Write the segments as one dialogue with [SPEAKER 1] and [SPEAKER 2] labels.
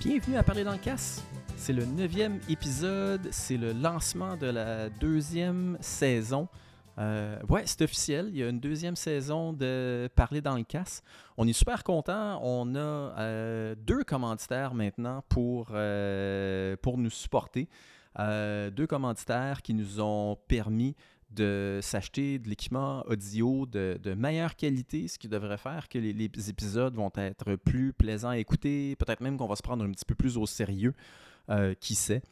[SPEAKER 1] Bienvenue à Parler dans le casse. C'est le neuvième épisode, c'est le lancement de la deuxième saison. Euh, ouais, c'est officiel, il y a une deuxième saison de Parler dans le casse. On est super content, on a euh, deux commanditaires maintenant pour, euh, pour nous supporter. Euh, deux commanditaires qui nous ont permis de s'acheter de l'équipement audio de, de meilleure qualité, ce qui devrait faire que les, les épisodes vont être plus plaisants à écouter, peut-être même qu'on va se prendre un petit peu plus au sérieux, euh, qui sait.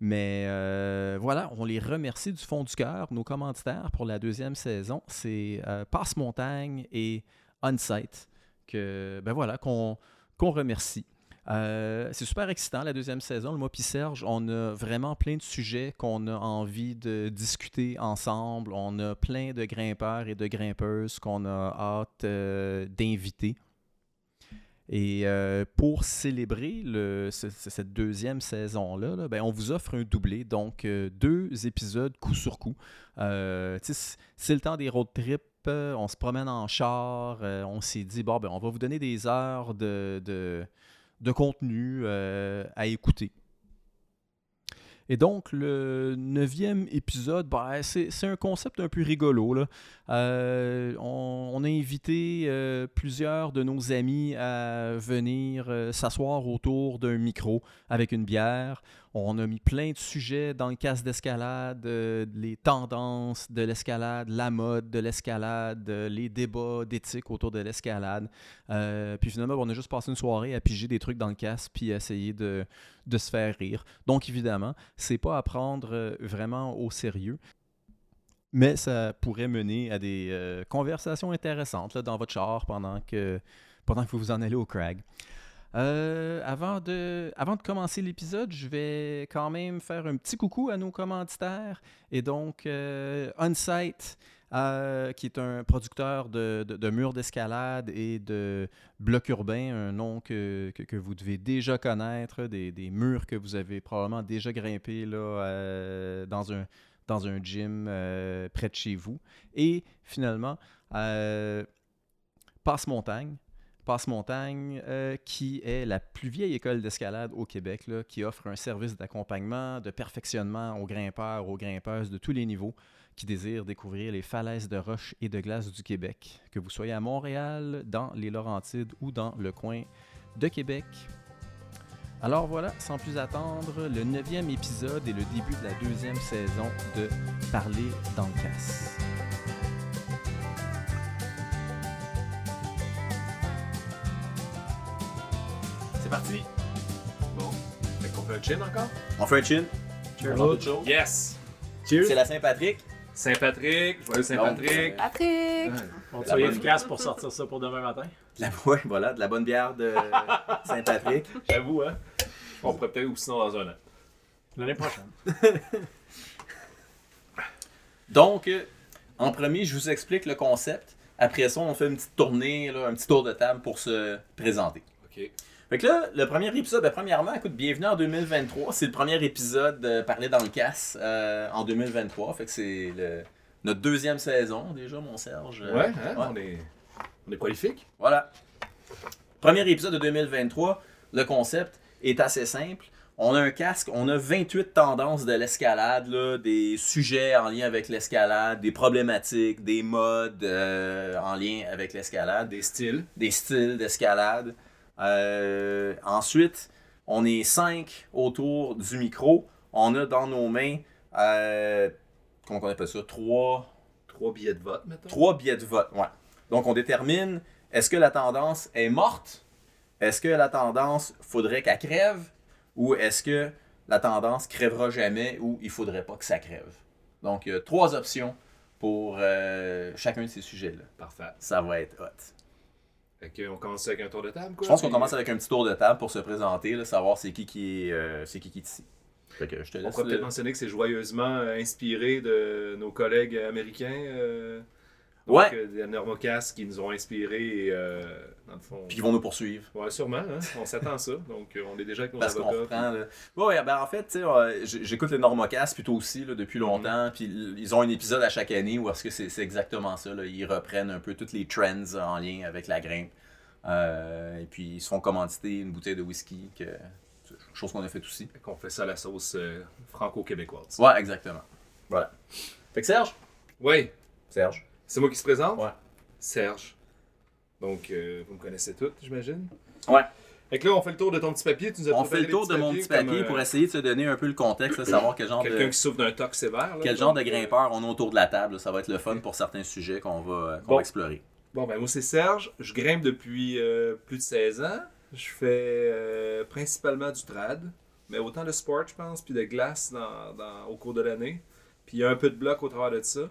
[SPEAKER 1] Mais euh, voilà, on les remercie du fond du cœur, nos commanditaires pour la deuxième saison, c'est euh, Passe Montagne et Onsite, que ben voilà qu'on qu'on remercie. Euh, c'est super excitant la deuxième saison. Le mois puis Serge, on a vraiment plein de sujets qu'on a envie de discuter ensemble. On a plein de grimpeurs et de grimpeuses qu'on a hâte euh, d'inviter. Et euh, pour célébrer le- ce- ce- cette deuxième saison-là, là, ben, on vous offre un doublé, donc euh, deux épisodes coup sur coup. Euh, tu sais, c'est- c'est le temps des road trips, euh, on se promène en char, euh, on s'est dit, bon, ben, on va vous donner des heures de- de, de contenu euh, à écouter. Et donc, le neuvième épisode, ben, c'est c'est un concept un peu rigolo. là. Euh, on, on a invité euh, plusieurs de nos amis à venir euh, s'asseoir autour d'un micro avec une bière. On a mis plein de sujets dans le casse d'escalade, euh, les tendances de l'escalade, la mode de l'escalade, euh, les débats d'éthique autour de l'escalade. Euh, puis finalement, on a juste passé une soirée à piger des trucs dans le casque puis à essayer de, de se faire rire. Donc évidemment, c'est pas à prendre euh, vraiment au sérieux. Mais ça pourrait mener à des euh, conversations intéressantes là, dans votre char pendant que, pendant que vous vous en allez au crag. Euh, avant, de, avant de commencer l'épisode, je vais quand même faire un petit coucou à nos commanditaires. Et donc, euh, Onsite, euh, qui est un producteur de, de- de murs d'escalade et de blocs urbains, un nom que, que- que vous devez déjà connaître, des, des murs que vous avez probablement déjà grimpés là, euh, dans, un, dans un gym euh, près de chez vous. Et finalement, euh, Passe-Montagne. Passe-Montagne, euh, qui est la plus vieille école d'escalade au Québec, là, qui offre un service d'accompagnement, de perfectionnement aux grimpeurs, aux grimpeuses de tous les niveaux qui désirent découvrir les falaises de roches et de glace du Québec. Que vous soyez à Montréal, dans les Laurentides ou dans le coin de Québec. Alors voilà, sans plus attendre, le neuvième épisode et le début de la deuxième saison de Parler dans le casse.
[SPEAKER 2] C'est parti!
[SPEAKER 3] Bon.
[SPEAKER 2] Fait qu'on fait un chin encore?
[SPEAKER 3] On fait un chin.
[SPEAKER 2] Cheers!
[SPEAKER 3] Yes!
[SPEAKER 2] Cheers!
[SPEAKER 3] C'est la Saint-Patrick.
[SPEAKER 4] Saint-Patrick, joyeux Saint-Patrick.
[SPEAKER 5] Patrick!
[SPEAKER 2] On
[SPEAKER 3] la
[SPEAKER 2] soyez
[SPEAKER 3] bonne-
[SPEAKER 2] efficace pour sortir ça pour demain matin.
[SPEAKER 3] De la, ouais, voilà, de la bonne bière de Saint-Patrick.
[SPEAKER 2] J'avoue, hein?
[SPEAKER 4] On pourrait peut-être ou sinon dans un an.
[SPEAKER 2] L'année prochaine.
[SPEAKER 3] Donc, euh, en premier, je vous explique le concept. Après ça, on fait une petite tournée, là, un petit tour de table pour se présenter.
[SPEAKER 4] OK.
[SPEAKER 3] Fait que là, le premier épisode, ben, premièrement, écoute, bienvenue en 2023. C'est le premier épisode de Parler dans le casse euh, en 2023. Fait que c'est le- notre deuxième saison déjà, mon Serge. Euh,
[SPEAKER 4] Ouais, hein, On, est, on est prolifique.
[SPEAKER 3] Voilà. Premier épisode de 2023. Le concept est assez simple. On a un casque, on a 28 tendances de l'escalade, là, des sujets en lien avec l'escalade, des problématiques, des modes euh, en lien avec l'escalade, des,
[SPEAKER 4] Des styles.
[SPEAKER 3] des styles d'escalade. Euh, ensuite, on est 5 autour du micro. On a dans nos mains, euh, comment on appelle ça, trois
[SPEAKER 4] Trois billets de vote, mettons.
[SPEAKER 3] Trois billets de vote, ouais. Donc, on détermine est-ce que la tendance est morte Est-ce que la tendance faudrait qu'elle crève Ou est-ce que la tendance crèvera jamais ou il faudrait pas que ça crève Donc, il y a trois options pour euh, chacun de ces sujets-là.
[SPEAKER 4] Parfait.
[SPEAKER 3] Ça va être hot.
[SPEAKER 4] Fait que on commence avec un tour de table, quoi.
[SPEAKER 3] Je pense qu'on
[SPEAKER 4] puis-
[SPEAKER 3] commence avec un petit tour de table pour se présenter, là, savoir c'est qui qui est, euh, c'est qui qui est ici. Fait que je te
[SPEAKER 4] On
[SPEAKER 3] laisse.
[SPEAKER 4] pourrait peut-être
[SPEAKER 3] le-
[SPEAKER 4] mentionner que c'est joyeusement euh, inspiré de nos collègues américains. euh,
[SPEAKER 3] Ouais.
[SPEAKER 4] euh, des Normocast qui nous ont inspirés et, euh, dans le fond.
[SPEAKER 3] Puis ils vont nous poursuivre.
[SPEAKER 4] Ouais, sûrement, hein. On s'attend à ça. Donc, euh, on est déjà avec nos
[SPEAKER 3] Parce qu'on
[SPEAKER 4] avocats.
[SPEAKER 3] reprend. Là. Ouais, ben en fait, tu sais, euh, j- j'écoute les Normocast plutôt aussi là, depuis
[SPEAKER 4] Mhm.
[SPEAKER 3] longtemps. Puis l- ils ont un épisode à chaque année où est-ce que c'est c'est exactement ça. là. Ils reprennent un peu toutes les trends en lien avec la grimpe. Euh, et puis ils se font commanditer une bouteille de whisky que
[SPEAKER 1] chose qu'on a faite aussi.
[SPEAKER 4] Fait qu'on fait ça à la sauce euh, franco-québécoise.
[SPEAKER 1] Ouais, exactement. Voilà. Fait que Serge.
[SPEAKER 4] Ouais,
[SPEAKER 1] Serge.
[SPEAKER 4] c'est moi qui se présente.
[SPEAKER 1] Ouais.
[SPEAKER 4] Serge. Donc, euh, vous me connaissez toutes, j'imagine.
[SPEAKER 1] Ouais.
[SPEAKER 4] Fait que là, on fait le tour de ton petit papier. Tu nous as
[SPEAKER 1] On
[SPEAKER 4] préparé
[SPEAKER 1] fait le
[SPEAKER 4] des
[SPEAKER 1] tour
[SPEAKER 4] petits
[SPEAKER 1] de mon
[SPEAKER 4] papiers
[SPEAKER 1] petit papier
[SPEAKER 4] comme,
[SPEAKER 1] pour
[SPEAKER 4] euh,
[SPEAKER 1] essayer de se donner un peu le contexte, de savoir quel genre de.
[SPEAKER 4] Quelqu'un qui souffre d'un toc sévère. là.
[SPEAKER 1] Quel genre de
[SPEAKER 4] Donc, euh,
[SPEAKER 1] grimpeur on a autour de la table? Ça va être le fun pour certains sujets qu'on va, euh, qu'on
[SPEAKER 4] Bon.
[SPEAKER 1] va explorer.
[SPEAKER 4] Bon, ben moi c'est Serge. Je grimpe depuis euh, plus de 16 ans. Je fais euh, principalement du trad, mais autant de sport, je pense, puis de glace dans, dans- au cours de l'année. Puis il y a un peu de bloc au travers de ça.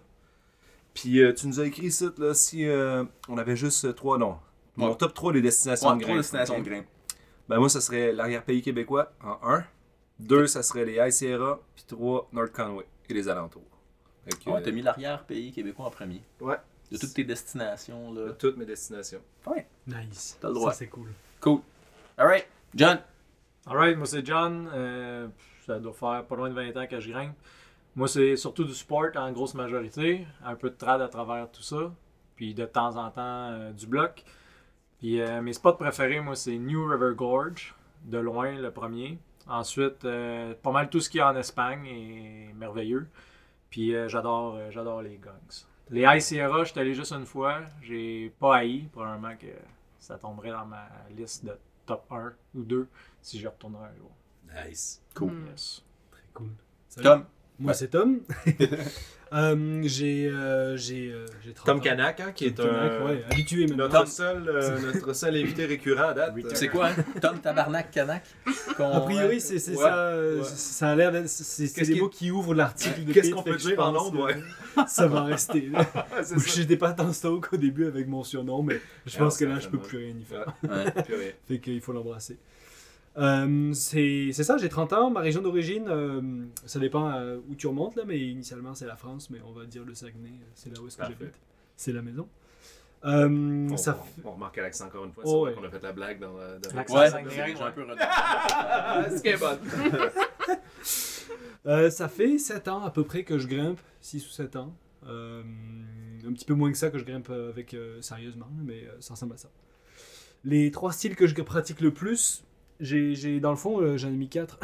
[SPEAKER 4] Puis euh, tu nous as écrit ça, là, si euh, on avait juste euh, trois noms. Mon
[SPEAKER 1] Ouais.
[SPEAKER 4] top 3 des destinations
[SPEAKER 1] Ouais,
[SPEAKER 4] de
[SPEAKER 1] trois
[SPEAKER 4] grimpe.
[SPEAKER 1] destinations de
[SPEAKER 4] Ok.
[SPEAKER 1] grimpe.
[SPEAKER 4] Ben moi, ça serait l'arrière-pays québécois en 1. 2, ça serait les High Sierra. Puis 3, North Conway et les alentours. Fait que,
[SPEAKER 1] Ouais, t'as mis l'arrière-pays québécois en premier.
[SPEAKER 4] ouais,
[SPEAKER 1] De toutes tes destinations, là.
[SPEAKER 4] euh, toutes mes destinations.
[SPEAKER 2] Nice.
[SPEAKER 1] T'as le droit.
[SPEAKER 2] Ça, c'est cool.
[SPEAKER 1] Cool. Alright, John.
[SPEAKER 2] Alright, moi c'est John. Euh, ça doit faire pas loin de 20 ans que je grimpe. Moi c'est surtout du sport en grosse majorité, un peu de trad à travers tout ça, puis de temps en temps euh, du bloc. Puis euh, mes spots préférés, moi c'est New River Gorge, de loin le premier. Ensuite, euh, pas mal tout ce qu'il y a en Espagne est merveilleux. Puis euh, j'adore euh, j'adore les gongs. Les High Sierra, je suis allé juste une fois, j'ai pas haï, probablement que ça tomberait dans ma liste de top 1 ou 2 si j'y retournerai un jour.
[SPEAKER 4] Nice.
[SPEAKER 1] Cool.
[SPEAKER 2] Yes.
[SPEAKER 6] Très cool. Salut.
[SPEAKER 1] Tom.
[SPEAKER 6] Moi, c'est Tom. Euh, j'ai euh, j'ai euh, j'ai 30
[SPEAKER 4] Tom
[SPEAKER 6] ans.
[SPEAKER 4] Kanak, hein, qui est
[SPEAKER 6] Tom Kanak,
[SPEAKER 4] un...
[SPEAKER 6] ouais, habitué maintenant.
[SPEAKER 4] Notre, seul, euh, notre seul invité récurrent à date. Euh,
[SPEAKER 2] Oui,
[SPEAKER 1] C'est quoi, hein? Tom Tabarnak Canac?
[SPEAKER 6] A priori, c'est c'est
[SPEAKER 4] Ouais,
[SPEAKER 6] ça. euh,
[SPEAKER 4] ouais.
[SPEAKER 6] Ça a l'air d'être. c'est- C'est c'est
[SPEAKER 4] Qu'est-ce
[SPEAKER 6] les
[SPEAKER 4] qui-
[SPEAKER 6] mots qui ouvrent l'article. de
[SPEAKER 4] Qu'est-ce
[SPEAKER 6] Pete,
[SPEAKER 4] qu'on
[SPEAKER 6] fait
[SPEAKER 4] peut
[SPEAKER 6] que je
[SPEAKER 4] dire en
[SPEAKER 6] pense
[SPEAKER 4] ondes, ouais. Ah,
[SPEAKER 6] que Ça va rester.
[SPEAKER 4] C'est ça.
[SPEAKER 6] J'étais pas tant stoke au début avec mon surnom, mais je
[SPEAKER 4] Ah,
[SPEAKER 6] pense que
[SPEAKER 4] ça
[SPEAKER 6] là,
[SPEAKER 4] fait
[SPEAKER 6] je peux
[SPEAKER 4] mal.
[SPEAKER 6] plus rien y faire.
[SPEAKER 1] Ouais.
[SPEAKER 4] Puis, ouais.
[SPEAKER 6] Fait qu'il faut l'embrasser. Euh, c'est c'est ça, j'ai 30 ans. Ma région d'origine, euh, ça dépend euh, où tu remontes là, mais initialement c'est la France, mais on va dire le Saguenay, euh, c'est là où est-ce que
[SPEAKER 4] Parfait.
[SPEAKER 6] j'habite. C'est la maison. Euh,
[SPEAKER 4] On,
[SPEAKER 6] ça
[SPEAKER 4] on-
[SPEAKER 6] fait-
[SPEAKER 4] on remarque Alex encore une fois,
[SPEAKER 6] Oh,
[SPEAKER 4] c'est vrai
[SPEAKER 6] ouais.
[SPEAKER 4] qu'on a fait la blague dans la... dans-
[SPEAKER 2] L'accent
[SPEAKER 1] euh, Ouais,
[SPEAKER 2] sanguin,
[SPEAKER 1] c'est déjà un
[SPEAKER 2] ouais.
[SPEAKER 1] peu redondant.
[SPEAKER 4] Ah, ce qui est bon.
[SPEAKER 6] euh, ça fait 7 ans à peu près que je grimpe, 6 ou 7 ans. Euh, un petit peu moins que ça que je grimpe euh, avec euh, sérieusement, mais euh, ça ressemble à ça. Les trois styles que je pratique le plus, j'ai j'ai- dans le fond, euh, j'en ai mis 4.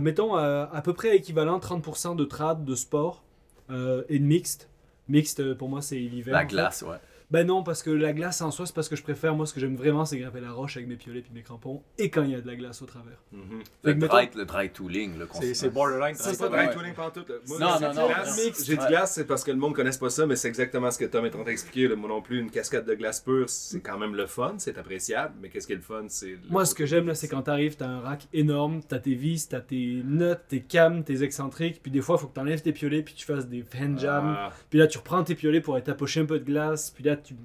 [SPEAKER 6] mettons euh, à peu près équivalent 30% de trad, de sport euh, et de mixte. Mixte euh, pour moi c'est l'hiver. en
[SPEAKER 1] La
[SPEAKER 6] fait.
[SPEAKER 1] glace, ouais.
[SPEAKER 6] Ben non, parce que la glace en soi, c'est parce que je préfère. Moi, ce que j'aime vraiment, c'est grimper la roche avec mes piolets puis mes crampons et quand il y a de la glace au travers.
[SPEAKER 4] Mhm.
[SPEAKER 1] Le
[SPEAKER 6] Fait que
[SPEAKER 1] dry, le dry tooling, le
[SPEAKER 2] C'est c'est borderline.
[SPEAKER 6] Ça,
[SPEAKER 4] C'est
[SPEAKER 2] très
[SPEAKER 4] pas
[SPEAKER 1] ouais, ouais.
[SPEAKER 4] vrai, tout n'importe tout, là. Moi,
[SPEAKER 1] Non,
[SPEAKER 4] j'ai
[SPEAKER 1] non,
[SPEAKER 4] dit
[SPEAKER 1] non,
[SPEAKER 4] glace,
[SPEAKER 1] non.
[SPEAKER 4] J'ai dit
[SPEAKER 1] Ouais.
[SPEAKER 4] glace, c'est parce que le monde ne connaisse pas ça, mais c'est exactement ce que Tom est en train d'expliquer. là. Moi non plus, une cascade de glace pure, c'est quand même le fun, c'est appréciable, mais qu'est-ce qui est le fun, c'est... le
[SPEAKER 6] Moi, ce
[SPEAKER 4] côté-
[SPEAKER 6] que j'aime, là, c'est quand t'arrives, t'as un rack énorme, t'as tes vis, t'as tes nuts, tes cams, tes excentriques, puis des fois, faut que t'enlèves tes piolets, puis tu fasses des hand jams,
[SPEAKER 4] Ah,
[SPEAKER 6] puis là, tu reprends tes piolets pour aller tapocher un peu de glace, puis là, tu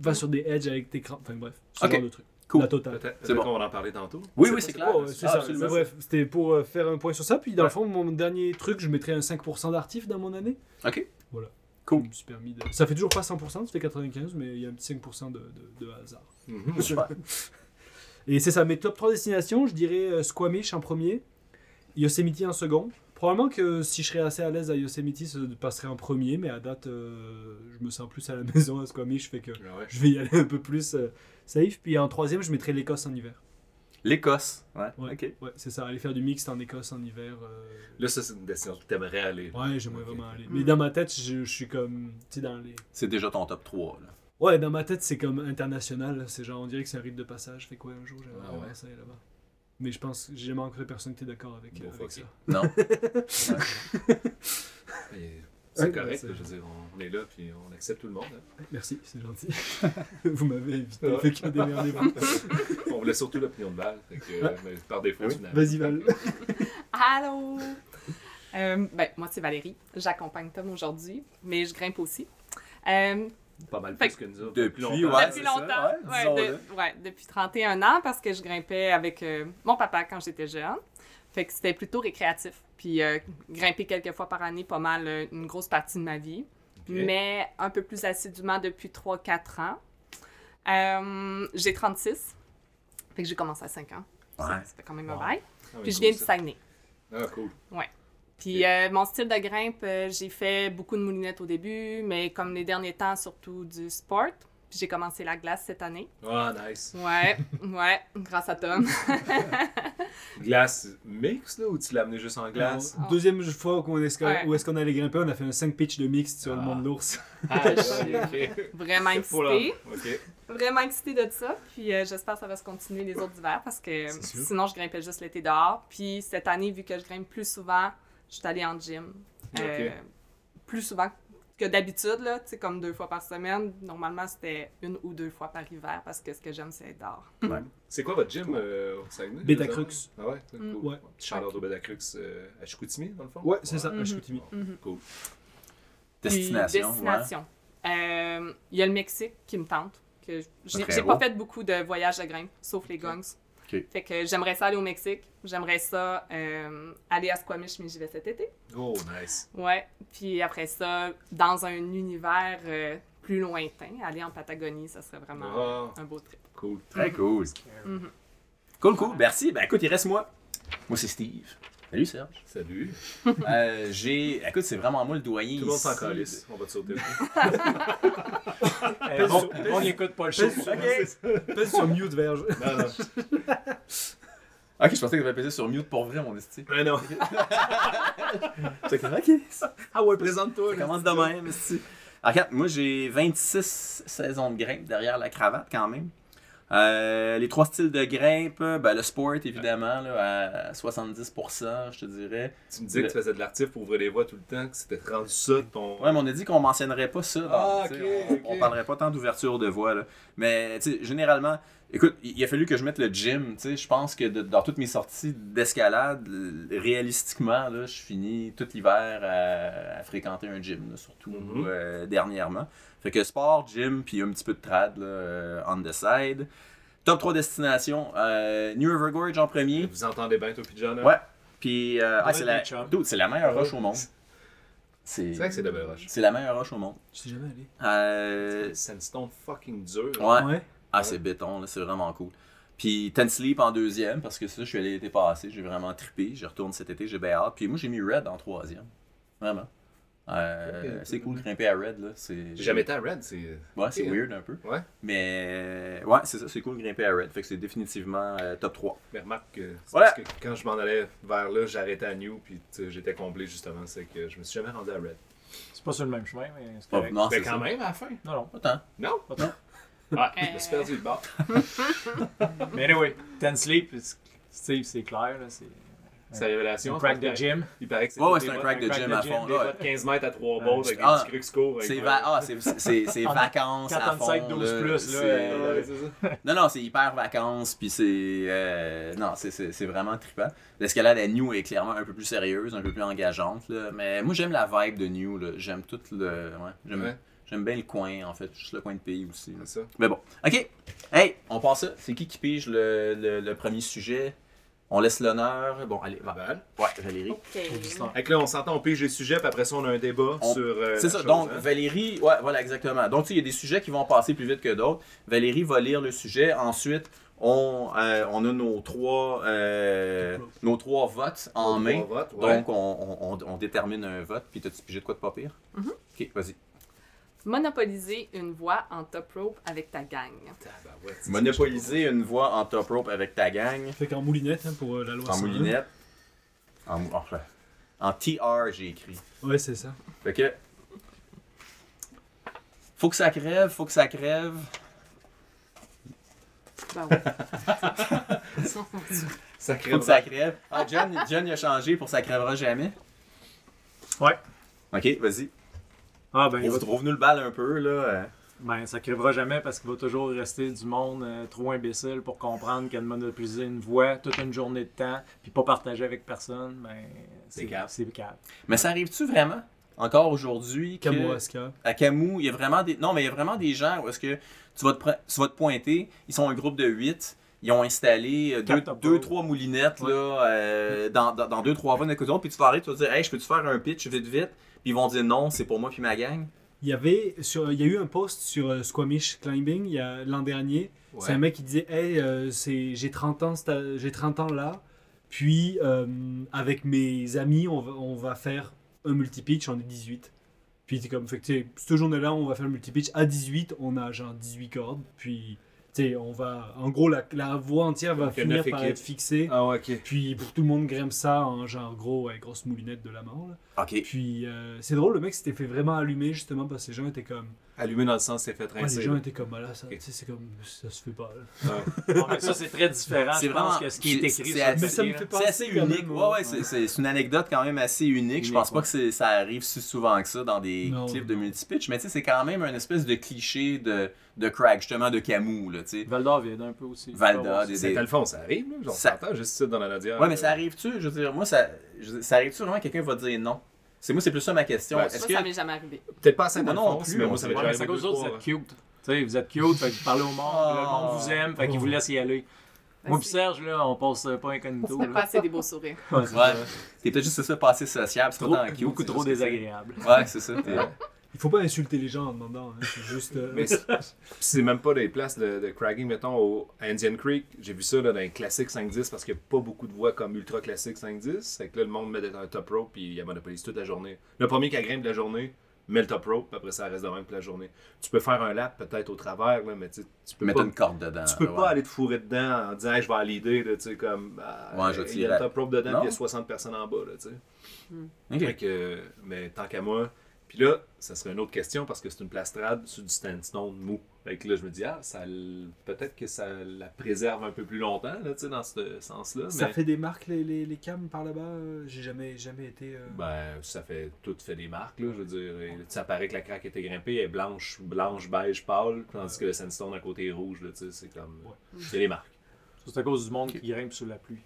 [SPEAKER 6] vas sur des edges avec tes crampons. Enfin, bref, ce
[SPEAKER 1] Ok.
[SPEAKER 6] genre de truc.
[SPEAKER 1] Cool.
[SPEAKER 6] La totale.
[SPEAKER 4] Peut-être
[SPEAKER 1] C'est
[SPEAKER 4] peut-être
[SPEAKER 1] bon.
[SPEAKER 4] qu'on va en parler tantôt.
[SPEAKER 1] Oui, oui, c'est clair.
[SPEAKER 6] Ouais, ouais, c'est
[SPEAKER 1] Ah,
[SPEAKER 6] ça.
[SPEAKER 1] absolument.
[SPEAKER 6] Mais bref, c'était pour euh, faire un point sur ça. Puis dans le fond, mon dernier truc, je mettrais un 5% d'artif dans mon année.
[SPEAKER 1] Ok.
[SPEAKER 6] Voilà.
[SPEAKER 1] Cool.
[SPEAKER 6] Je me suis permis de- Ça fait toujours pas 100%, ça fait 95, mais il y a un petit 5% de, de- de hasard.
[SPEAKER 4] Mhm.
[SPEAKER 1] Super.
[SPEAKER 6] Et c'est ça, mes top 3 destinations, je dirais euh, Squamish en premier, Yosemite en second. Probablement que si je serais assez à l'aise à Yosemite, ça passerait en premier, mais à date, euh, je me sens plus à la maison à Squamish, fait que
[SPEAKER 4] Ah ouais.
[SPEAKER 6] je vais y aller un peu plus euh, safe. Puis en troisième, je mettrais l'Écosse en hiver.
[SPEAKER 1] L'Écosse. Ouais.
[SPEAKER 6] Ouais,
[SPEAKER 1] Ok.
[SPEAKER 6] ouais, c'est ça, aller faire du mixte en Écosse en hiver. euh,
[SPEAKER 4] Là, ça, c'est une destination que t'aimerais aller.
[SPEAKER 6] Ouais, j'aimerais
[SPEAKER 4] Ok.
[SPEAKER 6] vraiment aller.
[SPEAKER 4] Mm.
[SPEAKER 6] Mais dans ma tête, je, je suis comme. Tu sais, dans les.
[SPEAKER 1] C'est déjà ton top 3. Là.
[SPEAKER 6] Ouais, dans ma tête, c'est comme international. là. C'est genre, on dirait que c'est un rite de passage. Fait quoi, un jour, j'aimerais
[SPEAKER 4] Ah
[SPEAKER 6] vraiment
[SPEAKER 4] ouais.
[SPEAKER 6] ça aller là-bas. Mais je pense que j'ai jamais rencontré personne qui était d'accord avec,
[SPEAKER 4] Bon,
[SPEAKER 6] euh, avec
[SPEAKER 4] fuck
[SPEAKER 6] ça.
[SPEAKER 4] it.
[SPEAKER 1] Non.
[SPEAKER 4] Et
[SPEAKER 6] Ouais,
[SPEAKER 4] C'est correct,
[SPEAKER 6] c'est-
[SPEAKER 4] je veux dire, on est là, puis on accepte tout le monde. hein.
[SPEAKER 6] Merci, c'est gentil. vous m'avez invité.
[SPEAKER 4] Ouais.
[SPEAKER 6] Fait que démerdez-vous.
[SPEAKER 4] On voulait surtout l'opinion de Val, fait que, euh, mais par défaut,
[SPEAKER 1] Oui.
[SPEAKER 4] finalement.
[SPEAKER 6] Vas-y, Val.
[SPEAKER 5] Allô! Euh, ben, moi, c'est Valérie. J'accompagne Tom aujourd'hui, mais je grimpe aussi. Euh,
[SPEAKER 4] Pas mal
[SPEAKER 5] Fait
[SPEAKER 4] plus que nous autres.
[SPEAKER 1] Depuis,
[SPEAKER 4] longtemps.
[SPEAKER 1] Ouais,
[SPEAKER 5] depuis
[SPEAKER 1] c'est
[SPEAKER 5] longtemps.
[SPEAKER 1] ça, ouais,
[SPEAKER 5] Ouais,
[SPEAKER 1] disons-le.
[SPEAKER 5] de- ouais, depuis 31 ans, parce que je grimpais avec euh, mon papa quand j'étais jeune. Fait que c'était plutôt récréatif. Puis euh, grimper quelques fois par année, pas mal, euh, une grosse partie de ma vie.
[SPEAKER 4] Ok.
[SPEAKER 5] mais un peu plus assidûment depuis 3-4 ans. Euh, j'ai 36, fait que j'ai commencé à 5 ans.
[SPEAKER 1] Ouais.
[SPEAKER 5] Ça, ça fait quand même un
[SPEAKER 6] Wow.
[SPEAKER 5] bail.
[SPEAKER 4] Ah,
[SPEAKER 5] Puis
[SPEAKER 4] oui,
[SPEAKER 5] je viens
[SPEAKER 4] cool,
[SPEAKER 5] du
[SPEAKER 4] ça.
[SPEAKER 5] Saguenay.
[SPEAKER 4] Ah, cool.
[SPEAKER 5] Puis euh, mon style de grimpe, euh, j'ai fait beaucoup de moulinettes au début, mais comme les derniers temps, surtout du sport. Puis j'ai commencé la glace cette année.
[SPEAKER 4] Ah, nice.
[SPEAKER 5] Ouais, ouais, grâce à Tom.
[SPEAKER 4] Glace mixte, là, ou tu l'as amené juste en glace?
[SPEAKER 6] Alors, Deuxième fois qu'on est
[SPEAKER 5] Ouais.
[SPEAKER 6] où est-ce qu'on allait grimper, on a fait un 5 pitch de mixte sur le
[SPEAKER 4] Ah.
[SPEAKER 6] monde de l'ours.
[SPEAKER 4] Ah, ok.
[SPEAKER 5] Vraiment
[SPEAKER 4] Faut là.
[SPEAKER 5] excitée.
[SPEAKER 4] Ok.
[SPEAKER 5] Vraiment excitée de ça. Puis euh, j'espère que ça va se continuer les autres hivers parce que
[SPEAKER 4] C'est sûr.
[SPEAKER 5] sinon, je grimpais juste l'été dehors. Puis cette année, vu que je grimpe plus souvent, je suis allée en gym. Euh, Plus souvent que d'habitude, là, tu sais, comme deux fois par semaine. Normalement, c'était une ou deux fois par hiver parce que ce que j'aime, c'est être dehors.
[SPEAKER 4] C'est quoi votre gym euh, au Saguenay?
[SPEAKER 6] Betacrux.
[SPEAKER 4] Crux. Ah ouais? c'est
[SPEAKER 5] Mm.
[SPEAKER 4] Cool.
[SPEAKER 6] Ouais.
[SPEAKER 4] Petit chaleur de Betacrux euh, à Chicoutimi, dans le fond?
[SPEAKER 6] Ouais, c'est ça, à
[SPEAKER 5] Mhm.
[SPEAKER 6] Chicoutimi.
[SPEAKER 4] Cool.
[SPEAKER 1] Destination.
[SPEAKER 5] Puis,
[SPEAKER 1] ouais.
[SPEAKER 5] destination. Euh, Il y a le Mexique qui me tente. que J'ai
[SPEAKER 1] Très
[SPEAKER 5] j'ai
[SPEAKER 1] beau.
[SPEAKER 5] pas fait beaucoup de voyages de grimpe, sauf les gongs.
[SPEAKER 1] Ok.
[SPEAKER 5] Fait que j'aimerais ça aller au Mexique. J'aimerais ça euh, aller à Squamish, mais j'y vais cet été.
[SPEAKER 4] Oh, nice.
[SPEAKER 5] Ouais. Puis après ça, dans un univers euh, plus lointain, aller en Patagonie, ça serait vraiment
[SPEAKER 4] Ah,
[SPEAKER 5] un beau trip.
[SPEAKER 4] cool.
[SPEAKER 1] Très cool.
[SPEAKER 5] Mhm.
[SPEAKER 1] Cool, cool. Merci. Ben écoute, il reste moi. Moi, c'est Steve. Salut, Serge.
[SPEAKER 4] Salut.
[SPEAKER 1] Euh, j'ai. Écoute, c'est vraiment moi le doyen.
[SPEAKER 4] Tout le monde
[SPEAKER 1] ici.
[SPEAKER 4] s'en calisse. On va te sauter.
[SPEAKER 2] Euh, bon, on n'écoute pas le show.
[SPEAKER 6] Pèse sur mute, verge.
[SPEAKER 4] non, non.
[SPEAKER 1] Ah, Ok, je pensais que j'avais pesé sur mute pour vrai, mon esti.
[SPEAKER 4] Mais non.
[SPEAKER 1] Fait que, Ok, ça
[SPEAKER 4] Ah ouais, présente-toi. là.
[SPEAKER 1] hein? commence de même, esti. Alors, regarde, moi, j'ai 26 saisons de grimpe derrière la cravate quand même. Euh, les trois styles de grimpe, ben, le sport évidemment, là, à 70%, je te dirais.
[SPEAKER 4] Tu me disais que tu faisais de l'artif pour ouvrir les voies tout le temps, que c'était rendu ça de ton.
[SPEAKER 1] Ouais, mais on a dit qu'on mentionnerait pas ça. dans-
[SPEAKER 4] Ah,
[SPEAKER 1] tu sais,
[SPEAKER 4] ok,
[SPEAKER 1] on,
[SPEAKER 4] ok.
[SPEAKER 1] on parlerait pas tant d'ouverture de voie. Là. Mais tu sais, généralement, écoute, il il a fallu que je mette le gym. tu sais, Je pense que de- dans toutes mes sorties d'escalade, l- réalistiquement, là, je finis tout l'hiver à, à fréquenter un gym, là, surtout
[SPEAKER 4] Mhm.
[SPEAKER 1] euh, dernièrement. Fait que sport, gym, puis un petit peu de trad là, euh, on the side. Top 3 destinations. euh, New River Gorge en premier.
[SPEAKER 4] Vous entendez bien, toi, puis John? hein?
[SPEAKER 1] Ouais. Puis, euh, ah,
[SPEAKER 2] Ouais,
[SPEAKER 1] c'est la,
[SPEAKER 2] des chums.
[SPEAKER 1] dude, c'est la meilleure roche au monde.
[SPEAKER 4] C'est vrai que c'est de belles roches.
[SPEAKER 1] C'est la meilleure roche au monde.
[SPEAKER 6] Je sais jamais allé.
[SPEAKER 1] Euh,
[SPEAKER 4] Sandstone fucking dur.
[SPEAKER 1] ouais.
[SPEAKER 6] Ouais.
[SPEAKER 1] Ah, c'est béton, là, c'est vraiment cool. Puis Ten Sleep en deuxième, parce que ça, je suis allé l'été passé, j'ai vraiment trippé. Je retourne cet été, j'ai bien hâte. Puis moi, j'ai mis Red en troisième. Vraiment. Euh,
[SPEAKER 4] Ok.
[SPEAKER 1] c'est cool de grimper à Red, là. C'est,
[SPEAKER 4] J'ai jamais été à Red, c'est.
[SPEAKER 1] Ouais, c'est
[SPEAKER 4] hein.
[SPEAKER 1] weird un peu.
[SPEAKER 4] Ouais.
[SPEAKER 1] Mais euh, ouais, c'est ça, c'est cool de grimper à Red. Fait que c'est définitivement euh, top 3.
[SPEAKER 4] Mais remarque que, Ben, euh, c'est
[SPEAKER 1] Voilà.
[SPEAKER 4] parce que quand je m'en allais vers là, j'arrêtais à New, puis tu sais, j'étais comblé justement, c'est que je me suis jamais rendu à Red.
[SPEAKER 2] C'est pas sur le même chemin, mais c'est
[SPEAKER 1] Oh,
[SPEAKER 2] correct.
[SPEAKER 1] non,
[SPEAKER 4] mais
[SPEAKER 1] c'est
[SPEAKER 4] Ben, quand
[SPEAKER 1] ça.
[SPEAKER 4] même, à la fin.
[SPEAKER 2] Non, non.
[SPEAKER 1] Pas tant.
[SPEAKER 4] Non?
[SPEAKER 2] Pas tant.
[SPEAKER 4] Ah, je me suis perdu le bord.
[SPEAKER 2] Mais anyway, Ten Sleep, c'est- Steve, c'est clair. là, C'est
[SPEAKER 4] C'est la révélation.
[SPEAKER 2] un
[SPEAKER 4] je pense
[SPEAKER 2] crack de
[SPEAKER 4] que-
[SPEAKER 2] gym.
[SPEAKER 4] Il paraît que c'est
[SPEAKER 1] Ouais,
[SPEAKER 4] pas
[SPEAKER 1] ouais,
[SPEAKER 4] des
[SPEAKER 1] c'est un
[SPEAKER 4] votes-
[SPEAKER 1] crack de
[SPEAKER 2] crack
[SPEAKER 1] gym
[SPEAKER 2] de
[SPEAKER 1] à
[SPEAKER 2] gym,
[SPEAKER 1] fond.
[SPEAKER 4] des
[SPEAKER 1] là.
[SPEAKER 4] votes de 15 mètres à 3
[SPEAKER 2] Ah,
[SPEAKER 4] balles avec
[SPEAKER 1] ah,
[SPEAKER 4] un petit crux court.
[SPEAKER 1] C'est, va- ah, c'est, c'est, c'est
[SPEAKER 2] En-
[SPEAKER 1] vacances à fond.
[SPEAKER 2] 45, 12
[SPEAKER 1] là.
[SPEAKER 2] plus, là,
[SPEAKER 1] C'est-
[SPEAKER 2] euh,
[SPEAKER 4] Ouais, c'est ça.
[SPEAKER 1] Non, non, c'est hyper vacances, puis c'est. euh, non, c'est- c'est c'est vraiment trippant. L'escalade à New est clairement un peu plus sérieuse, un peu plus engageante, là. Mais moi, j'aime la vibe de New, là. J'aime tout le. Ouais, j'aime
[SPEAKER 4] Ouais.
[SPEAKER 1] j'aime bien le coin, en fait. Juste le coin de pays aussi. là.
[SPEAKER 4] C'est ça.
[SPEAKER 1] Mais bon. OK. Hey, on passe ça. C'est qui qui pige le, le- le premier sujet On laisse l'honneur. Bon, allez, va.
[SPEAKER 4] Val.
[SPEAKER 1] Ouais, Valérie.
[SPEAKER 5] OK.
[SPEAKER 4] Fait que là, on s'entend, on pige les sujets, puis après ça, on a un débat
[SPEAKER 1] On-
[SPEAKER 4] sur. euh,
[SPEAKER 1] C'est
[SPEAKER 4] la
[SPEAKER 1] ça.
[SPEAKER 4] chose,
[SPEAKER 1] Donc,
[SPEAKER 4] hein.
[SPEAKER 1] Valérie, ouais, voilà, exactement. Donc, tu sais, il y a des sujets qui vont passer plus vite que d'autres. Valérie va lire le sujet. Ensuite, on, euh, on a nos trois, euh, nos trois votes en main.
[SPEAKER 4] On vote, ouais.
[SPEAKER 1] Donc, on, on- on- on détermine un vote. Puis, t'as-tu pigé de quoi de pas pire?
[SPEAKER 5] Mhm.
[SPEAKER 1] Ok, vas-y.
[SPEAKER 5] Monopoliser une voie en top rope avec ta gang.
[SPEAKER 4] Tabarouette.
[SPEAKER 1] Monopoliser une voie en top rope avec ta gang,
[SPEAKER 6] Fait qu'en moulinette, hein, pour euh, la loi
[SPEAKER 1] en
[SPEAKER 6] 101.
[SPEAKER 1] moulinette, en, mou- enfin, en TR, j'ai écrit.
[SPEAKER 6] Ouais, c'est ça.
[SPEAKER 1] Fait que. Faut que ça crève, faut que ça crève.
[SPEAKER 5] Ben ouais.
[SPEAKER 4] Ça
[SPEAKER 1] Faut
[SPEAKER 4] crève.
[SPEAKER 1] que ça crève. Ah, John, John il a changé pour ça crèvera jamais.
[SPEAKER 2] Ouais.
[SPEAKER 1] Ok, vas-y.
[SPEAKER 2] Ah, ben, il va-
[SPEAKER 1] Retrouve-nous le bal un peu, là. euh.
[SPEAKER 2] ben, ça crèvera jamais parce qu'il va toujours rester du monde euh, trop imbécile pour comprendre qu'elle monopoliser une voie toute une journée de temps puis pas partager avec personne. Ben,
[SPEAKER 4] C'est cave.
[SPEAKER 2] C'est cave.
[SPEAKER 1] Mais ça arrive-tu vraiment? Encore aujourd'hui, que-
[SPEAKER 6] Kamouraska.
[SPEAKER 1] à Camus, il y a vraiment des. Non, mais il y a vraiment des gens où est-ce que tu vas, te pre- tu vas te pointer, ils sont un groupe de 8, ils ont installé euh, deux,
[SPEAKER 2] Quatre tables.
[SPEAKER 1] deux, trois moulinettes
[SPEAKER 2] Ouais.
[SPEAKER 1] là, euh, dans, dans, dans deux, trois vannes à côté de l'autre, puis tu vas arriver, tu vas dire Hey, je peux-tu faire un pitch vite vite? Puis ils vont dire non, c'est pour moi puis ma gang.
[SPEAKER 6] Il y avait, sur, il y a eu un post sur euh, Squamish Climbing il y a- l'an dernier.
[SPEAKER 4] Ouais.
[SPEAKER 6] C'est un mec qui disait, hey, euh, c'est, j'ai 30 ans, c'est à- j'ai 30 ans là. Puis euh, avec mes amis, on va, on va faire un multi pitch, on est 18. Puis t'es comme, fait que tu sais, cette journée-là, on va faire le multi-pitch. À 18, on a genre 18 cordes. Puis, tu sais, on va. En gros, la, la voie entière va
[SPEAKER 4] Donc, il y a
[SPEAKER 6] finir
[SPEAKER 4] neuf
[SPEAKER 6] par
[SPEAKER 4] équipes.
[SPEAKER 6] être fixée.
[SPEAKER 4] Ah, ouais, ok.
[SPEAKER 6] Puis, pour tout le monde grimpe ça en genre gros, ouais, grosse moulinette de la mort. là.
[SPEAKER 1] Ok.
[SPEAKER 6] Puis, euh, c'est drôle, le mec s'était fait vraiment allumer justement parce que les gens étaient comme.
[SPEAKER 4] Allumé dans le sens, c'est fait
[SPEAKER 6] Ouais, les
[SPEAKER 4] rincer.
[SPEAKER 6] gens étaient comme, ah là, ça,
[SPEAKER 4] Ok.
[SPEAKER 6] tu sais, c'est comme, ça se fait pas. là.
[SPEAKER 2] Non, mais ça, c'est très différent.
[SPEAKER 1] C'est
[SPEAKER 2] je pense
[SPEAKER 1] vraiment-
[SPEAKER 2] que ce qui est
[SPEAKER 1] c'est-
[SPEAKER 2] écrit sur
[SPEAKER 1] c'est-
[SPEAKER 2] le
[SPEAKER 1] mais
[SPEAKER 6] ça me
[SPEAKER 2] papier,
[SPEAKER 6] fait
[SPEAKER 2] là.
[SPEAKER 6] penser
[SPEAKER 1] C'est assez
[SPEAKER 6] quand
[SPEAKER 1] unique.
[SPEAKER 6] même,
[SPEAKER 1] Ouais,
[SPEAKER 6] ouais.
[SPEAKER 1] ouais, c'est- c'est c'est une anecdote quand même assez unique. Je
[SPEAKER 4] Unique,
[SPEAKER 1] pense pas
[SPEAKER 4] ouais.
[SPEAKER 1] que c'est- ça arrive si souvent que ça dans des
[SPEAKER 6] Non.
[SPEAKER 1] clips de multi-pitch, mais tu sais, c'est quand même un espèce de cliché de, de crack, justement, de Camus, là, tu sais.
[SPEAKER 2] Val d'Or vient d'un peu aussi.
[SPEAKER 1] Val d'Or, des-
[SPEAKER 4] C'est Alphonse, ça arrive, là. Genre,
[SPEAKER 1] Ça-
[SPEAKER 4] t'entends juste ça dans la Nadia.
[SPEAKER 1] Ouais, mais ça arrive-tu? Je veux dire, moi, ça, je- ça arrive-tu vraiment que quelqu'un va dire non? C'est moi, c'est plus ça ma question.
[SPEAKER 4] Ben,
[SPEAKER 1] Est-ce
[SPEAKER 5] Moi,
[SPEAKER 1] que.
[SPEAKER 5] ça m'est jamais arrivé.
[SPEAKER 4] Peut-être pas à
[SPEAKER 1] Moi non
[SPEAKER 4] Saint-Alphonse,
[SPEAKER 1] plus,
[SPEAKER 4] mais
[SPEAKER 1] on
[SPEAKER 4] moi, ça
[SPEAKER 1] sait
[SPEAKER 4] m'est
[SPEAKER 2] Ouais,
[SPEAKER 4] déjà
[SPEAKER 2] mais c'est à
[SPEAKER 4] arrivé
[SPEAKER 2] cause
[SPEAKER 4] deux,
[SPEAKER 2] d'autres, vous
[SPEAKER 4] trois.
[SPEAKER 2] êtes cute. Tu sais, vous êtes cute, fait que vous parlez au monde, le monde
[SPEAKER 5] Ah.
[SPEAKER 2] vous aime, fait qu'il vous laisse y aller. Moi pis Serge, là, on passe euh, pas incognito.
[SPEAKER 5] Ben, Ça fait
[SPEAKER 2] là.
[SPEAKER 5] pas assez des beaux sourires.
[SPEAKER 2] Ouais, c'est
[SPEAKER 1] Ouais,
[SPEAKER 2] ça.
[SPEAKER 1] t'es peut-être juste ça, passé sociable, c'est
[SPEAKER 2] Trop-
[SPEAKER 1] pas tant cute,
[SPEAKER 2] beaucoup
[SPEAKER 1] c'est
[SPEAKER 2] trop
[SPEAKER 1] juste que c'est-
[SPEAKER 2] désagréable.
[SPEAKER 1] Ouais, c'est ça. t'es-
[SPEAKER 6] Il faut pas insulter les gens en demandant, hein, c'est juste. euh,
[SPEAKER 4] Mais c'est- c'est même pas des places de, de cragging, mettons, au à Indian Creek. J'ai vu ça là, dans les classiques 5-10 parce qu'il n'y a pas beaucoup de voix comme ultra classique 5-10. Fait que là, le monde met un top rope puis il monopolise toute la journée. Le premier qui agrimpe de la journée met le top rope, puis après ça reste de même toute la journée. Tu peux faire un lap peut-être au travers, là, mais tu sais, tu peux
[SPEAKER 1] Mettre
[SPEAKER 4] pas.
[SPEAKER 1] une corde dedans.
[SPEAKER 4] Tu peux
[SPEAKER 1] là,
[SPEAKER 4] pas
[SPEAKER 1] ouais.
[SPEAKER 4] aller te fourrer dedans en disant Hey, je vais à l'idée, là, tu sais, comme. ah,
[SPEAKER 1] Ouais, je
[SPEAKER 4] il y
[SPEAKER 1] tire
[SPEAKER 4] a
[SPEAKER 1] à-
[SPEAKER 4] le top rope dedans,
[SPEAKER 1] Non.
[SPEAKER 4] puis il y a 60 personnes en bas, là, tu sais.
[SPEAKER 1] Ok.
[SPEAKER 4] Fait que, mais tant qu'à moi. Puis là, ça serait une autre question parce que c'est une plastrade sur du sandstone mou. Fait que là, je me dis, ah, ça l- peut-être que ça la préserve un peu plus longtemps, là, tu sais, dans ce sens-là.
[SPEAKER 6] Ça
[SPEAKER 4] mais,
[SPEAKER 6] fait des marques les, les, les cams par là-bas euh, J'ai jamais, jamais été. euh,
[SPEAKER 4] Ben, ça fait tout fait des marques, là, je veux dire. Et Ça paraît que la craque était grimpée, elle est blanche, blanche, beige, pâle, tandis que le sandstone à côté est rouge, là, tu sais, c'est comme. C'est des marques.
[SPEAKER 2] C'est à cause du monde qui grimpe sous la pluie.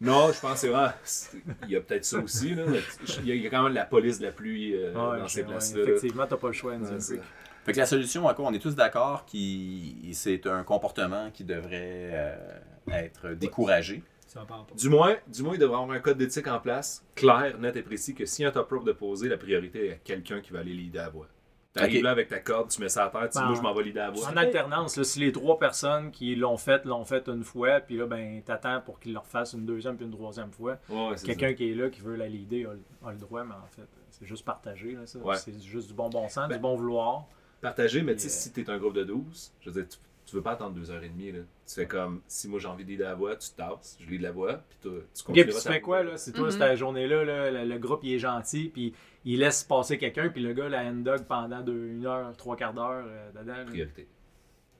[SPEAKER 4] Non, je pense que c'est vraiment. c'est- Il y a peut-être ça aussi, là. mais Il y a- il y a quand même la police de la pluie euh,
[SPEAKER 2] Ouais,
[SPEAKER 4] dans
[SPEAKER 2] ouais,
[SPEAKER 4] ces places-là. là.
[SPEAKER 2] effectivement, t'as pas le choix, Indian
[SPEAKER 4] Ouais, c'est-
[SPEAKER 2] Creek.
[SPEAKER 1] Fait que la solution, à quoi on est tous d'accord, qui c'est un comportement qui devrait euh, être découragé.
[SPEAKER 6] Ça va pas rapport.
[SPEAKER 4] Du moins, du moins, il devrait avoir un code d'éthique en place, clair, net et précis, que si un top rope de poser, la priorité est à quelqu'un qui va aller leader à la voix. T'arrives
[SPEAKER 1] Ok.
[SPEAKER 4] là avec ta corde, tu mets ça à terre, tu dis,
[SPEAKER 2] Ben,
[SPEAKER 4] moi, je m'en vais leader à la voix.
[SPEAKER 2] En alternance, là, si les trois personnes qui l'ont fait, l'ont fait une fois, puis là, ben, t'attends pour qu'ils le refassent une deuxième puis une troisième fois.
[SPEAKER 4] Ouais, ouais, c'est
[SPEAKER 2] Quelqu'un qui est là, qui veut la l'idée, a, le- a le droit, mais en fait, c'est juste partagé, là, ça.
[SPEAKER 4] Ouais.
[SPEAKER 2] C'est juste du bon bon sens,
[SPEAKER 4] Ben-
[SPEAKER 2] du bon vouloir.
[SPEAKER 4] ça. Partagé, mais tu sais,
[SPEAKER 2] Yeah.
[SPEAKER 4] si t'es un groupe de 12, je veux dire, tu, tu veux pas attendre deux heures et demie, là. Tu fais comme, si moi j'ai envie de leader à la voix, tu te tasses, je lead la voix, puis tu, tu
[SPEAKER 2] Ok,
[SPEAKER 4] continueras
[SPEAKER 2] puis tu
[SPEAKER 4] ta-
[SPEAKER 2] fais quoi, là? Si toi,
[SPEAKER 5] Mhm.
[SPEAKER 2] c'est ta journée-là, là, le, le groupe, il est gentil, puis il laisse passer quelqu'un, puis le gars, la hand-dog pendant deux, une heure, trois quarts d'heure, euh, dedans, là.
[SPEAKER 4] Priorité.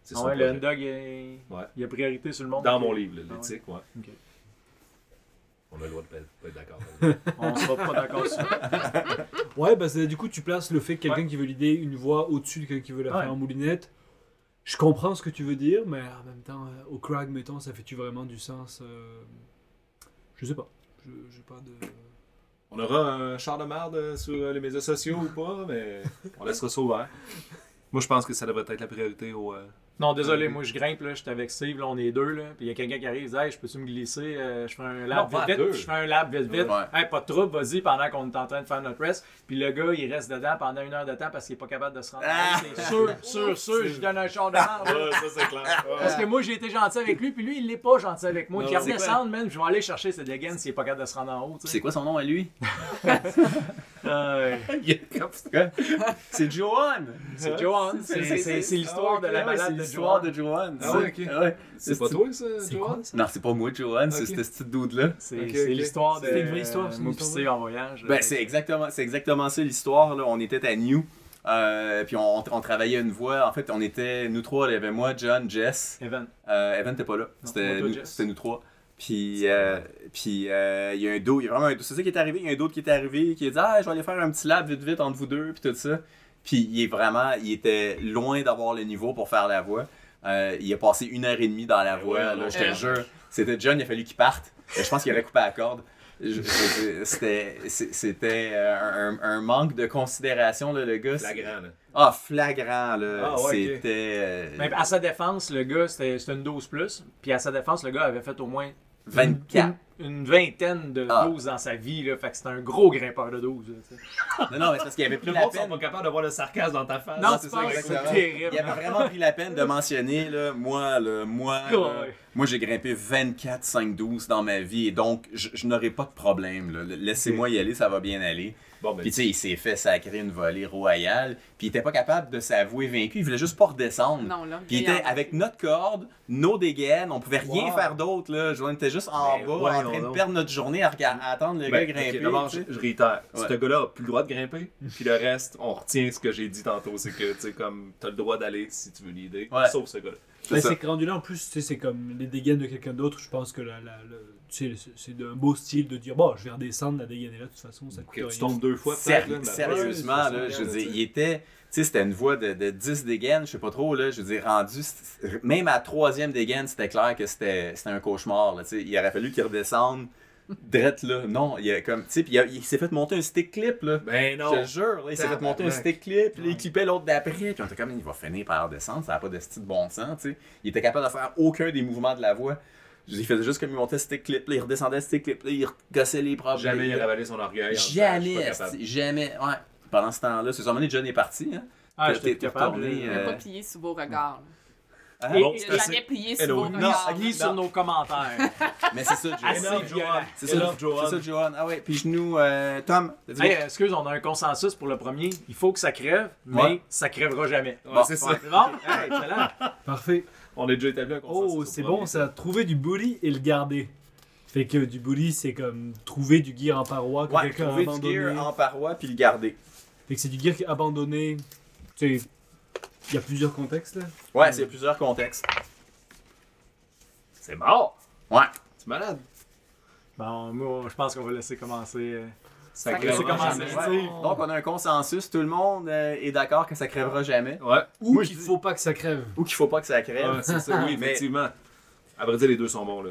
[SPEAKER 4] C'est
[SPEAKER 2] Ah
[SPEAKER 4] son
[SPEAKER 2] ouais, le
[SPEAKER 4] projet.
[SPEAKER 2] hand-dog, il,
[SPEAKER 4] Ouais.
[SPEAKER 2] il a priorité sur le monde.
[SPEAKER 4] Dans
[SPEAKER 2] Ok.
[SPEAKER 4] mon livre, là,
[SPEAKER 2] Ah ouais.
[SPEAKER 4] l'éthique, ouais.
[SPEAKER 2] Ok.
[SPEAKER 4] On a le droit de pas être- pas être d'accord.
[SPEAKER 2] On sera pas d'accord sur ça.
[SPEAKER 6] Ouais, bah c'est- du coup, tu places le fait que quelqu'un
[SPEAKER 2] Ouais.
[SPEAKER 6] qui veut l'idée, une voix au-dessus de quelqu'un qui veut la
[SPEAKER 2] Ouais.
[SPEAKER 6] faire en moulinette. Je comprends ce que tu veux dire, mais en même temps, euh, au crag, mettons, ça fait-tu vraiment du sens euh, Je sais pas. Je, j'ai pas de.
[SPEAKER 4] On aura un char de marde euh, sur euh, les médias sociaux ou pas, mais on laissera ça ouvert. Moi, je pense que ça devrait être la priorité au. euh,
[SPEAKER 2] Non, désolé, moi je grimpe, là, j'étais avec Steve, là, on est deux, là, puis il y a quelqu'un qui arrive, il dit Hey, je peux-tu me glisser Euh, Je fais un
[SPEAKER 4] Non,
[SPEAKER 2] lap
[SPEAKER 4] pas à
[SPEAKER 2] vite,
[SPEAKER 4] deux.
[SPEAKER 2] vite, je fais un lap vite, vite.
[SPEAKER 1] Ouais.
[SPEAKER 2] Hey, pas de trouble, vas-y, pendant qu'on est en train de faire notre rest. Puis le gars, il reste dedans pendant une heure de temps parce qu'il est pas capable de se rendre.
[SPEAKER 1] Ah!
[SPEAKER 2] C'est sûr, sûr, sûr, je lui donne un char de merde. là.
[SPEAKER 4] ça, c'est clair.
[SPEAKER 2] Parce que moi, j'ai été gentil avec lui, puis lui, il l'est pas gentil avec moi.
[SPEAKER 1] Non,
[SPEAKER 2] Puis il
[SPEAKER 1] c'est quoi?
[SPEAKER 2] redescend, même, je vais aller chercher cette dégaine s'il est pas capable de se rendre en haut, tu
[SPEAKER 1] C'est
[SPEAKER 2] sais.
[SPEAKER 1] quoi son nom à lui?
[SPEAKER 2] Euh,
[SPEAKER 1] C'est Johan!
[SPEAKER 2] C'est Johan, c'est- c'est c'est l'histoire de
[SPEAKER 1] Ah
[SPEAKER 2] la balade de Johan.
[SPEAKER 1] de Johan.
[SPEAKER 4] Ah ouais, ok.
[SPEAKER 1] Ouais.
[SPEAKER 4] C'est pas toi, ça, Johan?
[SPEAKER 1] Non, c'est pas moi, Johan, c'est
[SPEAKER 4] Ok.
[SPEAKER 1] ce petit dude-là.
[SPEAKER 2] C'est
[SPEAKER 4] Ok,
[SPEAKER 2] c'est
[SPEAKER 4] ok.
[SPEAKER 2] l'histoire de.
[SPEAKER 6] C'est une vraie histoire, c'est une
[SPEAKER 2] Moi,
[SPEAKER 6] histoire
[SPEAKER 2] puis Steve en voyage. euh,
[SPEAKER 1] Ben, c'est exactement, c'est exactement ça l'histoire. Là. On était à New, euh, puis on, on travaillait une voix. En fait, on était, nous trois, il y avait moi, John, Jess.
[SPEAKER 2] Evan.
[SPEAKER 1] Euh, Evan n'était pas là. C'était
[SPEAKER 2] moi, toi,
[SPEAKER 1] nous,
[SPEAKER 2] Jess.
[SPEAKER 1] c'était nous trois. Puis, euh, puis euh, il y a un dos, il y a vraiment un dos. C'est ça qui est arrivé. Il y a un d'autre qui est arrivé qui a dit Ah, je vais aller faire un petit lab vite vite entre vous deux, puis tout ça. Puis il est vraiment, il était loin d'avoir le niveau pour faire la voix. Euh, il a passé une heure et demie dans la
[SPEAKER 4] Ben
[SPEAKER 1] voix,
[SPEAKER 4] ouais,
[SPEAKER 1] là,
[SPEAKER 4] non.
[SPEAKER 1] je te
[SPEAKER 5] Euh.
[SPEAKER 1] jure. C'était John, il a fallu qu'il parte. Euh, Je pense qu'il aurait coupé la corde. Je- je- C'était c'est- c'était, euh, un, un manque de considération, là, le gars.
[SPEAKER 4] La grande. là.
[SPEAKER 1] Ah, flagrant, là.
[SPEAKER 4] Ah, ouais, ok.
[SPEAKER 1] C'était euh,
[SPEAKER 2] Mais à sa défense, le gars, c'était c'était une dose plus. Puis à sa défense, le gars avait fait au moins
[SPEAKER 1] 24.
[SPEAKER 2] une, une vingtaine de
[SPEAKER 1] Ah.
[SPEAKER 2] doses dans sa vie. Là, fait que c'était un gros grimpeur de doses. là, tu sais.
[SPEAKER 1] Non, non, mais c'est parce qu'il avait pris
[SPEAKER 4] Le
[SPEAKER 1] la
[SPEAKER 4] monde sont
[SPEAKER 1] peine.
[SPEAKER 4] pas capables de voir le sarcasme dans ta face.
[SPEAKER 2] Non,
[SPEAKER 1] c'est
[SPEAKER 2] tu
[SPEAKER 1] ça,
[SPEAKER 2] penses que c'est
[SPEAKER 1] exactement.
[SPEAKER 2] terrible.
[SPEAKER 1] Il avait vraiment pris la peine de mentionner, là, moi, le moi,
[SPEAKER 2] Ouais,
[SPEAKER 1] là,
[SPEAKER 2] ouais.
[SPEAKER 1] Moi, j'ai grimpé 24, 5, 12 dans ma vie, et donc, je, je n'aurai pas de problème. là. Laissez-moi y aller, ça va bien aller.
[SPEAKER 4] Bon, ben,
[SPEAKER 1] Puis, tu sais, il s'est fait sacrer une volée royale, puis il était pas capable de s'avouer vaincu, il voulait juste pas redescendre.
[SPEAKER 5] Non, là.
[SPEAKER 1] Puis il
[SPEAKER 5] rien.
[SPEAKER 1] était avec notre corde, nos dégaines, on pouvait rien
[SPEAKER 4] Wow.
[SPEAKER 1] faire d'autre. là. Je- On était juste en
[SPEAKER 4] Ben,
[SPEAKER 1] bas, en
[SPEAKER 4] voyons
[SPEAKER 1] train de
[SPEAKER 4] donc.
[SPEAKER 1] perdre notre journée à, rega- à attendre le
[SPEAKER 4] ben,
[SPEAKER 1] gars
[SPEAKER 4] ok,
[SPEAKER 1] grimper.
[SPEAKER 4] D'abord,
[SPEAKER 1] tu
[SPEAKER 4] je,
[SPEAKER 1] sais.
[SPEAKER 4] je réitère.
[SPEAKER 1] Ouais.
[SPEAKER 4] Ce gars-là a plus le droit de grimper. Puis le reste, on retient ce que j'ai dit tantôt. C'est que, tu sais, comme, t'as le droit d'aller si tu veux l'idée.
[SPEAKER 1] Ouais.
[SPEAKER 4] Sauf ce gars-là.
[SPEAKER 1] C'est
[SPEAKER 6] Mais
[SPEAKER 1] ça.
[SPEAKER 6] Ben, c'est que rendu là, en plus, tu sais, c'est comme les dégaines de quelqu'un d'autre. Je pense que la, la- le- tu sais, c'est- c'est d'un beau style de dire Bon, je vais redescendre, la dégaine est là, de toute façon, ça coûte
[SPEAKER 4] Que tu
[SPEAKER 6] rien.
[SPEAKER 4] tombes deux fois
[SPEAKER 1] Séri-
[SPEAKER 4] peut-être, là, mais après,
[SPEAKER 1] sérieusement,
[SPEAKER 4] ça, ça
[SPEAKER 1] là,
[SPEAKER 4] se
[SPEAKER 1] je veux
[SPEAKER 4] regarde,
[SPEAKER 1] dire,
[SPEAKER 4] tu sais.
[SPEAKER 1] il était. Tu sais, c'était une voix de, de 10 dégaines, je sais pas trop, là, je veux dire, rendu, c'est- même à la troisième dégaine, c'était clair que c'était c'était un cauchemar, là, tu sais, il aurait fallu qu'il redescende drette, là, non, il a comme, tu sais, puis il, a- il s'est fait monter un stick clip, là,
[SPEAKER 4] Ben
[SPEAKER 1] je
[SPEAKER 4] non.
[SPEAKER 1] te jure, là, il s'est fait monter un
[SPEAKER 4] Tabarnak.
[SPEAKER 1] stick clip, puis là, il
[SPEAKER 4] Ouais.
[SPEAKER 1] clippait l'autre d'après, puis on était comme, il va finir par redescendre, ça n'a pas de style de bon sens, tu sais, il était capable de faire aucun des mouvements de la voix, Je veux dire, il faisait juste comme il montait stick clip, là, il redescendait stick clip, là, il gossait les problèmes.
[SPEAKER 4] Jamais il a ravalé son orgueil. en disant, Je suis
[SPEAKER 1] Jamais,
[SPEAKER 4] pas capable.
[SPEAKER 1] esti, jamais. Ouais. Pendant ce temps-là, c'est sûrement John est parti. Hein?
[SPEAKER 2] Ah,
[SPEAKER 1] T'es-
[SPEAKER 2] j'étais
[SPEAKER 1] t'es-
[SPEAKER 2] plus
[SPEAKER 1] t'es
[SPEAKER 2] capable.
[SPEAKER 1] retourné,
[SPEAKER 2] là.
[SPEAKER 5] Il a pas
[SPEAKER 1] euh,
[SPEAKER 5] plié sous vos regards. là.
[SPEAKER 1] Hein?
[SPEAKER 2] Et-
[SPEAKER 4] Bon,
[SPEAKER 5] Il
[SPEAKER 4] c'est
[SPEAKER 5] a
[SPEAKER 4] assez.
[SPEAKER 5] jamais plié sous
[SPEAKER 4] Hello.
[SPEAKER 5] vos
[SPEAKER 4] Non,
[SPEAKER 5] regards.
[SPEAKER 2] Glisse
[SPEAKER 4] Non.
[SPEAKER 2] sur nos commentaires.
[SPEAKER 1] Mais c'est ça,
[SPEAKER 2] Assez
[SPEAKER 1] Johan.
[SPEAKER 4] Énorme, Johan.
[SPEAKER 1] C'est ça,
[SPEAKER 4] Énorme,
[SPEAKER 1] c'est ça, Johan. Ah ouais, puis genou, euh, Tom. let's go.
[SPEAKER 2] Hey, excuse, on a un consensus pour le premier. Il faut que ça crève, mais
[SPEAKER 1] Ouais.
[SPEAKER 2] ça crèvera jamais.
[SPEAKER 4] Ouais,
[SPEAKER 1] Bon,
[SPEAKER 4] c'est ça.
[SPEAKER 2] C'est bon? Hey, excellent.
[SPEAKER 6] Parfait.
[SPEAKER 4] On a déjà établi un consensus.
[SPEAKER 6] Oh,
[SPEAKER 4] au
[SPEAKER 6] c'est
[SPEAKER 4] premier.
[SPEAKER 6] bon, ça. Trouver du bully et le garder. Fait que du bully, c'est comme trouver du gear en paroi que
[SPEAKER 1] Ouais,
[SPEAKER 6] euh, quelqu'un a
[SPEAKER 1] trouver du
[SPEAKER 6] abandonné.
[SPEAKER 1] gear en paroi puis le garder.
[SPEAKER 6] Fait que c'est du gear qui est abandonné. Tu sais, il y a plusieurs contextes là.
[SPEAKER 1] Ouais, c'est plusieurs contextes.
[SPEAKER 4] C'est mort.
[SPEAKER 1] Ouais.
[SPEAKER 4] C'est malade.
[SPEAKER 2] Bon, moi, je pense qu'on va laisser commencer. euh.
[SPEAKER 4] Ça
[SPEAKER 5] crèvera
[SPEAKER 4] crèvera
[SPEAKER 2] commencé.
[SPEAKER 4] jamais.
[SPEAKER 1] Ouais. Donc, on a un consensus. Tout le monde euh, est d'accord que ça crèvera jamais.
[SPEAKER 4] Ouais.
[SPEAKER 6] Ou
[SPEAKER 1] Moi, je
[SPEAKER 6] qu'il
[SPEAKER 1] dis-
[SPEAKER 6] faut pas que ça crève.
[SPEAKER 1] Ou qu'il faut pas que ça
[SPEAKER 4] Ouais,
[SPEAKER 1] crève.
[SPEAKER 4] c'est ça, oui,
[SPEAKER 1] Mais-
[SPEAKER 4] effectivement. À vrai dire, les deux sont bons, là.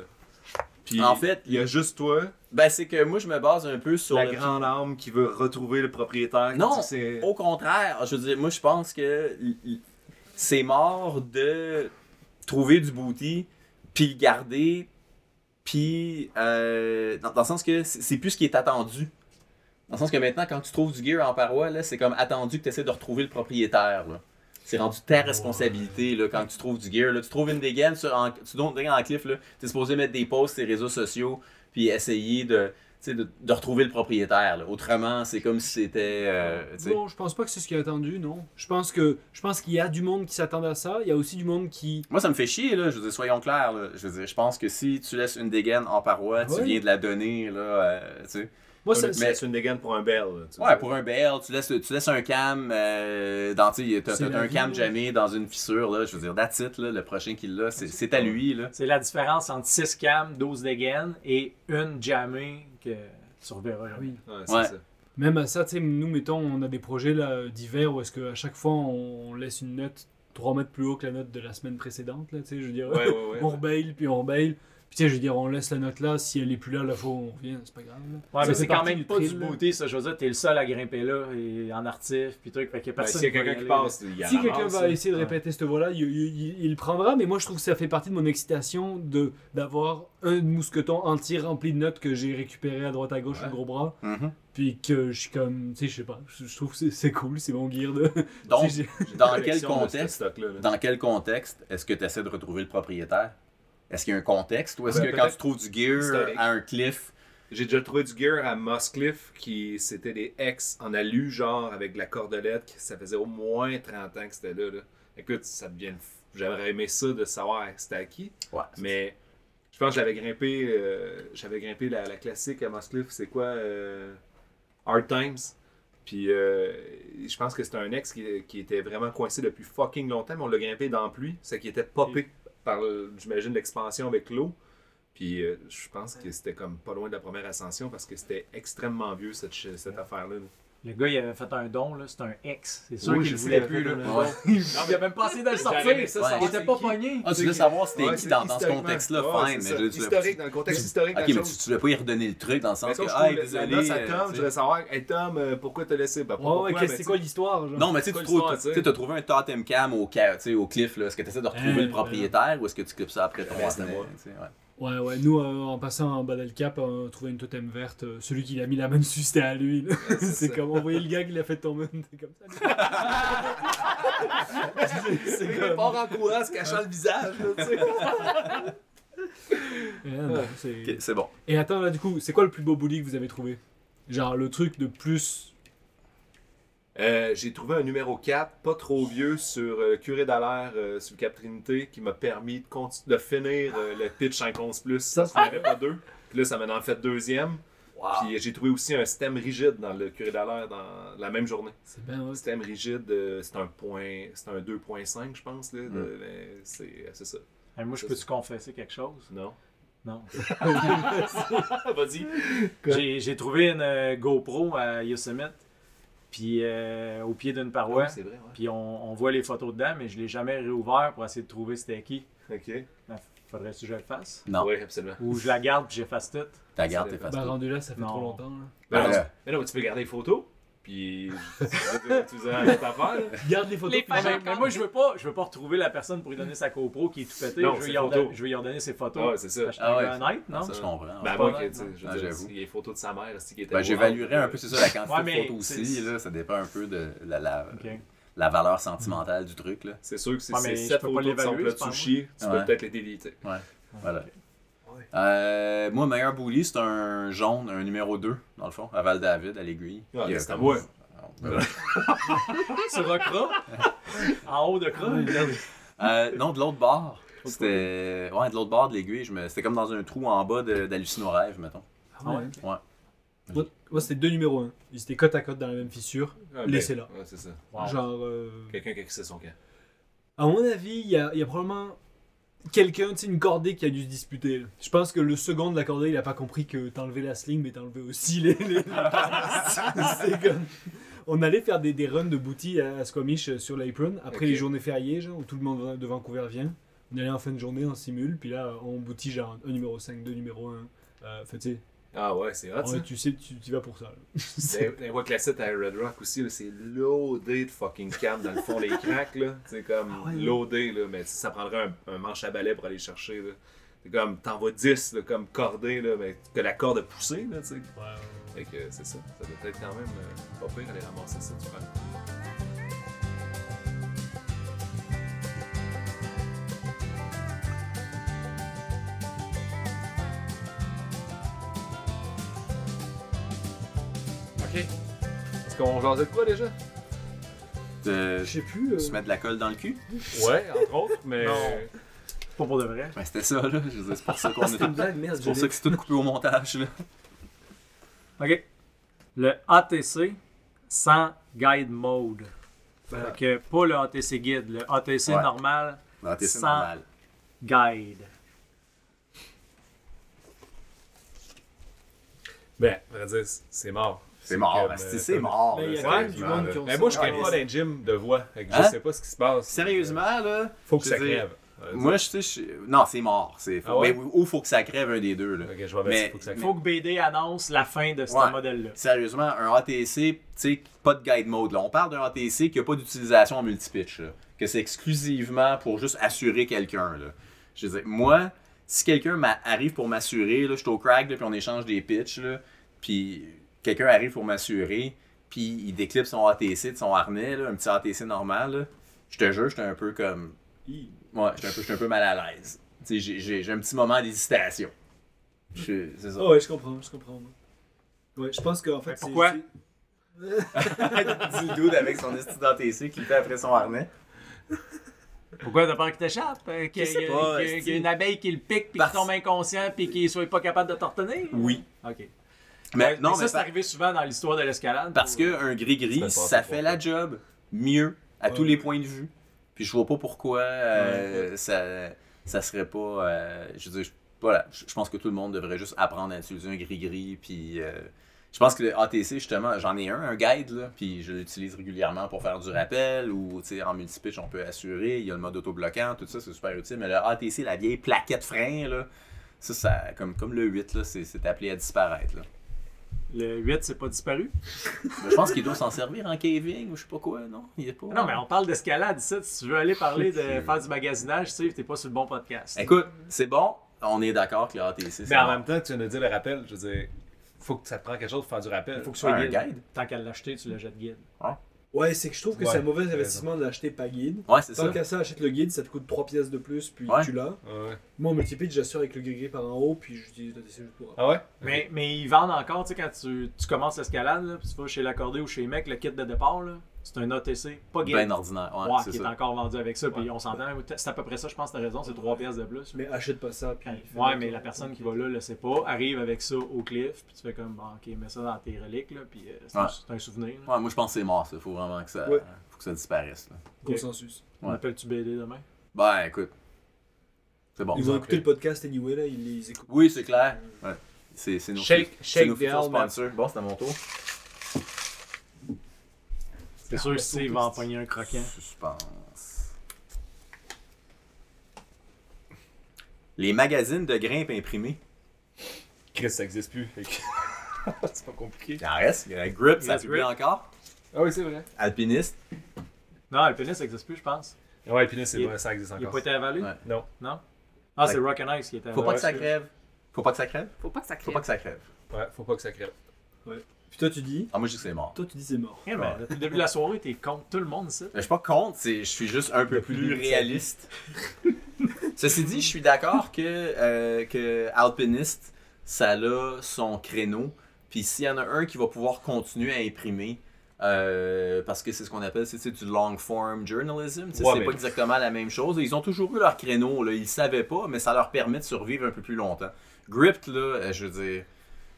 [SPEAKER 4] Puis,
[SPEAKER 1] En fait,
[SPEAKER 4] il y a juste toi,
[SPEAKER 1] Ben, c'est que moi, je me base un peu sur
[SPEAKER 4] la
[SPEAKER 1] le
[SPEAKER 4] grande âme qui veut retrouver le propriétaire. qui
[SPEAKER 1] Non.
[SPEAKER 4] dit c'est-
[SPEAKER 1] Au contraire, je veux dire, moi je pense que l- l- c'est mort de trouver du booty, puis le garder, puis euh, dans, dans le sens que c'est c'est plus ce qui est attendu. Dans le sens que maintenant, quand tu trouves du gear en paroi, là, c'est comme attendu que tu essaies de retrouver le propriétaire. là. C'est rendu ta responsabilité là, quand tu trouves du gear. Là, tu trouves une dégaine, sur, en- tu donnes une dégaine en cliff, là, tu es supposé mettre des posts sur les réseaux sociaux, puis essayer de, tu sais, de, de retrouver le propriétaire. là. Autrement, c'est comme si c'était... euh, tu sais.
[SPEAKER 6] Bon, je pense pas que c'est ce qui est attendu, non. Je pense que je pense qu'il y a du monde qui s'attend à ça. Il y a aussi du monde qui.
[SPEAKER 1] Moi, ça me fait chier, là. Je veux dire, soyons clairs, là. Je veux dire, je pense que si tu laisses une dégaine en paroi, tu
[SPEAKER 6] Ouais.
[SPEAKER 1] viens de la donner, là, euh, tu sais.
[SPEAKER 6] Moi, ça,
[SPEAKER 4] mais
[SPEAKER 6] c'est-
[SPEAKER 4] c'est une dégaine pour un bel. là, tu
[SPEAKER 1] Ouais,
[SPEAKER 4] sais.
[SPEAKER 1] pour un BL, tu laisses, tu laisses un cam euh, dans, tu sais, t'as-
[SPEAKER 6] C'est
[SPEAKER 1] t'as
[SPEAKER 6] la
[SPEAKER 1] un
[SPEAKER 6] vie,
[SPEAKER 1] cam
[SPEAKER 6] là.
[SPEAKER 1] jamais dans une fissure, là. Je veux dire, that's it, là. Le prochain qui l'a, c'est- c'est à lui, là.
[SPEAKER 2] C'est la différence entre 6 cams, 12 dégaines et une jammée que tu reverras jamais.
[SPEAKER 6] Oui.
[SPEAKER 4] Ouais, c'est
[SPEAKER 1] Ouais.
[SPEAKER 4] ça.
[SPEAKER 6] Même à ça, tu sais, nous mettons, on a des projets là, divers où est-ce qu'à chaque fois on laisse une note 3 mètres plus haut que la note de la semaine précédente, là, tu sais, je veux dire.
[SPEAKER 4] Ouais, ouais, ouais.
[SPEAKER 6] on rebail, puis on rebail. Puis tu sais, je veux dire, on laisse la note là, si elle est plus là, la fois on revient, c'est pas grave. là.
[SPEAKER 2] Ouais,
[SPEAKER 6] Ça
[SPEAKER 2] mais
[SPEAKER 6] fait
[SPEAKER 2] c'est quand
[SPEAKER 6] partie
[SPEAKER 2] même
[SPEAKER 6] du
[SPEAKER 2] pas du
[SPEAKER 6] thrill, là.
[SPEAKER 2] beauté, ça. Je veux dire, t'es le seul à grimper là, et en artif, puis truc. Fait qu'il y a
[SPEAKER 4] Ben,
[SPEAKER 2] personne
[SPEAKER 4] S'il y a
[SPEAKER 2] qui va
[SPEAKER 4] quelqu'un qui
[SPEAKER 2] y aller, là.
[SPEAKER 4] passe, il y a
[SPEAKER 6] Si
[SPEAKER 4] la
[SPEAKER 6] quelqu'un
[SPEAKER 4] masse,
[SPEAKER 6] va
[SPEAKER 2] hein.
[SPEAKER 4] là.
[SPEAKER 6] essayer de répéter cette voix-là, il, il- il- il le prendra, mais moi je trouve que ça fait partie de mon excitation de d'avoir un mousqueton entier rempli de notes que j'ai récupéré à droite à gauche
[SPEAKER 4] Ouais.
[SPEAKER 6] le gros bras,
[SPEAKER 1] Mhm.
[SPEAKER 6] puis que je suis comme, tu sais, je sais pas, je je trouve que c'est- c'est cool, c'est mon gear de...
[SPEAKER 1] Donc,
[SPEAKER 6] tu sais,
[SPEAKER 4] J'ai une
[SPEAKER 1] Dans
[SPEAKER 4] collection
[SPEAKER 1] quel
[SPEAKER 4] de ce
[SPEAKER 1] contexte?
[SPEAKER 4] stock-là, là.
[SPEAKER 1] dans quel contexte est-ce que tu essaies de retrouver le propriétaire? Est-ce qu'il y a un contexte ou est-ce que
[SPEAKER 4] Ben,
[SPEAKER 1] quand
[SPEAKER 4] peut-être
[SPEAKER 1] tu trouves du gear
[SPEAKER 4] historique.
[SPEAKER 1] à un cliff,
[SPEAKER 4] J'ai déjà trouvé du gear à Moscliff qui c'était des ex en alu, genre avec de la cordelette, qui- ça faisait au moins 30 ans que c'était là, là. Écoute, ça devient. une f- J'aurais aimé ça de savoir c'était à qui.
[SPEAKER 1] ouais.
[SPEAKER 4] Mais je pense que j'avais grimpé, euh, j'avais grimpé la, la classique à Moscliff, c'est quoi euh, Hard Times. Puis euh, je pense que c'était un ex qui, qui était vraiment coincé depuis fucking longtemps, mais on l'a grimpé dans la pluie, c'est qu'il était popé par, le- j'imagine, l'expansion avec l'eau. Puis euh, je pense que c'était comme pas loin de la première ascension parce que c'était extrêmement vieux cette, ch- cette affaire-là.
[SPEAKER 2] Le gars, il avait fait un don, là. C'est un ex. C'est sûr
[SPEAKER 4] Oui,
[SPEAKER 2] qu'il
[SPEAKER 4] je
[SPEAKER 2] le
[SPEAKER 4] sais,
[SPEAKER 2] voulait
[SPEAKER 4] il
[SPEAKER 2] plus, là.
[SPEAKER 4] avait fait
[SPEAKER 1] un don.
[SPEAKER 2] Il a même pas essayé de le sortir.
[SPEAKER 4] J'aurais aimé ça
[SPEAKER 1] Ouais.
[SPEAKER 2] Il
[SPEAKER 4] savoir
[SPEAKER 2] était
[SPEAKER 4] c'est
[SPEAKER 2] pas
[SPEAKER 4] qui.
[SPEAKER 2] pogné.
[SPEAKER 1] Ah, tu voulais savoir c'était
[SPEAKER 4] Ouais,
[SPEAKER 1] qui
[SPEAKER 4] c'est
[SPEAKER 1] dans, dans ce
[SPEAKER 4] historiquement.
[SPEAKER 1] contexte-là,
[SPEAKER 4] Ouais,
[SPEAKER 1] fine,
[SPEAKER 4] c'est
[SPEAKER 1] mais
[SPEAKER 4] ça.
[SPEAKER 1] je veux dire,
[SPEAKER 4] Historique, dans le contexte historique. de
[SPEAKER 1] Ok,
[SPEAKER 4] la
[SPEAKER 1] mais
[SPEAKER 4] chose.
[SPEAKER 1] tu, tu voulais pas y redonner le truc dans le
[SPEAKER 4] Mais
[SPEAKER 1] sens que,
[SPEAKER 4] quand je
[SPEAKER 1] ah,
[SPEAKER 4] trouve la- la
[SPEAKER 1] désolé.
[SPEAKER 4] note à
[SPEAKER 1] euh,
[SPEAKER 4] Tom,
[SPEAKER 1] tu
[SPEAKER 4] je
[SPEAKER 1] sais.
[SPEAKER 4] voudrais savoir, hey Tom, euh, pourquoi t'as laissé Bah,
[SPEAKER 6] Ouais,
[SPEAKER 4] pourquoi,
[SPEAKER 6] ouais,
[SPEAKER 4] mais
[SPEAKER 6] qu'est-ce-
[SPEAKER 4] tu
[SPEAKER 6] c'est
[SPEAKER 4] sais,
[SPEAKER 6] quoi l'histoire genre?
[SPEAKER 1] Non, mais tu sais,
[SPEAKER 4] C'est
[SPEAKER 1] tu
[SPEAKER 4] quoi
[SPEAKER 1] trouves,
[SPEAKER 4] l'histoire, tu sais?
[SPEAKER 1] tu as trouvé un totem cam au, ca- tu sais, au cliff, là. Est-ce que tu essaies de retrouver
[SPEAKER 6] Euh,
[SPEAKER 1] le propriétaire ou est-ce que tu clips ça après ton
[SPEAKER 4] reste à
[SPEAKER 1] apnée,
[SPEAKER 4] voir.
[SPEAKER 1] tu sais, ouais.
[SPEAKER 6] Ouais, ouais, nous euh, en passant en bas del cap, on a trouvé une totem verte, euh, celui qui l'a mis la main dessus c'était à lui. là.
[SPEAKER 4] c'est
[SPEAKER 6] c'est
[SPEAKER 4] ça.
[SPEAKER 6] comme envoyer le gars qui l'a fait tomber, c'est comme ça. c'est
[SPEAKER 4] Il part en courant, se cachant le visage. là, tu sais.
[SPEAKER 6] Et là, non, c'est-
[SPEAKER 1] Ok, c'est bon.
[SPEAKER 6] Et attends, là, du coup, c'est quoi le plus beau bully que vous avez trouvé Genre le truc de plus.
[SPEAKER 4] Euh, j'ai trouvé un numéro 4, pas trop vieux, sur euh, le curé d'Alaire, euh, sur le Cap Trinité, qui m'a permis de, conti- de finir euh, le pitch 5 11 plus. Ça, ça n'avait pas deux. Puis là, ça m'a en fait deuxième. Puis euh, j'ai trouvé aussi un stem rigide dans le curé d'Alaire dans la même journée.
[SPEAKER 6] C'est bien, ouais.
[SPEAKER 4] Stem rigide, euh, c'est un point, c'est un 2.5, je pense. Là, de-
[SPEAKER 6] Hmm.
[SPEAKER 1] Mm.
[SPEAKER 4] mais c'est euh, c'est ça.
[SPEAKER 2] Eh, moi, je peux-tu confesser quelque chose?
[SPEAKER 4] Non.
[SPEAKER 2] Non.
[SPEAKER 4] Vas-y.
[SPEAKER 2] J'ai j'ai trouvé une euh, GoPro à Yosemite, puis euh, au pied
[SPEAKER 1] Ah
[SPEAKER 2] d'une paroi.
[SPEAKER 4] Ah C'est vrai, ouais.
[SPEAKER 2] Puis on, on voit les photos dedans, mais je l'ai jamais réouvert pour essayer de trouver c'était qui.
[SPEAKER 4] Ok.
[SPEAKER 2] Ben, Faudrait-tu que je le fasse?
[SPEAKER 1] Non.
[SPEAKER 4] Oui, absolument.
[SPEAKER 2] Ou je la garde puis j'efface tout?
[SPEAKER 1] Ta garde, t'es facile.
[SPEAKER 6] Bah, rendu là, ça fait
[SPEAKER 2] Non.
[SPEAKER 6] trop longtemps. là.
[SPEAKER 4] Ben,
[SPEAKER 1] Ah,
[SPEAKER 4] non,
[SPEAKER 1] là.
[SPEAKER 4] tu- mais non, mais tu peux garder les photos. Puis tu faisais tu faisais une autre affaire. là.
[SPEAKER 6] Garde les photos.
[SPEAKER 5] Les
[SPEAKER 6] puis-
[SPEAKER 5] fans.
[SPEAKER 2] Mais, mais moi, je veux pas, je veux pas retrouver la personne pour lui donner sa GoPro qui est tout pétée.
[SPEAKER 4] Non,
[SPEAKER 2] je, veux
[SPEAKER 4] ses
[SPEAKER 2] lui en
[SPEAKER 4] photos.
[SPEAKER 2] don- je veux lui en donner ses
[SPEAKER 4] Ah
[SPEAKER 2] photos.
[SPEAKER 4] ouais, c'est ça.
[SPEAKER 2] Je suis
[SPEAKER 1] Ah ouais.
[SPEAKER 2] honnête, non?
[SPEAKER 1] Ça, je comprends.
[SPEAKER 4] Ben, moi,
[SPEAKER 2] C'est pas
[SPEAKER 4] que,
[SPEAKER 2] vrai,
[SPEAKER 4] tu sais, je
[SPEAKER 1] non.
[SPEAKER 4] veux
[SPEAKER 1] Ah,
[SPEAKER 4] dire,
[SPEAKER 1] j'avoue.
[SPEAKER 4] s'il y a les photos de sa mère, c'est qui était.
[SPEAKER 1] Ben, j'évaluerais un peu, c'est ça, la quantité
[SPEAKER 2] Ouais, mais
[SPEAKER 1] de photos
[SPEAKER 2] c'est-
[SPEAKER 1] aussi. Là, ça dépend un peu de la, la,
[SPEAKER 2] Ok.
[SPEAKER 1] la valeur sentimentale du truc. Là.
[SPEAKER 4] C'est sûr que si
[SPEAKER 2] Ouais,
[SPEAKER 4] c'est
[SPEAKER 2] mais je
[SPEAKER 4] cette
[SPEAKER 2] peux pas
[SPEAKER 4] photo de son
[SPEAKER 2] l'évaluer,
[SPEAKER 4] plat de
[SPEAKER 2] c'est pas
[SPEAKER 4] sushi, tu peux
[SPEAKER 1] Ouais.
[SPEAKER 4] peut-être les déliter.
[SPEAKER 1] Voilà.
[SPEAKER 4] Ouais.
[SPEAKER 1] Euh, moi, meilleur bully, c'est un jaune, un numéro 2, dans le fond, à Val-David, à l'aiguille.
[SPEAKER 4] Ah,
[SPEAKER 1] Il y a
[SPEAKER 4] c'est à
[SPEAKER 1] comme-
[SPEAKER 4] moi.
[SPEAKER 1] Euh,
[SPEAKER 2] Sur un cran, en haut de cran,
[SPEAKER 1] euh, non, de l'autre bord. C'était. Ouais, de l'autre bord de l'aiguille. je me- C'était comme dans un trou en bas de- d'hallucino-rêve, mettons.
[SPEAKER 6] Ah ouais.
[SPEAKER 1] Ouais.
[SPEAKER 6] Moi, moi, c'était deux numéros 1. Ils étaient côte à côte dans la même fissure.
[SPEAKER 4] Ah, ben,
[SPEAKER 6] Laissez-la.
[SPEAKER 4] Ouais, c'est ça.
[SPEAKER 2] Wow.
[SPEAKER 6] Genre. euh,
[SPEAKER 4] Quelqu'un qui a crissé son camp.
[SPEAKER 6] À mon avis, il y a, il y a probablement quelqu'un, tu sais, une cordée qui a dû se disputer. là. Je pense que le second de la cordée, il a pas compris que t'enlevais la sling, mais t'enlevais aussi les. les- C'est comme- On allait faire des, des runs de booty à, à Squamish euh, sur l'Apron, après
[SPEAKER 4] Ok.
[SPEAKER 6] les journées fériées, genre, où tout le monde de Vancouver vient. On allait en fin de journée, on simule, puis là, on boutit genre un numéro 5, deux numéros 1. Euh, fait, tu sais,
[SPEAKER 4] Ah ouais, c'est hot
[SPEAKER 6] en vrai,
[SPEAKER 4] ça.
[SPEAKER 6] tu sais, tu, tu vas pour ça. là.
[SPEAKER 4] Dans Les voix classiques à Red Rock aussi, là, c'est loadé de fucking cam dans le fond des cracks. là. C'est comme
[SPEAKER 6] Ah ouais.
[SPEAKER 4] loadé, là, mais ça prendrait un, un manche à balai pour aller chercher. là. C'est comme, t'envoies 10, là, comme cordé, là, mais que la corde a poussé. Là, tu sais. Fait que euh, c'est ça, ça doit être quand même euh, pas pire aller ramasser ça, tu vois. Ok. Est-ce qu'on jasait de quoi déjà?
[SPEAKER 1] De-
[SPEAKER 6] Je sais plus. euh,
[SPEAKER 1] Se mettre de la colle dans le cul.
[SPEAKER 4] Ouais, entre autres, mais.
[SPEAKER 2] Non. pas pour de vrai.
[SPEAKER 1] Ben, c'était ça, là. Je veux dire, c'est pour ça qu'on est.
[SPEAKER 6] une blague, merde,
[SPEAKER 1] C'est pour
[SPEAKER 6] je
[SPEAKER 1] ça
[SPEAKER 6] l'ai.
[SPEAKER 1] que c'est tout coupé au montage, là.
[SPEAKER 2] OK. Le ATC sans guide mode. Fait que pas le ATC guide, le ATC
[SPEAKER 1] Ouais.
[SPEAKER 2] normal
[SPEAKER 1] Non, t'es c'est
[SPEAKER 2] Sans-
[SPEAKER 1] normal.
[SPEAKER 2] guide.
[SPEAKER 4] Ben, à vrai dire, c'est mort.
[SPEAKER 1] C'est mort,
[SPEAKER 4] comme,
[SPEAKER 1] ben, c'est
[SPEAKER 4] euh,
[SPEAKER 1] c'est mort.
[SPEAKER 6] Ben, il y a
[SPEAKER 1] là,
[SPEAKER 6] quand même du
[SPEAKER 1] sérieusement,
[SPEAKER 6] monde
[SPEAKER 1] là.
[SPEAKER 6] qui ont
[SPEAKER 4] Mais moi, je
[SPEAKER 6] ça.
[SPEAKER 4] crée pas d'un gym de voix. Fait que
[SPEAKER 1] Hein?
[SPEAKER 4] je sais pas ce qui se passe.
[SPEAKER 1] Sérieusement, là.
[SPEAKER 4] Faut que
[SPEAKER 1] je
[SPEAKER 4] ça
[SPEAKER 1] veux dire,
[SPEAKER 4] crève. Euh,
[SPEAKER 1] Moi, je sais, je- non, c'est mort. C'est...
[SPEAKER 4] Ah ouais?
[SPEAKER 1] Mais ou faut que ça crève un des deux. Là.
[SPEAKER 4] Ok, je vais mettre
[SPEAKER 1] Mais-
[SPEAKER 4] faut que ça
[SPEAKER 2] Il
[SPEAKER 4] crève.
[SPEAKER 2] faut que BD annonce la fin de ce
[SPEAKER 1] Ouais.
[SPEAKER 2] modèle-là.
[SPEAKER 1] Sérieusement, un ATC, tu sais, pas de guide mode. Là. On parle d'un ATC qui a pas d'utilisation en multipitch. là. Que c'est exclusivement pour juste assurer quelqu'un. Là. Je veux dire, moi, si quelqu'un m'a- arrive pour m'assurer, là, je suis au crack, là, puis on échange des pitchs, là, puis quelqu'un arrive pour m'assurer, puis il déclipe son ATC de son harnais, là, un petit ATC normal, là, je te jure, j'étais un peu comme. Ouais, j'étais un peu, j'étais un peu mal à l'aise. Tu sais, J'ai, j'ai- j'ai un petit moment d'hésitation. Je- C'est ça.
[SPEAKER 6] Ah ouais, je comprends, je comprends. moi. Ouais, je pense qu'en fait.
[SPEAKER 2] Mais
[SPEAKER 6] c'est-
[SPEAKER 2] pourquoi?
[SPEAKER 6] c'est-
[SPEAKER 1] du dude avec son esti d'ATC qui fait après son harnais.
[SPEAKER 2] Pourquoi t'as peur qu'il t'échappe? Euh, Qu'il y,
[SPEAKER 1] sais
[SPEAKER 2] a-
[SPEAKER 1] pas,
[SPEAKER 2] qu'il y a-
[SPEAKER 1] est-ce
[SPEAKER 2] qu'il y a une abeille qui le pique, puis
[SPEAKER 1] Parce-
[SPEAKER 2] qu'il tombe inconscient, puis qu'il soit pas capable de t'entonner?
[SPEAKER 1] Oui.
[SPEAKER 2] OK.
[SPEAKER 1] Mais
[SPEAKER 2] Ouais,
[SPEAKER 1] non,
[SPEAKER 2] Ben, mais
[SPEAKER 1] mais
[SPEAKER 2] ça, c'est
[SPEAKER 1] par-
[SPEAKER 2] arrivé souvent dans l'histoire de l'escalade.
[SPEAKER 1] parce que un
[SPEAKER 4] C'est pas
[SPEAKER 1] gris-gris, ça
[SPEAKER 4] important.
[SPEAKER 1] fait la job mieux à
[SPEAKER 6] Ouais.
[SPEAKER 1] tous les points de vue. Puis je vois pas pourquoi euh, ça, ça serait pas. euh, je veux dire, je- voilà, je je pense que tout le monde devrait juste apprendre à utiliser un gris-gris. Puis euh, je pense que le ATC, justement, j'en ai un, un guide, là, puis je l'utilise régulièrement pour faire du rappel ou tu sais, en multipitch, on peut assurer. Il y a le mode autobloquant, tout ça, c'est super utile. Mais le ATC, la vieille plaquette frein, là, ça, ça comme, comme le 8, là, c'est c'est appelé à disparaître. là.
[SPEAKER 2] Le 8, c'est pas disparu?
[SPEAKER 1] Mais Je pense qu'il doit s'en servir en caving ou je sais pas quoi, non? Il est pas.
[SPEAKER 2] Non, mais on parle d'escalade ici. Si tu veux aller parler de faire du magasinage, tu sais, t'es pas sur le bon podcast.
[SPEAKER 1] Écoute, c'est bon, on est d'accord que le ATC, c'est
[SPEAKER 4] Mais en
[SPEAKER 1] bon.
[SPEAKER 4] même temps, tu viens de dire le rappel, je veux dire, faut que ça te prenne quelque chose pour faire du rappel.
[SPEAKER 2] Il faut que ce
[SPEAKER 1] Ouais,
[SPEAKER 2] soit
[SPEAKER 1] un
[SPEAKER 2] guide.
[SPEAKER 1] guide.
[SPEAKER 2] Tant qu'à l'acheter, tu le jettes guide.
[SPEAKER 6] Ouais, c'est que je trouve que
[SPEAKER 4] Ouais,
[SPEAKER 6] c'est un mauvais
[SPEAKER 4] t'as
[SPEAKER 6] investissement de l'acheter pas guide.
[SPEAKER 1] Ouais, c'est ça.
[SPEAKER 6] Tant qu'à ça, achète le guide, ça te coûte 3 pièces de plus, puis
[SPEAKER 1] Ouais.
[SPEAKER 6] tu l'as.
[SPEAKER 4] Ah Ouais.
[SPEAKER 6] Moi, en multipitch, j'assure avec le gris par en haut, puis j'utilise le TCG pour.
[SPEAKER 4] Ah ouais?
[SPEAKER 2] Mais, mais ils vendent encore, tu sais, quand tu, tu commences l'escalade, là, puis tu vas chez l'accordé ou chez mec, le kit de départ, là, c'est un ATC, pas guide.
[SPEAKER 1] Bien ordinaire. Ben Ouais,
[SPEAKER 2] Ouais,
[SPEAKER 1] c'est
[SPEAKER 2] qui est
[SPEAKER 1] ça.
[SPEAKER 2] encore vendu avec ça, puis on s'entend, c'est à peu près ça, je pense, t'as raison, c'est 3 pièces de plus.
[SPEAKER 6] Mais achète pas ça, puis.
[SPEAKER 2] Ouais, mais la personne qui va là le sait pas, arrive avec ça au cliff, puis tu fais comme, bon, ok, mets ça dans tes reliques, là, puis euh, c'est un-
[SPEAKER 1] Ouais.
[SPEAKER 2] c'est un souvenir. là.
[SPEAKER 1] Ouais, moi je pense que c'est mort ça. Faut vraiment que ça,
[SPEAKER 6] Ouais.
[SPEAKER 1] faut que ça disparaisse. Là.
[SPEAKER 6] Consensus.
[SPEAKER 2] On appelle-tu BD demain?
[SPEAKER 1] Ben écoute, c'est bon.
[SPEAKER 6] Ils vont écouter le podcast anyway, là, ils les écoutent.
[SPEAKER 1] Oui, c'est clair. Ouais. C'est c'est nos,
[SPEAKER 4] Shake-
[SPEAKER 1] c'est
[SPEAKER 4] shake
[SPEAKER 1] nos
[SPEAKER 4] the
[SPEAKER 1] futurs
[SPEAKER 4] helmet.
[SPEAKER 1] sponsors. Bon, c'est à mon tour.
[SPEAKER 2] C'est sûr que Steve va empoigner un croquant.
[SPEAKER 1] Suspense. Les magazines de grimpe imprimés.
[SPEAKER 4] Chris, ça existe plus. fait que- c'est pas compliqué.
[SPEAKER 1] Il en reste. Il y a Grip, ça
[SPEAKER 2] Yes,
[SPEAKER 1] publie
[SPEAKER 2] Grip.
[SPEAKER 1] encore.
[SPEAKER 4] Ah oui, c'est vrai.
[SPEAKER 1] Alpiniste.
[SPEAKER 2] Non, le pénis n'existe plus, je pense.
[SPEAKER 4] Ouais, puis là, c'est
[SPEAKER 2] Il-
[SPEAKER 4] vrai, ça existe
[SPEAKER 2] Il a
[SPEAKER 4] encore.
[SPEAKER 2] pas été avalé?
[SPEAKER 1] Ouais.
[SPEAKER 4] Non.
[SPEAKER 2] Non? Ah,
[SPEAKER 1] Ouais.
[SPEAKER 2] c'est Rock and Ice qui était avalé.
[SPEAKER 1] Faut pas que ça crève. Faut pas que ça crève.
[SPEAKER 5] Faut pas que ça
[SPEAKER 1] Faut
[SPEAKER 5] crève.
[SPEAKER 1] pas que ça crève.
[SPEAKER 4] Ouais, faut pas que ça crève.
[SPEAKER 6] Puis toi, tu dis.
[SPEAKER 1] Ah, moi je dis que c'est mort.
[SPEAKER 6] Toi, tu dis c'est mort.
[SPEAKER 2] Eh ben, depuis le début de la soirée, t'es contre tout le monde, ça.
[SPEAKER 1] Mais Je suis pas contre, c'est- je suis juste un peu plus réaliste. Ceci dit, je suis d'accord que, euh, que Alpinist, ça a son créneau. Puis s'il y en a un qui va pouvoir continuer à imprimer, euh, parce que c'est ce qu'on appelle c'est, c'est du long form journalism, tu sais,
[SPEAKER 4] Ouais,
[SPEAKER 1] c'est
[SPEAKER 4] mais-
[SPEAKER 1] pas exactement la même chose. Ils ont toujours eu leur créneau, là. ils le savaient pas, mais ça leur permet de survivre un peu plus longtemps. Gripped, là, euh, je veux dire,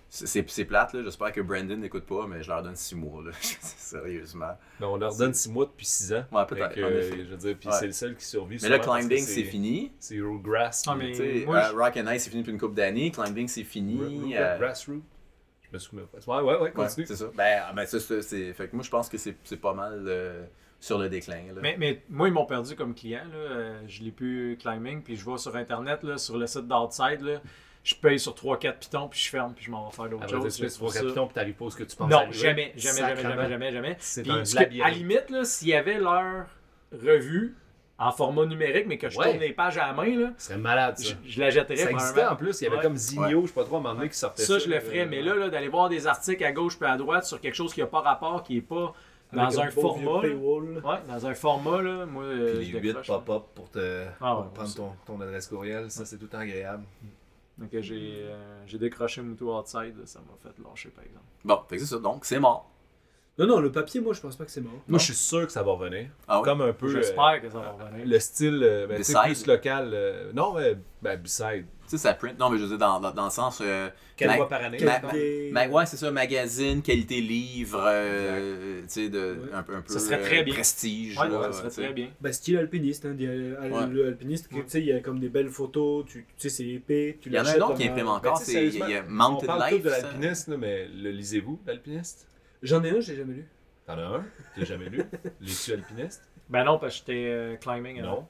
[SPEAKER 1] c'est, c'est, c'est plate, là. j'espère que Brandon n'écoute pas, mais je leur donne 6 mois, là. sérieusement.
[SPEAKER 4] Mais Ben, on leur donne 6 mois depuis 6 ans.
[SPEAKER 1] Ouais,
[SPEAKER 4] Fait
[SPEAKER 1] peut-être,
[SPEAKER 4] que, euh,
[SPEAKER 1] en effet.
[SPEAKER 4] je veux dire, puis
[SPEAKER 1] Ouais.
[SPEAKER 4] c'est le seul qui survit.
[SPEAKER 1] Mais là,
[SPEAKER 4] sûrement parce que
[SPEAKER 1] climbing, c'est fini.
[SPEAKER 4] C'est Roograss.
[SPEAKER 2] Ah,
[SPEAKER 4] puis-
[SPEAKER 2] mais-
[SPEAKER 1] Tu sais,
[SPEAKER 2] moi,
[SPEAKER 1] euh,
[SPEAKER 2] je-
[SPEAKER 1] Rock and Ice, c'est fini depuis une couple d'années. Climbing, c'est fini. euh,
[SPEAKER 4] Grassroot. Je me souviens pas. Ouais, ouais, ouais,
[SPEAKER 1] ouais,
[SPEAKER 4] continue.
[SPEAKER 1] c'est ça. Ben, ah, ben, ça, c'est- c'est. Fait que moi, je pense que c'est c'est pas mal euh, sur le déclin. Là.
[SPEAKER 2] Mais, mais moi, ils m'ont perdu comme client. Là. Euh, je l'ai plus climbing. Puis je vois sur Internet, là, sur le site d'Outside, là, je paye sur 3-4 pitons, puis je ferme, puis je m'en vais faire d'autres
[SPEAKER 4] Après,
[SPEAKER 2] choses.
[SPEAKER 4] tu fais
[SPEAKER 2] juste pour
[SPEAKER 4] trois
[SPEAKER 2] ça.
[SPEAKER 4] capitons, puis t'arrives pas où ce que tu penses.
[SPEAKER 2] Non,
[SPEAKER 4] arriver.
[SPEAKER 2] jamais, jamais, jamais, jamais,
[SPEAKER 4] Sacrement.
[SPEAKER 2] jamais, jamais.
[SPEAKER 4] C'est
[SPEAKER 2] Puis,
[SPEAKER 4] un
[SPEAKER 2] ce que- à la
[SPEAKER 4] labyrinthe.
[SPEAKER 2] limite, là, s'il y avait leur revue en format numérique, mais que je
[SPEAKER 4] Ouais.
[SPEAKER 2] tourne les pages à la main, là,
[SPEAKER 4] Ce serait malade,
[SPEAKER 2] je,
[SPEAKER 4] ça.
[SPEAKER 2] je la jetterais
[SPEAKER 4] Ça existait
[SPEAKER 2] probablement.
[SPEAKER 4] en plus. Il y avait
[SPEAKER 2] Ouais.
[SPEAKER 4] comme Zinio, je sais pas trop, à un moment donné, qui sortait
[SPEAKER 2] Ça, je le ferais, mais là, là, d'aller voir des articles à gauche puis à droite sur quelque chose qui n'a pas rapport, qui n'est pas dans un,
[SPEAKER 6] Avec beau vieux
[SPEAKER 2] format. là.
[SPEAKER 6] paywall.
[SPEAKER 2] Ouais, dans un format, là, moi, euh,
[SPEAKER 4] Puis
[SPEAKER 2] je
[SPEAKER 4] les
[SPEAKER 2] décroche, là.
[SPEAKER 4] pop-up pour te
[SPEAKER 2] Ah ouais,
[SPEAKER 4] prendre
[SPEAKER 2] ça.
[SPEAKER 4] ton, ton adresse courriel, ça c'est tout le temps agréable.
[SPEAKER 2] Donc euh, j'ai euh, j'ai décroché Moutou Outside, là, ça m'a fait lâcher par exemple.
[SPEAKER 1] Bon, fait que c'est ça. Donc, c'est mort.
[SPEAKER 6] Non, non, le papier, moi, je pense pas que c'est mort.
[SPEAKER 4] Moi je suis sûr que ça va revenir.
[SPEAKER 1] Ah oui?
[SPEAKER 4] Comme un peu
[SPEAKER 2] J'espère que ça va
[SPEAKER 4] euh,
[SPEAKER 2] revenir.
[SPEAKER 4] le style euh, ben, tu sais,
[SPEAKER 1] Beside.
[SPEAKER 4] plus local. euh, non, euh, ben beside.
[SPEAKER 1] Tu sais, ça print. Non, mais je veux dire, dans, dans, dans le sens. euh,
[SPEAKER 4] Quelle
[SPEAKER 2] Ben,
[SPEAKER 1] ma-
[SPEAKER 4] fois par année?
[SPEAKER 1] ma-
[SPEAKER 6] Qualité-
[SPEAKER 1] ma- ouais, c'est ça. Magazine, qualité livre. euh, tu sais, de-
[SPEAKER 6] Ouais.
[SPEAKER 1] un, peu- un peu.
[SPEAKER 2] Ça serait
[SPEAKER 1] euh,
[SPEAKER 2] très bien.
[SPEAKER 1] Prestige.
[SPEAKER 2] Ouais,
[SPEAKER 1] là,
[SPEAKER 2] ça serait
[SPEAKER 1] tu sais.
[SPEAKER 2] très bien.
[SPEAKER 6] Bah, style alpiniste, hein, des- al-
[SPEAKER 1] Ouais.
[SPEAKER 6] le alpiniste, que,
[SPEAKER 2] Ouais.
[SPEAKER 6] tu sais, il y a comme des belles photos, tu, tu sais, c'est épais, tu
[SPEAKER 1] Il y en a un
[SPEAKER 6] l'achètes
[SPEAKER 1] autre qui
[SPEAKER 6] en-
[SPEAKER 1] imprime encore.
[SPEAKER 4] tu sais,
[SPEAKER 1] c'est- Il y a- il y a
[SPEAKER 4] On
[SPEAKER 1] Mountain
[SPEAKER 4] parle tout
[SPEAKER 1] Life.
[SPEAKER 4] de
[SPEAKER 1] ça.
[SPEAKER 4] l'alpiniste, là, mais le lisez-vous, l'alpiniste?
[SPEAKER 6] J'en ai un, j'ai jamais lu.
[SPEAKER 4] T'en as un? Tu l'as jamais lu? Les alpiniste?
[SPEAKER 2] Ben non, parce que j'étais euh, climbing avant.
[SPEAKER 4] Non.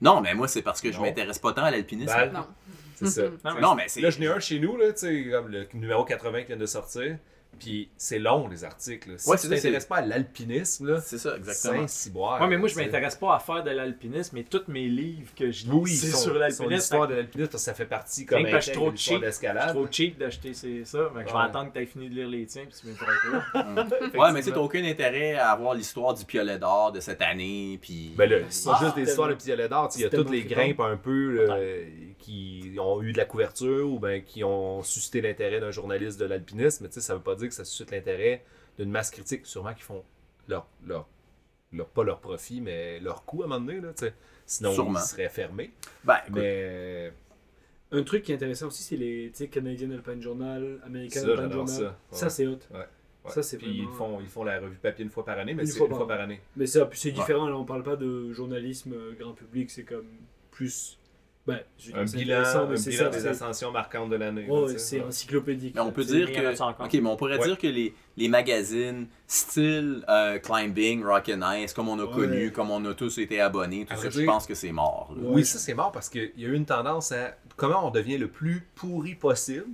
[SPEAKER 1] Non, mais moi, c'est parce que je
[SPEAKER 4] Non.
[SPEAKER 1] m'intéresse pas tant à l'alpinisme.
[SPEAKER 4] Val,
[SPEAKER 5] Non.
[SPEAKER 4] c'est ça.
[SPEAKER 2] Non, mais
[SPEAKER 1] Non, mais c'est.
[SPEAKER 4] Là, j'en ai un chez nous, là, tu sais, comme le numéro 80 qui vient de sortir. Puis c'est long, les articles. là. Si
[SPEAKER 1] Ouais,
[SPEAKER 4] tu
[SPEAKER 1] c'est ça,
[SPEAKER 4] t'intéresses pas à l'alpinisme, là,
[SPEAKER 1] C'est ça, exactement.
[SPEAKER 4] Saint-Cyboire.
[SPEAKER 2] Ouais, mais moi je
[SPEAKER 4] tu sais.
[SPEAKER 2] m'intéresse pas à faire de l'alpinisme, mais tous mes livres que je lis,
[SPEAKER 4] Oui,
[SPEAKER 2] c'est
[SPEAKER 4] son-
[SPEAKER 2] sur
[SPEAKER 4] Son
[SPEAKER 2] l'alpinisme.
[SPEAKER 4] histoire de l'alpinisme, parce que ça fait partie comme
[SPEAKER 2] Rien que parce que je suis
[SPEAKER 4] intègre de
[SPEAKER 2] trop
[SPEAKER 4] l'histoire
[SPEAKER 2] cheap, Fait que
[SPEAKER 4] d'escalade.
[SPEAKER 2] C'est trop cheap d'acheter ces- ça. Fait que je vais
[SPEAKER 4] Ouais.
[SPEAKER 2] attendre que tu aies fini de lire les tiens puis tu me prêtes pas.
[SPEAKER 1] Ouais, mais c'est aucun intérêt à avoir l'histoire du piolet d'or de cette année, puis...
[SPEAKER 4] Ben là, c'est
[SPEAKER 6] Ah,
[SPEAKER 4] juste des
[SPEAKER 6] tellement-
[SPEAKER 4] histoires de piolet d'or. tu sais, Il y a
[SPEAKER 6] c'est
[SPEAKER 4] toutes les
[SPEAKER 6] tellement fréquent.
[SPEAKER 4] grimpes un peu euh, qui ont eu de la couverture ou ben, qui ont suscité l'intérêt d'un journaliste de l'alpinisme. Mais tu sais, ça veut pas dire que ça suscite l'intérêt d'une masse critique. Sûrement qu'ils font leur, leur, leur- pas leur profit, mais leur coût à un moment donné. Là, tu sais. Sinon,
[SPEAKER 1] Sûrement.
[SPEAKER 4] ils seraient fermés.
[SPEAKER 1] Ben, écoute,
[SPEAKER 4] Mais
[SPEAKER 6] Un truc qui est intéressant aussi, c'est les tu sais, Canadian Alpine Journal, American
[SPEAKER 4] ça,
[SPEAKER 6] Alpine
[SPEAKER 4] j'adore
[SPEAKER 6] Journal.
[SPEAKER 4] ça.
[SPEAKER 6] Ça,
[SPEAKER 4] Ouais.
[SPEAKER 6] c'est hot.
[SPEAKER 4] Ouais.
[SPEAKER 6] ça, c'est
[SPEAKER 4] Puis ils
[SPEAKER 6] vraiment-
[SPEAKER 4] font, ils font la revue papier une fois par année, mais
[SPEAKER 6] Une
[SPEAKER 4] c'est
[SPEAKER 6] fois
[SPEAKER 4] une
[SPEAKER 6] par
[SPEAKER 4] fois
[SPEAKER 6] an.
[SPEAKER 4] par année.
[SPEAKER 6] Mais ça, puis c'est différent, là, on parle pas de journalisme euh, grand public, c'est comme plus. Ben, je
[SPEAKER 4] Un
[SPEAKER 6] dis, c'est
[SPEAKER 4] bilan,
[SPEAKER 6] intéressant,
[SPEAKER 4] un
[SPEAKER 6] mais c'est
[SPEAKER 4] bilan
[SPEAKER 6] ça.
[SPEAKER 4] des
[SPEAKER 6] c'est-
[SPEAKER 4] ascensions marquantes de l'année.
[SPEAKER 6] Ouais,
[SPEAKER 4] là,
[SPEAKER 6] ouais,
[SPEAKER 4] tu sais.
[SPEAKER 6] c'est encyclopédique.
[SPEAKER 1] Mais on peut
[SPEAKER 6] tu sais.
[SPEAKER 1] dire
[SPEAKER 2] mais il y en a-tu
[SPEAKER 1] que.
[SPEAKER 2] encore?
[SPEAKER 1] Ok, mais on pourrait
[SPEAKER 4] Ouais.
[SPEAKER 1] dire que les, les magazines style euh, climbing, rock and ice, comme on a
[SPEAKER 6] Ouais.
[SPEAKER 1] connu, comme on a tous été abonnés, tout
[SPEAKER 4] À
[SPEAKER 1] ça,
[SPEAKER 4] vrai
[SPEAKER 1] je
[SPEAKER 4] dire-
[SPEAKER 1] pense que c'est mort. là.
[SPEAKER 6] Ouais.
[SPEAKER 4] Oui, ça c'est mort parce qu'il y a eu une tendance à comment on devient le plus pourri possible,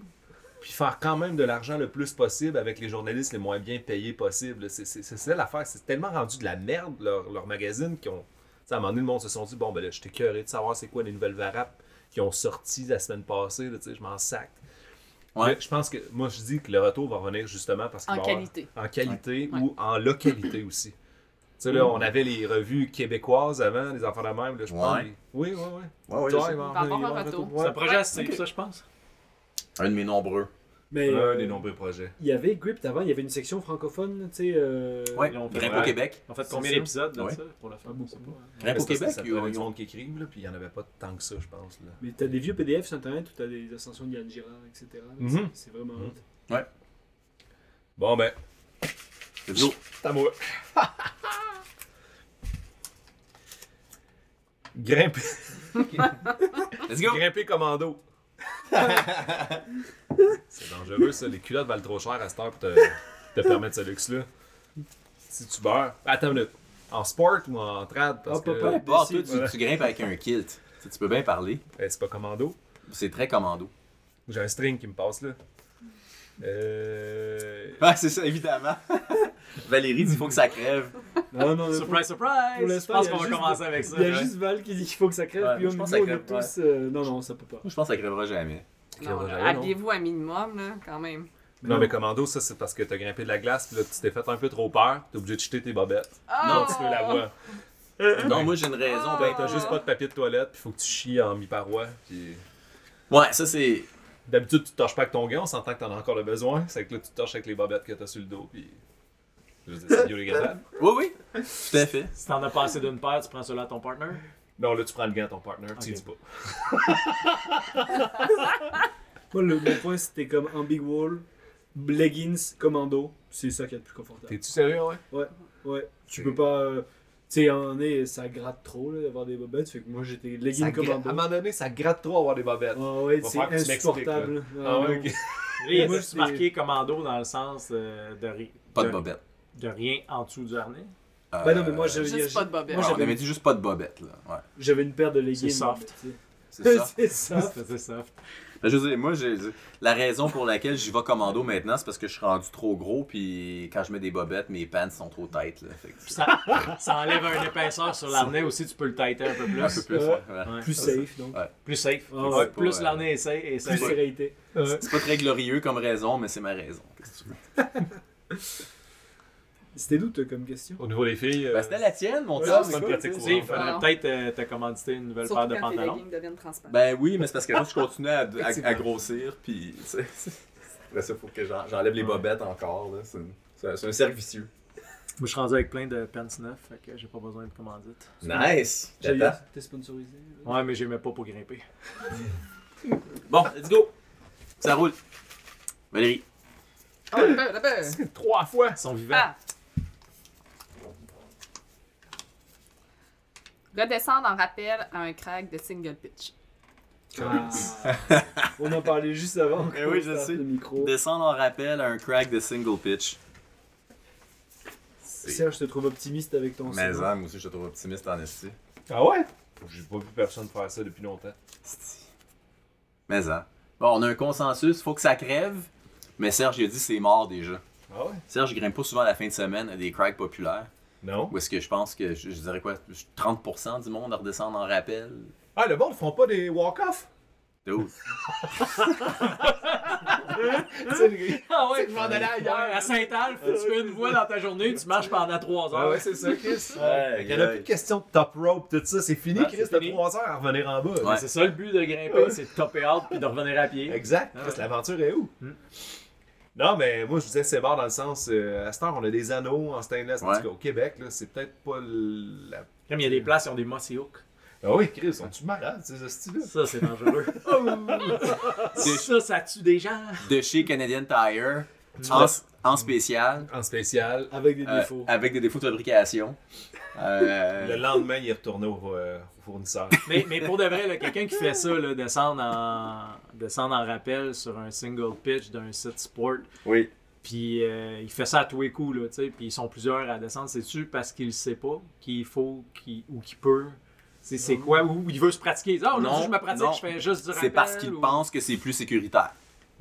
[SPEAKER 4] puis faire quand même de l'argent le plus possible avec les journalistes les moins bien payés possible. C'est c'est- c'est ça l'affaire. C'est tellement rendu de la merde leur, leur magazine qu'ils ont. tu sais, à un moment donné, le monde se sont dit bon, ben là, j'étais curieux de savoir c'est quoi les nouvelles varapes qui ont sorti la semaine passée, là, tu sais, je m'en sac.
[SPEAKER 1] Ouais.
[SPEAKER 4] Mais je pense que moi je dis que le retour va revenir justement parce qu'il
[SPEAKER 5] en
[SPEAKER 4] va y avoir-
[SPEAKER 5] qualité.
[SPEAKER 4] en qualité
[SPEAKER 5] Ouais.
[SPEAKER 4] ou en localité aussi. Tu sais, là, on avait les revues québécoises avant, les enfants de la même, là, je
[SPEAKER 1] Ouais.
[SPEAKER 4] pense. les- Oui, oui, oui.
[SPEAKER 1] Ouais, ouais,
[SPEAKER 4] Tu
[SPEAKER 1] je
[SPEAKER 4] vois,
[SPEAKER 1] sais.
[SPEAKER 4] il va
[SPEAKER 5] Il va
[SPEAKER 4] en-
[SPEAKER 5] avoir
[SPEAKER 4] il va
[SPEAKER 5] un
[SPEAKER 4] en
[SPEAKER 5] retour.
[SPEAKER 4] ouais.
[SPEAKER 2] C'est un projet à suivre,
[SPEAKER 5] Ok.
[SPEAKER 2] ça, je pense.
[SPEAKER 1] Un de mes nombreux.
[SPEAKER 6] Mais
[SPEAKER 4] Un
[SPEAKER 6] euh,
[SPEAKER 4] des nombreux projets.
[SPEAKER 6] il y avait Grip avant, il y avait une section francophone, tu sais. euh,
[SPEAKER 1] Ouais,
[SPEAKER 2] ils l'ont fait.
[SPEAKER 1] Grimpe au
[SPEAKER 2] Ouais.
[SPEAKER 1] Québec.
[SPEAKER 2] En fait,
[SPEAKER 6] C'est
[SPEAKER 2] combien
[SPEAKER 6] ça.
[SPEAKER 2] d'épisodes là,
[SPEAKER 1] Ouais.
[SPEAKER 2] ça, pour la faire
[SPEAKER 6] Pas beaucoup.
[SPEAKER 2] Je sais pas.
[SPEAKER 1] Grimpe au
[SPEAKER 4] Parce que
[SPEAKER 1] Québec,
[SPEAKER 4] Ça
[SPEAKER 1] ils ont-
[SPEAKER 4] prenait
[SPEAKER 1] ils
[SPEAKER 4] du
[SPEAKER 1] ont-
[SPEAKER 4] monde qui écrive, là, puis il n'y en avait pas tant que ça, je pense. Là.
[SPEAKER 6] Mais t'as des vieux PDF sur internet où t'as des ascensions de Yann Girard, etc. là,
[SPEAKER 4] Mhm.
[SPEAKER 6] c'est- C'est vraiment.
[SPEAKER 4] Mhm.
[SPEAKER 6] hot.
[SPEAKER 4] Bon, ben,
[SPEAKER 1] Let's go.
[SPEAKER 4] c'est à moi. Grimper,
[SPEAKER 1] Let's go.
[SPEAKER 4] grimper commando. C'est dangereux, ça. Les culottes valent trop cher à cette heure pour te, te permettre ce luxe-là. Si tu beurres. Attends une minute. En sport ou en trad? Parce
[SPEAKER 6] Ah,
[SPEAKER 4] que
[SPEAKER 6] papa.
[SPEAKER 1] Peu importe, toi,
[SPEAKER 6] Voilà.
[SPEAKER 1] tu, tu grimpes avec un kilt. Tu, sais, tu peux bien parler.
[SPEAKER 4] Eh, c'est pas commando.
[SPEAKER 1] C'est très commando.
[SPEAKER 4] J'ai un string qui me passe là. Euh...
[SPEAKER 1] Ah, c'est ça, évidemment. Valérie dit qu'il faut que ça crève.
[SPEAKER 6] Non, non, non.
[SPEAKER 2] Surprise,
[SPEAKER 6] Pour
[SPEAKER 2] surprise! Je
[SPEAKER 6] l'instant,
[SPEAKER 2] pense
[SPEAKER 6] il y a
[SPEAKER 2] qu'on va
[SPEAKER 6] juste-
[SPEAKER 2] commencer avec ça.
[SPEAKER 6] Il y a
[SPEAKER 2] ouais.
[SPEAKER 6] juste Val qui dit qu'il faut que ça crève,
[SPEAKER 1] Ouais,
[SPEAKER 6] puis
[SPEAKER 1] je
[SPEAKER 6] au milieu,
[SPEAKER 1] pense
[SPEAKER 6] on
[SPEAKER 1] que ça
[SPEAKER 6] est
[SPEAKER 1] crève,
[SPEAKER 6] tous. euh, non, non, ça peut pas.
[SPEAKER 1] Moi, Je pense que ça crèvera jamais.
[SPEAKER 5] Non,
[SPEAKER 4] Quel
[SPEAKER 5] là,
[SPEAKER 4] rejet, non?
[SPEAKER 5] Habillez-vous un minimum, là, quand même.
[SPEAKER 4] Non mais commando, ça c'est parce que t'as grimpé de la glace, puis là tu t'es fait un peu trop peur, t'es obligé de jeter tes bobettes.
[SPEAKER 5] Ah! Oh!
[SPEAKER 4] Non, tu veux la voir.
[SPEAKER 1] Non, moi, j'ai une raison.
[SPEAKER 4] Ben
[SPEAKER 1] Ben,
[SPEAKER 4] t'as juste pas de papier de toilette, puis faut que tu chies en mi-paroi. Puis...
[SPEAKER 1] ouais, ça, c'est.
[SPEAKER 4] D'habitude tu te torches pas avec ton gant, on s'entend que t'en as encore le besoin, c'est que là tu te torches avec les bobettes que t'as sur le dos, puis. Je veux dire, c'est biodégradable.
[SPEAKER 1] Oui, oui. Tout à fait.
[SPEAKER 2] Si t'en as passé d'une paire, tu prends cela à ton partner.
[SPEAKER 4] Non, là tu prends le gant à ton partner, tu y
[SPEAKER 2] Ok.
[SPEAKER 4] dis pas.
[SPEAKER 6] Moi, le, mon point, c'était comme un big wall, leggings, commando. C'est ça qui est le plus confortable.
[SPEAKER 4] T'es-tu sérieux, ouais?
[SPEAKER 6] Ouais. Tu
[SPEAKER 4] Ok.
[SPEAKER 6] peux pas. euh, tu sais, à un moment donné, ça gratte trop là, d'avoir des bobettes. Fait que moi, j'étais leggings,
[SPEAKER 4] Ça gra- À un
[SPEAKER 6] commando.
[SPEAKER 4] moment donné, ça gratte trop avoir des bobettes.
[SPEAKER 6] Ah ouais,
[SPEAKER 4] Va
[SPEAKER 6] c'est
[SPEAKER 4] falloir que tu m'expliques,
[SPEAKER 6] insupportable.
[SPEAKER 4] Ah ouais,
[SPEAKER 6] non.
[SPEAKER 4] ok.
[SPEAKER 2] Là,
[SPEAKER 6] Moi,
[SPEAKER 2] il
[SPEAKER 6] c'est-
[SPEAKER 2] c'est marqué commando dans le sens euh, de, ri-
[SPEAKER 1] Pas de bobette.
[SPEAKER 2] de rien en dessous du harnais.
[SPEAKER 1] Euh,
[SPEAKER 6] Ben non, mais moi, je veux dire,
[SPEAKER 5] Juste pas de bobette.
[SPEAKER 6] moi,
[SPEAKER 1] ouais, on
[SPEAKER 6] j'avais-
[SPEAKER 1] avait dit juste pas de bobette, là. Ouais.
[SPEAKER 6] j'avais une paire de leggings.
[SPEAKER 2] C'est soft.
[SPEAKER 6] tu
[SPEAKER 1] C'est
[SPEAKER 6] sais.
[SPEAKER 1] ça.
[SPEAKER 6] C'est soft.
[SPEAKER 2] C'est soft.
[SPEAKER 1] Ben, je veux dire, moi, j'ai- la raison pour laquelle j'y vais commando maintenant, c'est parce que je suis rendu trop gros, puis quand je mets des bobettes, mes pants sont trop tight, là. Fait que
[SPEAKER 2] Puis ça, ça enlève une épaisseur sur l'harnais aussi, tu peux le tighter un peu plus.
[SPEAKER 1] un peu plus. ouais, ouais.
[SPEAKER 2] Ouais.
[SPEAKER 6] Plus safe, donc.
[SPEAKER 2] Plus safe.
[SPEAKER 6] Ah
[SPEAKER 2] Ouais,
[SPEAKER 6] ouais.
[SPEAKER 2] plus
[SPEAKER 1] Ouais.
[SPEAKER 2] l'harnais est safe. est
[SPEAKER 6] Plus
[SPEAKER 2] safe.
[SPEAKER 6] sérénité.
[SPEAKER 1] C'est pas très glorieux comme raison, mais c'est ma raison. Qu'est-ce que tu veux?
[SPEAKER 6] C'était douteux comme question.
[SPEAKER 4] Au niveau des filles. euh,
[SPEAKER 1] Ben, c'était la tienne, mon
[SPEAKER 6] Ouais,
[SPEAKER 1] chum.
[SPEAKER 6] c'est
[SPEAKER 4] c'est une
[SPEAKER 6] quoi,
[SPEAKER 4] pratique
[SPEAKER 6] tu
[SPEAKER 2] Tu sais, il
[SPEAKER 4] courante.
[SPEAKER 2] faudrait
[SPEAKER 5] Ah.
[SPEAKER 2] peut-être euh, te commanditer une nouvelle
[SPEAKER 5] Surtout
[SPEAKER 2] paire de
[SPEAKER 5] quand les
[SPEAKER 2] pantalons.
[SPEAKER 5] leggings deviennent transparents.
[SPEAKER 1] Ben oui, mais c'est parce que là, je continue à, à- à, grossir, puis tu sais, après ça, faut que j'en- j'enlève les bobettes encore, là. C'est une- C'est un- c'est un servicieux.
[SPEAKER 2] Moi, je suis rendu avec plein de pants neufs, fait que j'ai pas besoin de commandite.
[SPEAKER 1] Nice!
[SPEAKER 6] J'ai
[SPEAKER 1] J'attends.
[SPEAKER 6] T'es sponsorisé. euh. là.
[SPEAKER 2] Ouais, mais j'aimais pas pour grimper.
[SPEAKER 1] Bon, let's go! Ça roule. Valérie.
[SPEAKER 5] Oh, le beurre, le beurre.
[SPEAKER 2] Trois fois! Ils sont vivants.
[SPEAKER 5] Ah. Redescendre en rappel à un crack de single pitch.
[SPEAKER 6] Ah. On en parlait juste avant.
[SPEAKER 1] Eh oui, je
[SPEAKER 6] qu'on starte
[SPEAKER 1] sais.
[SPEAKER 6] Le micro.
[SPEAKER 1] Descendre en rappel à un crack de single pitch. C'est...
[SPEAKER 6] Serge, je te trouve optimiste avec ton
[SPEAKER 1] Mais
[SPEAKER 6] son.
[SPEAKER 1] hein, moi aussi, je te trouve optimiste en esti.
[SPEAKER 4] Ah ouais? J'ai pas vu personne faire ça depuis longtemps.
[SPEAKER 1] Esti. Mais hein. Bon, on a un consensus, faut que ça crève. Mais Serge, il a dit c'est mort déjà.
[SPEAKER 4] Ah ouais?
[SPEAKER 1] Serge il grimpe pas souvent à la fin de semaine à des cracks populaires.
[SPEAKER 4] Non.
[SPEAKER 1] Où est-ce que je pense que, je, je dirais quoi, 30% du monde redescend en rappel.
[SPEAKER 4] Ah, le monde, ils font pas des walk-off?
[SPEAKER 1] Dude.
[SPEAKER 2] Ah ouais,
[SPEAKER 4] m'en allais ailleurs.
[SPEAKER 2] À Saint-Alphe, tu fais une voie dans ta journée, tu marches pendant trois heures.
[SPEAKER 4] Ah c'est ça, Chris.
[SPEAKER 1] Ouais,
[SPEAKER 4] Il y en a plus de question de top rope, tout ça. C'est fini,
[SPEAKER 2] Ouais,
[SPEAKER 4] Chris.
[SPEAKER 2] Ben, c'est
[SPEAKER 4] T'as
[SPEAKER 2] fini.
[SPEAKER 4] 3 heures à revenir en bas.
[SPEAKER 1] Ouais.
[SPEAKER 2] C'est ça le but de grimper, c'est de topper out puis de revenir à pied.
[SPEAKER 4] Exact. Chris,
[SPEAKER 2] Ouais.
[SPEAKER 4] l'aventure est où?
[SPEAKER 2] Hmm.
[SPEAKER 4] Non, mais moi, je disais c'est mort dans le sens, euh, à cette heure, on a des anneaux en stainless. En
[SPEAKER 1] Ouais.
[SPEAKER 4] tout cas, au Québec, là, c'est peut-être pas la...
[SPEAKER 2] Comme il y a des places qui ont des mossy hooks.
[SPEAKER 4] Ah oui, Chris, on tu malade, ces styles-là?
[SPEAKER 2] Ça, c'est dangereux. ça, ça tue des gens.
[SPEAKER 1] De chez Canadian Tire, en, en spécial,
[SPEAKER 4] En spécial,
[SPEAKER 6] Avec des
[SPEAKER 1] euh,
[SPEAKER 6] défauts.
[SPEAKER 1] avec des défauts de fabrication. Euh,
[SPEAKER 4] le lendemain, il est retourné au, euh, au fournisseur.
[SPEAKER 2] Mais, mais pour de vrai, là, quelqu'un qui fait ça, là, descendre, en, descendre en rappel sur un single pitch d'un site sport,
[SPEAKER 1] oui.
[SPEAKER 2] puis euh, il fait ça à tous les coups, là, tu sais, puis ils sont plusieurs à descendre, c'est-tu parce qu'il sait pas qu'il faut qu'il- ou qu'il peut? C'est, c'est quoi? Ou il veut se pratiquer? Il dit, Ah, aujourd'hui,
[SPEAKER 1] Non,
[SPEAKER 2] je me pratique,
[SPEAKER 1] non.
[SPEAKER 2] je fais juste du rappel.
[SPEAKER 1] C'est parce qu'ils
[SPEAKER 2] ou-
[SPEAKER 1] pensent que c'est plus sécuritaire.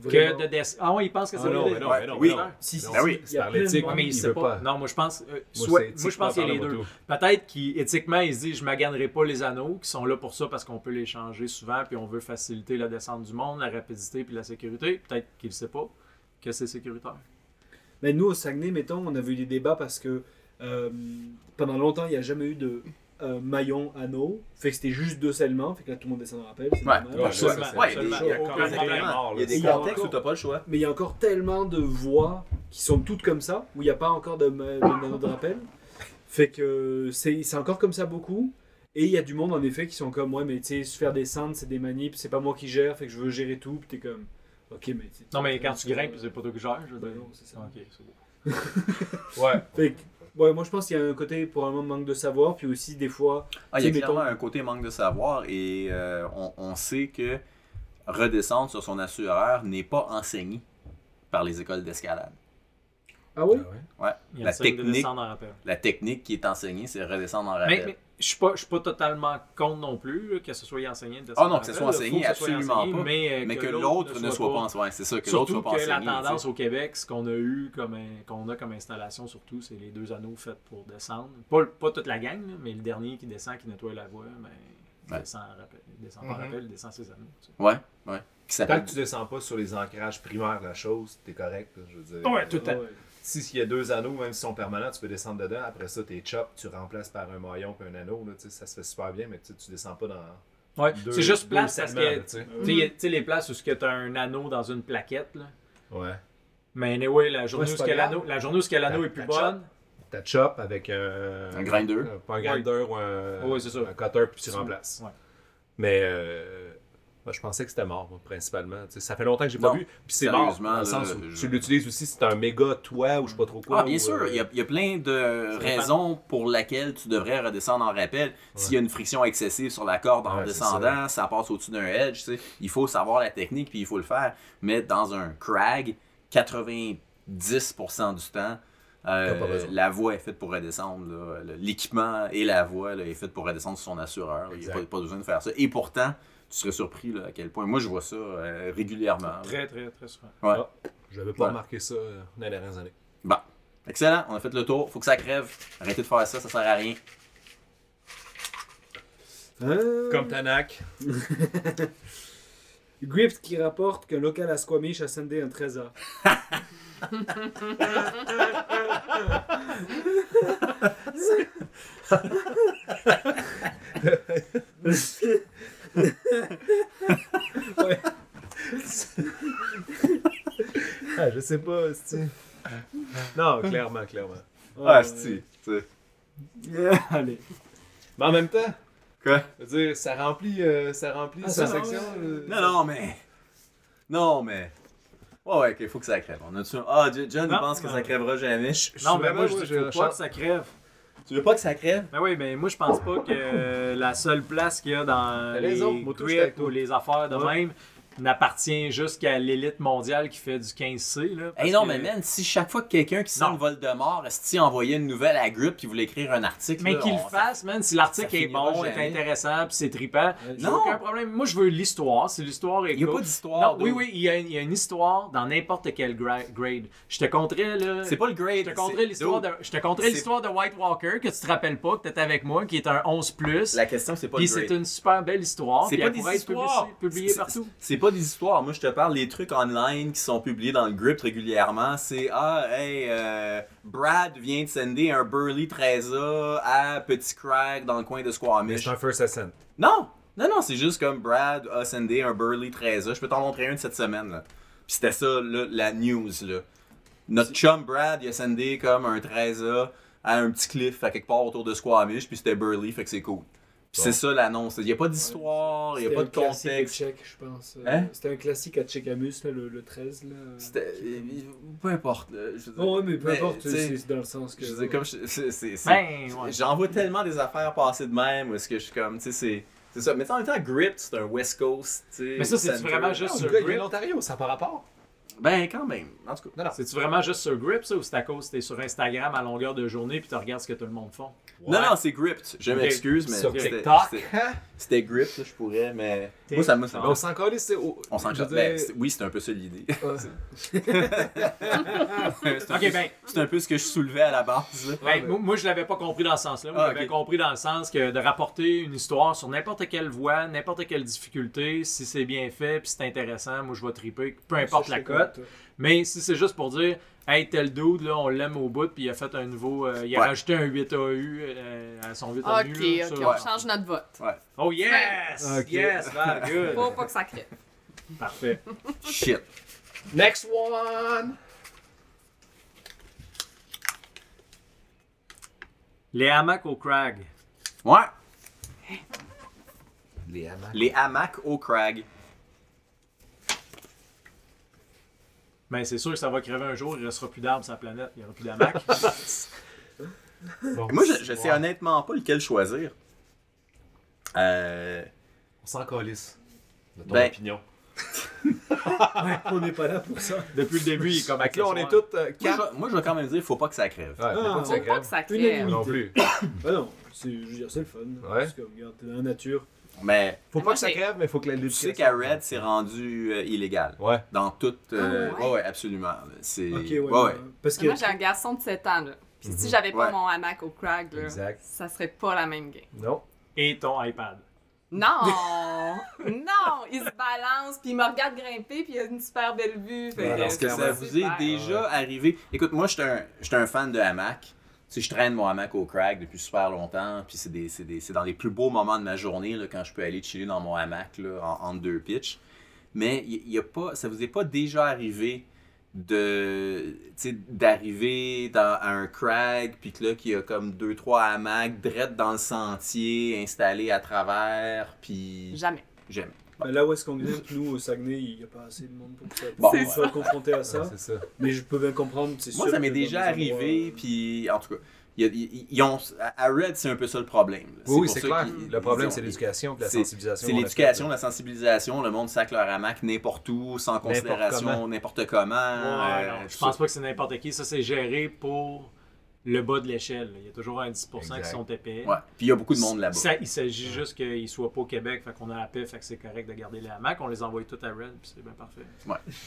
[SPEAKER 2] Que de des- Ah oui, il pense que c'est
[SPEAKER 4] Ah non,
[SPEAKER 2] vrai.
[SPEAKER 4] mais non,
[SPEAKER 1] Ouais,
[SPEAKER 4] mais non,
[SPEAKER 1] oui.
[SPEAKER 4] mais non.
[SPEAKER 6] Si, si,
[SPEAKER 4] Non,
[SPEAKER 1] Ben oui.
[SPEAKER 4] Ah C'est par l'éthique,
[SPEAKER 2] Ouais, mais il
[SPEAKER 4] il
[SPEAKER 2] sait
[SPEAKER 4] veut
[SPEAKER 2] pas.
[SPEAKER 4] pas.
[SPEAKER 2] Non, moi je pense. euh,
[SPEAKER 4] Moi,
[SPEAKER 2] soit-
[SPEAKER 4] c'est éthique,
[SPEAKER 2] moi je pense
[SPEAKER 4] pas
[SPEAKER 2] qu'il y a les
[SPEAKER 4] par la
[SPEAKER 2] deux.
[SPEAKER 4] moto.
[SPEAKER 2] Peut-être qu'éthiquement, il se dit je maganerai pas les anneaux qui sont là pour ça parce qu'on peut les changer souvent puis on veut faciliter la descente du monde, la rapidité puis la sécurité. Peut-être qu'il sait pas que c'est sécuritaire.
[SPEAKER 6] Mais nous, au Saguenay, mettons, on avait eu des débats parce que euh, pendant longtemps, il n'y a jamais eu de euh, maillon anneau. Fait que c'était juste deux seulement. Fait que là, tout le monde descend dans rappel. C'est
[SPEAKER 1] Ouais.
[SPEAKER 6] normal.
[SPEAKER 4] Ouais,
[SPEAKER 2] Absolument.
[SPEAKER 4] ça, c'est-
[SPEAKER 1] Ouais,
[SPEAKER 2] absolument.
[SPEAKER 1] il y a des-
[SPEAKER 2] Aucun
[SPEAKER 1] il y a des-
[SPEAKER 2] problème.
[SPEAKER 4] mort,
[SPEAKER 1] Il y a
[SPEAKER 4] là.
[SPEAKER 1] des
[SPEAKER 6] C'est-
[SPEAKER 1] contextes où t'as pas le choix.
[SPEAKER 6] Mais il y a encore tellement de voies qui sont toutes comme ça, où il n'y a pas encore de, ma- de anneau de rappel. Fait que c'est c'est encore comme ça beaucoup. Et il y a du monde en effet qui sont comme ouais mais tu sais se faire des descendre c'est des manips c'est pas moi qui gère fait que je veux gérer tout puis t'es comme ok mais tu-
[SPEAKER 2] Non, mais quand tu grimpes, c'est pas toi qui gères. Je veux
[SPEAKER 6] Ouais,
[SPEAKER 2] dire.
[SPEAKER 6] non, c'est ça.
[SPEAKER 2] Ah, ok, c'est bon.
[SPEAKER 4] Ouais.
[SPEAKER 6] Fait que, ouais, moi je pense qu'il y a un côté probablement de manque de savoir, puis aussi des fois.
[SPEAKER 1] Ah, il y a
[SPEAKER 6] Tu sais, mettons-
[SPEAKER 1] clairement un côté manque de savoir et euh, on, on sait que redescendre sur son assureur n'est pas enseigné par les écoles d'escalade.
[SPEAKER 6] Ah oui
[SPEAKER 2] Il y a
[SPEAKER 1] La
[SPEAKER 2] une scène de
[SPEAKER 1] technique.
[SPEAKER 2] descendre en rappel.
[SPEAKER 1] La technique qui est enseignée, c'est redescendre en
[SPEAKER 2] Mais,
[SPEAKER 1] rappel.
[SPEAKER 2] mais je suis pas, je suis pas totalement contre non plus là, que ce soit enseigné. de
[SPEAKER 1] Ah non,
[SPEAKER 2] descendre
[SPEAKER 1] que ce
[SPEAKER 2] en
[SPEAKER 1] soit
[SPEAKER 2] rappel,
[SPEAKER 1] enseigné,
[SPEAKER 2] faut que ce soit
[SPEAKER 1] absolument
[SPEAKER 2] enseigné,
[SPEAKER 1] pas.
[SPEAKER 2] Mais, euh,
[SPEAKER 1] Mais que, l'autre ne soit pas
[SPEAKER 2] enseigné.
[SPEAKER 1] enseigné. C'est ça, que l'autre
[SPEAKER 2] Surtout
[SPEAKER 1] soit pas
[SPEAKER 2] que
[SPEAKER 1] enseigné.
[SPEAKER 2] la
[SPEAKER 1] tu sais.
[SPEAKER 2] tendance au Québec, ce qu'on a eu comme in- qu'on a comme installation surtout, c'est les deux anneaux faits pour descendre. Pas, pas toute la gang, là, mais le dernier qui descend, qui nettoie la voie, mais il
[SPEAKER 1] Ouais.
[SPEAKER 2] descend, en rappel, il descend par
[SPEAKER 7] Mhm.
[SPEAKER 2] rappel, il descend ses anneaux. tu sais.
[SPEAKER 1] Ouais, ouais. Qui
[SPEAKER 4] Tant
[SPEAKER 1] s'appelle.
[SPEAKER 4] que tu descends pas sur les ancrages primaires de la chose, t'es correct, là, je veux dire.
[SPEAKER 2] Ouais, tout à-
[SPEAKER 6] Ah ouais.
[SPEAKER 4] Si s'il y a deux anneaux, même s'ils sont permanents, tu peux descendre dedans. Après ça, t'es chop, tu remplaces par un maillon puis un anneau. Là, tu sais, ça se fait super bien, mais tu sais, tu descends pas dans
[SPEAKER 2] Ouais,
[SPEAKER 4] deux
[SPEAKER 2] c'est juste
[SPEAKER 4] deux
[SPEAKER 2] place parce
[SPEAKER 4] segments,
[SPEAKER 2] que
[SPEAKER 4] là, tu sais.
[SPEAKER 2] tu sais, il y a- tu sais, les places où tu as un anneau dans une plaquette. là.
[SPEAKER 4] Ouais.
[SPEAKER 2] Mais anyway, la journée
[SPEAKER 4] Ouais,
[SPEAKER 2] où
[SPEAKER 4] c'est
[SPEAKER 2] ce que
[SPEAKER 4] pas grave.
[SPEAKER 2] l'anneau- la journée où ce que l'anneau
[SPEAKER 4] La-
[SPEAKER 2] est plus
[SPEAKER 4] la
[SPEAKER 2] bonne,
[SPEAKER 4] T'as chop avec un...
[SPEAKER 1] Un grinder.
[SPEAKER 4] euh, Pas un grinder ou un...
[SPEAKER 2] Ouais, c'est ça.
[SPEAKER 4] Un cutter, puis tu remplaces.
[SPEAKER 2] Ouais.
[SPEAKER 4] Mais... euh, moi, je pensais que c'était mort, moi, principalement. Tu sais, ça fait longtemps que j'ai pas
[SPEAKER 1] Non.
[SPEAKER 4] vu. Puis c'est mort,
[SPEAKER 1] Sérieusement,
[SPEAKER 4] dans le
[SPEAKER 1] là,
[SPEAKER 4] sens où
[SPEAKER 1] je-
[SPEAKER 4] tu l'utilises aussi si t'as un méga toit ou je sais pas trop quoi.
[SPEAKER 1] Ah, bien
[SPEAKER 4] ou,
[SPEAKER 1] sûr,
[SPEAKER 4] euh,
[SPEAKER 1] il y a, il y a plein de
[SPEAKER 2] dépend.
[SPEAKER 1] raisons pour lesquelles tu devrais redescendre en rappel. S'il y a une friction excessive sur la corde en
[SPEAKER 4] Ouais, c'est
[SPEAKER 1] descendant, ça. passe au-dessus d'un edge. tu sais. Il faut savoir la technique puis il faut le faire. Mais dans un crag, 90% du temps, euh,
[SPEAKER 4] T'as pas besoin.
[SPEAKER 1] la voie est faite pour redescendre. là. Le- L'équipement et la voie là, est faite pour redescendre sur son assureur. Il n'y a
[SPEAKER 4] Exact.
[SPEAKER 1] pas, pas besoin de faire ça. Et pourtant, tu serais surpris là, à quel point. Moi, je vois ça euh, régulièrement.
[SPEAKER 2] très, très, très souvent.
[SPEAKER 4] J'avais pas
[SPEAKER 1] Ouais.
[SPEAKER 4] remarqué ça euh, dans les dernières années.
[SPEAKER 1] Excellent, on a fait le tour. Faut que ça crève. Arrêtez de faire ça, ça sert à rien.
[SPEAKER 6] Euh,
[SPEAKER 4] Comme Tanak.
[SPEAKER 6] Gript qui rapporte qu'un local à Squamish a scindé un trésor.
[SPEAKER 4] Ah, je sais pas, c'est. Non, clairement, clairement.
[SPEAKER 6] Ah,
[SPEAKER 1] c'est-tu, c'est-
[SPEAKER 6] ouais. Allez.
[SPEAKER 4] Mais en même temps,
[SPEAKER 1] Quoi?
[SPEAKER 4] je veux dire, ça remplit, euh, ça remplit
[SPEAKER 6] Ah,
[SPEAKER 4] sa
[SPEAKER 6] ça
[SPEAKER 4] section.
[SPEAKER 6] remplit.
[SPEAKER 4] euh,
[SPEAKER 1] Non, non, mais. Non, mais. Ouais, ouais, ok, faut que ça crève. On a Ah, J- John, il
[SPEAKER 2] Non,
[SPEAKER 1] pense que
[SPEAKER 2] non.
[SPEAKER 1] ça crèvera jamais.
[SPEAKER 4] je
[SPEAKER 2] Non,
[SPEAKER 4] suis
[SPEAKER 2] mais
[SPEAKER 4] vraiment,
[SPEAKER 2] moi, je
[SPEAKER 4] moi,
[SPEAKER 2] dis
[SPEAKER 4] j'ai un
[SPEAKER 2] faut pas
[SPEAKER 4] chat.
[SPEAKER 2] que ça crève.
[SPEAKER 1] Tu veux pas que ça crève?
[SPEAKER 2] Ben oui, mais moi je pense pas que euh, la seule place qu'il y a dans
[SPEAKER 4] T'as
[SPEAKER 2] les,
[SPEAKER 4] raison,
[SPEAKER 2] trips
[SPEAKER 4] tout, je suis avec toi.
[SPEAKER 2] ou les affaires de
[SPEAKER 4] Ouais.
[SPEAKER 2] même n'appartient juste qu'à l'élite mondiale qui fait du 15C. Là,
[SPEAKER 1] Eh
[SPEAKER 2] parce
[SPEAKER 1] non,
[SPEAKER 2] que-
[SPEAKER 1] mais man, si chaque fois que quelqu'un qui sent
[SPEAKER 2] Non.
[SPEAKER 1] le vol de mort, si envoyait une nouvelle à Grip qui voulait écrire un article.
[SPEAKER 2] Mais
[SPEAKER 1] là,
[SPEAKER 2] qu'il le
[SPEAKER 1] on-
[SPEAKER 2] fasse, man,
[SPEAKER 1] ça
[SPEAKER 2] si l'article est
[SPEAKER 1] finira
[SPEAKER 2] bon, est
[SPEAKER 1] jamais.
[SPEAKER 2] intéressant, puis c'est trippant, j'ai
[SPEAKER 1] Non.
[SPEAKER 2] aucun problème. Moi, je veux l'histoire. Si l'histoire est
[SPEAKER 1] Il n'y a
[SPEAKER 2] cool.
[SPEAKER 1] pas d'histoire.
[SPEAKER 2] Non, oui,
[SPEAKER 1] dude.
[SPEAKER 2] oui, il y, a une, il y a une histoire dans n'importe quel gra- grade. Je te conterai, là.
[SPEAKER 1] C'est pas le grade.
[SPEAKER 2] Je te conterai
[SPEAKER 1] c'est-
[SPEAKER 2] l'histoire de,
[SPEAKER 1] dude,
[SPEAKER 2] je te conterai
[SPEAKER 1] c'est-
[SPEAKER 2] l'histoire de White Walker que tu te rappelles pas, que t'étais avec moi, qui est un 11 plus.
[SPEAKER 1] La question, c'est pas
[SPEAKER 2] Puis
[SPEAKER 1] le
[SPEAKER 2] c'est
[SPEAKER 1] grade.
[SPEAKER 2] une super belle histoire.
[SPEAKER 1] C'est
[SPEAKER 2] puis
[SPEAKER 1] pas
[SPEAKER 2] elle
[SPEAKER 1] des
[SPEAKER 2] pourrait être
[SPEAKER 1] histoires.
[SPEAKER 2] publiée- publiée
[SPEAKER 1] C'est-
[SPEAKER 2] partout.
[SPEAKER 1] C'est pas des histoires. Moi, je te parle des trucs online qui sont publiés dans le grip régulièrement. C'est Ah, hey, euh, Brad vient de sender un Burley 13A à Petit Crack dans le coin de
[SPEAKER 4] Mais c'est
[SPEAKER 1] Squamish.
[SPEAKER 4] un first ascent.
[SPEAKER 1] Non! Non, non, c'est juste comme Brad a sendé un Burley 13A. Je peux t'en montrer une cette semaine. là. Puis c'était ça, là, la news. là. Notre chum Brad, il a sendé comme un 13A à un petit cliff à quelque part autour de Squamish. Puis c'était Burley, fait que c'est cool. Puis
[SPEAKER 4] Bon.
[SPEAKER 1] c'est ça l'annonce. Il n'y a pas d'histoire, il n'y a pas de contexte.
[SPEAKER 6] C'était un classique tchèque, je pense. Euh,
[SPEAKER 1] Hein
[SPEAKER 6] C'était un classique à Tchekamus, là, le, le 13. Là.
[SPEAKER 1] C'était- euh, Peu importe. là, je veux dire.
[SPEAKER 6] Oh, ouais, mais peu
[SPEAKER 1] Mais,
[SPEAKER 6] importe,
[SPEAKER 1] tu sais,
[SPEAKER 6] c'est c'est dans le sens que.
[SPEAKER 1] Je veux dire, comme je- c'est- c'est- c'est-
[SPEAKER 2] Ben, ouais.
[SPEAKER 1] J'en vois tellement des affaires passer de même où est-ce que je suis comme, tu sais, c'est. C'est ça. Mais tu sais, en même temps, Grip, c'est un West Coast, tu sais.
[SPEAKER 2] Mais ça, c'est
[SPEAKER 1] center.
[SPEAKER 2] vraiment juste
[SPEAKER 4] Juste
[SPEAKER 2] sur
[SPEAKER 4] le gars, il est
[SPEAKER 2] Grip.
[SPEAKER 4] l'Ontario, ça n'a pas rapport.
[SPEAKER 1] Ben, quand même. En tout cas.
[SPEAKER 2] C'est-tu vraiment juste sur Grip, ça, ou c'est à cause que t'es sur Instagram à longueur de journée puis tu regardes ce que tout le monde fait?
[SPEAKER 1] Non, non, c'est Gripped. Je
[SPEAKER 2] Ok.
[SPEAKER 1] m'excuse, mais.
[SPEAKER 2] Sur
[SPEAKER 1] c'était-
[SPEAKER 2] TikTok.
[SPEAKER 1] c'était- C'était Gripped, là, je pourrais, mais.
[SPEAKER 2] T'es-
[SPEAKER 1] Moi, ça me. ça
[SPEAKER 2] Ah.
[SPEAKER 1] me-
[SPEAKER 4] hein? On s'en calait, c'est. au-
[SPEAKER 1] On s'en
[SPEAKER 4] je veux
[SPEAKER 1] fout. Ben,
[SPEAKER 4] dire-
[SPEAKER 1] c'est- oui, c'est un peu ça l'idée.
[SPEAKER 2] Ok, ben,
[SPEAKER 1] C'est un peu ce que je soulevais à la base. là.
[SPEAKER 2] ben, moi, moi, je l'avais pas compris dans ce sens-là. Moi,
[SPEAKER 1] Ah,
[SPEAKER 2] j'avais
[SPEAKER 1] ok.
[SPEAKER 2] compris dans le sens que de rapporter une histoire sur n'importe quelle voie, n'importe quelle difficulté, si c'est bien fait, puis c'est intéressant, moi, je vais triper, peu importe la cote. Mais si c'est juste pour dire, hey, tel dude, là, on l'aime au bout, puis il a fait un nouveau. euh, il a
[SPEAKER 1] Ouais.
[SPEAKER 2] rajouté un 8AU euh, à son 8AU.
[SPEAKER 5] Ok,
[SPEAKER 2] là,
[SPEAKER 5] ok,
[SPEAKER 2] ça-
[SPEAKER 5] on change notre vote.
[SPEAKER 2] Oh yes!
[SPEAKER 6] Ok.
[SPEAKER 2] Yes, Val, good.
[SPEAKER 5] Faut pas que ça crève.
[SPEAKER 2] Parfait.
[SPEAKER 1] Shit.
[SPEAKER 4] Next one!
[SPEAKER 2] Les hamacs au crag.
[SPEAKER 1] Ouais.
[SPEAKER 4] Les hamacs.
[SPEAKER 1] Les hamacs au crag.
[SPEAKER 2] Ben, c'est sûr que ça va crever un jour, il restera plus d'arbres sur la planète, il n'y aura plus d'hamacs.
[SPEAKER 1] Moi, je, je sais honnêtement pas lequel choisir. Euh.
[SPEAKER 4] On s'en calisse. De ton
[SPEAKER 1] Ben-
[SPEAKER 4] opinion.
[SPEAKER 6] On n'est pas là pour ça.
[SPEAKER 2] Depuis le début, il est comme
[SPEAKER 4] Fait que là, on est
[SPEAKER 2] accessoire.
[SPEAKER 4] tous euh,
[SPEAKER 1] Moi,
[SPEAKER 4] quatre.
[SPEAKER 1] je- moi, je vais quand même dire, faut pas que ça crève.
[SPEAKER 4] Ouais, pas
[SPEAKER 6] Ah,
[SPEAKER 5] Faut pas que ça crève.
[SPEAKER 6] Unanimité.
[SPEAKER 4] Non plus.
[SPEAKER 6] Ah non, c'est, je veux dire, c'est le fun. Parce que, regarde, t'es dans la nature.
[SPEAKER 1] Mais
[SPEAKER 4] Faut
[SPEAKER 5] Moi,
[SPEAKER 4] pas que ça
[SPEAKER 5] j'ai-
[SPEAKER 4] crève, mais faut que la
[SPEAKER 1] tu sais qu'à Red, c'est rendu euh, illégal.
[SPEAKER 4] Ouais.
[SPEAKER 1] Dans toute. euh,
[SPEAKER 5] Ah ouais?
[SPEAKER 1] ouais. ouais, absolument. là. C'est.
[SPEAKER 6] Ok, ouais.
[SPEAKER 1] ouais, ouais.
[SPEAKER 6] non, Parce que.
[SPEAKER 5] Moi, j'ai un garçon de 7 ans, là. Puis si j'avais pas
[SPEAKER 1] Ouais.
[SPEAKER 5] mon hamac au crag, là,
[SPEAKER 4] Exact.
[SPEAKER 5] ça serait pas la même game.
[SPEAKER 4] Non.
[SPEAKER 2] Et ton iPad.
[SPEAKER 5] Non! non! Il se balance, puis il me regarde grimper, puis il a une super belle vue. Fait
[SPEAKER 4] Ouais,
[SPEAKER 5] que
[SPEAKER 1] Est-ce que
[SPEAKER 5] c'est
[SPEAKER 1] ça vous est
[SPEAKER 5] super.
[SPEAKER 1] déjà arrivé? Écoute, moi, je suis un, j'étais un fan de hamac. Tu sais, je traîne mon hamac au crack depuis super longtemps. Puis c'est, des, c'est, des- c'est dans les plus beaux moments de ma journée là, quand je peux aller chiller dans mon hamac là, en, entre deux pitches. Mais il y, a pas, ça vous est pas déjà arrivé de tu sais, d'arriver dans à un crag puis que là qu'il y a comme deux trois hamacs drettes dans le sentier installés à travers puis
[SPEAKER 5] Jamais.
[SPEAKER 1] j'aime
[SPEAKER 6] Ben, Là où est-ce qu'on grimpe, nous, au Saguenay, il n'y a pas assez de monde pour que ça.
[SPEAKER 1] Bon,
[SPEAKER 6] Bon,
[SPEAKER 1] ouais.
[SPEAKER 6] soit confronté à ça.
[SPEAKER 4] C'est ça.
[SPEAKER 6] Mais je peux bien comprendre, c'est
[SPEAKER 1] Moi,
[SPEAKER 6] sûr
[SPEAKER 1] ça
[SPEAKER 6] que
[SPEAKER 1] m'est
[SPEAKER 6] dans
[SPEAKER 1] déjà
[SPEAKER 6] des endroits,
[SPEAKER 1] arrivé,
[SPEAKER 6] euh,
[SPEAKER 1] puis en tout cas, il y a- il- ils ont- à à Red, c'est un peu ça le problème. là.
[SPEAKER 4] Oui, oui,
[SPEAKER 1] pour
[SPEAKER 4] c'est
[SPEAKER 1] ça
[SPEAKER 4] clair.
[SPEAKER 1] qu'ils-
[SPEAKER 4] Le
[SPEAKER 1] ils
[SPEAKER 4] problème,
[SPEAKER 1] ont-
[SPEAKER 4] c'est l'éducation et la
[SPEAKER 1] c'est-
[SPEAKER 4] sensibilisation.
[SPEAKER 1] C'est l'éducation, la sensibilisation, le monde sac leur hamac n'importe où, sans considération, n'importe comment.
[SPEAKER 2] Ouais,
[SPEAKER 1] euh,
[SPEAKER 2] non, je
[SPEAKER 1] tout
[SPEAKER 2] pense
[SPEAKER 1] ça.
[SPEAKER 2] pas que c'est n'importe qui. Ça, c'est géré pour le bas de l'échelle. Il y a toujours un 10%
[SPEAKER 4] Exact.
[SPEAKER 2] qui sont épais.
[SPEAKER 1] Ouais. Puis il y a beaucoup de monde là-bas.
[SPEAKER 2] Ça, il s'agit juste qu'ils soient pas au Québec, fait qu'on a la paix, fait que c'est correct de garder les hamacs. On les envoie tous à Red, puis c'est bien parfait.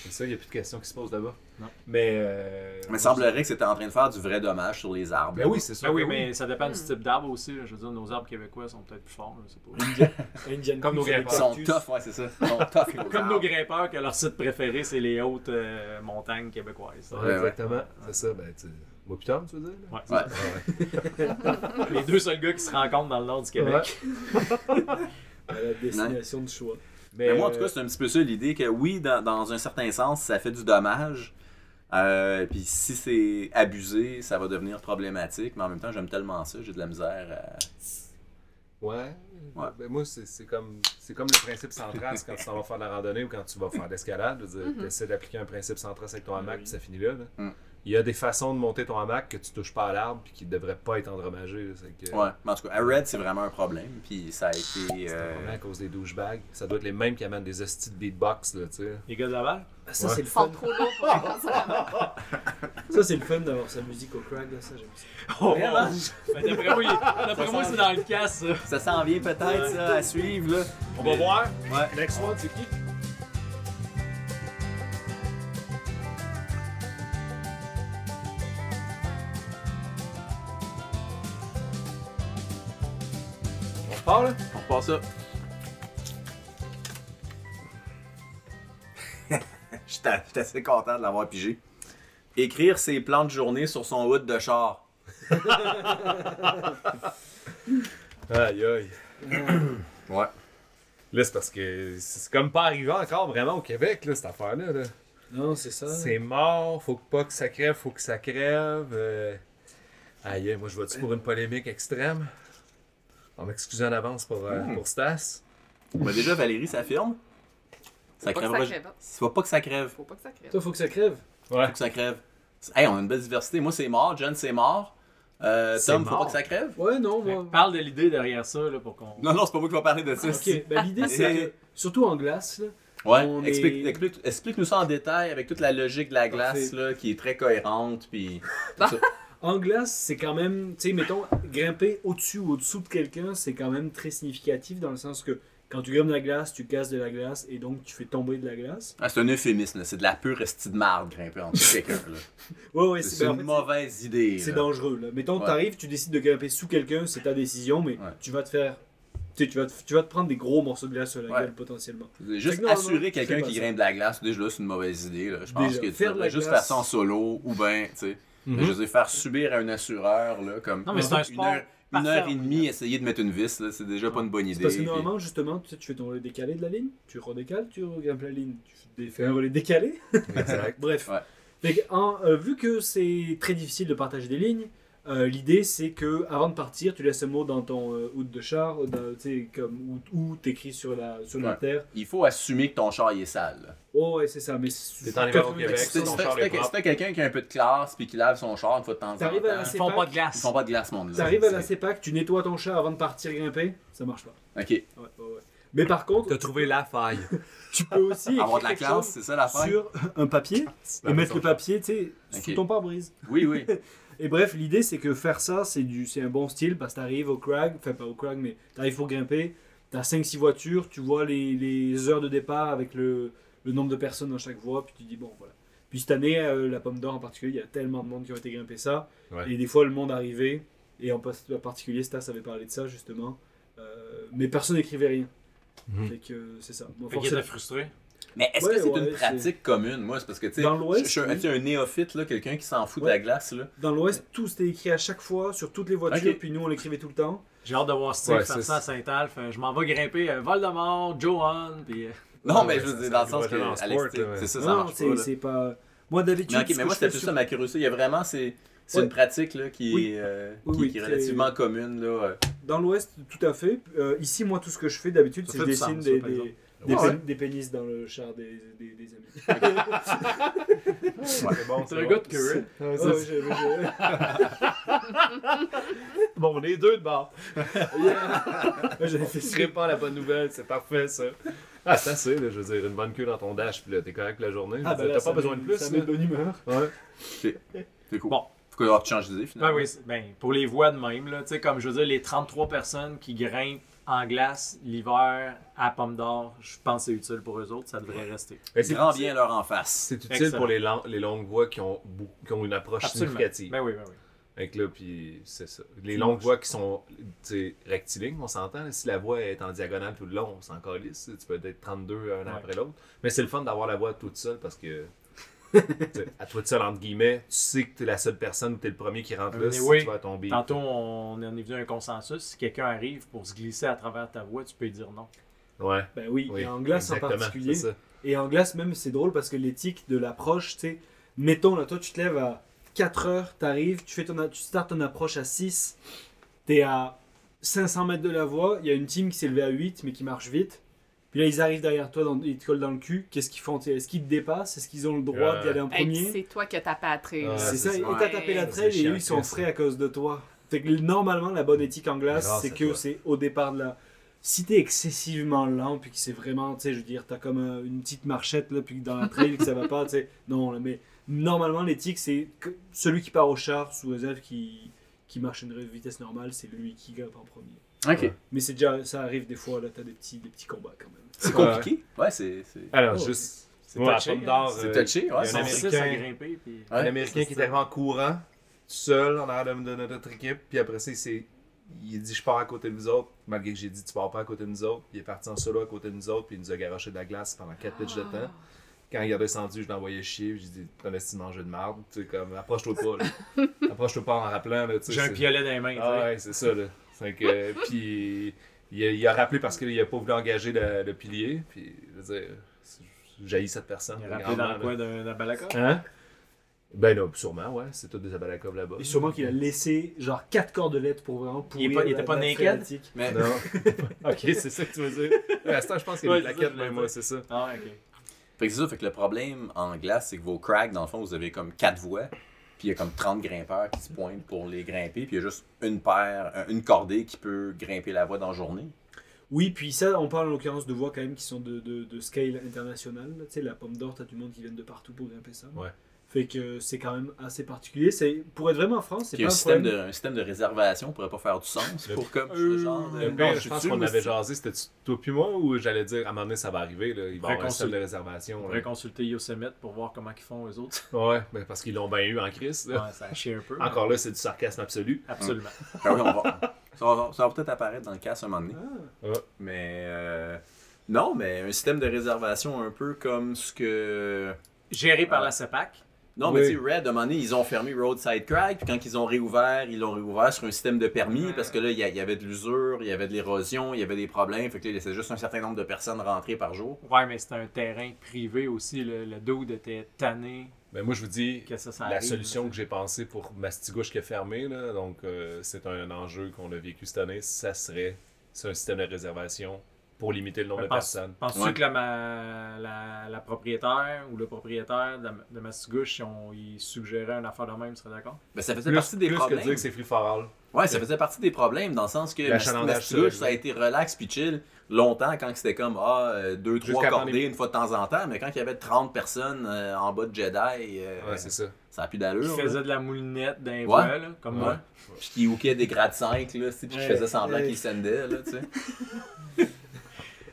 [SPEAKER 4] C'est ça, il n'y a plus de questions qui se posent là-bas.
[SPEAKER 2] Non.
[SPEAKER 4] Mais. euh,
[SPEAKER 1] Il me semblerait que c'était en train de faire du vrai dommage sur les arbres.
[SPEAKER 4] Ben oui, c'est ça.
[SPEAKER 2] Ben oui, mais ça dépend du type d'arbre aussi. là. Je veux dire, nos arbres québécois sont peut-être plus forts. je sais pas.
[SPEAKER 6] Indian
[SPEAKER 4] Comme nos
[SPEAKER 6] Pools avec
[SPEAKER 1] Ils sont
[SPEAKER 6] cactus.
[SPEAKER 1] tough, ouais, c'est ça. Ils sont tough. les
[SPEAKER 2] Comme nos
[SPEAKER 1] arbres.
[SPEAKER 2] grimpeurs, que leur site préféré, c'est les hautes euh, montagnes québécoises.
[SPEAKER 4] Ouais,
[SPEAKER 1] Ouais, ouais.
[SPEAKER 4] exactement. C'est ça, ben tu. Moi, plus tard, tu veux dire? là?
[SPEAKER 2] Ouais,
[SPEAKER 1] Ouais.
[SPEAKER 2] Les deux seuls gars qui se rencontrent dans le nord du Québec.
[SPEAKER 6] À la destination de choix.
[SPEAKER 1] Mais Ben, moi, en tout cas, c'est un petit peu ça l'idée que oui, dans, dans un certain sens, ça fait du dommage. Euh, puis si c'est abusé, ça va devenir problématique. Mais en même temps, j'aime tellement ça, j'ai de la misère. à-
[SPEAKER 4] euh, Ouais.
[SPEAKER 1] Ouais.
[SPEAKER 4] Ben, moi, c'est c'est comme, c'est comme le principe central, c'est quand tu t'en vas faire de la randonnée ou quand tu vas faire de l'escalade. Tu essaies d'appliquer un principe central avec ton hamac, puis ça finit là. là.
[SPEAKER 1] Mm-hmm. Mm.
[SPEAKER 4] Il y a des façons de monter ton hamac que tu touches pas à l'arbre puis qui ne devraient pas être endommagées. là. C'est que-
[SPEAKER 1] Ouais. Mais en tout cas, à Red, c'est vraiment un problème. Puis ça a été.
[SPEAKER 4] C'est un
[SPEAKER 1] euh,
[SPEAKER 4] problème à cause des douchebags. Ça doit être les mêmes qui amènent des hosties de beatbox, là, tu sais.
[SPEAKER 2] Les gars de Laval?
[SPEAKER 6] Ah, ça,
[SPEAKER 4] Ouais.
[SPEAKER 6] c'est le
[SPEAKER 5] Ils sont
[SPEAKER 6] fun.
[SPEAKER 5] trop lourds pour les grands hamacs.
[SPEAKER 6] Ça, c'est le fun d'avoir sa musique au crack. là, Ça, j'aime ça.
[SPEAKER 2] Oh, Ben, D'après moi, il- d'après moi, c'est dans le cas, ça.
[SPEAKER 1] Ça s'en vient peut-être ça, à suivre. Là.
[SPEAKER 4] On va voir.
[SPEAKER 1] Ouais.
[SPEAKER 4] Next one, c'est qui On part là
[SPEAKER 1] On repart ça. J'étais j'étais assez content de l'avoir pigé. Écrire ses plans de journée sur son hood de char.
[SPEAKER 4] Aïe aïe.
[SPEAKER 1] Ouais.
[SPEAKER 4] Là, c'est parce que c'est comme pas arrivé encore vraiment au Québec, là, cette affaire-là. là.
[SPEAKER 6] Non, c'est ça.
[SPEAKER 4] C'est mort, faut pas que ça crève, faut que ça crève. euh. Aïe, aïe, moi je vais-tu pour une polémique extrême? On m'excuse en avance pour, euh,
[SPEAKER 1] Mm.
[SPEAKER 4] pour Stas.
[SPEAKER 1] Mais Bah, déjà, Valérie s'affirme. Ça
[SPEAKER 5] Faut pas que
[SPEAKER 1] crèvera.
[SPEAKER 5] ça crève. hein.
[SPEAKER 1] Faut pas que ça crève.
[SPEAKER 5] Faut pas que ça crève.
[SPEAKER 6] Toi, faut que ça crève.
[SPEAKER 4] Ouais.
[SPEAKER 1] Faut que ça crève. Hey, on a une belle diversité. Moi, c'est mort. John, c'est mort. Euh,
[SPEAKER 2] C'est
[SPEAKER 1] Tom, faut
[SPEAKER 2] mort.
[SPEAKER 1] pas que ça crève.
[SPEAKER 6] Ouais, non,
[SPEAKER 2] Fait que
[SPEAKER 6] moi.
[SPEAKER 2] Parle de l'idée derrière ça, là, pour qu'on...
[SPEAKER 6] Ah, bah,
[SPEAKER 1] Non, non, c'est pas moi qui vais parler de ça.
[SPEAKER 6] Ok, ben, l'idée, c'est que, surtout en glace, là,
[SPEAKER 1] Ouais,
[SPEAKER 6] On est-
[SPEAKER 1] explique, explique- explique-nous ça en détail avec toute la logique de la glace
[SPEAKER 6] Parfait.
[SPEAKER 1] là, qui est très cohérente. Puis...
[SPEAKER 6] En glace, c'est quand même, tu sais, mettons, grimper au-dessus ou au-dessous de quelqu'un, c'est quand même très significatif dans le sens que quand tu grimpes de la glace, tu casses de la glace et donc tu fais tomber de la glace.
[SPEAKER 1] Ah, c'est un euphémisme, là. c'est de la pure estie de marde grimper en dessous de quelqu'un. là.
[SPEAKER 6] Ouais, ouais,
[SPEAKER 1] C'est
[SPEAKER 6] c'est
[SPEAKER 1] une
[SPEAKER 6] ben, en fait,
[SPEAKER 1] mauvaise idée.
[SPEAKER 6] c'est- C'est
[SPEAKER 1] là.
[SPEAKER 6] dangereux. Là. Mettons,
[SPEAKER 1] Ouais.
[SPEAKER 6] t'arrives, tu décides de grimper sous quelqu'un, c'est ta décision, mais
[SPEAKER 1] Ouais.
[SPEAKER 6] tu vas te faire. Tu sais, tu vas, te, tu vas te prendre des gros morceaux de glace sur la
[SPEAKER 1] Ouais.
[SPEAKER 6] gueule potentiellement. Fait
[SPEAKER 1] Juste
[SPEAKER 6] que non, non,
[SPEAKER 1] assurer
[SPEAKER 6] c'est
[SPEAKER 1] quelqu'un
[SPEAKER 6] pas
[SPEAKER 1] qui
[SPEAKER 6] ça.
[SPEAKER 1] grimpe de la glace, déjà là, c'est une mauvaise idée. là. Je pense
[SPEAKER 6] Déjà,
[SPEAKER 1] que tu
[SPEAKER 6] faire de
[SPEAKER 1] devrais
[SPEAKER 6] la
[SPEAKER 1] juste
[SPEAKER 6] glace-
[SPEAKER 1] faire ça en solo ou ben, tu sais.
[SPEAKER 4] Mhm.
[SPEAKER 1] Je veux dire, faire subir à un assureur, là, comme
[SPEAKER 2] Non, mais c'est un
[SPEAKER 1] une,
[SPEAKER 2] sport.
[SPEAKER 1] heure, une heure
[SPEAKER 2] parfait,
[SPEAKER 1] et
[SPEAKER 2] oui.
[SPEAKER 1] demie, essayer de mettre une vis, là, c'est déjà pas une bonne
[SPEAKER 6] C'est
[SPEAKER 1] idée.
[SPEAKER 6] parce que
[SPEAKER 1] puis-
[SPEAKER 6] normalement, justement, tu, sais, tu fais ton relais décalé de la ligne, tu redécales, tu grimpes la ligne, tu fais un relais décalé,
[SPEAKER 4] Exact.
[SPEAKER 6] Bref.
[SPEAKER 1] Ouais.
[SPEAKER 6] Fait que, en- euh, vu que c'est très difficile de partager des lignes, euh, l'idée c'est que avant de partir, tu laisses un mot dans ton euh, hood de char, dans- tu sais, comme ou t'écris sur la sur la
[SPEAKER 1] Ouais.
[SPEAKER 6] terre.
[SPEAKER 1] Il faut assumer que ton char il est sale. là.
[SPEAKER 6] Oh ouais, c'est ça. Mais c'est-
[SPEAKER 4] T'es en hiver au
[SPEAKER 6] 80%
[SPEAKER 4] Québec,
[SPEAKER 1] Si
[SPEAKER 4] c'est ton
[SPEAKER 1] t'as-
[SPEAKER 4] char
[SPEAKER 1] si
[SPEAKER 4] est
[SPEAKER 1] t'as si
[SPEAKER 4] propre.
[SPEAKER 1] t'as quelqu'un qui a un peu de classe puis qui lave son char une fois de temps en temps,
[SPEAKER 6] T'arrives à la
[SPEAKER 2] Ils
[SPEAKER 6] CEPAC,
[SPEAKER 2] font pas de glace.
[SPEAKER 1] ils font pas de glace, monde.
[SPEAKER 6] t'arrives à la CEPAC, tu nettoies ton char avant de partir grimper, ça marche pas.
[SPEAKER 1] Ok.
[SPEAKER 6] Ouais, ouais, ouais. Mais par contre,
[SPEAKER 4] T'as trouvé la faille.
[SPEAKER 6] tu peux aussi écrire
[SPEAKER 1] Avoir de la
[SPEAKER 6] quelque
[SPEAKER 1] classe, c'est ça
[SPEAKER 6] chose
[SPEAKER 1] l'affaire?
[SPEAKER 6] sur un papier
[SPEAKER 4] Bah,
[SPEAKER 6] et mettre le papier, tu sais, sous
[SPEAKER 1] Ok.
[SPEAKER 6] ton pare-brise.
[SPEAKER 1] Oui, oui.
[SPEAKER 6] Et bref, l'idée c'est que faire ça, c'est du c'est un bon style parce que t'arrives au crag, enfin pas au crag, mais t'arrives pour grimper, t'as 5-6 voitures, tu vois les, les heures de départ avec le, le nombre de personnes dans chaque voie, puis tu dis bon voilà. Puis cette année, euh, la pomme d'or en particulier, il y a tellement de monde qui ont été grimper ça,
[SPEAKER 4] Ouais.
[SPEAKER 6] et des fois le monde arrivait, et en pas- en particulier Stas avait parlé de ça justement, euh, mais personne n'écrivait rien.
[SPEAKER 4] Mhm.
[SPEAKER 6] Fait que euh, c'est ça. Moi,
[SPEAKER 2] Fait qu'ils étaient frustrés.
[SPEAKER 1] Mais est-ce
[SPEAKER 6] Ouais,
[SPEAKER 1] que c'est
[SPEAKER 6] ouais,
[SPEAKER 1] une
[SPEAKER 6] c'est-
[SPEAKER 1] pratique commune? Moi, c'est parce que, tu sais,
[SPEAKER 6] Dans l'Ouest,
[SPEAKER 1] je- je suis un-
[SPEAKER 6] oui.
[SPEAKER 1] tu sais, un néophyte, là, quelqu'un qui s'en fout
[SPEAKER 6] Ouais.
[SPEAKER 1] de la glace, là.
[SPEAKER 6] Dans l'Ouest, tout c'était écrit à chaque fois sur toutes les voitures,
[SPEAKER 1] Ok.
[SPEAKER 6] puis nous on l'écrivait tout le temps.
[SPEAKER 2] J'ai hâte de voir Steve
[SPEAKER 4] Ouais,
[SPEAKER 2] faire
[SPEAKER 4] c'est-
[SPEAKER 2] ça à Saint-Alphe. Euh, Je m'en vais grimper euh, Voldemort, Johan, puis euh,
[SPEAKER 1] Non,
[SPEAKER 4] ouais,
[SPEAKER 1] mais je
[SPEAKER 4] ça-
[SPEAKER 1] veux dire,
[SPEAKER 4] ça
[SPEAKER 1] dans le
[SPEAKER 4] va
[SPEAKER 1] sens que,
[SPEAKER 4] jamais en
[SPEAKER 1] Alex,
[SPEAKER 4] sport,
[SPEAKER 1] tu sais,
[SPEAKER 4] ouais.
[SPEAKER 1] c'est ça, ça
[SPEAKER 6] Non,
[SPEAKER 1] marche
[SPEAKER 6] c'est-
[SPEAKER 1] pas, là.
[SPEAKER 6] c'est pas. euh, Moi
[SPEAKER 1] Mais
[SPEAKER 6] d'habitude.
[SPEAKER 1] ok,
[SPEAKER 6] ce
[SPEAKER 1] mais
[SPEAKER 6] que
[SPEAKER 1] moi,
[SPEAKER 6] je
[SPEAKER 1] c'était
[SPEAKER 6] fais
[SPEAKER 1] plus
[SPEAKER 6] sur-
[SPEAKER 1] ça ma curiosité. Il y a vraiment, c'est c'est
[SPEAKER 6] Ouais.
[SPEAKER 1] une pratique, là, qui,
[SPEAKER 6] Oui.
[SPEAKER 1] est, euh,
[SPEAKER 6] Oui,
[SPEAKER 1] qui-
[SPEAKER 6] oui,
[SPEAKER 1] qui est
[SPEAKER 6] très-
[SPEAKER 1] relativement commune, là. euh.
[SPEAKER 6] Dans l'Ouest, tout à fait. Euh, ici, moi, tout ce que je fais d'habitude,
[SPEAKER 2] Ça
[SPEAKER 6] c'est
[SPEAKER 2] fait du
[SPEAKER 6] je dessine
[SPEAKER 2] sens,
[SPEAKER 6] des,
[SPEAKER 2] ça, par
[SPEAKER 6] des-
[SPEAKER 2] exemple.
[SPEAKER 6] des
[SPEAKER 1] Ouais.
[SPEAKER 6] pén- des pénis dans le char des, des- des amis.
[SPEAKER 4] C'est bon,
[SPEAKER 2] c'est
[SPEAKER 4] c'est
[SPEAKER 2] un
[SPEAKER 4] bon.
[SPEAKER 2] gars de curieux.
[SPEAKER 6] Ah, Ouais, ouais, j'ai- j'ai-
[SPEAKER 4] Bon, on est deux de bord.
[SPEAKER 6] ouais, j'avais fait
[SPEAKER 4] Tu
[SPEAKER 6] ça.
[SPEAKER 4] répands la bonne nouvelle, c'est parfait ça. Ah, c'est assez, là, je veux dire, une bonne queue dans ton dash, puis là, t'es correct la journée.
[SPEAKER 6] Ah,
[SPEAKER 4] Je veux
[SPEAKER 6] bah
[SPEAKER 4] dire,
[SPEAKER 6] là,
[SPEAKER 4] T'as
[SPEAKER 6] ça
[SPEAKER 4] pas besoin de
[SPEAKER 6] met-
[SPEAKER 4] plus.
[SPEAKER 6] Ça met de bonne humeur.
[SPEAKER 4] là. Ouais.
[SPEAKER 1] C'est cool.
[SPEAKER 2] Bon.
[SPEAKER 1] Faut qu'on tu changes d'idée,
[SPEAKER 2] Ben
[SPEAKER 4] Ah
[SPEAKER 1] finalement.
[SPEAKER 2] oui, c'est- ben, pour les voies de même, là, tu sais, comme je veux dire, les 33 personnes qui grimpent en glace l'hiver à Pomme d'Or, je pense que c'est utile pour eux autres, ça devrait rester.
[SPEAKER 4] Mais c'est-
[SPEAKER 1] Grand bien leur en face.
[SPEAKER 4] C'est utile
[SPEAKER 2] Excellent.
[SPEAKER 4] pour les, lan- les longues voies qui ont, bou- qui ont une approche significative.
[SPEAKER 2] Ben oui, ben oui.
[SPEAKER 4] Fait que là, puis c'est ça. Les longues voies qui sont tu sais, rectilignes, on s'entend. là. Si la voie est en diagonale tout le long, on s'en calisse. Tu peux être 32 un
[SPEAKER 2] Ouais.
[SPEAKER 4] après l'autre. Mais c'est le fun d'avoir la voie toute seule parce que. tu sais, à toute seule, entre guillemets, tu sais que t'es la seule personne ou t'es le premier qui rentre là,
[SPEAKER 2] Mais
[SPEAKER 4] si
[SPEAKER 2] oui.
[SPEAKER 4] tu vas tomber.
[SPEAKER 2] Tantôt, on en est venu à un consensus. Si quelqu'un arrive pour se glisser à travers ta voie, tu peux lui dire non.
[SPEAKER 4] Ouais.
[SPEAKER 6] Ben oui,
[SPEAKER 4] Oui,
[SPEAKER 6] et en glace en
[SPEAKER 4] exactement,
[SPEAKER 6] particulier.
[SPEAKER 4] c'est ça.
[SPEAKER 6] Et en glace, même, c'est drôle parce que l'éthique de l'approche, tu sais, mettons, là, toi, tu te lèves à 4 heures, t'arrives, tu, fais ton, a- tu startes ton approche à 6, t'es à 500 mètres de la voie, il y a une team qui s'est levée à 8, mais qui marche vite. Puis là, ils arrivent derrière toi, dans- ils te collent dans le cul. Qu'est-ce qu'ils font tu sais, Est-ce qu'ils te dépassent Est-ce qu'ils ont le droit
[SPEAKER 4] Ouais.
[SPEAKER 6] d'y aller en
[SPEAKER 5] Hey,
[SPEAKER 6] premier
[SPEAKER 5] c'est toi qui as tapé à trail.
[SPEAKER 1] Ah,
[SPEAKER 4] Ouais,
[SPEAKER 6] C'est ça,
[SPEAKER 4] c'est
[SPEAKER 6] et
[SPEAKER 5] Euh, ça.
[SPEAKER 6] t'as tapé la
[SPEAKER 5] Ouais.
[SPEAKER 6] trail
[SPEAKER 4] C'est
[SPEAKER 6] et eux,
[SPEAKER 4] chiant,
[SPEAKER 6] ils sont
[SPEAKER 4] ça.
[SPEAKER 6] frais à cause de toi. Fait que normalement, la bonne éthique en glace,
[SPEAKER 4] Grâce
[SPEAKER 6] c'est
[SPEAKER 4] à
[SPEAKER 6] que
[SPEAKER 4] toi.
[SPEAKER 6] c'est au départ de la. Si t'es excessivement lent, puis que c'est vraiment, tu sais, je veux dire, t'as comme euh, une petite marchette, là, puis que dans la trail, que ça va pas, tu sais. Non, là, mais normalement, l'éthique, c'est que celui qui part au char sous réserve qui, qui marche à une vitesse normale, c'est lui qui grimpe en premier.
[SPEAKER 1] Ok.
[SPEAKER 6] Mais c'est déjà, ça arrive des fois, là, t'as des petits, des petits combats quand même.
[SPEAKER 1] C'est compliqué. Ouais, c'est. c'est-
[SPEAKER 4] Alors,
[SPEAKER 6] Oh.
[SPEAKER 4] juste.
[SPEAKER 2] C'est
[SPEAKER 4] Ouais,
[SPEAKER 2] touché,
[SPEAKER 4] à Pomme d'Or,
[SPEAKER 2] hein.
[SPEAKER 4] euh,
[SPEAKER 1] C'est touché, ouais.
[SPEAKER 4] il y a
[SPEAKER 2] Ils
[SPEAKER 4] un
[SPEAKER 2] sont
[SPEAKER 1] c'est-
[SPEAKER 2] six à
[SPEAKER 4] Américain.
[SPEAKER 2] grimper, puis-
[SPEAKER 1] Ouais.
[SPEAKER 4] un Américain qui est arrivé en courant, tout seul, en arrière de, de notre équipe. Puis après ça, il s'est il a dit Je pars à côté de vous autres. Malgré que j'ai dit Tu pars pas à côté de nous autres. Il est parti en solo à côté de nous autres. Puis il nous a garoché de la glace pendant 4 pitches de temps. Quand il est descendu, je l'envoyais chier. J'ai dit T'en as-tu mangé de marde Tu sais, comme, approche-toi pas. là. approche-toi pas en rappelant. là, tu sais,
[SPEAKER 2] J'ai un
[SPEAKER 4] c'est-
[SPEAKER 2] piolet dans les mains. tu sais.
[SPEAKER 4] Ah ouais, c'est ça, là. Fait que, euh, puis il a, il a rappelé parce qu'il a pas voulu engager le, le pilier. Puis, je veux dire, jaillit cette personne.
[SPEAKER 2] Il a rappelé dans
[SPEAKER 4] grandement,
[SPEAKER 2] le coin d'un d'un balacon.
[SPEAKER 4] là. Hein? Ben non, sûrement, ouais. C'est tout des abalacobes là-bas.
[SPEAKER 6] Et sûrement qu'il a laissé, genre, 4 cordelettes pour vraiment pourrir
[SPEAKER 2] est pas- il
[SPEAKER 6] la-
[SPEAKER 2] était pas
[SPEAKER 6] la
[SPEAKER 2] naked
[SPEAKER 6] trail éthique.
[SPEAKER 1] Mais
[SPEAKER 4] Non. ok, c'est ça que tu veux dire. Ouais, à ce temps, je pense qu'il y a
[SPEAKER 2] Ouais,
[SPEAKER 4] des
[SPEAKER 2] c'est ça que
[SPEAKER 4] plaquettes,
[SPEAKER 2] je voulais
[SPEAKER 4] mais moi, c'est ça.
[SPEAKER 2] Ah, ok.
[SPEAKER 1] Fait que c'est ça, fait que le problème en glace, c'est que vos cracks, dans le fond, vous avez comme 4 voies, puis il y a comme 30 grimpeurs qui se pointent pour les grimper, puis il y a juste une paire, euh, une cordée qui peut grimper la voie dans la journée.
[SPEAKER 6] Oui, puis ça, on parle en l'occurrence de voix quand même qui sont de, de, de scale international. Tu sais, la pomme d'or, t'as du monde qui vient de partout pour grimper ça.
[SPEAKER 4] Ouais.
[SPEAKER 6] Fait que c'est quand même assez particulier. C'est- Pour être vraiment franc, c'est
[SPEAKER 1] Puis
[SPEAKER 6] pas
[SPEAKER 1] un
[SPEAKER 6] un
[SPEAKER 1] système,
[SPEAKER 6] problème.
[SPEAKER 1] de, un système de réservation pourrait pas faire du sens
[SPEAKER 4] Le-
[SPEAKER 1] pour comme ce
[SPEAKER 6] Euh,
[SPEAKER 1] genre de...
[SPEAKER 4] Le
[SPEAKER 6] Non,
[SPEAKER 4] pire,
[SPEAKER 6] je
[SPEAKER 4] je pense
[SPEAKER 6] suis
[SPEAKER 4] qu'on
[SPEAKER 6] sûr,
[SPEAKER 4] avait
[SPEAKER 6] mais c'est-
[SPEAKER 4] jasé, c'était toi puis moi ou j'allais dire à un moment donné ça va arriver, là, il va y avoir un
[SPEAKER 2] Réconcil-
[SPEAKER 4] système de réservation.
[SPEAKER 2] On
[SPEAKER 4] là.
[SPEAKER 2] devrait consulter Yosemite pour voir comment ils font eux autres.
[SPEAKER 4] Ouais, ben, parce qu'ils l'ont bien eu en crise. là.
[SPEAKER 2] Ouais, ça chie un peu. mais-
[SPEAKER 4] Encore là, c'est du sarcasme absolu.
[SPEAKER 2] Absolument.
[SPEAKER 1] Ah oui, on va- ça, va, ça va peut-être apparaître dans le cas à un moment donné.
[SPEAKER 6] Ah,
[SPEAKER 1] Mais euh, non, mais un système de réservation un peu comme ce que...
[SPEAKER 2] Géré par
[SPEAKER 1] Ah.
[SPEAKER 2] la CEPAC.
[SPEAKER 1] Non, mais
[SPEAKER 4] Oui.
[SPEAKER 1] tu sais, Red, à un moment donné, ils ont fermé Roadside Crack, puis quand ils ont réouvert, ils l'ont réouvert sur un système de permis, parce que là, il y, a- il y avait de l'usure, il y avait de l'érosion, il y avait des problèmes, fait que là, ils laissaient juste un certain nombre de personnes rentrer par jour.
[SPEAKER 2] Ouais, mais c'était un terrain privé aussi. Le, le dude était tanné
[SPEAKER 4] Ben, moi, je vous dis,
[SPEAKER 2] que ça s'en
[SPEAKER 4] la
[SPEAKER 2] arrive,
[SPEAKER 4] solution
[SPEAKER 2] là.
[SPEAKER 4] que j'ai pensée pour Mastigouche qui est fermée, là, donc euh, c'est un enjeu qu'on a vécu cette année, ça serait c'est un système de réservation pour limiter le nombre
[SPEAKER 2] Mais
[SPEAKER 4] de
[SPEAKER 2] pense-
[SPEAKER 4] personnes.
[SPEAKER 2] Penses-tu
[SPEAKER 1] Ouais.
[SPEAKER 2] que la, ma- la, la propriétaire ou le propriétaire de, la- de Mastigouche, si on y suggérait une affaire de même, serait d'accord?
[SPEAKER 1] Ben, ça faisait
[SPEAKER 4] Plus,
[SPEAKER 1] partie des
[SPEAKER 4] plus que
[SPEAKER 1] problèmes.
[SPEAKER 4] dire que c'est free for all.
[SPEAKER 1] Ouais,
[SPEAKER 2] Euh,
[SPEAKER 1] ça faisait partie des problèmes dans le sens que
[SPEAKER 4] L'achalandage
[SPEAKER 1] Mastigouche,
[SPEAKER 4] sauvage,
[SPEAKER 1] ça a été relax puis chill longtemps quand c'était comme ah, euh, deux,
[SPEAKER 4] Jusqu'à
[SPEAKER 1] trois
[SPEAKER 4] la
[SPEAKER 1] cordées
[SPEAKER 4] pandémie.
[SPEAKER 1] une fois de temps en temps, mais quand il y avait 30 personnes euh, en bas de Jedi, euh,
[SPEAKER 4] Ouais, c'est ça.
[SPEAKER 1] ça n'a plus
[SPEAKER 2] Qui
[SPEAKER 1] d'allure. là.
[SPEAKER 2] faisait de la moulinette d'un
[SPEAKER 1] Ouais.
[SPEAKER 2] voile, là, comme
[SPEAKER 4] Ouais.
[SPEAKER 2] moi.
[SPEAKER 1] Puis qui hookait des grades 5, là, tu sais, puis qui
[SPEAKER 2] Ouais.
[SPEAKER 1] faisait semblant
[SPEAKER 6] Ouais.
[SPEAKER 1] qu'il sendait, là, tu sais.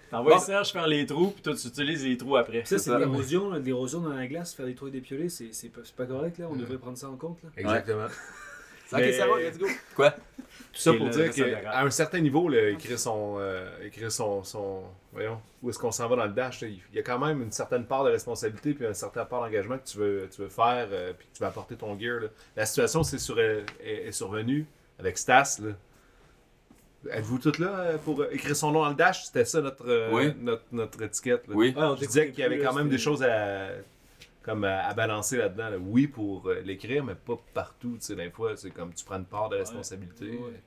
[SPEAKER 2] T'envoies
[SPEAKER 1] Bon.
[SPEAKER 2] Serge faire les trous, puis toi, tu utilises les trous après.
[SPEAKER 6] Ça, c'est
[SPEAKER 1] ça,
[SPEAKER 6] de l'érosion, là, de l'érosion dans la glace, faire des trous et des piolets, c'est c'est pas, c'est pas correct là, on
[SPEAKER 4] Ouais.
[SPEAKER 6] devrait prendre ça en compte là.
[SPEAKER 4] Exactement.
[SPEAKER 1] Ok,
[SPEAKER 4] Mais-
[SPEAKER 1] ça va, let's go. Quoi?
[SPEAKER 4] Tout ça
[SPEAKER 2] Et
[SPEAKER 4] pour
[SPEAKER 2] le-
[SPEAKER 4] dire
[SPEAKER 2] le Sandera.
[SPEAKER 4] qu'à un certain niveau, là, écrire son. euh, écrire son, son- Voyons, où est-ce qu'on s'en va dans le dash là, Il il y a quand même une certaine part de responsabilité puis une certaine part d'engagement que tu veux, tu veux faire euh, puis que tu vas apporter ton gear. là. La situation c'est sur- est, est survenue avec Stas. là. Êtes-vous toutes là euh, pour euh, écrire son nom dans le dash C'était ça notre, euh,
[SPEAKER 1] Oui.
[SPEAKER 4] notre, notre étiquette. là.
[SPEAKER 1] Oui.
[SPEAKER 6] Ouais, on
[SPEAKER 4] Je disais qu'il y avait
[SPEAKER 6] t'écoutait
[SPEAKER 4] quand
[SPEAKER 6] plus, là,
[SPEAKER 4] même des
[SPEAKER 6] c'était-
[SPEAKER 4] choses à, comme à, à balancer là-dedans. là. Oui, pour euh, l'écrire, mais pas partout. Tu sais, des fois, c'est comme tu prends une part de responsabilité.
[SPEAKER 6] ouais.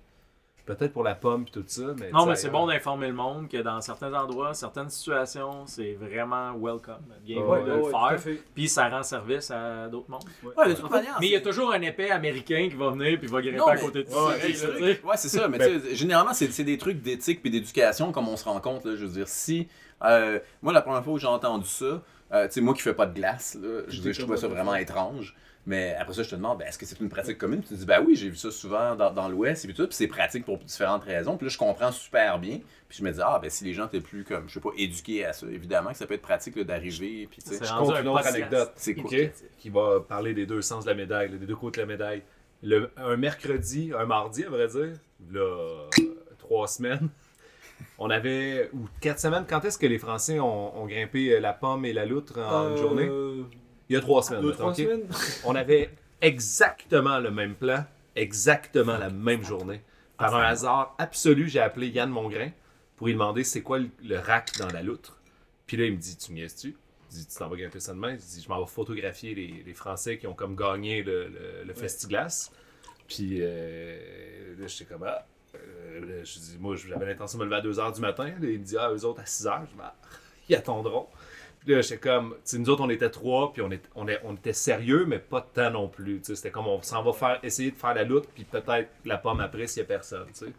[SPEAKER 4] Peut-être pour la pomme et tout ça, mais...
[SPEAKER 2] Non,
[SPEAKER 4] tu
[SPEAKER 2] mais
[SPEAKER 4] sais,
[SPEAKER 2] c'est bon d'informer le monde que dans certains endroits, certaines situations, c'est vraiment welcome. Bien
[SPEAKER 4] Ouais,
[SPEAKER 2] de
[SPEAKER 6] Ouais,
[SPEAKER 2] le
[SPEAKER 6] ouais, tout à
[SPEAKER 2] faire.
[SPEAKER 6] fait.
[SPEAKER 2] Puis ça rend service à d'autres mondes.
[SPEAKER 1] Ouais, de toute manière,
[SPEAKER 2] Mais il y a
[SPEAKER 1] Ah, c'est-
[SPEAKER 2] toujours un épais américain qui va venir puis va grimper
[SPEAKER 1] Non,
[SPEAKER 2] à
[SPEAKER 1] mais-
[SPEAKER 2] côté de
[SPEAKER 1] ouais,
[SPEAKER 2] toi.
[SPEAKER 1] ouais, c'est vrai. Ouais, c'est ça. Mais tu sais, généralement, c'est c'est des trucs d'éthique puis d'éducation comme on se rend compte. Là, je veux dire, si. euh, moi, la première fois où j'ai entendu ça, euh, tu sais, moi qui fais pas de glace, là, je, veux dire, je trouvais ça vraiment étrange. Mais après ça, je te demande, ben, est-ce que c'est une pratique commune? Puis tu dis, ben oui, j'ai vu ça souvent dans, dans l'Ouest et puis tout. Puis c'est pratique pour différentes raisons. Puis là, je comprends super bien. Puis je me dis, ah, ben si les gens étaient plus, comme, je sais pas, éduqués à ça, évidemment que ça peut être pratique là, d'arriver. Puis tu sais,
[SPEAKER 2] C'est
[SPEAKER 4] Je
[SPEAKER 2] rendu
[SPEAKER 4] compte
[SPEAKER 2] un
[SPEAKER 4] une autre
[SPEAKER 2] podcast.
[SPEAKER 4] anecdote
[SPEAKER 1] c'est quoi?
[SPEAKER 4] ok, qui va parler des deux sens de la médaille, là, des deux côtés de la médaille. Le, un mercredi, un mardi, à vrai dire, là, euh, trois semaines, on avait... ou quatre semaines, quand est-ce que les Français ont, ont grimpé la pomme et la loutre en une
[SPEAKER 6] Euh,
[SPEAKER 4] journée? Il y a trois semaines.
[SPEAKER 6] Deux,
[SPEAKER 4] mettons,
[SPEAKER 6] trois
[SPEAKER 4] ok?
[SPEAKER 6] semaines.
[SPEAKER 4] on avait exactement le même plan, exactement la même journée. Par un hasard absolu, j'ai appelé Yann Mongrain pour lui demander c'est quoi le, le rack dans la loutre. Puis là, il me dit Tu me niaises-tu Je dis, Tu t'en vas grimper ça demain Je dis Je m'en vais photographier les, les Français qui ont comme gagné le, le, le Festiglas. Puis euh, là, j'étais comme Ah. Euh, là, je dis, moi, j'avais l'intention de me lever à 2h du matin. Là, il me dit, ah, eux autres à 6h. Je dis, Ah, ils attendront. Puis là, j'étais comme, tu sais, nous autres, on était trois, puis on, est, on, est- on était sérieux, mais pas tant non plus. Tu sais, c'était comme, on s'en va faire, essayer de faire la lutte, puis peut-être la pomme après s'il y a personne, tu sais.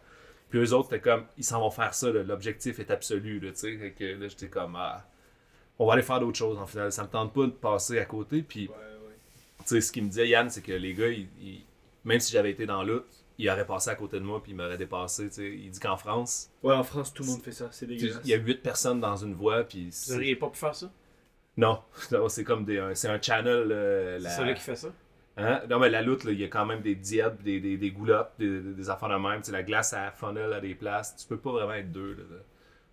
[SPEAKER 4] Puis eux autres, c'était comme, ils s'en vont faire ça, là, l'objectif est absolu, là, tu sais. Fait que là, j'étais comme, ah, on va aller faire d'autres choses en final. Ça me tente pas de passer à côté, puis
[SPEAKER 6] Ouais, ouais.
[SPEAKER 4] tu sais, ce qu'il me disait, Yann, c'est que les gars, ils- ils- même si j'avais été dans la lutte, ils auraient passé à côté de moi puis ils m'auraient dépassé. tu sais. Il dit qu'en France,
[SPEAKER 6] Ouais, en France, tout le monde fait ça, c'est
[SPEAKER 4] tu-
[SPEAKER 6] dégueulasse.
[SPEAKER 4] il y a huit personnes dans une voie. Puis
[SPEAKER 2] Vous
[SPEAKER 4] c'est-
[SPEAKER 2] n'auriez pas pu faire ça?
[SPEAKER 4] Non, non, c'est comme des, un- c'est un channel. euh, la-
[SPEAKER 2] C'est celui qui fait ça?
[SPEAKER 4] Hein? Non, mais la lutte, là, il y a quand même des dièbres, des, des, des goulottes, des, des- des affaires de même. Tu sais, la glace à funnel à des places. Tu peux pas vraiment être deux. là, là.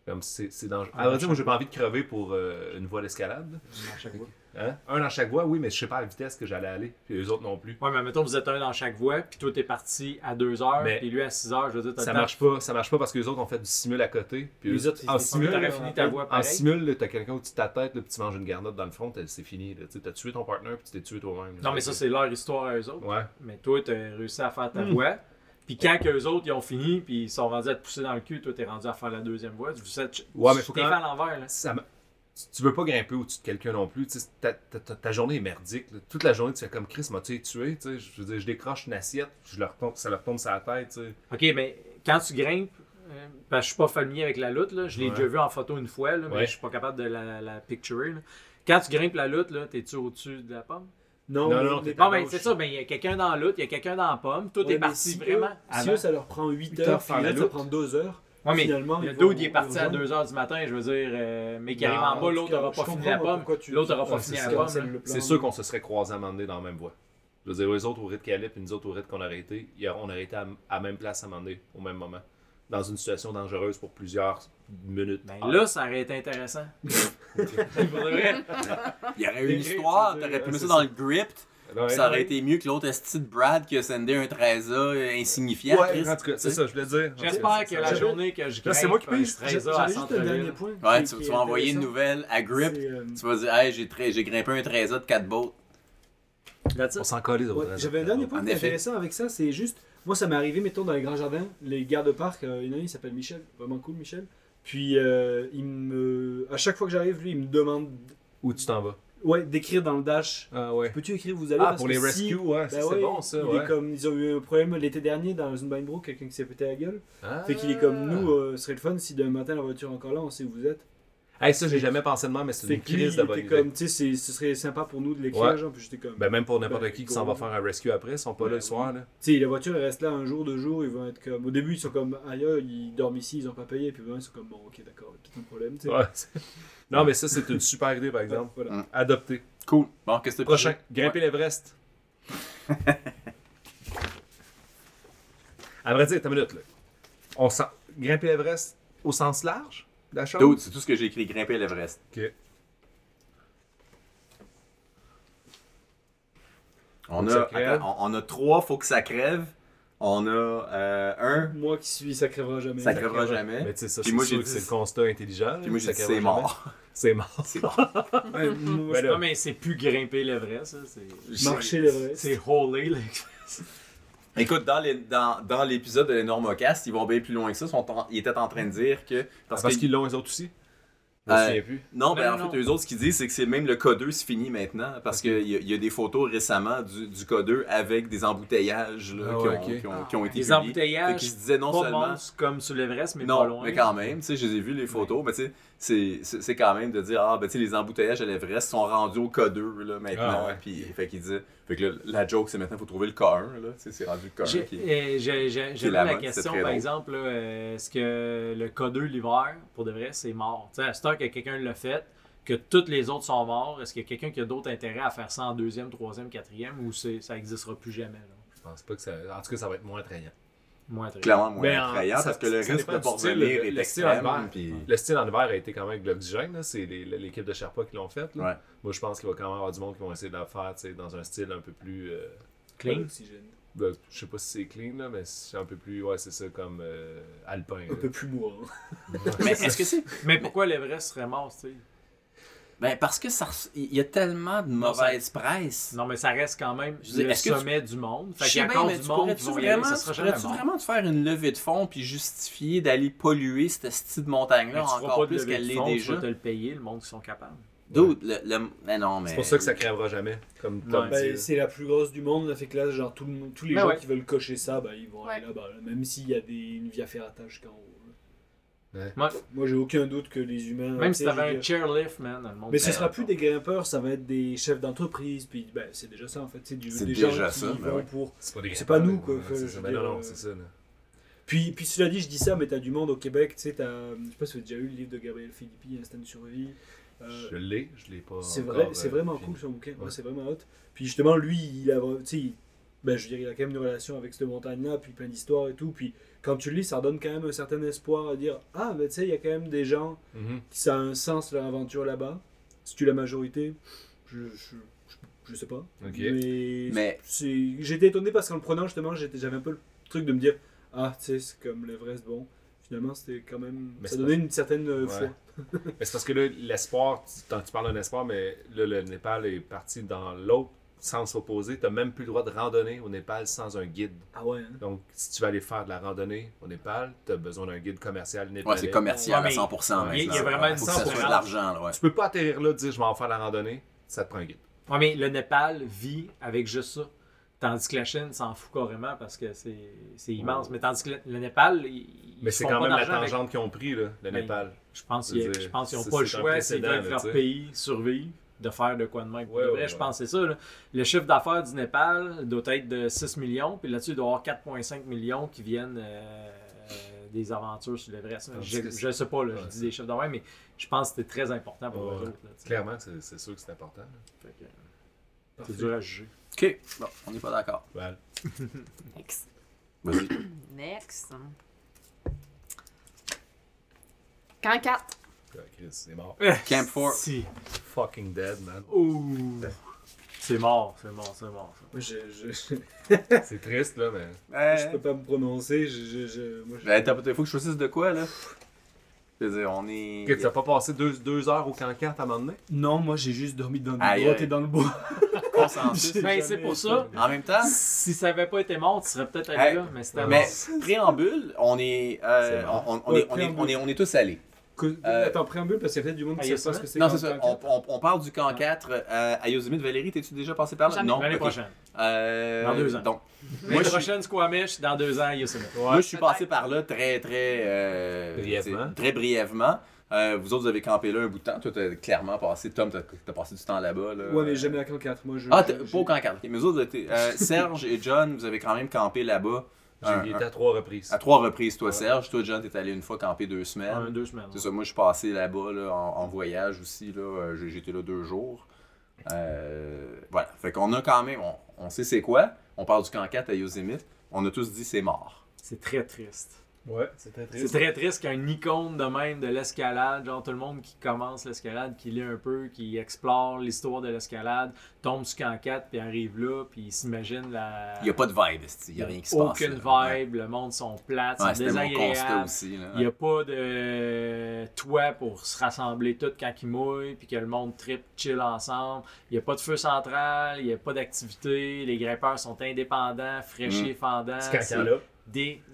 [SPEAKER 4] Comme c'est, c'est dangereux.
[SPEAKER 2] Ah,
[SPEAKER 4] À vrai dire, moi, j'ai pas envie de crever pour euh, une voie d'escalade.
[SPEAKER 2] À chaque fois.
[SPEAKER 4] Hein? Un dans chaque voie, oui, mais je sais pas à la vitesse que j'allais aller. Puis les autres non plus.
[SPEAKER 2] Ouais, mais mettons, vous êtes un dans chaque voie, puis toi, t'es parti à 2 heures,
[SPEAKER 4] Mais-
[SPEAKER 2] puis lui à 6 heures, je veux dire, t'as
[SPEAKER 4] Ça
[SPEAKER 2] le temps.
[SPEAKER 4] marche pas, ça marche pas parce que les autres ont fait du simul à côté. Puis
[SPEAKER 6] Les
[SPEAKER 4] eux-
[SPEAKER 6] autres, ils
[SPEAKER 4] en
[SPEAKER 6] se
[SPEAKER 4] simul,
[SPEAKER 6] font
[SPEAKER 2] T'aurais
[SPEAKER 6] en
[SPEAKER 2] fini ta voie
[SPEAKER 4] en
[SPEAKER 2] pareil.
[SPEAKER 4] simul, là, t'as quelqu'un au-dessus de ta tête, là, puis tu manges une garnotte dans le front, t'as- c'est fini. là. Tu sais, T'as tué ton partenaire, puis tu t'es tué toi-même. là.
[SPEAKER 2] Non, mais ça, c'est leur histoire à eux autres.
[SPEAKER 4] Ouais.
[SPEAKER 2] Mais toi, t'as réussi à faire ta
[SPEAKER 1] Hmm.
[SPEAKER 2] voie. Puis quand qu'eux autres, ils ont fini, puis ils sont rendus à te pousser dans le cul, toi, t'es rendu à faire la deuxième voie. Vous êtes...
[SPEAKER 4] Ouais, mais
[SPEAKER 2] tu
[SPEAKER 4] faut
[SPEAKER 2] t'es
[SPEAKER 4] quand
[SPEAKER 2] fait
[SPEAKER 4] même-
[SPEAKER 2] à l'envers, là.
[SPEAKER 4] Ça m'a- tu- Tu veux pas grimper au-dessus de quelqu'un non plus. tu sais, Ta, ta- ta- ta journée est merdique. là. Toute la journée, tu fais comme Chris m'a-tu tué. tu sais, Je veux dire, je décroche une assiette, je leur tombe, ça leur tombe sur la tête. tu sais.
[SPEAKER 2] OK, mais quand tu grimpes, euh, parce que je suis pas familier avec la lutte, là. je l'ai
[SPEAKER 4] Ouais.
[SPEAKER 2] déjà vu en photo une fois, là, mais
[SPEAKER 4] Ouais.
[SPEAKER 2] je suis pas capable de la, la picturer. là. Quand tu grimpes la lutte, là, t'es-tu au-dessus de la pomme?
[SPEAKER 6] Non,
[SPEAKER 4] Non, non,
[SPEAKER 6] mais-
[SPEAKER 4] t'es
[SPEAKER 2] Bon,
[SPEAKER 4] à
[SPEAKER 2] ben
[SPEAKER 4] gauche.
[SPEAKER 2] c'est ça, ben il y a quelqu'un dans la lutte, il y a quelqu'un dans la pomme, tout
[SPEAKER 6] Ouais,
[SPEAKER 2] est
[SPEAKER 6] mais
[SPEAKER 2] parti
[SPEAKER 6] si
[SPEAKER 2] vraiment.
[SPEAKER 6] eux- si
[SPEAKER 2] avant.
[SPEAKER 6] eux, ça leur prend 8
[SPEAKER 2] Huit
[SPEAKER 6] heures,
[SPEAKER 2] heures
[SPEAKER 6] faire
[SPEAKER 2] faire
[SPEAKER 6] la
[SPEAKER 2] la
[SPEAKER 6] ça
[SPEAKER 2] lutte.
[SPEAKER 6] prend 2 heures.
[SPEAKER 2] Ouais, mais
[SPEAKER 6] finalement,
[SPEAKER 2] le
[SPEAKER 6] ils vont-
[SPEAKER 2] dude, il est parti
[SPEAKER 6] ils
[SPEAKER 2] à
[SPEAKER 6] vont-
[SPEAKER 2] 2h du matin, je veux dire, euh, mais qui
[SPEAKER 6] Non,
[SPEAKER 2] arrive en bas,
[SPEAKER 6] Bah, en
[SPEAKER 2] l'autre
[SPEAKER 6] tout cas,
[SPEAKER 2] n'aura
[SPEAKER 6] je
[SPEAKER 2] pas fini
[SPEAKER 6] comprends
[SPEAKER 2] la
[SPEAKER 6] pas
[SPEAKER 2] pomme.
[SPEAKER 6] pourquoi tu-
[SPEAKER 2] L'autre n'aura
[SPEAKER 6] Ouais,
[SPEAKER 2] pas
[SPEAKER 6] c'est
[SPEAKER 2] fini la
[SPEAKER 6] ça,
[SPEAKER 2] pomme.
[SPEAKER 6] c'est
[SPEAKER 2] là.
[SPEAKER 6] le plan.
[SPEAKER 4] C'est sûr qu'on se serait croisés à un moment donné dans la même voie. Je veux dire, eux autres au rythme qu'elle allait, puis nous autres au rythme qu'on aurait été, il y a- on aurait été à, à même place à un moment donné, au même moment. Dans une situation dangereuse pour plusieurs minutes.
[SPEAKER 2] Ben
[SPEAKER 6] Ah.
[SPEAKER 4] heures.
[SPEAKER 2] là, ça aurait été intéressant. Pour de vrai.
[SPEAKER 1] Il y aurait eu une histoire, t'aurais pu mettre ça dans le grip,
[SPEAKER 4] Ah. Ouais.
[SPEAKER 1] ça aurait été mieux que l'autre esti de Brad qui a sendé un 13A insignifiant.
[SPEAKER 4] Ouais,
[SPEAKER 1] Chris.
[SPEAKER 4] en tout cas, c'est ça, je voulais dire. En tout cas,
[SPEAKER 2] J'espère que
[SPEAKER 4] c'est
[SPEAKER 2] la
[SPEAKER 4] ça.
[SPEAKER 2] journée que je
[SPEAKER 4] Là,
[SPEAKER 2] grimpe,
[SPEAKER 4] c'est moi qui
[SPEAKER 2] euh,
[SPEAKER 4] paye.
[SPEAKER 2] je
[SPEAKER 4] J'ai-
[SPEAKER 6] J'ai-
[SPEAKER 2] serai à
[SPEAKER 6] J'avais juste un dernier
[SPEAKER 2] Centreville.
[SPEAKER 6] point.
[SPEAKER 1] Ouais,
[SPEAKER 6] qui-
[SPEAKER 1] tu,
[SPEAKER 6] qui
[SPEAKER 1] tu
[SPEAKER 6] est
[SPEAKER 1] vas envoyer une
[SPEAKER 6] intéressant.
[SPEAKER 1] nouvelle à Grip,
[SPEAKER 6] C'est, euh,
[SPEAKER 1] tu vas dire Hey, j'ai tra- j'ai grimpé un 13A de 4 boats.
[SPEAKER 2] That's it.
[SPEAKER 4] On s'en collait de
[SPEAKER 6] Ouais,
[SPEAKER 4] votre
[SPEAKER 6] J'avais un dernier point
[SPEAKER 1] En
[SPEAKER 6] qui est
[SPEAKER 1] effet.
[SPEAKER 6] intéressant avec ça, c'est juste, moi ça m'est arrivé, mettons, dans les grands jardins, les gardes de parc, euh, il y en a un, il s'appelle Michel, vraiment cool Michel. Puis euh, il me, à chaque fois que j'arrive, lui, il me demande
[SPEAKER 4] Où tu t'en vas
[SPEAKER 6] ouais, d'écrire dans le dash.
[SPEAKER 4] Ah ouais.
[SPEAKER 6] Peux-tu écrire où vous allez
[SPEAKER 4] Ah,
[SPEAKER 6] Parce
[SPEAKER 4] pour
[SPEAKER 6] que
[SPEAKER 4] les
[SPEAKER 6] si-
[SPEAKER 4] rescues, ouais, ça,
[SPEAKER 6] Bah
[SPEAKER 4] c'est
[SPEAKER 6] ouais,
[SPEAKER 4] bon ça,
[SPEAKER 6] il est
[SPEAKER 4] ouais.
[SPEAKER 6] comme, ils ont eu un problème l'été dernier dans une Brook, quelqu'un qui s'est pété la gueule.
[SPEAKER 4] Ah.
[SPEAKER 6] Fait qu'il est comme nous, euh, ce serait le fun si demain matin la voiture est encore là, on sait où vous êtes.
[SPEAKER 4] Hey, ça, j'ai jamais pensé de moi, mais c'est
[SPEAKER 6] Fait
[SPEAKER 4] une
[SPEAKER 6] que lui, il
[SPEAKER 4] crise de bonne
[SPEAKER 6] était
[SPEAKER 4] idée.
[SPEAKER 6] comme, tu sais, c'est- ce serait sympa pour nous de l'écrire,
[SPEAKER 4] Ouais.
[SPEAKER 6] genre, puis j'étais comme,
[SPEAKER 4] Ben, même pour n'importe
[SPEAKER 6] Ben,
[SPEAKER 4] qui qui s'en va faire un rescue après, ils sont pas là le soir. Là.
[SPEAKER 6] Tu sais, la voiture elle reste là un jour, deux jours, ils vont être comme. Au début, ils sont comme ailleurs, ils dorment ici, ils ont pas payé, puis ben, ils sont comme bon, ok, d'accord, peut-être un problème, tu sais.
[SPEAKER 4] Ouais, c'est- non, mais ça, c'est une super idée, par exemple.
[SPEAKER 6] Voilà.
[SPEAKER 1] Mm.
[SPEAKER 4] Adopter.
[SPEAKER 1] Cool. Bon, qu'est-ce que t'as
[SPEAKER 4] Prochain,
[SPEAKER 1] pigé?
[SPEAKER 4] grimper l'Everest. à vrai dire, t'as une minute, là. On sent... Grimper l'Everest au sens large de la chose?
[SPEAKER 1] Dude, c'est tout ce que j'ai écrit, grimper l'Everest.
[SPEAKER 4] Ok.
[SPEAKER 6] Hein?
[SPEAKER 1] On a,
[SPEAKER 4] Faut que ça crève.
[SPEAKER 1] attends, on, on a trois, faut que ça crève. On a euh, un,
[SPEAKER 6] Moi qui suis, ça crèvera jamais.
[SPEAKER 1] ça crèvera jamais.
[SPEAKER 4] Mais tu sais, ça,
[SPEAKER 1] Puis
[SPEAKER 4] c'est
[SPEAKER 1] moi,
[SPEAKER 4] sûr
[SPEAKER 1] j'ai
[SPEAKER 4] que
[SPEAKER 1] dit-
[SPEAKER 4] c'est le constat intelligent.
[SPEAKER 1] Puis moi,
[SPEAKER 4] ça
[SPEAKER 1] j'ai dit
[SPEAKER 4] crèvera
[SPEAKER 1] c'est
[SPEAKER 4] jamais.
[SPEAKER 1] mort.
[SPEAKER 4] C'est mort.
[SPEAKER 1] C'est mort.
[SPEAKER 6] Ouais, moi,
[SPEAKER 4] Ben
[SPEAKER 6] je-
[SPEAKER 4] là,
[SPEAKER 2] Non, mais c'est plus grimper l'Everest, ça, c'est...
[SPEAKER 6] marcher l'Everest.
[SPEAKER 2] C'est holy, là.
[SPEAKER 1] Écoute, dans les- dans, dans l'épisode de l'Enormocast, ils vont bien plus loin que ça. Ils sont en- ils étaient en train de dire que.
[SPEAKER 4] Parce,
[SPEAKER 1] que-
[SPEAKER 4] qu'ils l'ont, eux autres aussi. Je me
[SPEAKER 1] Euh,
[SPEAKER 4] souviens plus.
[SPEAKER 1] Non, ben
[SPEAKER 2] Non,
[SPEAKER 1] en
[SPEAKER 2] non,
[SPEAKER 1] fait, eux autres, ce qu'ils disent, c'est que c'est même le K2 se finit maintenant. Parce qu'il y, a- il y a des photos récemment du, du K2 avec des embouteillages là,
[SPEAKER 4] Ah
[SPEAKER 1] qui, ont,
[SPEAKER 4] ouais, ok.
[SPEAKER 1] qui ont- qui ont été
[SPEAKER 2] Des
[SPEAKER 1] publiés. Fait
[SPEAKER 2] embouteillages,
[SPEAKER 1] qu'ils se disaient non
[SPEAKER 2] pas
[SPEAKER 1] seulement.
[SPEAKER 2] monstres comme sur l'Everest, mais pas
[SPEAKER 1] non,
[SPEAKER 2] loin.
[SPEAKER 1] mais quand même, tu sais, je les ai vus, les photos, mais tu sais, c'est- c'est c'est quand même de dire, ah, ben tu sais, les embouteillages à l'Everest sont rendus au K2 là, maintenant.
[SPEAKER 4] Ah ouais.
[SPEAKER 1] Puis, fait qu'ils disaient, fait que là, la joke, c'est maintenant, il faut trouver le K1, là, tu sais, c'est rendu le
[SPEAKER 2] J'ai
[SPEAKER 1] K1. qui est-
[SPEAKER 2] euh, j'ai- j'ai- j'ai
[SPEAKER 1] la
[SPEAKER 2] la,
[SPEAKER 1] mode, c'est
[SPEAKER 2] question,
[SPEAKER 1] très
[SPEAKER 2] par
[SPEAKER 1] drôle.
[SPEAKER 2] exemple, là, euh, est-ce que le K2 l'hiver, pour de vrai, c'est mort? Tu sais, à cette heure que quelqu'un l'a fait, que tous les autres sont morts, est-ce qu'il y a quelqu'un qui a d'autres intérêts à faire ça en deuxième, troisième, quatrième, ou c'est- ça n'existera plus jamais? Là?
[SPEAKER 4] Je pense pas que ça. En tout cas, ça va être moins attrayant.
[SPEAKER 2] Moi, très
[SPEAKER 1] Clairement moins
[SPEAKER 4] Ben, en-
[SPEAKER 1] attrayant
[SPEAKER 4] ça-
[SPEAKER 1] parce que le
[SPEAKER 4] ça
[SPEAKER 1] risque
[SPEAKER 4] dépend
[SPEAKER 1] de
[SPEAKER 4] du
[SPEAKER 1] pas
[SPEAKER 4] style,
[SPEAKER 1] revenir
[SPEAKER 4] le-
[SPEAKER 1] est
[SPEAKER 4] le style
[SPEAKER 1] extrême.
[SPEAKER 4] envers.
[SPEAKER 1] puis-
[SPEAKER 4] Le style en hiver a été quand même avec de l'oxygène, là. c'est les- l'équipe de Sherpa qui l'ont fait. là.
[SPEAKER 1] Ouais.
[SPEAKER 4] Moi, je pense qu'il va quand même avoir du monde qui vont essayer de la faire tu sais, dans un style un peu plus. euh,
[SPEAKER 6] Pas
[SPEAKER 2] clean.
[SPEAKER 6] d'oxygène.
[SPEAKER 4] ben, je sais pas si c'est clean, là, mais c'est un peu plus. Ouais, c'est ça, comme euh, alpin.
[SPEAKER 6] Un
[SPEAKER 4] là.
[SPEAKER 6] peu plus hein. mourant.
[SPEAKER 1] Mais est-ce que c'est
[SPEAKER 2] Mais pourquoi l'Everest serait mort, tu sais?
[SPEAKER 1] Ben parce que ça, res- il y a tellement de mauvaise presse.
[SPEAKER 2] Non, mais ça reste quand même
[SPEAKER 1] Je veux dire,
[SPEAKER 2] le
[SPEAKER 1] est-ce que tu-
[SPEAKER 2] sommet du monde. Fait
[SPEAKER 1] Je
[SPEAKER 2] qu'il y
[SPEAKER 1] sais
[SPEAKER 2] a
[SPEAKER 1] bien,
[SPEAKER 2] encore
[SPEAKER 1] mais
[SPEAKER 2] du
[SPEAKER 1] tu
[SPEAKER 2] monde
[SPEAKER 1] pourrais-tu
[SPEAKER 2] qui vont y aller,
[SPEAKER 1] vraiment,
[SPEAKER 2] ça
[SPEAKER 1] tu
[SPEAKER 2] sera jamais
[SPEAKER 1] pourrais-tu
[SPEAKER 2] mort.
[SPEAKER 1] vraiment te faire une levée de fonds puis justifier d'aller polluer cette petite montagne-là
[SPEAKER 2] Mais tu feras
[SPEAKER 1] encore
[SPEAKER 2] pas de
[SPEAKER 1] plus
[SPEAKER 2] levée
[SPEAKER 1] qu'elle
[SPEAKER 2] de
[SPEAKER 1] l'est
[SPEAKER 2] fonds, tu
[SPEAKER 1] déjà?
[SPEAKER 2] vas te le payer, le monde qui sont capables.
[SPEAKER 1] Dude, le, le- mais non, mais...
[SPEAKER 4] C'est pour ça que ça crèvera jamais. Comme
[SPEAKER 2] Ouais.
[SPEAKER 4] Tom dit,
[SPEAKER 6] Ben,
[SPEAKER 4] là.
[SPEAKER 6] c'est la plus grosse du monde, là, fait que là, genre, tout le monde- tous les
[SPEAKER 2] Ben
[SPEAKER 6] gens
[SPEAKER 2] ouais.
[SPEAKER 6] qui veulent cocher ça, bah, ils vont
[SPEAKER 5] Ouais.
[SPEAKER 6] aller là-bas, là, même s'il y a des, une via ferrata jusqu'en haut. là.
[SPEAKER 4] Ouais.
[SPEAKER 2] Ouais.
[SPEAKER 6] Moi, j'ai aucun doute que les humains.
[SPEAKER 2] Même
[SPEAKER 6] tu
[SPEAKER 2] si
[SPEAKER 6] sais, je veux
[SPEAKER 2] t'avais
[SPEAKER 6] dire-
[SPEAKER 2] un chairlift, man, le monde
[SPEAKER 6] Mais ce
[SPEAKER 2] serait
[SPEAKER 6] sera
[SPEAKER 2] mort.
[SPEAKER 6] plus des grimpeurs, ça va être des chefs d'entreprise, puis ben, c'est déjà ça en fait, c'est du-
[SPEAKER 1] C'est
[SPEAKER 6] des gens
[SPEAKER 1] déjà
[SPEAKER 6] qui
[SPEAKER 1] ça,
[SPEAKER 6] y
[SPEAKER 1] ben
[SPEAKER 6] vont
[SPEAKER 1] ouais.
[SPEAKER 6] pour
[SPEAKER 4] C'est pas, des
[SPEAKER 6] c'est
[SPEAKER 4] grimpeurs,
[SPEAKER 6] pas nous,
[SPEAKER 4] là,
[SPEAKER 6] quoi,
[SPEAKER 4] ouais,
[SPEAKER 6] faut-
[SPEAKER 4] c'est
[SPEAKER 6] je
[SPEAKER 4] ça.
[SPEAKER 6] veux
[SPEAKER 4] Ben
[SPEAKER 6] dire,
[SPEAKER 4] non, non,
[SPEAKER 6] euh,
[SPEAKER 4] c'est ça. là.
[SPEAKER 6] Puis, puis cela dit, je dis ça, mais t'as du monde au Québec, tu sais, t'as, je sais pas si vous avez déjà eu le livre de Gabriel Philippi, Instinct de survie. Euh,
[SPEAKER 4] Je l'ai, je l'ai pas.
[SPEAKER 6] c'est,
[SPEAKER 4] encore,
[SPEAKER 6] vrai, c'est
[SPEAKER 4] euh,
[SPEAKER 6] vraiment
[SPEAKER 4] fini.
[SPEAKER 6] cool son bouquin, Ouais,
[SPEAKER 4] Ouais.
[SPEAKER 6] c'est vraiment hot. Puis justement, lui, il a, tu sais, il- ben, je veux dire, il a quand même une relation avec cette montagne-là, puis plein d'histoires et tout. Puis quand tu le lis, ça donne quand même un certain espoir à dire, ah, ben tu sais, il y a quand même des gens
[SPEAKER 4] Mhm.
[SPEAKER 6] qui ça a un sens leur aventure là-bas. Si tu la majorité, je, je, je- je sais pas.
[SPEAKER 4] Ok.
[SPEAKER 6] Mais,
[SPEAKER 1] Mais-
[SPEAKER 6] c'est- j'étais étonné parce qu'en le prenant justement, j'étais- j'avais un peu le truc de me dire ah tu sais c'est comme l'Everest bon. Finalement c'était quand même
[SPEAKER 4] Mais
[SPEAKER 6] ça
[SPEAKER 4] c'est
[SPEAKER 6] donnait une certaine euh,
[SPEAKER 4] Ouais.
[SPEAKER 6] foi.
[SPEAKER 4] Mais c'est parce que là, l'espoir, tu, t'en- tu parles d'un espoir, mais là, le Népal est parti dans l'autre sens opposé. T'as même plus le droit de randonner au Népal sans un guide.
[SPEAKER 6] Ah ouais. hein.
[SPEAKER 4] Donc, si tu vas aller faire de la randonnée au Népal, tu as besoin d'un guide commercial népalais.
[SPEAKER 1] Ouais, c'est commercial
[SPEAKER 2] Ouais,
[SPEAKER 1] à
[SPEAKER 2] mais
[SPEAKER 1] 100% maintenant.
[SPEAKER 2] il y a- il y a vraiment une
[SPEAKER 1] Faut que ça soit de
[SPEAKER 2] 100%.
[SPEAKER 1] l'argent, là, ouais.
[SPEAKER 4] Tu peux pas atterrir là, dire je vais en faire de la randonnée, ça te prend un guide.
[SPEAKER 2] Ouais, mais le Népal vit avec juste ça. Tandis que la Chine s'en fout carrément parce que c'est c'est immense. Mais tandis que le, le Népal, ils- ils
[SPEAKER 4] Mais c'est
[SPEAKER 2] font
[SPEAKER 4] quand
[SPEAKER 2] pas
[SPEAKER 4] même la
[SPEAKER 2] d'argent avec-
[SPEAKER 4] tangente qu'ils ont pris, là, le
[SPEAKER 2] Ben,
[SPEAKER 4] Népal.
[SPEAKER 2] Je pense
[SPEAKER 4] Je veux
[SPEAKER 2] qu'ils
[SPEAKER 4] dire,
[SPEAKER 2] je pense qu'ils ont
[SPEAKER 4] c'est-
[SPEAKER 2] pas le
[SPEAKER 4] c'est un
[SPEAKER 2] choix s'ils
[SPEAKER 4] précédent,
[SPEAKER 2] veulent que
[SPEAKER 4] là,
[SPEAKER 2] leur
[SPEAKER 4] tu sais.
[SPEAKER 2] pays survive de faire de quoi de même. Pour
[SPEAKER 4] Ouais,
[SPEAKER 2] de
[SPEAKER 4] ouais,
[SPEAKER 2] vrai, je
[SPEAKER 4] ouais.
[SPEAKER 2] pense que c'est ça. là. Le chiffre d'affaires du Népal doit être de 6 millions, puis là-dessus, il doit y avoir 4,5 millions qui viennent euh, euh, des aventures sur l'Everest.
[SPEAKER 4] Tandis
[SPEAKER 2] Je,
[SPEAKER 4] que
[SPEAKER 2] je sais pas, là,
[SPEAKER 4] Ouais.
[SPEAKER 2] je dis des chiffres d'affaires, mais je pense que c'était très important pour
[SPEAKER 4] Ouais,
[SPEAKER 2] eux
[SPEAKER 4] ouais.
[SPEAKER 2] autres. là, tu sais.
[SPEAKER 4] Clairement, c'est c'est sûr que c'est important. là.
[SPEAKER 2] Fait que, euh, C'est dur à juger.
[SPEAKER 1] Ok, bon, on n'est pas d'accord.
[SPEAKER 4] Val.
[SPEAKER 5] Next.
[SPEAKER 1] Vas-y.
[SPEAKER 5] Next. Camp 4.
[SPEAKER 4] Ah, Chris, c'est mort.
[SPEAKER 1] Camp 4.
[SPEAKER 2] Si.
[SPEAKER 4] Fucking dead, man.
[SPEAKER 2] Ouh. C'est mort, c'est mort, c'est mort. ça.
[SPEAKER 6] Moi, je, je, je,
[SPEAKER 4] C'est triste, là, mais.
[SPEAKER 6] je peux pas me prononcer. Je, je, je, moi, je-
[SPEAKER 1] Euh, Ben, t'as- faut que je choisisse de quoi, là? Je veux dire, on est...
[SPEAKER 4] Ok, tu n'as pas passé deux, deux heures au cancan à un moment donné?
[SPEAKER 6] Non, moi, j'ai juste dormi dans
[SPEAKER 1] Aïe,
[SPEAKER 6] le bois.
[SPEAKER 1] aïe.
[SPEAKER 6] T'es dans le bois.
[SPEAKER 1] consensus.
[SPEAKER 2] Ben, c'est pour ça.
[SPEAKER 1] En même temps,
[SPEAKER 2] Si ça avait pas été mort, tu serais peut-être allé
[SPEAKER 1] Hey,
[SPEAKER 2] là, mais c'était
[SPEAKER 1] mais
[SPEAKER 2] mort.
[SPEAKER 1] préambule, on est, euh,
[SPEAKER 4] C'est bon.
[SPEAKER 1] on, on- on
[SPEAKER 6] Ouais,
[SPEAKER 1] est, on, est, on, est, on est tous allés.
[SPEAKER 6] Que-
[SPEAKER 1] Euh,
[SPEAKER 6] Attends, préambule, parce qu'il y a peut-être du monde
[SPEAKER 2] Ah,
[SPEAKER 6] qui
[SPEAKER 2] il y a
[SPEAKER 6] sait pas
[SPEAKER 2] ça?
[SPEAKER 6] ce que c'est.
[SPEAKER 1] Non,
[SPEAKER 6] qu'un
[SPEAKER 1] c'est ça. On,
[SPEAKER 6] camp.
[SPEAKER 1] on, on parle du camp 4 euh, à Yosemite. Valérie, t'es-tu déjà passé par là?
[SPEAKER 5] Jamais.
[SPEAKER 1] Non.
[SPEAKER 2] L'année
[SPEAKER 1] ok.
[SPEAKER 2] prochaine.
[SPEAKER 1] Euh,
[SPEAKER 2] Dans deux ans.
[SPEAKER 1] Donc,
[SPEAKER 2] L'année
[SPEAKER 1] je-
[SPEAKER 2] prochaine, Squamish, dans deux ans, Yosemite.
[SPEAKER 1] moi, je suis passé par là très, très... euh,
[SPEAKER 4] Brièvement.
[SPEAKER 1] tu sais, Très brièvement. Euh, vous autres, vous avez campé là un bout de temps. Toi, t'as clairement passé... Tom, t'as t'as passé du temps là-bas. Là.
[SPEAKER 6] Ouais, mais jamais à camp 4. Moi, je.
[SPEAKER 1] Euh, Ah, t'as-
[SPEAKER 6] je-
[SPEAKER 1] pas au camp 4. Mais vous autres, vous étiez- euh, Serge et John, vous avez quand même campé là-bas. Un-
[SPEAKER 4] J'ai été à trois reprises.
[SPEAKER 1] À trois reprises, toi, Serge. Toi, John, t'es allé une fois camper deux semaines.
[SPEAKER 2] Un, deux semaines.
[SPEAKER 1] C'est ça, moi, je suis passé là-bas là, en, en voyage aussi. là, euh, j'ai- J'étais là deux jours. Euh, voilà. Fait qu'on a quand même. On, on sait c'est quoi. On parle du camp 4 à Yosemite. On a tous dit c'est mort.
[SPEAKER 2] C'est très triste.
[SPEAKER 4] Ouais, c'était
[SPEAKER 2] C'est très triste qu'un icône de même de l'escalade, genre tout le monde qui commence l'escalade, qui lit un peu, qui explore l'histoire de l'escalade, tombe sur camp 4, puis arrive là, puis il s'imagine la...
[SPEAKER 1] Il n'y a pas de vibe, esti. il n'y a rien qui se passe.
[SPEAKER 2] Aucune
[SPEAKER 1] là. Ouais.
[SPEAKER 2] vibe, le monde sont plates,
[SPEAKER 1] Ouais,
[SPEAKER 2] sont
[SPEAKER 1] c'était mon constat
[SPEAKER 2] désagréables.
[SPEAKER 1] aussi. là.
[SPEAKER 2] Il n'y a pas de toit pour se rassembler tout quand il mouille, puis que le monde trip, chill ensemble. Il n'y a pas de feu central, il n'y a pas d'activité, les grimpeurs sont indépendants,
[SPEAKER 1] Mm.
[SPEAKER 2] fraîchis, fendants.
[SPEAKER 4] Ce cancan-là.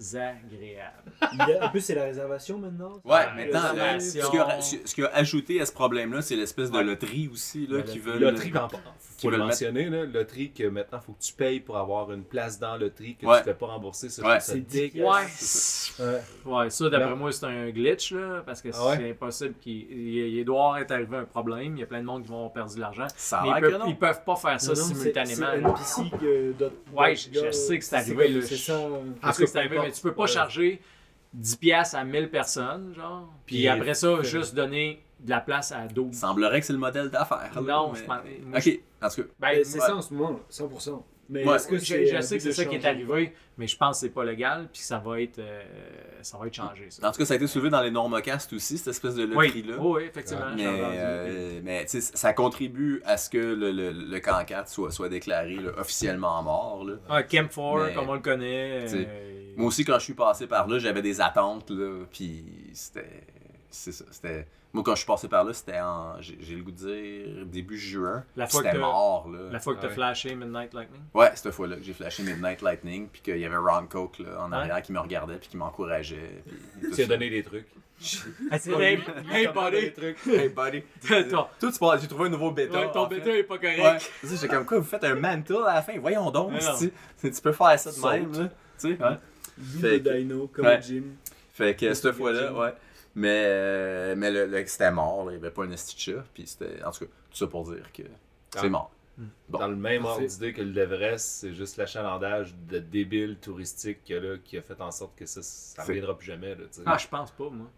[SPEAKER 2] désagréable.
[SPEAKER 6] Il y a- En plus, c'est la réservation maintenant. euh,
[SPEAKER 1] Ouais,
[SPEAKER 2] Ah,
[SPEAKER 1] maintenant, là, ce
[SPEAKER 2] réservation.
[SPEAKER 1] qu'il a, ce qu'il a ajouté à ce problème-là, c'est l'espèce de
[SPEAKER 2] Ouais.
[SPEAKER 1] loterie aussi, là,
[SPEAKER 2] La
[SPEAKER 1] qui
[SPEAKER 2] loterie.
[SPEAKER 1] veulent.
[SPEAKER 4] Loterie, ben, faut
[SPEAKER 1] veulent
[SPEAKER 4] le
[SPEAKER 1] mettre-
[SPEAKER 4] mentionner, là, loterie que maintenant faut que tu payes pour avoir une place dans loterie que
[SPEAKER 1] Ouais.
[SPEAKER 4] tu te fais pas rembourser. Ça, je
[SPEAKER 1] Ouais.
[SPEAKER 4] trouve ça
[SPEAKER 6] C'est
[SPEAKER 2] Ouais.
[SPEAKER 6] dégueulasse. Euh,
[SPEAKER 4] Ouais.
[SPEAKER 2] Ouais, ça, d'après
[SPEAKER 4] Ben-
[SPEAKER 2] moi, c'est un glitch, là, parce que
[SPEAKER 4] Ah ouais?
[SPEAKER 2] c'est impossible qu'il. Il, il doit être arrivé un problème. Il y a plein de monde qui vont avoir perdu de l'argent.
[SPEAKER 1] Ça a
[SPEAKER 2] Mais ils
[SPEAKER 1] l'air Ah que
[SPEAKER 2] peuvent,
[SPEAKER 1] non.
[SPEAKER 2] ils peuvent pas faire ça
[SPEAKER 6] Non, non, mais c'est-
[SPEAKER 2] simultanément.
[SPEAKER 6] c'est
[SPEAKER 2] là.
[SPEAKER 6] NPC que euh, d'autres-
[SPEAKER 2] Ouais,
[SPEAKER 6] d'autres
[SPEAKER 2] je- je
[SPEAKER 6] gars,
[SPEAKER 2] sais que c'est
[SPEAKER 6] comme-
[SPEAKER 2] arrivé, là.
[SPEAKER 6] C'est ça. euh,
[SPEAKER 2] Parce
[SPEAKER 4] En
[SPEAKER 2] que
[SPEAKER 4] tout
[SPEAKER 2] Ah, c'est
[SPEAKER 4] cas,
[SPEAKER 2] arrivé,
[SPEAKER 4] peu
[SPEAKER 2] mais tu peux pas
[SPEAKER 4] importe.
[SPEAKER 2] charger 10 piastres à 1000 personnes, genre. Puis,
[SPEAKER 4] Puis
[SPEAKER 2] après ça,
[SPEAKER 4] fait-
[SPEAKER 2] juste donner de la place à 12.
[SPEAKER 1] Il semblerait que c'est le modèle d'affaires. là,
[SPEAKER 2] Non,
[SPEAKER 1] mais-
[SPEAKER 2] je pense- moi,
[SPEAKER 1] Ok, parce que.
[SPEAKER 2] Ben,
[SPEAKER 6] Mais C'est
[SPEAKER 1] ouais.
[SPEAKER 6] ça en ce moment, là, 100%. Mais
[SPEAKER 1] Ouais.
[SPEAKER 6] est-ce que
[SPEAKER 2] je,
[SPEAKER 6] c'est
[SPEAKER 2] je
[SPEAKER 6] un
[SPEAKER 2] sais
[SPEAKER 6] but
[SPEAKER 2] que c'est
[SPEAKER 6] de
[SPEAKER 2] ça qui est
[SPEAKER 6] changer?
[SPEAKER 2] arrivé, mais je pense que c'est pas légal, puis ça va être, euh, ça va être changé, ça.
[SPEAKER 1] En tout cas, ça a été soulevé dans les normocastes aussi, cette espèce de
[SPEAKER 2] Oui, Oh,
[SPEAKER 1] loterie-là.
[SPEAKER 2] oui, effectivement.
[SPEAKER 1] Mais, euh, mais tu sais, ça contribue à ce que le, le, le camp 4 soit, soit déclaré là, officiellement mort. là.
[SPEAKER 2] Ah, Camp 4,
[SPEAKER 1] Mais-
[SPEAKER 2] comme on le connaît.
[SPEAKER 1] Tu sais,
[SPEAKER 2] euh,
[SPEAKER 1] Moi aussi, quand je suis passé par là, j'avais des attentes, là, puis c'était... C'est ça, c'était... Moi, quand je suis passé par là, c'était en... J'ai j'ai le goût de dire début juin.
[SPEAKER 2] La
[SPEAKER 1] puis
[SPEAKER 2] fois que
[SPEAKER 1] C'était
[SPEAKER 2] t'as-
[SPEAKER 1] mort, là.
[SPEAKER 2] La fois que
[SPEAKER 4] Ah
[SPEAKER 2] t'as
[SPEAKER 4] ouais.
[SPEAKER 2] flashé Midnight Lightning.
[SPEAKER 1] Ouais, cette fois-là que j'ai flashé Midnight Lightning, puis qu'il y avait Ron Coke là, en
[SPEAKER 2] Ouais.
[SPEAKER 1] arrière qui me regardait, puis qui m'encourageait. puis tout
[SPEAKER 4] Tu as
[SPEAKER 1] ça.
[SPEAKER 4] donné des trucs.
[SPEAKER 2] Ah, c'est hey, hey, buddy!
[SPEAKER 1] Hey, buddy!
[SPEAKER 2] Ton,
[SPEAKER 1] Toi, tu parles, j'ai trouvé un nouveau bêta.
[SPEAKER 2] ouais, ton
[SPEAKER 1] en fait.
[SPEAKER 2] bêta est pas correct.
[SPEAKER 1] Ouais. Tu sais, J'ai comme quoi, vous faites un mantle à la fin. Voyons donc,
[SPEAKER 2] Mais non.
[SPEAKER 1] si tu tu peux faire ça de
[SPEAKER 4] Saute.
[SPEAKER 1] même. Là. Tu sais, ouais.
[SPEAKER 6] Double
[SPEAKER 1] Fait que-
[SPEAKER 6] dino, comme
[SPEAKER 1] Ouais.
[SPEAKER 6] au gym.
[SPEAKER 1] Fait que cette fois-là,
[SPEAKER 6] Jim.
[SPEAKER 1] ouais. Mais, euh, mais le, le- c'était mort, là. il n'y avait pas un esti de chat. Puis c'était, en tout cas, tout ça pour dire que
[SPEAKER 4] Ah.
[SPEAKER 1] c'est mort. Bon.
[SPEAKER 4] Dans le même ordre
[SPEAKER 6] Parfait.
[SPEAKER 4] d'idée que l'Everest, c'est juste l'achalandage de débiles touristiques que, là, qui a fait en sorte que ça,
[SPEAKER 1] C'est-
[SPEAKER 4] ça reviendra plus jamais. Là, tu sais.
[SPEAKER 2] Ah, je pense pas, moi.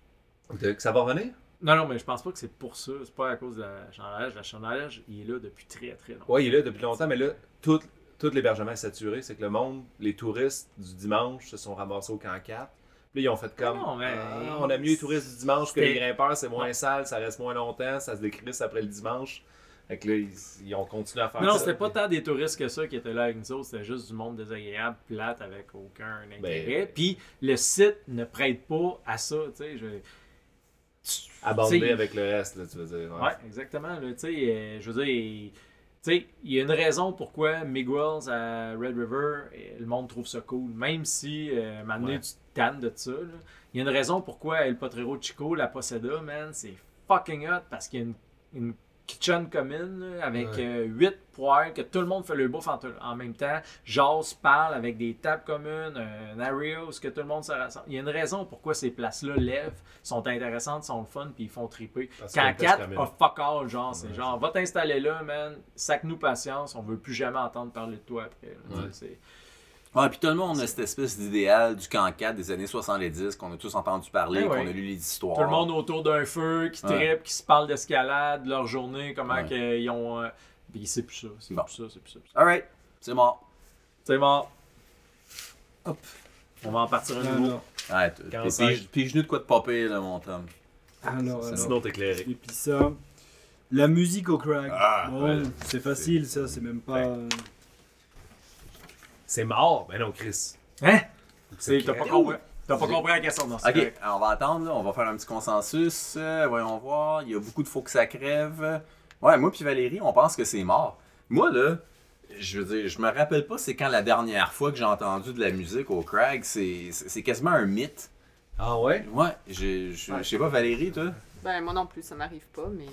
[SPEAKER 4] De- que ça va revenir?
[SPEAKER 2] Non, non, mais je pense pas que c'est pour ça. C'est pas à cause de la chandelage. La chandelage, il est là depuis très, très longtemps.
[SPEAKER 4] Oui, il est là depuis longtemps, mais là, tout, tout l'hébergement est saturé. C'est que le monde, les touristes du dimanche se sont ramassés au camp 4. Puis là, ils ont fait comme.
[SPEAKER 2] Non, mais-
[SPEAKER 4] Ah, on a mieux les touristes du dimanche que les
[SPEAKER 2] C'était-
[SPEAKER 4] grimpeurs, c'est moins sale, ça reste moins longtemps, ça se décrisse après le dimanche. Fait que là, ils, ils ont continué à faire
[SPEAKER 2] Non,
[SPEAKER 4] ça.
[SPEAKER 2] c'était pas tant des touristes que ça qui étaient là avec nous autres, c'était juste du monde désagréable, plate, avec aucun intérêt.
[SPEAKER 4] Ben-
[SPEAKER 2] Puis le site ne prête pas à ça, tu sais. Je... Tu
[SPEAKER 4] Abandonné
[SPEAKER 2] sais,
[SPEAKER 4] avec le reste, là, tu veux dire. ouais.
[SPEAKER 2] Ouais, exactement. là, tu sais, euh, je veux dire, il- tu sais, il y a une raison pourquoi Miguel's à Red River, euh, le monde trouve ça cool. Même si, euh, maintenant,
[SPEAKER 4] Ouais.
[SPEAKER 2] tu te tannes de ça. là. Il y a une raison pourquoi El Potrero Chico, la Poseda, man, c'est fucking hot parce qu'il y a une, une kitchen commune là, avec euh, huit poêles, que tout le monde fait le bouffe en, en même temps. Jase parle avec des tables communes, un area où ce que tout le monde se rassemble. Il y a une raison pourquoi ces places-là lèvent, sont intéressantes, sont le fun, puis ils font triper.
[SPEAKER 4] Parce qu'il y a
[SPEAKER 2] Quand
[SPEAKER 4] une place
[SPEAKER 2] 4,
[SPEAKER 4] commune.
[SPEAKER 2] oh fuck all, genre, c'est genre, va t'installer là, man, sac-nous patience, on veut plus jamais entendre parler de toi après. là.
[SPEAKER 4] Ouais.
[SPEAKER 2] C'est-
[SPEAKER 1] Ouais, puis tout le monde a cette espèce d'idéal du camp 4 des années 70 qu'on a tous entendu parler,
[SPEAKER 2] Eh ouais.
[SPEAKER 1] qu'on a lu les histoires.
[SPEAKER 2] Tout le monde autour d'un feu, qui
[SPEAKER 1] Ouais.
[SPEAKER 2] trippe, qui se parle d'escalade, leur journée, comment
[SPEAKER 1] Ouais.
[SPEAKER 2] qu'ils ont. euh, Puis c'est plus ça, c'est
[SPEAKER 1] Bon.
[SPEAKER 2] plus ça, c'est plus ça. c'est plus ça.
[SPEAKER 1] Alright, c'est mort.
[SPEAKER 2] C'est mort.
[SPEAKER 1] Hop.
[SPEAKER 2] On va en partir un nouveau.
[SPEAKER 6] Alors,
[SPEAKER 1] Ouais, t- t'es
[SPEAKER 4] 45.
[SPEAKER 1] pige- pige-nous de quoi de popper, là, mon Tom.
[SPEAKER 6] alors, alors.
[SPEAKER 4] Sinon, t'es éclairé.
[SPEAKER 6] Et puis ça, la musique au crack.
[SPEAKER 1] Ah,
[SPEAKER 6] Bon,
[SPEAKER 4] ouais.
[SPEAKER 6] c'est facile, ça, c'est même pas.
[SPEAKER 4] C'est mort. Ben non, Chris.
[SPEAKER 2] Hein? C'est- T'as pas
[SPEAKER 4] clair.
[SPEAKER 2] compris. T'as pas compris la question, non, c'est
[SPEAKER 1] Ok,
[SPEAKER 2] correct.
[SPEAKER 1] alors, on va attendre, là, on va faire un petit consensus. Euh, voyons voir, il y a beaucoup de faut que ça crève. Ouais, moi puis Valérie, on pense que c'est mort. Moi, là, je veux dire, je me rappelle pas c'est quand la dernière fois que j'ai entendu de la musique au Craig. C'est c'est- c'est quasiment un mythe.
[SPEAKER 4] Ah ouais?
[SPEAKER 1] Ouais, je, je, je sais pas, Valérie, toi,
[SPEAKER 5] Ben, moi non plus, ça m'arrive pas, mais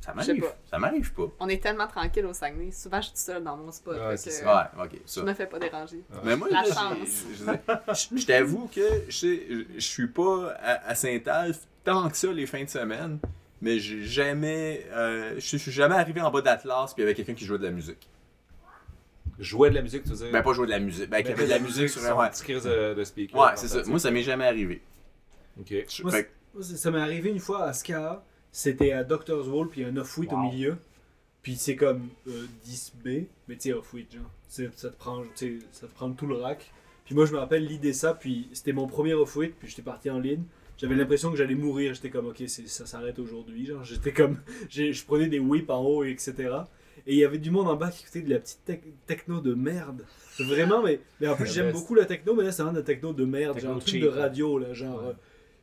[SPEAKER 1] ça
[SPEAKER 5] Je sais
[SPEAKER 1] m'arrive.
[SPEAKER 5] pas.
[SPEAKER 1] Ça m'arrive pas.
[SPEAKER 5] on est tellement tranquille au Saguenay. Souvent, je suis seule dans mon spot.
[SPEAKER 4] Ouais,
[SPEAKER 5] fait
[SPEAKER 4] c'est
[SPEAKER 5] que
[SPEAKER 1] Ouais, ok, ça.
[SPEAKER 5] Je me fais pas déranger.
[SPEAKER 1] Mais moi,
[SPEAKER 5] La
[SPEAKER 1] là,
[SPEAKER 5] chance.
[SPEAKER 1] j'ai- je- je- je t'avoue que je, sais- je- je suis pas à, à Saint-Alphe tant que ça les fins de semaine, mais j'ai jamais, euh, je, je suis jamais arrivé en bas d'Atlas puis il y avait quelqu'un qui jouait de la musique.
[SPEAKER 4] Jouer de la musique, tu veux dire?
[SPEAKER 1] Ben pas jouer de la musique, ben qui avait de la musique sur un. Ouais,
[SPEAKER 4] petit Chris de, de speaker.
[SPEAKER 1] Ouais, c'est ça. Moi, ça m'est jamais arrivé.
[SPEAKER 4] Ok.
[SPEAKER 1] Je-
[SPEAKER 6] Moi,
[SPEAKER 1] fait que-
[SPEAKER 6] Moi, c'est- euh, Ça m'est arrivé une fois à Ska, c'était à Doctor's Wall, puis il y a un off-wheat au milieu. Puis c'est comme euh, 10B, mais tu sais, off-wheat, genre. C'est- Ça te, prend, tu sais, ça te prend tout le rack. Puis moi, je me rappelle l'idée ça, puis c'était mon premier off-wheat, puis j'étais parti en ligne. J'avais l'impression que j'allais mourir. J'étais comme, ok, c'est- ça s'arrête aujourd'hui. Genre, j'étais comme, j'ai- je prenais des whips en haut, etc. Et il y avait du monde en bas qui écoutait de la petite tec- techno de merde. Vraiment, mais, mais en plus,
[SPEAKER 4] La
[SPEAKER 6] j'aime
[SPEAKER 4] best.
[SPEAKER 6] beaucoup la techno, mais là, c'est vraiment de la techno de merde.
[SPEAKER 2] Ah, Techno
[SPEAKER 6] genre, un truc
[SPEAKER 2] cheap,
[SPEAKER 6] de
[SPEAKER 2] hein.
[SPEAKER 6] radio, là, genre. euh,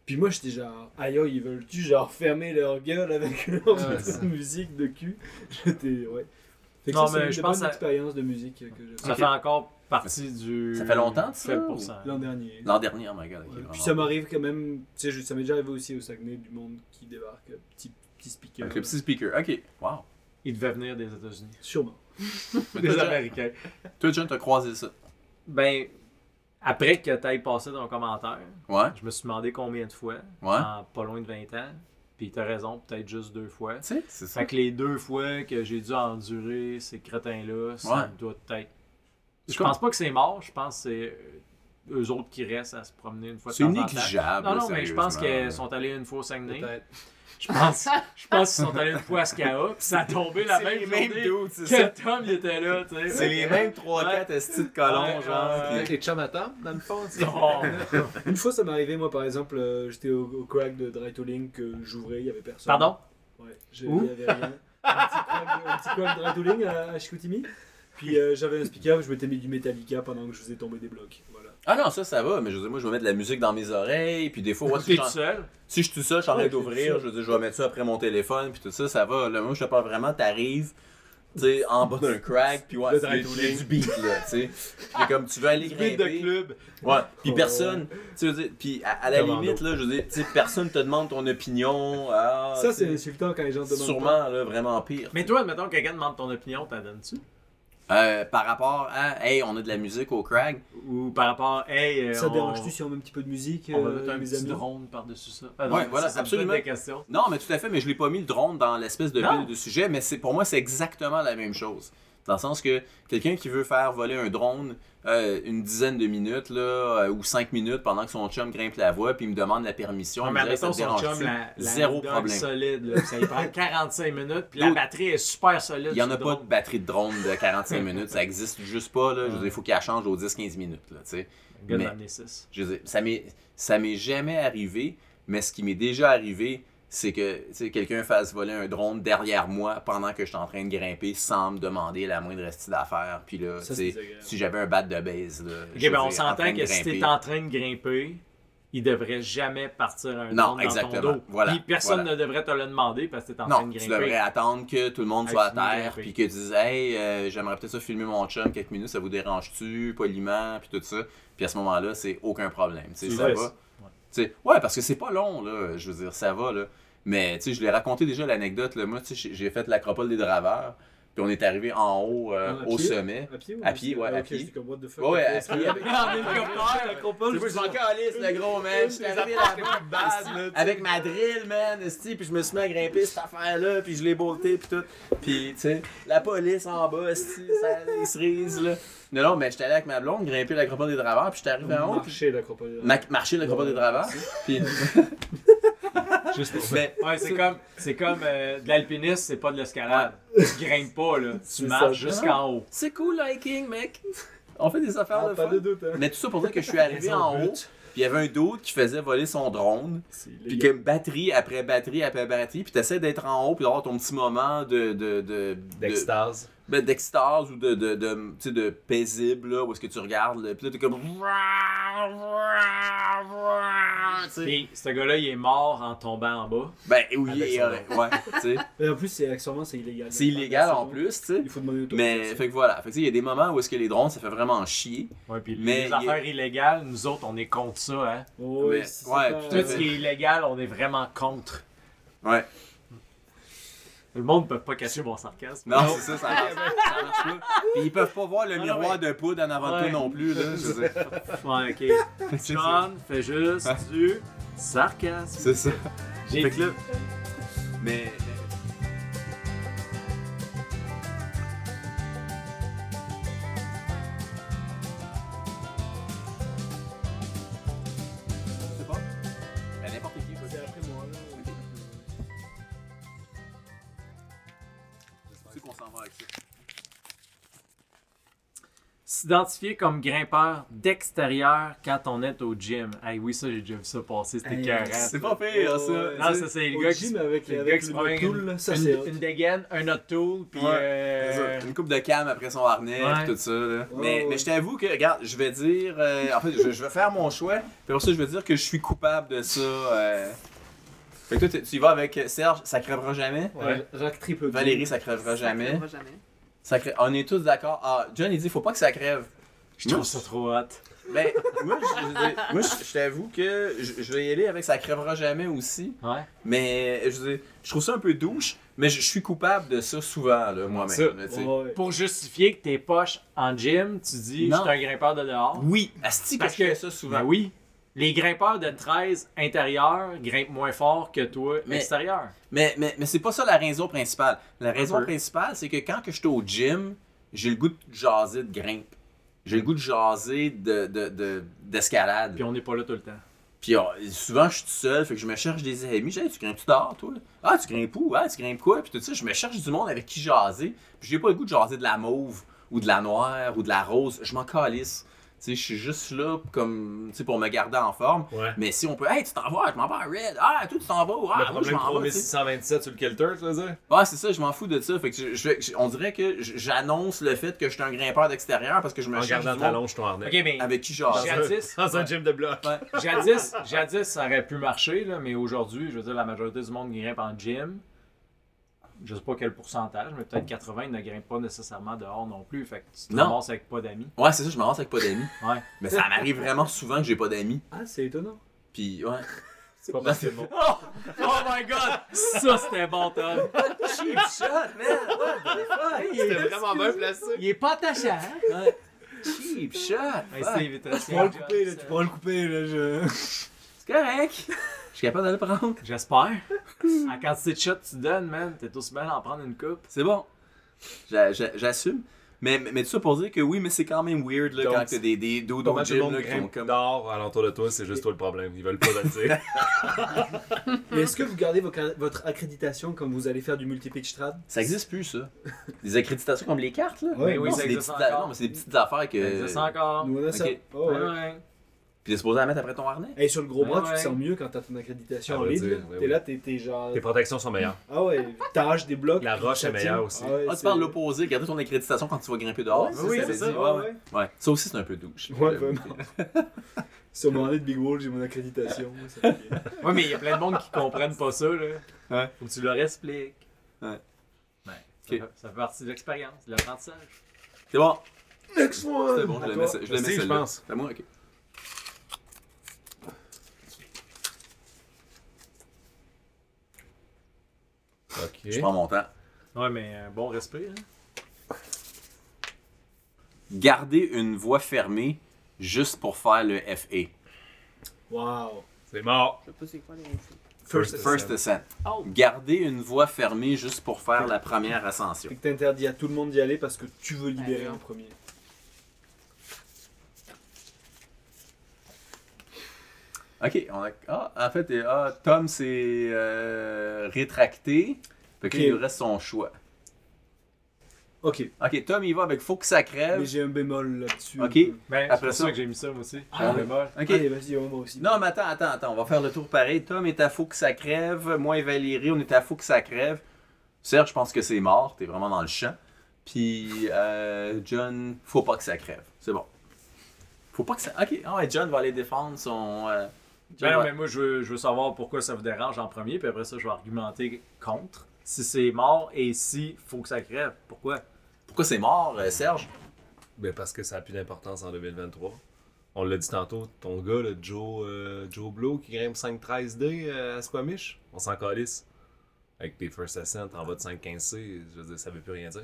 [SPEAKER 6] puis moi, j'étais genre, aïe, aïe, ils veulent-tu, genre, fermer leur gueule avec leur
[SPEAKER 4] Ouais,
[SPEAKER 6] petite musique de cul J'étais, ouais. Fait que
[SPEAKER 2] Non,
[SPEAKER 6] ça,
[SPEAKER 2] mais
[SPEAKER 6] c'est
[SPEAKER 2] je
[SPEAKER 6] une
[SPEAKER 2] pense
[SPEAKER 6] bonne
[SPEAKER 2] à-
[SPEAKER 6] expérience de musique que j'ai
[SPEAKER 2] Ça fait encore partie du.
[SPEAKER 1] Ça fait longtemps, ça,
[SPEAKER 2] faible
[SPEAKER 1] ou-
[SPEAKER 2] pourcent.
[SPEAKER 6] l'an dernier.
[SPEAKER 1] L'an dernier, oh my god. ok,
[SPEAKER 6] Ouais,
[SPEAKER 1] vraiment.
[SPEAKER 6] Puis ça m'arrive quand même, tu sais, je- ça m'est déjà arrivé aussi au Saguenay, du monde qui débarque, euh, petit, petit speaker.
[SPEAKER 1] Avec le petit speaker. Ok, wow.
[SPEAKER 2] Il devait venir des États-Unis.
[SPEAKER 6] Sûrement.
[SPEAKER 1] Mais
[SPEAKER 2] Des
[SPEAKER 1] toi, John-
[SPEAKER 2] Américains.
[SPEAKER 1] Toi, John, t'as croisé ça.
[SPEAKER 2] Ben, après que t'ailles passer ton commentaire,
[SPEAKER 1] Ouais,
[SPEAKER 2] je me suis demandé combien de fois,
[SPEAKER 1] ouais.
[SPEAKER 2] en pas loin de 20 ans, puis t'as raison, peut-être juste deux fois.
[SPEAKER 1] Tu sais, c'est ça.
[SPEAKER 2] Fait que les deux fois que j'ai dû endurer ces crétins-là, ça
[SPEAKER 1] Ouais.
[SPEAKER 2] doit être. Je
[SPEAKER 1] comme-
[SPEAKER 2] pense pas que c'est mort, je pense que c'est euh, eux autres qui restent à se promener une fois de
[SPEAKER 1] C'est
[SPEAKER 2] temps en temps.
[SPEAKER 1] négligeable.
[SPEAKER 2] Non,
[SPEAKER 1] là,
[SPEAKER 2] non, mais je pense qu'ils
[SPEAKER 1] sérieusement.
[SPEAKER 2] sont allés une fois au Saguenay.
[SPEAKER 4] Peut-être.
[SPEAKER 2] Je pense, je pense qu'ils sont allés une fois à Skaha, puis ça a tombé la même journée
[SPEAKER 1] dudes, c'est ça.
[SPEAKER 2] que Tom il était là, tu sais.
[SPEAKER 1] C'est les mêmes 3-4 estis de colons,
[SPEAKER 2] Ouais,
[SPEAKER 1] genre.
[SPEAKER 2] ouais,
[SPEAKER 1] qui-
[SPEAKER 4] les chums à temps, dans le fond, tu sais.
[SPEAKER 2] Non.
[SPEAKER 6] Une fois, ça m'est arrivé, moi, par exemple, euh, j'étais au, au crack de Dry to Link, que j'ouvrais, il y avait personne.
[SPEAKER 2] Pardon?
[SPEAKER 6] Ouais, j'ai-
[SPEAKER 2] Où
[SPEAKER 6] il y avait rien. Un petit crack- un petit crack Dry to Link à, à Chicoutimi. Puis euh, j'avais un speaker, je m'étais mis du Metallica pendant que je faisais tomber des blocs. Voilà.
[SPEAKER 1] Ah non, ça, ça va, mais je veux dire, moi, je vais mettre de la musique dans mes oreilles, puis des fois, ouais, si,
[SPEAKER 2] T'es
[SPEAKER 1] je
[SPEAKER 2] tout
[SPEAKER 1] suis en-
[SPEAKER 2] seul?
[SPEAKER 1] si je suis tout seul, je suis en train
[SPEAKER 6] Ouais,
[SPEAKER 1] d'ouvrir,
[SPEAKER 6] c'est
[SPEAKER 1] je veux dire, je vais mettre ça après mon téléphone, puis tout ça, ça va. Là, moi, je te parle vraiment, t'arrives, tu sais, en bas d'un crack, puis ouais,
[SPEAKER 6] Le
[SPEAKER 1] c'est
[SPEAKER 6] drive-to
[SPEAKER 1] c'est du beat, là, tu sais. Puis comme, tu veux aller
[SPEAKER 2] Vide de
[SPEAKER 1] grimper.
[SPEAKER 2] club.
[SPEAKER 1] Ouais, puis
[SPEAKER 6] Ouais.
[SPEAKER 1] personne, tu veux dire, puis à, à la
[SPEAKER 4] Commando.
[SPEAKER 1] limite, là, je veux dire, tu sais, personne te demande ton opinion. ah,
[SPEAKER 6] ça,
[SPEAKER 1] tu
[SPEAKER 6] c'est
[SPEAKER 1] sais,
[SPEAKER 6] insultant quand les gens te demandent. pas.
[SPEAKER 1] Sûrement, là, vraiment pire.
[SPEAKER 2] Mais toi, admettons que quelqu'un demande ton opinion, t'en donnes-tu?
[SPEAKER 1] Euh, par rapport à, hey, on a de la musique au crack.
[SPEAKER 2] Ou par rapport, hey, euh,
[SPEAKER 6] Ça
[SPEAKER 2] on-
[SPEAKER 6] te dérange-tu si on met un petit peu de musique,
[SPEAKER 2] On va
[SPEAKER 6] euh,
[SPEAKER 2] mettre un
[SPEAKER 6] mes
[SPEAKER 2] petit
[SPEAKER 6] amis
[SPEAKER 2] drone par-dessus ça. Ah,
[SPEAKER 1] Ouais,
[SPEAKER 2] mais
[SPEAKER 1] voilà,
[SPEAKER 2] ça, ça me
[SPEAKER 1] absolument.
[SPEAKER 2] donne des questions.
[SPEAKER 1] Non, mais tout à fait, mais je l'ai pas mis le drone dans l'espèce de
[SPEAKER 2] Non.
[SPEAKER 1] pile de sujet, mais c'est pour moi, c'est exactement la même chose. Dans le sens que quelqu'un qui veut faire voler un drone euh, une dizaine de minutes là, euh, ou cinq minutes pendant que son chum grimpe la voie, puis il me demande la permission, il
[SPEAKER 2] Non, Ah, mais
[SPEAKER 1] me dit, Hey, ça
[SPEAKER 2] admettons
[SPEAKER 1] te
[SPEAKER 2] son chum,
[SPEAKER 1] dérange-tu?
[SPEAKER 2] la, la
[SPEAKER 1] Zéro
[SPEAKER 2] dog
[SPEAKER 1] problème.
[SPEAKER 2] solide, là, ça lui prend 45 minutes, puis la
[SPEAKER 1] L'autre-
[SPEAKER 2] batterie est super solide.
[SPEAKER 1] Il n'y en
[SPEAKER 2] sur
[SPEAKER 1] a
[SPEAKER 2] le
[SPEAKER 1] pas de
[SPEAKER 2] drone.
[SPEAKER 1] batterie de drone de 45 minutes, ça existe juste pas. Là. Je veux dire, il faut qu'elle change aux 10-15 minutes. Là, tu sais.
[SPEAKER 2] Le gars
[SPEAKER 1] mais-
[SPEAKER 2] d'en amener six.
[SPEAKER 1] Je veux dire, ça m'est, ça m'est jamais arrivé, mais ce qui m'est déjà arrivé, c'est que tu sais, quelqu'un fasse voler un drone derrière moi pendant que je suis en train de grimper sans me demander la moindre restille d'affaire. Puis là,
[SPEAKER 6] Ça,
[SPEAKER 1] tu
[SPEAKER 6] c'est
[SPEAKER 1] sais,
[SPEAKER 6] désagréable.
[SPEAKER 1] si j'avais un bat de base, là,
[SPEAKER 2] Ok,
[SPEAKER 1] je veux
[SPEAKER 2] ben on
[SPEAKER 1] dire, en train
[SPEAKER 2] s'entend
[SPEAKER 1] de
[SPEAKER 2] que si
[SPEAKER 1] grimper.
[SPEAKER 2] t'es en train de grimper, il devrait jamais partir un
[SPEAKER 1] Non,
[SPEAKER 2] drone dans
[SPEAKER 1] exactement.
[SPEAKER 2] ton dos.
[SPEAKER 1] Voilà,
[SPEAKER 2] Puis personne
[SPEAKER 1] voilà.
[SPEAKER 2] ne devrait te le demander parce que t'es en train
[SPEAKER 1] Non,
[SPEAKER 2] de
[SPEAKER 1] tu
[SPEAKER 2] grimper.
[SPEAKER 1] devrais attendre que tout le monde
[SPEAKER 2] Ah,
[SPEAKER 1] soit à
[SPEAKER 2] fini de
[SPEAKER 1] terre,
[SPEAKER 2] grimper.
[SPEAKER 1] puis que tu dises Hey, euh, j'aimerais peut-être ça filmer mon chum quelques minutes, ça vous dérange-tu, poliment, puis tout ça. Puis à ce moment-là, c'est aucun problème. Tu sais,
[SPEAKER 2] C'est
[SPEAKER 1] ça
[SPEAKER 2] vrai,
[SPEAKER 1] va.
[SPEAKER 2] ça.
[SPEAKER 1] Tu sais, ouais, parce que c'est pas long, là. Je veux dire, ça va, là. Mais tu sais, je l'ai raconté déjà l'anecdote. là. Moi, tu sais, j'ai- j'ai fait l'acropole des draveurs, puis on est arrivé en haut, euh,
[SPEAKER 6] Ah, à
[SPEAKER 1] au
[SPEAKER 6] pied?
[SPEAKER 1] sommet.
[SPEAKER 6] À pied ou
[SPEAKER 1] À pied, ouais, à
[SPEAKER 6] Ok,
[SPEAKER 1] pied.
[SPEAKER 6] j'étais comme, what the fuck.
[SPEAKER 1] Ouais, ouais, à pied avec.
[SPEAKER 6] Ah, L'acropole,
[SPEAKER 1] C'est moi, je m'en calisse, le gros, man. Je suis arrivé là-bas, Avec ma drill, man, esti, puis je me suis mis à grimper cette affaire-là, puis je l'ai bolté, puis tout. Puis, tu sais, la police en bas, esti, ça, les cerises, là. Non, non, mais j'étais allé avec ma blonde, grimper l'acropole des draveurs, puis j'étais arrivé en haut, puis
[SPEAKER 6] Marcher l'acropole.
[SPEAKER 1] ma- marcher l'acropole des draveurs, puis...
[SPEAKER 6] Juste pour
[SPEAKER 1] Mais,
[SPEAKER 2] Ouais, c'est comme, c'est comme euh, de l'alpinisme, c'est pas de l'escalade. Tu grimpes pas, là. Tu
[SPEAKER 6] ça.
[SPEAKER 2] marches jusqu'en haut.
[SPEAKER 1] c'est cool, hiking, mec. On fait des affaires de
[SPEAKER 6] Pas
[SPEAKER 1] fun.
[SPEAKER 6] de doute, hein.
[SPEAKER 1] Mais tout ça pour dire que je suis arrivé en haut, puis il y avait un doute qui faisait voler son drone, puis que batterie après batterie après batterie, puis t'essaies d'être en haut, puis d'avoir ton petit moment de... de, de- de-
[SPEAKER 4] D'extase.
[SPEAKER 1] ben, d'extase ou de, de, de, tu sais, de paisible, là, où est-ce que tu regardes, là, pis là, t'es comme... tu sais.
[SPEAKER 2] Puis ce gars-là, il est mort en tombant en bas.
[SPEAKER 1] Ben, oui,
[SPEAKER 6] Avec
[SPEAKER 1] et-
[SPEAKER 6] son
[SPEAKER 1] ouais, ouais, tu sais.
[SPEAKER 6] Mais en plus, c'est accessoirement, c'est illégal.
[SPEAKER 1] C'est illégal en plus, tu sais.
[SPEAKER 6] Il faut demander une
[SPEAKER 1] Mais, fait que voilà, fait que, tu sais, il y a des moments où est-ce que les drones, ça fait vraiment chier.
[SPEAKER 2] Ouais, puis
[SPEAKER 1] Mais
[SPEAKER 2] les
[SPEAKER 1] il-
[SPEAKER 2] affaires illégales, nous autres, on est contre ça, hein.
[SPEAKER 6] Oh,
[SPEAKER 1] mais- ouais, tout à
[SPEAKER 2] Tout ce qui est illégal, on est vraiment contre.
[SPEAKER 1] Ouais.
[SPEAKER 2] Le monde ne peut pas cacher mon sarcasme.
[SPEAKER 1] Non, c'est ça, ça marche, ça marche pas. Pis ils peuvent pas voir le
[SPEAKER 2] Ah,
[SPEAKER 1] miroir de poudre en avant de
[SPEAKER 2] Ouais.
[SPEAKER 1] toi non plus, là. je veux dire.
[SPEAKER 2] Ouais, ok.
[SPEAKER 1] Fait que c'est ça.
[SPEAKER 2] John fait juste du sarcasme.
[SPEAKER 1] C'est ça.
[SPEAKER 2] J'ai
[SPEAKER 1] Fait que là, mais... Je sais pas. Ben, n'importe qui peut
[SPEAKER 6] C'est
[SPEAKER 1] faire.
[SPEAKER 6] après moi, là.
[SPEAKER 1] Tu sais qu'on s'en va avec ça.
[SPEAKER 2] S'identifier comme grimpeur d'extérieur quand on est au gym. Hey, oui, ça, j'ai déjà vu ça passer, c'était
[SPEAKER 6] Hey,
[SPEAKER 2] carré.
[SPEAKER 1] C'est pas pire, ça.
[SPEAKER 6] Ouais.
[SPEAKER 2] Non, ça, c'est le
[SPEAKER 6] Au
[SPEAKER 2] gars qui
[SPEAKER 6] gym avec,
[SPEAKER 2] le
[SPEAKER 6] avec
[SPEAKER 2] gars qui se
[SPEAKER 6] le
[SPEAKER 2] promène
[SPEAKER 6] tool, là, ça c'est hot.
[SPEAKER 2] Une, une dégaine, un autre tool, puis.
[SPEAKER 1] Ouais,
[SPEAKER 2] euh,
[SPEAKER 1] C'est ça. Une coupe de cam après son harnais,
[SPEAKER 2] Ouais.
[SPEAKER 1] puis tout ça. là. mais,
[SPEAKER 6] ouais.
[SPEAKER 1] mais je t'avoue que, regarde, je vais dire. euh, en fait, je, je vais faire mon choix. Puis pour ça, je vais dire que je suis coupable de ça. euh. Fait que toi, tu- tu y vas avec Serge, ça crèvera jamais.
[SPEAKER 6] Ouais, Rack triple.
[SPEAKER 1] Valérie, ça crèvera jamais.
[SPEAKER 5] Ça, jamais.
[SPEAKER 1] Ça crè- On est tous d'accord. Ah, John, il dit faut pas que ça crève.
[SPEAKER 2] Je trouve ça trop hot.
[SPEAKER 1] Ben, moi, je, je- je- moi, je- je t'avoue que je, je vais y aller avec ça crèvera jamais aussi.
[SPEAKER 2] Ouais.
[SPEAKER 1] Mais je, veux dire, je trouve ça un peu douche, mais je, je suis coupable de ça souvent, là,
[SPEAKER 2] Ça.
[SPEAKER 1] moi-même. là, tu sais.
[SPEAKER 6] Oh, Ouais.
[SPEAKER 2] Pour justifier que t'es poches en gym, tu dis
[SPEAKER 1] Non.
[SPEAKER 2] je suis un grimpeur de dehors.
[SPEAKER 1] Oui, Asti, que
[SPEAKER 2] Parce
[SPEAKER 1] je
[SPEAKER 2] que-
[SPEAKER 1] fais ça souvent.
[SPEAKER 2] Ben oui. Les grimpeurs de 13 intérieurs grimpent moins fort que toi
[SPEAKER 1] Mais-
[SPEAKER 2] extérieur.
[SPEAKER 1] Mais, mais, mais c'est pas ça la raison principale. La raison
[SPEAKER 2] peu.
[SPEAKER 1] principale, c'est que quand que je suis au gym, j'ai le goût de jaser de grimpe. J'ai le goût de jaser de, de, de- d'escalade.
[SPEAKER 2] Puis on n'est pas là tout le temps.
[SPEAKER 1] Puis on- souvent, je suis tout seul, fait que je me cherche des amis. J'ai dit, Hey, tu grimpes-tu dehors, toi? Ah, tu grimpes où? Ah, tu grimpes quoi? Puis tout ça, je me cherche du monde avec qui jaser. Puis j'ai pas le goût de jaser de la mauve ou de la noire ou de la rose. Je m'en calisse. Tu sais, je suis juste là comme, tu sais, pour me garder en forme.
[SPEAKER 4] Ouais.
[SPEAKER 1] Mais si on peut, hey, tu t'en vas, je m'en vais à Red. Ah, toi, tu t'en vas. Ah,
[SPEAKER 4] le
[SPEAKER 1] moi, je
[SPEAKER 4] problème
[SPEAKER 1] m'en vais. tu sais.
[SPEAKER 4] 3627 sur le Kelter, tu veux dire?
[SPEAKER 1] Ouais, c'est ça, je m'en fous de ça. Fait que je- je- je- on dirait que j- j'annonce le fait que je suis un grimpeur d'extérieur parce que Ben, je me
[SPEAKER 4] En
[SPEAKER 1] cherche
[SPEAKER 4] gardant
[SPEAKER 1] du
[SPEAKER 4] ta
[SPEAKER 1] monde
[SPEAKER 4] longe, ton harnais.
[SPEAKER 2] Ok, mais
[SPEAKER 1] avec qui
[SPEAKER 4] Dans
[SPEAKER 1] jaser.
[SPEAKER 4] un-
[SPEAKER 2] Jadis.
[SPEAKER 4] Dans un gym de bloc.
[SPEAKER 2] jadis, jadis, ça aurait pu marcher, là, mais aujourd'hui, je veux dire, la majorité du monde grimpe en gym. Je sais pas quel pourcentage, mais peut-être 80 ils ne grimpent pas nécessairement dehors non plus. Fait que tu te
[SPEAKER 1] Non.
[SPEAKER 2] ramasses avec pas d'amis.
[SPEAKER 1] Ouais, c'est ça, je me rase avec pas d'amis.
[SPEAKER 2] Ouais.
[SPEAKER 1] Mais ça m'arrive vraiment souvent que j'ai pas d'amis.
[SPEAKER 6] Ah, c'est étonnant.
[SPEAKER 1] Puis, ouais.
[SPEAKER 4] C'est pas parce que bon.
[SPEAKER 2] Oh, oh my god! Ça, c'était bon, Tom!
[SPEAKER 1] Cheap shot, man!
[SPEAKER 4] C'était vraiment bien placé.
[SPEAKER 2] Il est pas attaché, hein?
[SPEAKER 1] Cheap shot! Ah,
[SPEAKER 2] Hey, Steve, il est très
[SPEAKER 6] Tu pourras le couper, là, tu pourras le couper, là, je...
[SPEAKER 1] C'est correct! Je suis capable de le prendre.
[SPEAKER 2] J'espère. La quantité de shots que tu donnes, man, t'es aussi bien d'en prendre une coupe.
[SPEAKER 1] C'est bon. J'a- j'a- J'assume. Mais, mais mais tout ça pour dire que oui, mais c'est quand même weird là,
[SPEAKER 4] Donc,
[SPEAKER 1] quand t'as des, des dos
[SPEAKER 4] Pas
[SPEAKER 1] au
[SPEAKER 4] mal de
[SPEAKER 1] gym
[SPEAKER 4] monde
[SPEAKER 1] là, qui ont
[SPEAKER 4] grimpe
[SPEAKER 1] comme.
[SPEAKER 4] d'or alentour de toi, c'est juste toi le problème. Ils veulent pas le dire.
[SPEAKER 6] Mais est-ce que vous gardez vos car- votre accréditation quand vous allez faire du multi-pitch trad
[SPEAKER 1] Ça existe plus, ça. Des accréditations comme les cartes, là.
[SPEAKER 6] Ouais,
[SPEAKER 2] Mais oui,
[SPEAKER 1] Non,
[SPEAKER 2] ça
[SPEAKER 1] c'est des
[SPEAKER 2] existe
[SPEAKER 1] petites a-
[SPEAKER 2] encore.
[SPEAKER 1] non, mais c'est des petites affaires
[SPEAKER 2] Ça
[SPEAKER 1] que.
[SPEAKER 2] existe encore.
[SPEAKER 6] Nous, on a ça.
[SPEAKER 1] ok.
[SPEAKER 6] Oh,
[SPEAKER 2] Ouais,
[SPEAKER 6] ouais.
[SPEAKER 2] ouais.
[SPEAKER 1] Puis t'es supposé la mettre après ton harnais?
[SPEAKER 6] Et sur le
[SPEAKER 1] Ah
[SPEAKER 6] gros bras,
[SPEAKER 2] Ouais,
[SPEAKER 6] tu te
[SPEAKER 2] ouais.
[SPEAKER 6] sens mieux quand t'as ton accréditation
[SPEAKER 4] Ça
[SPEAKER 6] en
[SPEAKER 4] veut
[SPEAKER 6] ligne.
[SPEAKER 4] dire,
[SPEAKER 6] là.
[SPEAKER 4] ouais,
[SPEAKER 6] T'es
[SPEAKER 4] oui.
[SPEAKER 6] là, t'es t'es genre.
[SPEAKER 4] Tes protections sont meilleures.
[SPEAKER 6] Ah ouais, t'arraches des blocs.
[SPEAKER 4] La roche est
[SPEAKER 6] t'attirent.
[SPEAKER 4] meilleure aussi.
[SPEAKER 6] ouais,
[SPEAKER 1] Ah, tu
[SPEAKER 6] c'est-
[SPEAKER 1] parles de l'opposé, garder ton accréditation quand tu vas grimper dehors.
[SPEAKER 6] Ouais,
[SPEAKER 1] ça,
[SPEAKER 6] oui,
[SPEAKER 1] ça
[SPEAKER 6] c'est
[SPEAKER 1] veut
[SPEAKER 6] ça.
[SPEAKER 1] dire,
[SPEAKER 6] ouais,
[SPEAKER 1] ouais,
[SPEAKER 6] ouais.
[SPEAKER 1] ouais. Ouais. Ça aussi, c'est un peu douche. Euh,
[SPEAKER 6] Ouais,
[SPEAKER 1] J'avoue.
[SPEAKER 6] vraiment. Sur mon année de Big Wall, j'ai mon accréditation. ça fait-
[SPEAKER 2] Ouais, mais il y a plein de monde qui comprennent pas ça, là.
[SPEAKER 1] Ouais.
[SPEAKER 2] Faut que tu leur expliques.
[SPEAKER 1] Ouais.
[SPEAKER 2] Ouais, ça,
[SPEAKER 1] Ok.
[SPEAKER 2] fait, ça fait partie de l'expérience, de l'apprentissage.
[SPEAKER 1] C'est bon,
[SPEAKER 6] Next one!
[SPEAKER 1] c'est bon, je
[SPEAKER 6] À
[SPEAKER 1] le
[SPEAKER 6] toi.
[SPEAKER 1] mets, ça- je le mets
[SPEAKER 4] Steve, je
[SPEAKER 1] celle-là.
[SPEAKER 4] pense.
[SPEAKER 1] C'est à moi, ok. Je prends mon temps.
[SPEAKER 2] Ouais, mais euh, bon respect. hein.
[SPEAKER 1] Garder une voie fermée juste pour faire le FA.
[SPEAKER 6] Ah. Waouh.
[SPEAKER 4] C'est mort.
[SPEAKER 5] Je sais pas c'est quoi les
[SPEAKER 1] First, ascent.
[SPEAKER 5] Oh.
[SPEAKER 1] Garder une voie fermée juste pour faire la première ascension.
[SPEAKER 6] Fait que t'interdis à tout le monde d'y aller parce que tu veux libérer
[SPEAKER 5] Ben,
[SPEAKER 6] en premier.
[SPEAKER 1] Ok, on a. Ah, en fait, euh, ah, Tom s'est euh, rétracté. Fait que
[SPEAKER 6] Ok.
[SPEAKER 1] là, il nous reste son choix.
[SPEAKER 6] Ok,
[SPEAKER 1] Ok, Tom, il va avec Faut que ça crève.
[SPEAKER 6] mais j'ai un bémol là-dessus.
[SPEAKER 1] Euh, Ok.
[SPEAKER 2] Ben,
[SPEAKER 1] Après
[SPEAKER 2] Après
[SPEAKER 1] ça-
[SPEAKER 2] ça, que j'ai mis ça, moi aussi.
[SPEAKER 6] Ah,
[SPEAKER 2] mais bon.
[SPEAKER 1] Ok.
[SPEAKER 6] Allez, vas-y, on va moi aussi.
[SPEAKER 1] Non, mais attends, attends, attends. On va faire le tour pareil. Tom est à Faut que ça crève. Moi et Valérie, on est à Faut que ça crève. Serge, je pense que c'est mort. T'es vraiment dans le champ. Puis, euh, John, faut pas que ça crève. C'est bon. Faut pas que ça. Ok, ah ouais, John va aller défendre son. euh, John
[SPEAKER 2] Ben non,
[SPEAKER 1] va-
[SPEAKER 2] mais moi, je veux, je veux savoir pourquoi ça vous dérange en premier, puis après ça, je vais argumenter contre. Si c'est mort et si faut que ça crève, pourquoi?
[SPEAKER 1] Pourquoi c'est mort, euh, Serge
[SPEAKER 4] Ben parce que ça a plus d'importance en 2023. On l'a dit tantôt, ton gars, le Joe, euh, Joe Blow, qui grimpe 5-13D euh, à Squamish, on s'en calisse. Avec tes First Ascent en bas de 5-15C, je veux dire, ça veut plus rien dire.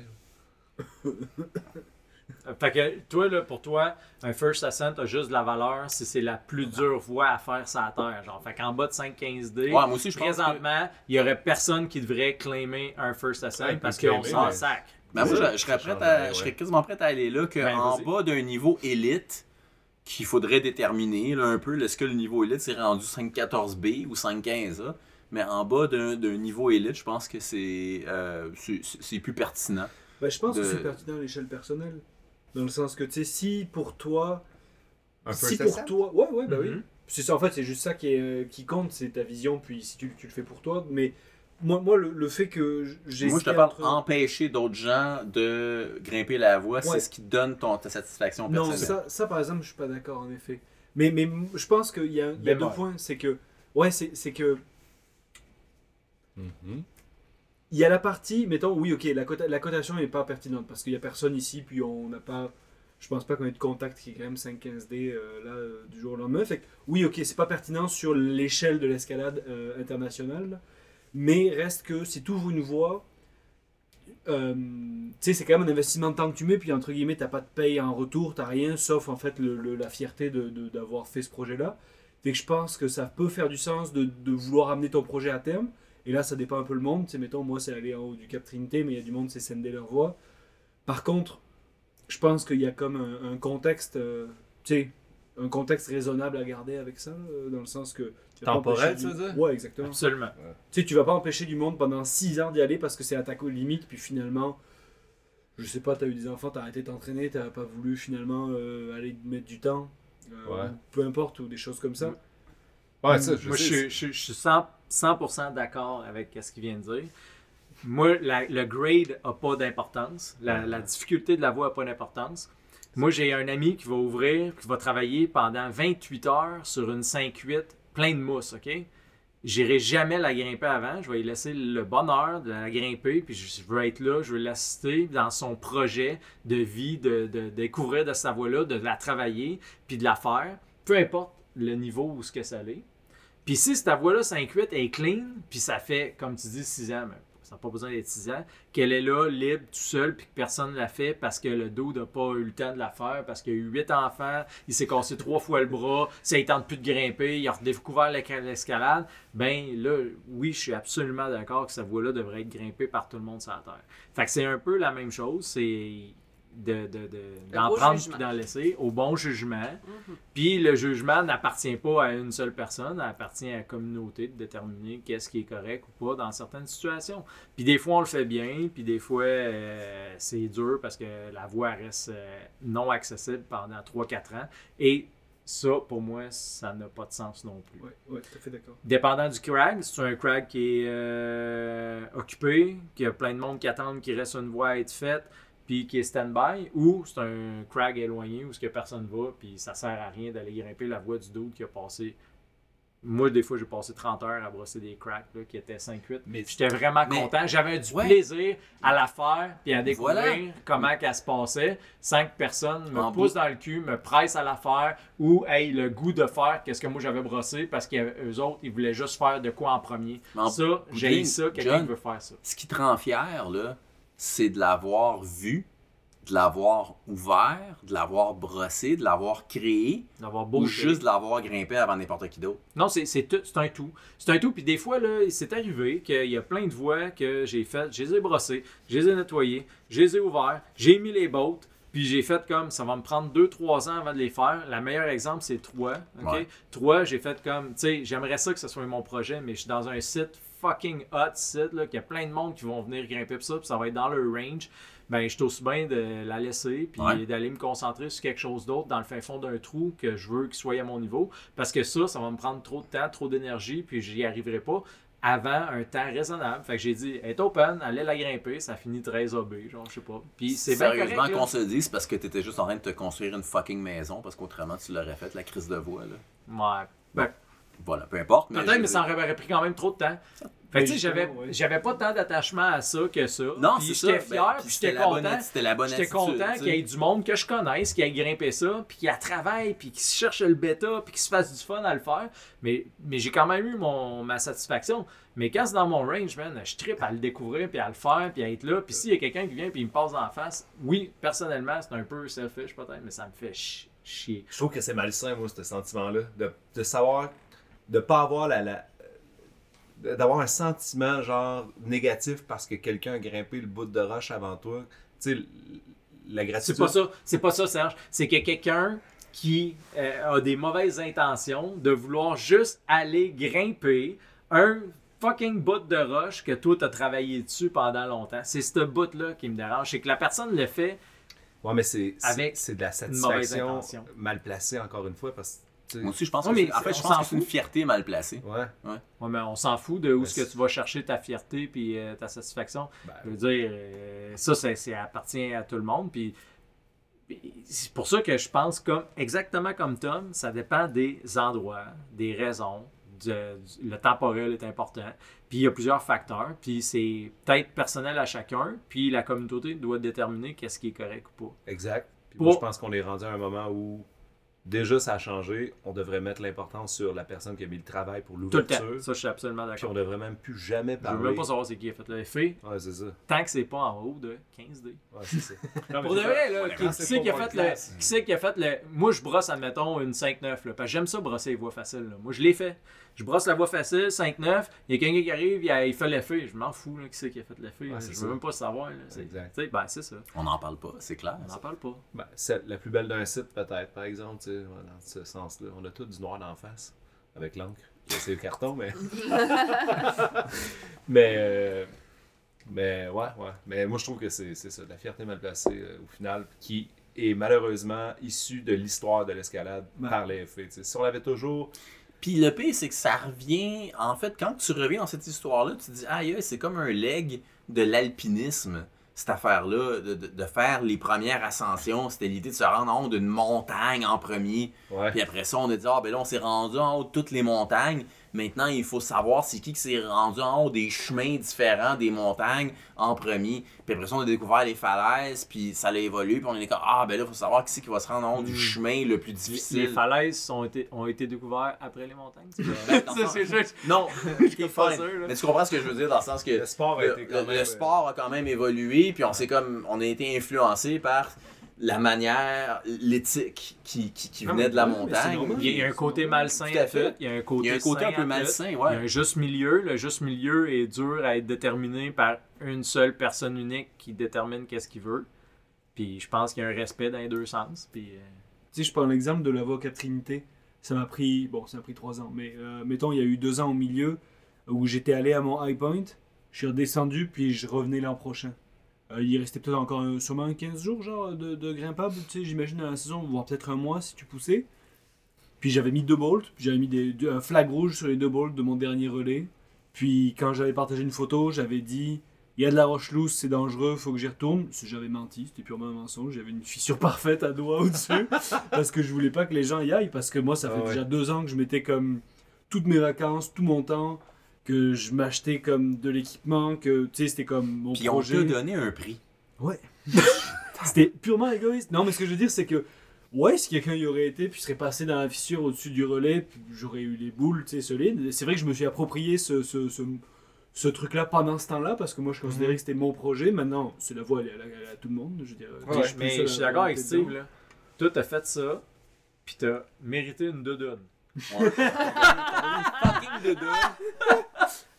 [SPEAKER 2] Euh, Fait que toi, là, pour toi, un First Ascent a juste de la valeur si c'est la plus dure voie à faire sur la Terre. Genre, fait qu'en bas de 5-15D,
[SPEAKER 1] Ouais, moi aussi, je pense. que-
[SPEAKER 2] présentement, il y aurait personne qui devrait claimer un First Ascent
[SPEAKER 4] Ouais,
[SPEAKER 2] parce
[SPEAKER 4] peut
[SPEAKER 2] qu'on
[SPEAKER 4] claimer,
[SPEAKER 2] s'en
[SPEAKER 4] mais-
[SPEAKER 2] sac.
[SPEAKER 1] Ben moi,
[SPEAKER 4] Ouais.
[SPEAKER 1] je, je serais prêt à, je serais quasiment prêt à aller là
[SPEAKER 2] Ben,
[SPEAKER 1] qu'en
[SPEAKER 2] vas-y.
[SPEAKER 1] bas d'un niveau élite qu'il faudrait déterminer là, un peu, est-ce que le niveau élite c'est rendu 5.14b ou 5.15a, mais en bas d'un d'un niveau élite, je pense que c'est euh, c'est- c'est c'est plus pertinent.
[SPEAKER 6] Bah, je pense
[SPEAKER 1] De-
[SPEAKER 6] que c'est pertinent à l'échelle personnelle. Dans le sens que, tu sais, si pour toi.
[SPEAKER 4] Un
[SPEAKER 6] si pour toi. Ouais, ouais, bah oui.
[SPEAKER 2] Mhm.
[SPEAKER 6] C'est ça, en fait, c'est juste ça qui, est, euh, qui compte, c'est ta vision, puis si tu, tu le fais pour toi. Mais moi, moi le, le fait que j- j'ai.
[SPEAKER 1] Moi, je te
[SPEAKER 6] hésité
[SPEAKER 1] parle
[SPEAKER 6] entre-
[SPEAKER 1] empêcher d'autres gens de grimper la voie,
[SPEAKER 6] Ouais.
[SPEAKER 1] c'est ce qui te donne ton, ta satisfaction
[SPEAKER 6] Non,
[SPEAKER 1] personnelle.
[SPEAKER 6] ça, ça, par exemple, je suis pas d'accord, en effet. Mais, mais m- je pense qu'il y a, il y a
[SPEAKER 2] Bémol.
[SPEAKER 6] deux points. C'est que. Ouais, c'est c'est que.
[SPEAKER 4] Mhm.
[SPEAKER 6] Il y a la partie, mettons, oui, ok, la, cota- la cotation n'est pas pertinente parce qu'il n'y a personne ici, puis on n'a pas. Je pense pas qu'on ait de contact qui est quand même 5-15D euh, là euh, du jour au lendemain. Fait que, oui, ok, c'est pas pertinent sur l'échelle de l'escalade euh, internationale, mais reste que c'est toujours une voie. euh, tu sais, c'est quand même un investissement de temps que tu mets, puis entre guillemets, t'as pas de paye en retour, t'as rien, sauf en fait le- le- la fierté de- de- d'avoir fait ce projet-là. Fait que je pense que ça peut faire du sens de, de vouloir amener ton projet à terme. Et là, ça dépend un peu le monde. Tu sais, mettons, moi, c'est aller en haut du Cap Trinité, mais il y a du monde, c'est scinder leur voix. Par contre, je pense qu'il y a comme un, un contexte, euh, tu sais, un contexte raisonnable à garder avec ça, là, dans le sens que... tu vas pas
[SPEAKER 4] Temporel,
[SPEAKER 6] empêcher du-
[SPEAKER 4] tu veux dire
[SPEAKER 6] Ouais, exactement.
[SPEAKER 2] Absolument.
[SPEAKER 6] Tu sais, tu vas pas empêcher du monde pendant 6 ans d'y aller parce que c'est attaque aux limites, puis finalement, je sais pas, t'as eu des enfants, t'as arrêté de t'entraîner, t'as pas voulu finalement euh, aller mettre du temps, euh,
[SPEAKER 4] Ouais.
[SPEAKER 6] peu importe, ou des choses comme ça.
[SPEAKER 4] Ouais, ça, je
[SPEAKER 2] Moi, je,
[SPEAKER 4] sais.
[SPEAKER 2] suis- je- je suis 100%, 100% d'accord avec ce qu'il vient de dire. Moi, la- le grade n'a pas d'importance. La, la difficulté de la voie n'a pas d'importance. Moi, j'ai un ami qui va ouvrir, qui va travailler pendant 28 heures sur une 5-8 plein de mousse, OK? J'irai jamais la grimper avant. Je vais lui laisser le bonheur de la grimper, puis je je veux être là, je veux l'assister dans son projet de vie, de, de- de découvrir de sa voie-là, de la travailler, puis de la faire, peu importe le niveau où ce que ça l'est. Puis si cette voie-là 5-8 est clean, puis ça fait, comme tu dis, 6 ans, mais ça n'a pas besoin d'être 6 ans, qu'elle est là, libre, tout seul, puis que personne ne la fait parce que le dos n'a pas eu le temps de la faire, parce qu'il a eu 8 enfants, il s'est cassé trois fois le bras, ça ne tente plus de grimper, il a redécouvert l'esca- l'escalade, ben là, oui, je suis absolument d'accord que cette voie-là devrait être grimpée par tout le monde sur la Terre. Fait que c'est un peu la même chose, c'est de, de- de-
[SPEAKER 5] Le
[SPEAKER 2] d'en
[SPEAKER 5] beau
[SPEAKER 2] prendre
[SPEAKER 5] jugement.
[SPEAKER 2] puis d'en laisser au bon jugement. Puis le jugement n'appartient pas à une seule personne, elle appartient à la communauté de déterminer qu'est-ce qui est correct ou pas dans certaines situations. Puis des fois on le fait bien, puis des fois euh, c'est dur parce que la voie reste euh, non accessible pendant 3-4 ans. Et ça, pour moi, ça n'a pas de sens non plus.
[SPEAKER 6] Ouais, ouais, tout à fait d'accord.
[SPEAKER 2] Dépendant du crag, si tu as un crag qui est euh, occupé, qui a plein de monde qui attendent qu'il reste une voie à être faite, puis qui est stand-by, ou c'est un crag éloigné où ce que personne va, puis ça sert à rien d'aller grimper la voie du dos qui a passé Moi, des fois, j'ai passé 30 heures à brosser des cracks là, qui étaient 5-8.
[SPEAKER 4] Mais-
[SPEAKER 2] Puis J'étais vraiment
[SPEAKER 1] Mais-
[SPEAKER 2] content. J'avais du
[SPEAKER 1] Ouais.
[SPEAKER 2] plaisir à la faire puis à découvrir
[SPEAKER 1] Voilà.
[SPEAKER 2] comment qu'elle se passait. Cinq personnes me
[SPEAKER 1] En
[SPEAKER 2] poussent dans le cul, me pressent à la faire ou aient le goût de faire qu'est-ce que moi j'avais brossé parce qu'eux autres, ils voulaient juste faire de quoi en premier.
[SPEAKER 1] Mais en
[SPEAKER 2] ça,
[SPEAKER 1] de
[SPEAKER 2] j'ai
[SPEAKER 1] ligne,
[SPEAKER 2] ça, quelqu'un
[SPEAKER 1] John,
[SPEAKER 2] qui veut faire ça.
[SPEAKER 1] ce qui te rend fier, là, c'est de l'avoir vu, de l'avoir ouvert, de l'avoir brossé, de l'avoir créé,
[SPEAKER 2] D'avoir beau
[SPEAKER 1] ou juste de l'avoir grimpé avant n'importe qui d'autre.
[SPEAKER 2] Non, c'est c'est tout- c'est un tout. C'est un tout. Puis des fois, là, c'est arrivé qu'il y a plein de voies que j'ai faites. Je les ai brossées, je les ai nettoyées, je les ai ouvertes, j'ai mis les bottes. Puis j'ai fait comme, ça va me prendre 2-3 ans avant de les faire. La meilleure exemple, c'est Troyes. OK?
[SPEAKER 1] Ouais.
[SPEAKER 2] Troyes, j'ai fait comme, tu sais, j'aimerais ça que ce soit mon projet, mais je suis dans un site fucking hot site, là, qu'il y a plein de monde qui vont venir grimper pis ça, puis ça va être dans leur range. Ben, je suis bien de la laisser, puis
[SPEAKER 1] Ouais.
[SPEAKER 2] d'aller me concentrer sur quelque chose d'autre dans le fin fond d'un trou que je veux qu'il soit à mon niveau. Parce que ça, ça va me prendre trop de temps, trop d'énergie, puis j'y arriverai pas avant un temps raisonnable. Fait que j'ai dit, elle est open, allez la grimper, ça finit 13 OB, genre, je sais pas. Puis c'est bien correct,
[SPEAKER 1] Sérieusement,
[SPEAKER 2] là.
[SPEAKER 1] qu'on se le dise, c'est parce que t'étais juste en train de te construire une fucking maison, parce qu'autrement, tu l'aurais fait, la crise de voix, là.
[SPEAKER 2] Ouais. Ben,
[SPEAKER 1] Voilà, peu importe. je
[SPEAKER 2] Peut-être,
[SPEAKER 1] veux
[SPEAKER 2] mais ça
[SPEAKER 1] dire-
[SPEAKER 2] en aurait pris quand même trop de temps. Fait que, tu sais, j'avais,
[SPEAKER 6] justement, ouais.
[SPEAKER 2] j'avais pas tant d'attachement à ça que ça.
[SPEAKER 1] Non,
[SPEAKER 2] Puis
[SPEAKER 1] c'est ça.
[SPEAKER 2] J'étais
[SPEAKER 1] ben,
[SPEAKER 2] fier,
[SPEAKER 1] puis
[SPEAKER 2] puis
[SPEAKER 1] c'était
[SPEAKER 2] j'étais
[SPEAKER 1] la bonne
[SPEAKER 2] content.
[SPEAKER 1] atti- C'était la bonne
[SPEAKER 2] J'étais
[SPEAKER 1] attitude.
[SPEAKER 2] content
[SPEAKER 1] tu sais.
[SPEAKER 2] qu'il y ait du monde que je connaisse, qui ait grimpé ça, puis qui a travaille, puis qui se cherche le bêta, puis qui se fasse du fun à le faire. Mais, mais j'ai quand même eu mon, ma satisfaction. Mais quand c'est dans mon range, man, je tripe à le découvrir, puis à le faire, puis à être là. Puis s'il y a quelqu'un qui vient, puis il me passe en face, oui, personnellement, c'est un peu selfish peut-être, mais ça me fait chi- chier.
[SPEAKER 4] Je trouve que c'est malsain, moi, ce sentiment-là. De, de savoir, de pas avoir la. la- euh, d'avoir un sentiment, genre, négatif parce que quelqu'un a grimpé le bout de roche avant toi. Tu sais, l- la gratitude.
[SPEAKER 2] C'est pas ça, c'est pas ça, Serge. C'est que quelqu'un qui euh, a des mauvaises intentions de vouloir juste aller grimper un fucking bout de roche que toi t'as travaillé dessus pendant longtemps. C'est ce bout là qui me dérange, c'est que la personne le fait.
[SPEAKER 4] Ouais, mais c'est, c'est-
[SPEAKER 2] Avec
[SPEAKER 4] c'est de la
[SPEAKER 2] mauvaise
[SPEAKER 4] satisfaction
[SPEAKER 2] intention.
[SPEAKER 4] mal placée, encore une fois, parce que. tu
[SPEAKER 1] Moi
[SPEAKER 4] sais,
[SPEAKER 1] aussi, je pense
[SPEAKER 2] Ouais,
[SPEAKER 1] que
[SPEAKER 2] mais
[SPEAKER 1] c'est- en fait,
[SPEAKER 2] on
[SPEAKER 1] je pense
[SPEAKER 2] s'en
[SPEAKER 1] que c'est une
[SPEAKER 2] fout.
[SPEAKER 1] fierté mal placée.
[SPEAKER 4] Ouais.
[SPEAKER 2] Ouais, mais on s'en fout de où
[SPEAKER 4] Mais
[SPEAKER 2] est-ce que
[SPEAKER 4] c'est-
[SPEAKER 2] tu vas chercher ta fierté puis euh, ta satisfaction.
[SPEAKER 4] Ben,
[SPEAKER 2] Je veux dire, euh, ça, c'est- c'est appartient à tout le monde. Puis, puis c'est pour ça que je pense comme exactement comme Tom, ça dépend des endroits, des raisons. de- du- le temporel est important. Puis il y a plusieurs facteurs. Puis c'est peut-être personnel à chacun. Puis la communauté doit déterminer qu'est-ce qui est correct ou pas.
[SPEAKER 4] Exact. Puis
[SPEAKER 2] Pour-
[SPEAKER 4] moi, je pense qu'on est rendu à un moment où déjà ça a changé. On devrait mettre l'importance sur la personne qui a mis le travail pour
[SPEAKER 2] Tout le temps.
[SPEAKER 4] l'ouverture.
[SPEAKER 2] Ça, je suis absolument
[SPEAKER 4] Puis on
[SPEAKER 2] d'accord.
[SPEAKER 4] devrait même plus jamais
[SPEAKER 2] Je veux
[SPEAKER 4] parler.
[SPEAKER 2] même pas savoir c'est qui a fait le fait,
[SPEAKER 4] Ouais, c'est ça.
[SPEAKER 2] tant que c'est pas en haut de 15D.
[SPEAKER 4] Ouais, c'est ça.
[SPEAKER 2] Pour de vrai, là, qui, qui
[SPEAKER 4] c'est
[SPEAKER 2] c'est
[SPEAKER 4] pas
[SPEAKER 2] qui a
[SPEAKER 4] world
[SPEAKER 2] fait le.
[SPEAKER 4] class.
[SPEAKER 2] Qui c'est qui a fait le. Moi, je brosse, admettons, une 5-9, là, parce que j'aime ça brosser les voies faciles. là. Moi, je l'ai fait. Je brosse la voie facile, 5-9, il y a quelqu'un qui arrive, il, a- il fait l'effet. Je m'en fous, là, qui c'est qui a fait l'effet.
[SPEAKER 4] Ouais,
[SPEAKER 2] là.
[SPEAKER 4] c'est
[SPEAKER 2] je
[SPEAKER 4] ça.
[SPEAKER 2] veux même pas savoir. là. C'est-
[SPEAKER 4] Exact.
[SPEAKER 2] tu sais, Ben, c'est ça.
[SPEAKER 1] On n'en parle pas, c'est clair.
[SPEAKER 2] On n'en
[SPEAKER 1] ça.
[SPEAKER 2] parle pas.
[SPEAKER 4] Ben, c'est la plus belle d'un site, peut-être, par exemple, tu sais, dans ce sens-là. On a tout du noir d'en face, avec l'encre. Là, C'est le carton, mais. mais. euh, Mais ouais, ouais. Mais moi, je trouve que c'est c'est ça, de la fierté mal placée euh, au final, qui est malheureusement issue de l'histoire de l'escalade
[SPEAKER 6] Ouais.
[SPEAKER 4] par les faits. tu sais. Si on l'avait toujours.
[SPEAKER 1] Puis le pire, c'est que ça revient. En fait, quand tu reviens dans cette histoire-là, tu te dis, aïe, aïe, c'est comme un leg de l'alpinisme, cette affaire-là, de, de- de faire les premières ascensions. C'était l'idée de se rendre en haut d'une montagne en premier.
[SPEAKER 4] Ouais.
[SPEAKER 1] Puis après ça, on a dit, ah, ben là, on s'est rendu en haut de toutes les montagnes. Maintenant, il faut savoir c'est qui qui s'est rendu en haut des chemins différents des montagnes en premier. Puis après ça, on a découvert les falaises, puis ça a évolué, puis on est comme, ah, ben là, il faut savoir qui c'est qui va se rendre en haut du
[SPEAKER 2] Mm.
[SPEAKER 1] chemin le plus
[SPEAKER 2] Les
[SPEAKER 1] difficile.
[SPEAKER 2] falaises sont été- ont été découvertes après les montagnes. tu vois.
[SPEAKER 1] Ben, dans le
[SPEAKER 2] ça,
[SPEAKER 1] sens-
[SPEAKER 2] c'est juste.
[SPEAKER 1] Non,
[SPEAKER 2] suis pas sûr, là.
[SPEAKER 1] mais tu comprends ce que je veux dire dans le sens que
[SPEAKER 4] Le sport a
[SPEAKER 1] le,
[SPEAKER 4] été quand
[SPEAKER 1] le-
[SPEAKER 4] même,
[SPEAKER 1] le
[SPEAKER 4] euh,
[SPEAKER 1] sport a quand même évolué, puis on s'est comme on a été influencé par la manière, l'éthique qui, qui, qui venait de la montagne.
[SPEAKER 2] Il y a un côté malsain
[SPEAKER 1] Tout à
[SPEAKER 2] à
[SPEAKER 1] fait.
[SPEAKER 2] tout. Il y a un
[SPEAKER 1] Il
[SPEAKER 2] côté,
[SPEAKER 1] y a un côté
[SPEAKER 2] sain
[SPEAKER 1] un
[SPEAKER 2] à
[SPEAKER 1] peu
[SPEAKER 2] tout.
[SPEAKER 1] malsain,
[SPEAKER 2] Il y a
[SPEAKER 1] ouais.
[SPEAKER 2] un juste milieu. Le juste milieu est dur à être déterminé par une seule personne unique qui détermine qu'est-ce qu'il veut. Puis je pense qu'il y a un respect dans les deux sens. Puis euh,
[SPEAKER 6] Tu sais, je prends l'exemple de la voie Cap Trinité. Ça m'a pris, bon, ça m'a pris trois ans, mais euh, mettons, il y a eu deux ans au milieu où j'étais allé à mon high point, je suis redescendu, puis je revenais l'an prochain. Euh, il restait peut-être encore euh, sûrement 15 jours, genre, de, de grimpable, tu sais, j'imagine, à la saison, voire peut-être un mois si tu poussais. Puis j'avais mis deux bolts, puis j'avais mis des, deux- un flag rouge sur les deux bolts de mon dernier relais. Puis quand j'avais partagé une photo, j'avais dit il y a de la roche loose, c'est dangereux, faut que j'y retourne. Parce que J'avais menti, c'était purement un mensonge. J'avais une fissure parfaite à doigt au-dessus parce que je voulais pas que les gens y aillent. Parce que moi, ça fait
[SPEAKER 4] Ah ouais.
[SPEAKER 6] déjà deux ans que je m'étais comme toutes mes vacances, tout mon temps, que je m'achetais comme de l'équipement, que tu sais, c'était comme mon
[SPEAKER 1] Puis on
[SPEAKER 6] projet.
[SPEAKER 1] t'a donné un prix.
[SPEAKER 6] Ouais. C'était purement égoïste. Non, mais ce que je veux dire, c'est que, ouais, si quelqu'un y aurait été, puis serait passé dans la fissure au-dessus du relais, puis j'aurais eu les boules, tu sais, solides. C'est vrai que je me suis approprié ce, ce, ce, ce truc-là pendant ce temps-là, parce que moi, je
[SPEAKER 2] Mhm.
[SPEAKER 6] considérais que c'était mon projet. Maintenant, c'est la voie, elle, est à la- elle est à tout le monde, je veux dire.
[SPEAKER 2] Mais je- mais je suis d'accord avec Steve, là. Toi, t'as fait ça, pis t'as mérité une doudoune.
[SPEAKER 1] Ouais. Fucking dedans.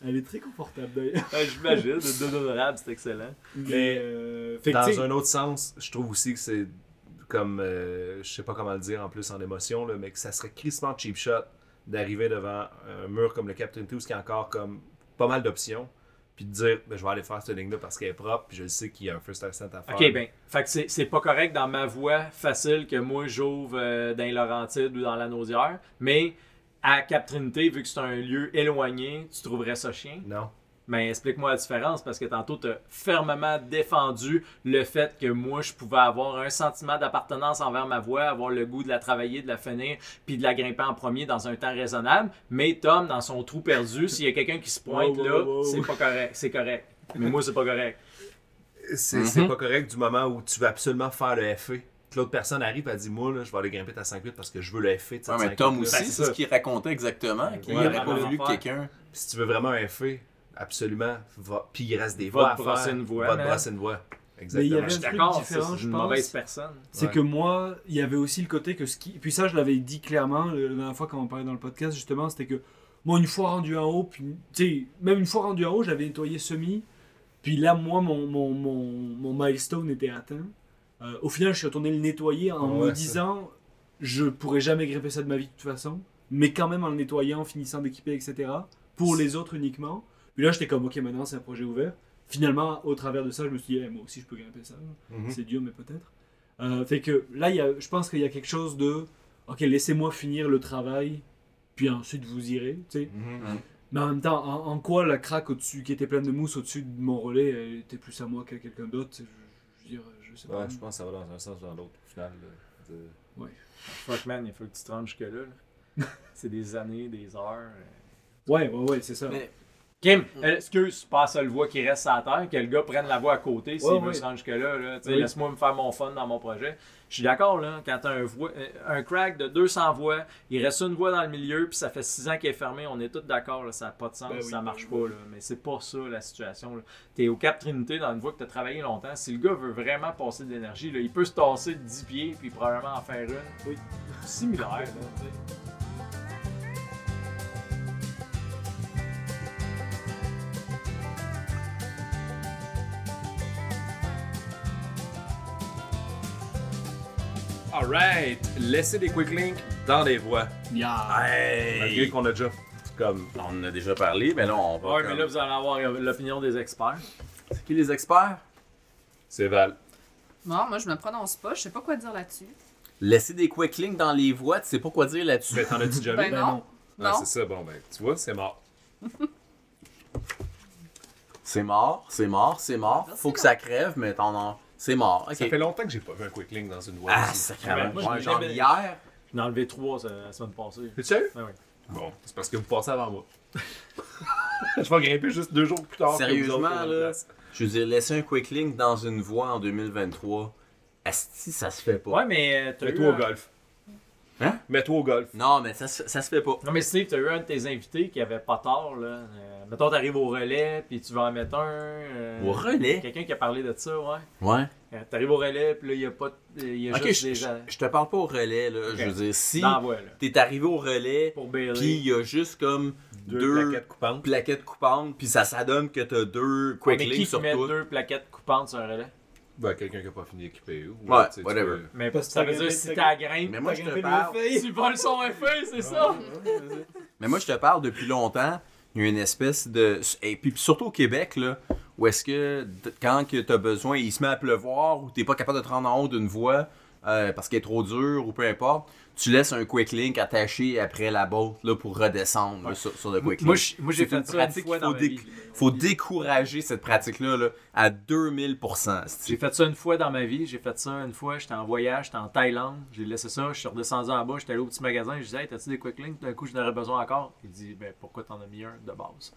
[SPEAKER 6] Elle est très confortable, d'ailleurs.
[SPEAKER 2] Euh, J'imagine, une doudoune arabe, c'est excellent.
[SPEAKER 6] Mais, euh, fait que, tu
[SPEAKER 4] Dans
[SPEAKER 6] sais,
[SPEAKER 4] un autre sens, je trouve aussi que c'est comme, euh, je sais pas comment le dire en plus en émotion, là, mais que ça serait crissement cheap shot d'arriver devant un mur comme le Captain Toos qui a encore comme pas mal d'options, puis de dire ben, je vais aller faire cette ligne-là parce qu'elle est propre, puis je sais qu'il y a un first ascent à faire.
[SPEAKER 2] Ok, ben, fait que c'est- c'est pas correct dans ma voie facile que moi j'ouvre euh, dans les Laurentides ou dans la Naudière, mais à Cap Trinité, vu que c'est un lieu éloigné, tu trouverais ça chien.
[SPEAKER 4] Non.
[SPEAKER 2] Mais explique-moi la différence parce que tantôt t'as fermement défendu le fait que moi je pouvais avoir un sentiment d'appartenance envers ma voix, avoir le goût de la travailler, de la finir, puis de la grimper en premier dans un temps raisonnable. Mais Tom, dans son trou perdu, s'il y a quelqu'un qui se pointe
[SPEAKER 6] Wow, wow,
[SPEAKER 2] là,
[SPEAKER 6] wow.
[SPEAKER 2] c'est pas correct, c'est correct. Mais moi c'est pas correct.
[SPEAKER 4] C'est c'est pas correct du moment où tu veux absolument faire le FA. Que l'autre personne arrive et dit Moi, là, je vais aller grimper ta 5-8 parce que je veux le FA de cette
[SPEAKER 1] Ouais, mais
[SPEAKER 4] 5-8
[SPEAKER 1] Tom
[SPEAKER 4] -là.
[SPEAKER 2] Ben,
[SPEAKER 1] aussi,
[SPEAKER 2] c'est
[SPEAKER 1] c'est ce
[SPEAKER 2] ça.
[SPEAKER 1] qu'il racontait exactement. Qu'il
[SPEAKER 2] Ouais,
[SPEAKER 1] n'aurait pas
[SPEAKER 2] vraiment
[SPEAKER 1] voulu que
[SPEAKER 2] faire.
[SPEAKER 1] quelqu'un.
[SPEAKER 4] Si tu veux vraiment un FA, absolument, va- puis il reste des voix.
[SPEAKER 2] Va te
[SPEAKER 4] à
[SPEAKER 2] brosser
[SPEAKER 4] faire.
[SPEAKER 2] une voie,
[SPEAKER 4] Va te
[SPEAKER 2] man.
[SPEAKER 4] brosser une voix. Exactement.
[SPEAKER 6] il y
[SPEAKER 2] Je
[SPEAKER 6] avait
[SPEAKER 2] suis
[SPEAKER 6] un truc
[SPEAKER 2] d'accord, ça,
[SPEAKER 6] différent,
[SPEAKER 2] c'est
[SPEAKER 6] je
[SPEAKER 2] une
[SPEAKER 6] pense.
[SPEAKER 2] mauvaise personne.
[SPEAKER 6] C'est
[SPEAKER 4] Ouais.
[SPEAKER 6] que moi, il y avait aussi le côté que ce qui. Puis ça, je l'avais dit clairement euh, la dernière fois quand on parlait dans le podcast, justement, c'était que moi, une fois rendu en haut, puis tu sais, même une fois rendu en haut, j'avais nettoyé semi. Puis là, moi, mon, mon, mon, mon milestone était atteint. Euh, au final, je suis retourné le nettoyer en
[SPEAKER 4] Ouais,
[SPEAKER 6] me
[SPEAKER 4] ça.
[SPEAKER 6] disant je pourrais jamais grimper ça de ma vie de toute façon, mais quand même en le nettoyant, en finissant d'équiper, etc. Pour les autres uniquement. Puis là, j'étais comme ok, maintenant c'est un projet ouvert. Finalement, au travers de ça, je me suis dit Eh, moi aussi, je peux grimper ça.
[SPEAKER 4] Mhm.
[SPEAKER 6] C'est dur, mais peut-être. Euh, fait que là, il y a, je pense qu'il y a quelque chose de Ok, laissez-moi finir le travail, puis ensuite vous irez. tu sais.
[SPEAKER 4] Mhm.
[SPEAKER 6] Mais en même temps, en, en quoi la craque au-dessus, qui était pleine de mousse au-dessus de mon relais, elle était plus à moi qu'à quelqu'un d'autre tu sais, je, je veux dire, je sais pas.
[SPEAKER 4] Ouais, je pense que ça va dans un sens ou dans l'autre, au final. là, de-
[SPEAKER 2] Fuck man, il faut que tu te rendes jusque-là. là. c'est des années, des heures.
[SPEAKER 6] Ouais, ouais, ouais, c'est ça.
[SPEAKER 1] Mais-
[SPEAKER 2] Kim,
[SPEAKER 6] Mm.
[SPEAKER 2] euh, excuse, pas la seule voix qui reste à terre, que le gars prenne la voix à côté s'il
[SPEAKER 6] Ouais,
[SPEAKER 2] veut
[SPEAKER 6] ouais.
[SPEAKER 2] se rendre jusque-là. là. Tu sais,
[SPEAKER 6] Oui.
[SPEAKER 2] Laisse-moi me faire mon fun dans mon projet. Je suis d'accord, là, quand t'as un, voix- euh, un crack de 200 voix, il reste une voix dans le milieu, puis ça fait 6 ans qu'il est fermé, on est tous d'accord, là, ça n'a pas de sens,
[SPEAKER 6] Ben oui.
[SPEAKER 2] ça marche pas. Là. Mais c'est pas ça la situation. là. T'es au Cap Trinité dans une voie que t'as travaillé longtemps. Si le gars veut vraiment passer de l'énergie, là, il peut se tasser de 10 pieds, puis probablement en faire une similaire. là, tu sais.
[SPEAKER 4] Alright, laissez des quick links dans les voies.
[SPEAKER 1] Ah,
[SPEAKER 6] Yeah.
[SPEAKER 4] Malgré qu'on a déjà comme.
[SPEAKER 1] On en a déjà parlé, mais là, on va.
[SPEAKER 2] Ouais,
[SPEAKER 1] comme-
[SPEAKER 2] mais là, vous allez avoir euh, l'opinion des experts.
[SPEAKER 1] C'est qui les experts
[SPEAKER 4] C'est Val.
[SPEAKER 5] Non, moi, je me prononce pas. Je sais pas quoi dire là-dessus.
[SPEAKER 1] Laisser des quick links dans les voies, tu sais pas quoi dire là-dessus.
[SPEAKER 4] Mais t'en as-tu déjà
[SPEAKER 5] Ben,
[SPEAKER 4] vu?
[SPEAKER 5] non.
[SPEAKER 4] Ah,
[SPEAKER 5] Non.
[SPEAKER 4] c'est ça, bon ben, tu vois, c'est mort.
[SPEAKER 1] C'est mort, c'est mort, c'est mort. Faut que ça crève, mais t'en en. C'est mort.
[SPEAKER 4] Ça
[SPEAKER 1] Ok.
[SPEAKER 4] fait longtemps que j'ai pas vu un quick link dans une voie.
[SPEAKER 1] Ah,
[SPEAKER 4] aussi.
[SPEAKER 2] Ben,
[SPEAKER 1] sacrément.
[SPEAKER 2] moi, je
[SPEAKER 1] Ouais,
[SPEAKER 2] l'ai
[SPEAKER 1] genre
[SPEAKER 2] jamais-
[SPEAKER 1] hier.
[SPEAKER 2] J'en ai enlevé trois euh, la semaine passée.
[SPEAKER 4] T'es sérieux?
[SPEAKER 2] Ah oui.
[SPEAKER 4] Bon, c'est parce que vous passez avant moi. je vais grimper juste deux jours plus tard. que vous autres
[SPEAKER 1] Sérieusement,
[SPEAKER 4] sur votre
[SPEAKER 1] là?
[SPEAKER 4] place.
[SPEAKER 1] Je veux dire, laisser un quick link dans une voie en 2023. Asti, ça se fait pas.
[SPEAKER 2] Ouais, mais euh, t'as eu.
[SPEAKER 4] Mets-toi au
[SPEAKER 2] un-
[SPEAKER 4] golf.
[SPEAKER 1] Hein?
[SPEAKER 4] Mets-toi au golf.
[SPEAKER 1] Non, mais ça, se- ça se fait pas.
[SPEAKER 2] Non, mais Steve, t'as eu un de tes invités qui avait pas tort, là. Euh, mettons, t'arrives au relais, puis tu vas en mettre un. euh,
[SPEAKER 1] Au relais.
[SPEAKER 2] Quelqu'un qui a parlé de ça, ouais.
[SPEAKER 1] Ouais.
[SPEAKER 2] Euh, t'arrives au relais, puis là, il y a pas. de- Il y a
[SPEAKER 1] Ok,
[SPEAKER 2] juste
[SPEAKER 1] je,
[SPEAKER 2] des
[SPEAKER 1] je-
[SPEAKER 2] gens.
[SPEAKER 1] je te parle pas au relais, là. Je veux dire, si
[SPEAKER 2] Dans la voie, là.
[SPEAKER 1] t'es arrivé au relais,
[SPEAKER 2] Pour Bailey.
[SPEAKER 1] puis il y a juste comme deux, plaquettes.
[SPEAKER 4] coupantes.
[SPEAKER 1] coupantes, puis ça, ça donne que t'as deux
[SPEAKER 2] mais
[SPEAKER 1] quick
[SPEAKER 2] qui
[SPEAKER 1] links
[SPEAKER 2] qui
[SPEAKER 1] sur
[SPEAKER 2] met
[SPEAKER 1] toi.
[SPEAKER 2] deux plaquettes coupantes sur un relais?
[SPEAKER 4] Ben, quelqu'un qui a pas fini d'équiper. ou-
[SPEAKER 1] Ouais,
[SPEAKER 4] tu sais, tu
[SPEAKER 1] whatever.
[SPEAKER 4] peux-
[SPEAKER 2] Mais
[SPEAKER 6] Parce que
[SPEAKER 2] ça
[SPEAKER 6] t'as
[SPEAKER 2] veut dire
[SPEAKER 6] grimpé
[SPEAKER 2] si
[SPEAKER 6] le-
[SPEAKER 2] t'as la grimpe,
[SPEAKER 1] Mais moi, je te
[SPEAKER 6] Grimper le
[SPEAKER 1] parle.
[SPEAKER 6] feuille.
[SPEAKER 2] tu voles son effet, c'est ça?
[SPEAKER 1] Mais moi, je te parle depuis longtemps, il y a une espèce de. Et puis surtout au Québec, là, où est-ce que d- quand que t'as besoin, il se met à pleuvoir ou t'es pas capable de te rendre en haut d'une voie, euh, parce qu'elle est trop dure ou peu importe, tu laisses un quick link attaché après la botte là, pour redescendre là, sur, sur le quick link.
[SPEAKER 2] Moi, je- moi, j'ai
[SPEAKER 1] C'est une
[SPEAKER 2] fait ça une
[SPEAKER 1] pratique
[SPEAKER 2] fois
[SPEAKER 1] qu'il faut
[SPEAKER 2] dans ma vie.
[SPEAKER 1] faut décourager cette pratique-là là, à 2000%. c'est-tu.
[SPEAKER 2] J'ai fait ça une fois dans ma vie. J'ai fait ça une fois. J'étais en voyage, j'étais en Thaïlande. J'ai laissé ça. Je suis redescendu en bas. J'étais allé au petit magasin. Je disais, hey, t'as-tu des quick links D'un coup, je n'aurais besoin encore. Il dit, ben pourquoi t'en as mis un de base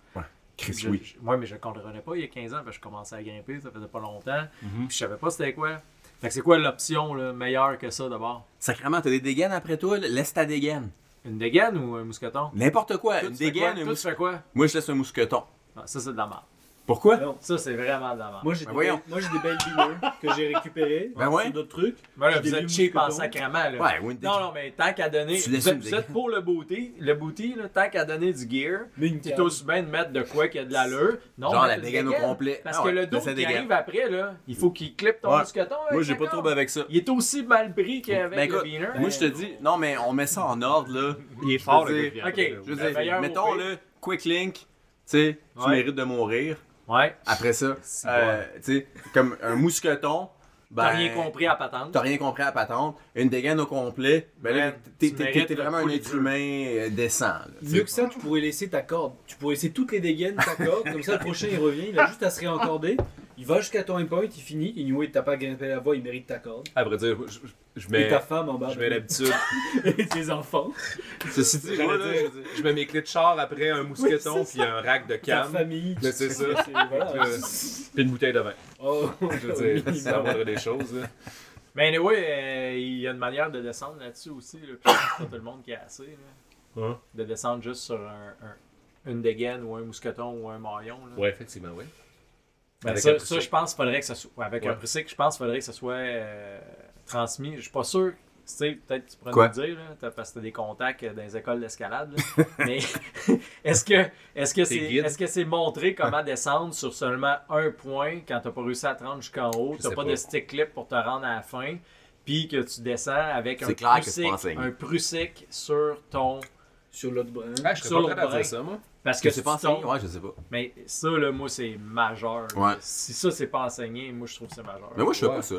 [SPEAKER 1] Chris,
[SPEAKER 2] Je-
[SPEAKER 1] oui.
[SPEAKER 2] je- ouais, mais je ne comprenais pas il y a 15 ans, parce que je commençais à grimper, ça faisait pas longtemps.
[SPEAKER 1] Mm-hmm.
[SPEAKER 2] Puis je savais pas c'était quoi. Fait que c'est quoi l'option là, meilleure que ça d'abord
[SPEAKER 1] Sacrement, t'as des dégaines après toi, là, laisse ta dégaine.
[SPEAKER 2] Une dégaine ou un mousqueton
[SPEAKER 1] N'importe quoi, Euh,
[SPEAKER 2] Toi,
[SPEAKER 1] une
[SPEAKER 2] tu fais quoi?
[SPEAKER 1] dégaine, un
[SPEAKER 2] Toi,
[SPEAKER 1] mous-
[SPEAKER 2] tu fais quoi
[SPEAKER 1] Moi, je laisse un mousqueton.
[SPEAKER 2] Ah, Ça, c'est de la merde.
[SPEAKER 1] Pourquoi?
[SPEAKER 2] Ça, c'est vraiment de la merde.
[SPEAKER 6] Moi, j'ai
[SPEAKER 1] Ben
[SPEAKER 6] des,
[SPEAKER 1] voyons.
[SPEAKER 6] belles- moi, j'ai des belles dealers que j'ai récupérées
[SPEAKER 1] Ben ouais.
[SPEAKER 6] sur d'autres trucs.
[SPEAKER 2] Mais là,
[SPEAKER 6] j'ai
[SPEAKER 2] vous
[SPEAKER 6] des
[SPEAKER 2] êtes cheap en
[SPEAKER 6] mousquetons.
[SPEAKER 2] sacrement. Là.
[SPEAKER 1] Ouais, ou une dégaine.
[SPEAKER 2] Non, non, mais tant qu'à donner.
[SPEAKER 1] Tu
[SPEAKER 2] Vous
[SPEAKER 1] laisses une
[SPEAKER 2] êtes, vous êtes
[SPEAKER 1] dégaine.
[SPEAKER 2] pour le booty. Le booty, là, tant qu'à donner du gear,
[SPEAKER 6] Mais une
[SPEAKER 2] t'es aussi bien de mettre de quoi qu'il y a de l'allure. Non,
[SPEAKER 1] Genre
[SPEAKER 2] mais
[SPEAKER 1] la
[SPEAKER 2] une
[SPEAKER 1] dégaine au complet.
[SPEAKER 2] Parce
[SPEAKER 1] Ah ouais,
[SPEAKER 2] que le dos
[SPEAKER 1] laisse la
[SPEAKER 2] qui
[SPEAKER 1] dégaine.
[SPEAKER 2] arrive après, là, il faut qu'il clippe ton
[SPEAKER 1] Ouais.
[SPEAKER 2] mousqueton.
[SPEAKER 1] Moi,
[SPEAKER 2] avec
[SPEAKER 1] j'ai
[SPEAKER 2] la
[SPEAKER 1] pas de
[SPEAKER 2] corde.
[SPEAKER 1] trouble avec ça.
[SPEAKER 2] Il est aussi mal pris qu'avec
[SPEAKER 1] Ben,
[SPEAKER 2] le
[SPEAKER 1] écoute,
[SPEAKER 2] beaner.
[SPEAKER 1] Moi, je te dis, non, mais on met ça en ordre, là.
[SPEAKER 8] Il est fort,
[SPEAKER 1] Je veux
[SPEAKER 8] le
[SPEAKER 1] dire-
[SPEAKER 8] gars qui vient après,
[SPEAKER 2] Ok,
[SPEAKER 8] là.
[SPEAKER 1] Je veux
[SPEAKER 2] La
[SPEAKER 1] dire,
[SPEAKER 2] meilleure
[SPEAKER 1] mettons,
[SPEAKER 2] mourir.
[SPEAKER 1] là, quick link, tu sais, tu
[SPEAKER 2] Ouais.
[SPEAKER 1] mérites de mourir.
[SPEAKER 2] Ouais.
[SPEAKER 1] Après ça, euh, tu sais, comme un mousqueton, ben,
[SPEAKER 2] T'as rien compris à patente.
[SPEAKER 1] t'as rien compris à la patente. Une dégaine au complet, ben là,
[SPEAKER 2] Ouais,
[SPEAKER 1] t'es
[SPEAKER 2] tu
[SPEAKER 1] t'es-
[SPEAKER 2] mérites
[SPEAKER 1] t'es
[SPEAKER 2] le
[SPEAKER 1] vraiment
[SPEAKER 2] coup
[SPEAKER 1] un
[SPEAKER 2] des
[SPEAKER 1] être
[SPEAKER 2] dieux.
[SPEAKER 1] humain euh, décent. là, tu sais.
[SPEAKER 6] Mieux que ça, tu pourrais laisser ta corde. Tu pourrais laisser toutes les dégaines, ta corde. Comme ça, le prochain, il revient. Il a juste à se réencorder. Il va jusqu'à ton endpoint, il finit. Anyway, t'as pas grimpé la voie, il mérite ta corde.
[SPEAKER 4] À vrai dire, je, je- je
[SPEAKER 6] Et
[SPEAKER 4] mets,
[SPEAKER 6] ta femme en bas.
[SPEAKER 4] je mets l'habitude.
[SPEAKER 6] Et tes enfants.
[SPEAKER 4] Ceci dit, moi, là, je, veux dire, je mets mes clés de char après un mousqueton
[SPEAKER 6] Oui, c'est
[SPEAKER 4] puis un rack de
[SPEAKER 6] Ta
[SPEAKER 4] cam.
[SPEAKER 6] famille.
[SPEAKER 4] Mais c'est ça.
[SPEAKER 6] Voilà.
[SPEAKER 4] Euh, Puis une bouteille de vin.
[SPEAKER 6] Oh,
[SPEAKER 4] Je veux dire,
[SPEAKER 6] oui,
[SPEAKER 4] c'est la moindre des choses. là.
[SPEAKER 2] Mais anyway, euh, il y a une manière de descendre là-dessus aussi. Là. Puis c'est pas tout le monde qui a assez. là.
[SPEAKER 4] Hein?
[SPEAKER 2] De descendre juste sur un, un- une dégaine ou un mousqueton ou un maillon. là.
[SPEAKER 4] Ouais, effectivement, ouais.
[SPEAKER 2] Ben,
[SPEAKER 4] Avec un
[SPEAKER 2] ça,
[SPEAKER 4] poussé.
[SPEAKER 2] ça, je pense qu'il faudrait que ça soit. ouais, avec
[SPEAKER 4] Ouais.
[SPEAKER 2] un pressé, je pense qu'il faudrait que ça soit euh, transmis. Je suis pas sûr. Tu sais, peut-être que tu pourrais
[SPEAKER 1] Quoi?
[SPEAKER 2] nous le dire, là, t'as- parce que tu as des contacts euh, dans les écoles d'escalade. là. Mais est-ce que est-ce que c'est
[SPEAKER 4] guides.
[SPEAKER 2] est-ce que c'est montré comment descendre sur seulement un point quand t'as pas réussi à te rendre jusqu'en haut,
[SPEAKER 4] Je
[SPEAKER 2] t'as
[SPEAKER 4] sais
[SPEAKER 2] pas,
[SPEAKER 4] pas.
[SPEAKER 2] de stick clip pour te rendre à la fin, puis que tu descends avec un
[SPEAKER 1] C'est clair que c'est
[SPEAKER 2] prussique,
[SPEAKER 1] pas enseigné.
[SPEAKER 2] un prussique sur ton
[SPEAKER 6] Sur l'autre brin.
[SPEAKER 4] Ah, je serais
[SPEAKER 2] Sur
[SPEAKER 4] pas prêt à
[SPEAKER 2] le brin.
[SPEAKER 4] dire ça, moi.
[SPEAKER 2] parce
[SPEAKER 1] Est-ce
[SPEAKER 2] que
[SPEAKER 1] que c'est pas
[SPEAKER 2] si
[SPEAKER 1] enseigné?
[SPEAKER 2] ton-
[SPEAKER 1] Ouais, je sais pas.
[SPEAKER 2] mais ça là moi c'est majeur. là.
[SPEAKER 1] Ouais.
[SPEAKER 2] Si ça c'est pas enseigné, moi je trouve que c'est majeur.
[SPEAKER 1] Mais moi, je fais
[SPEAKER 4] Ouais.
[SPEAKER 1] pas ça.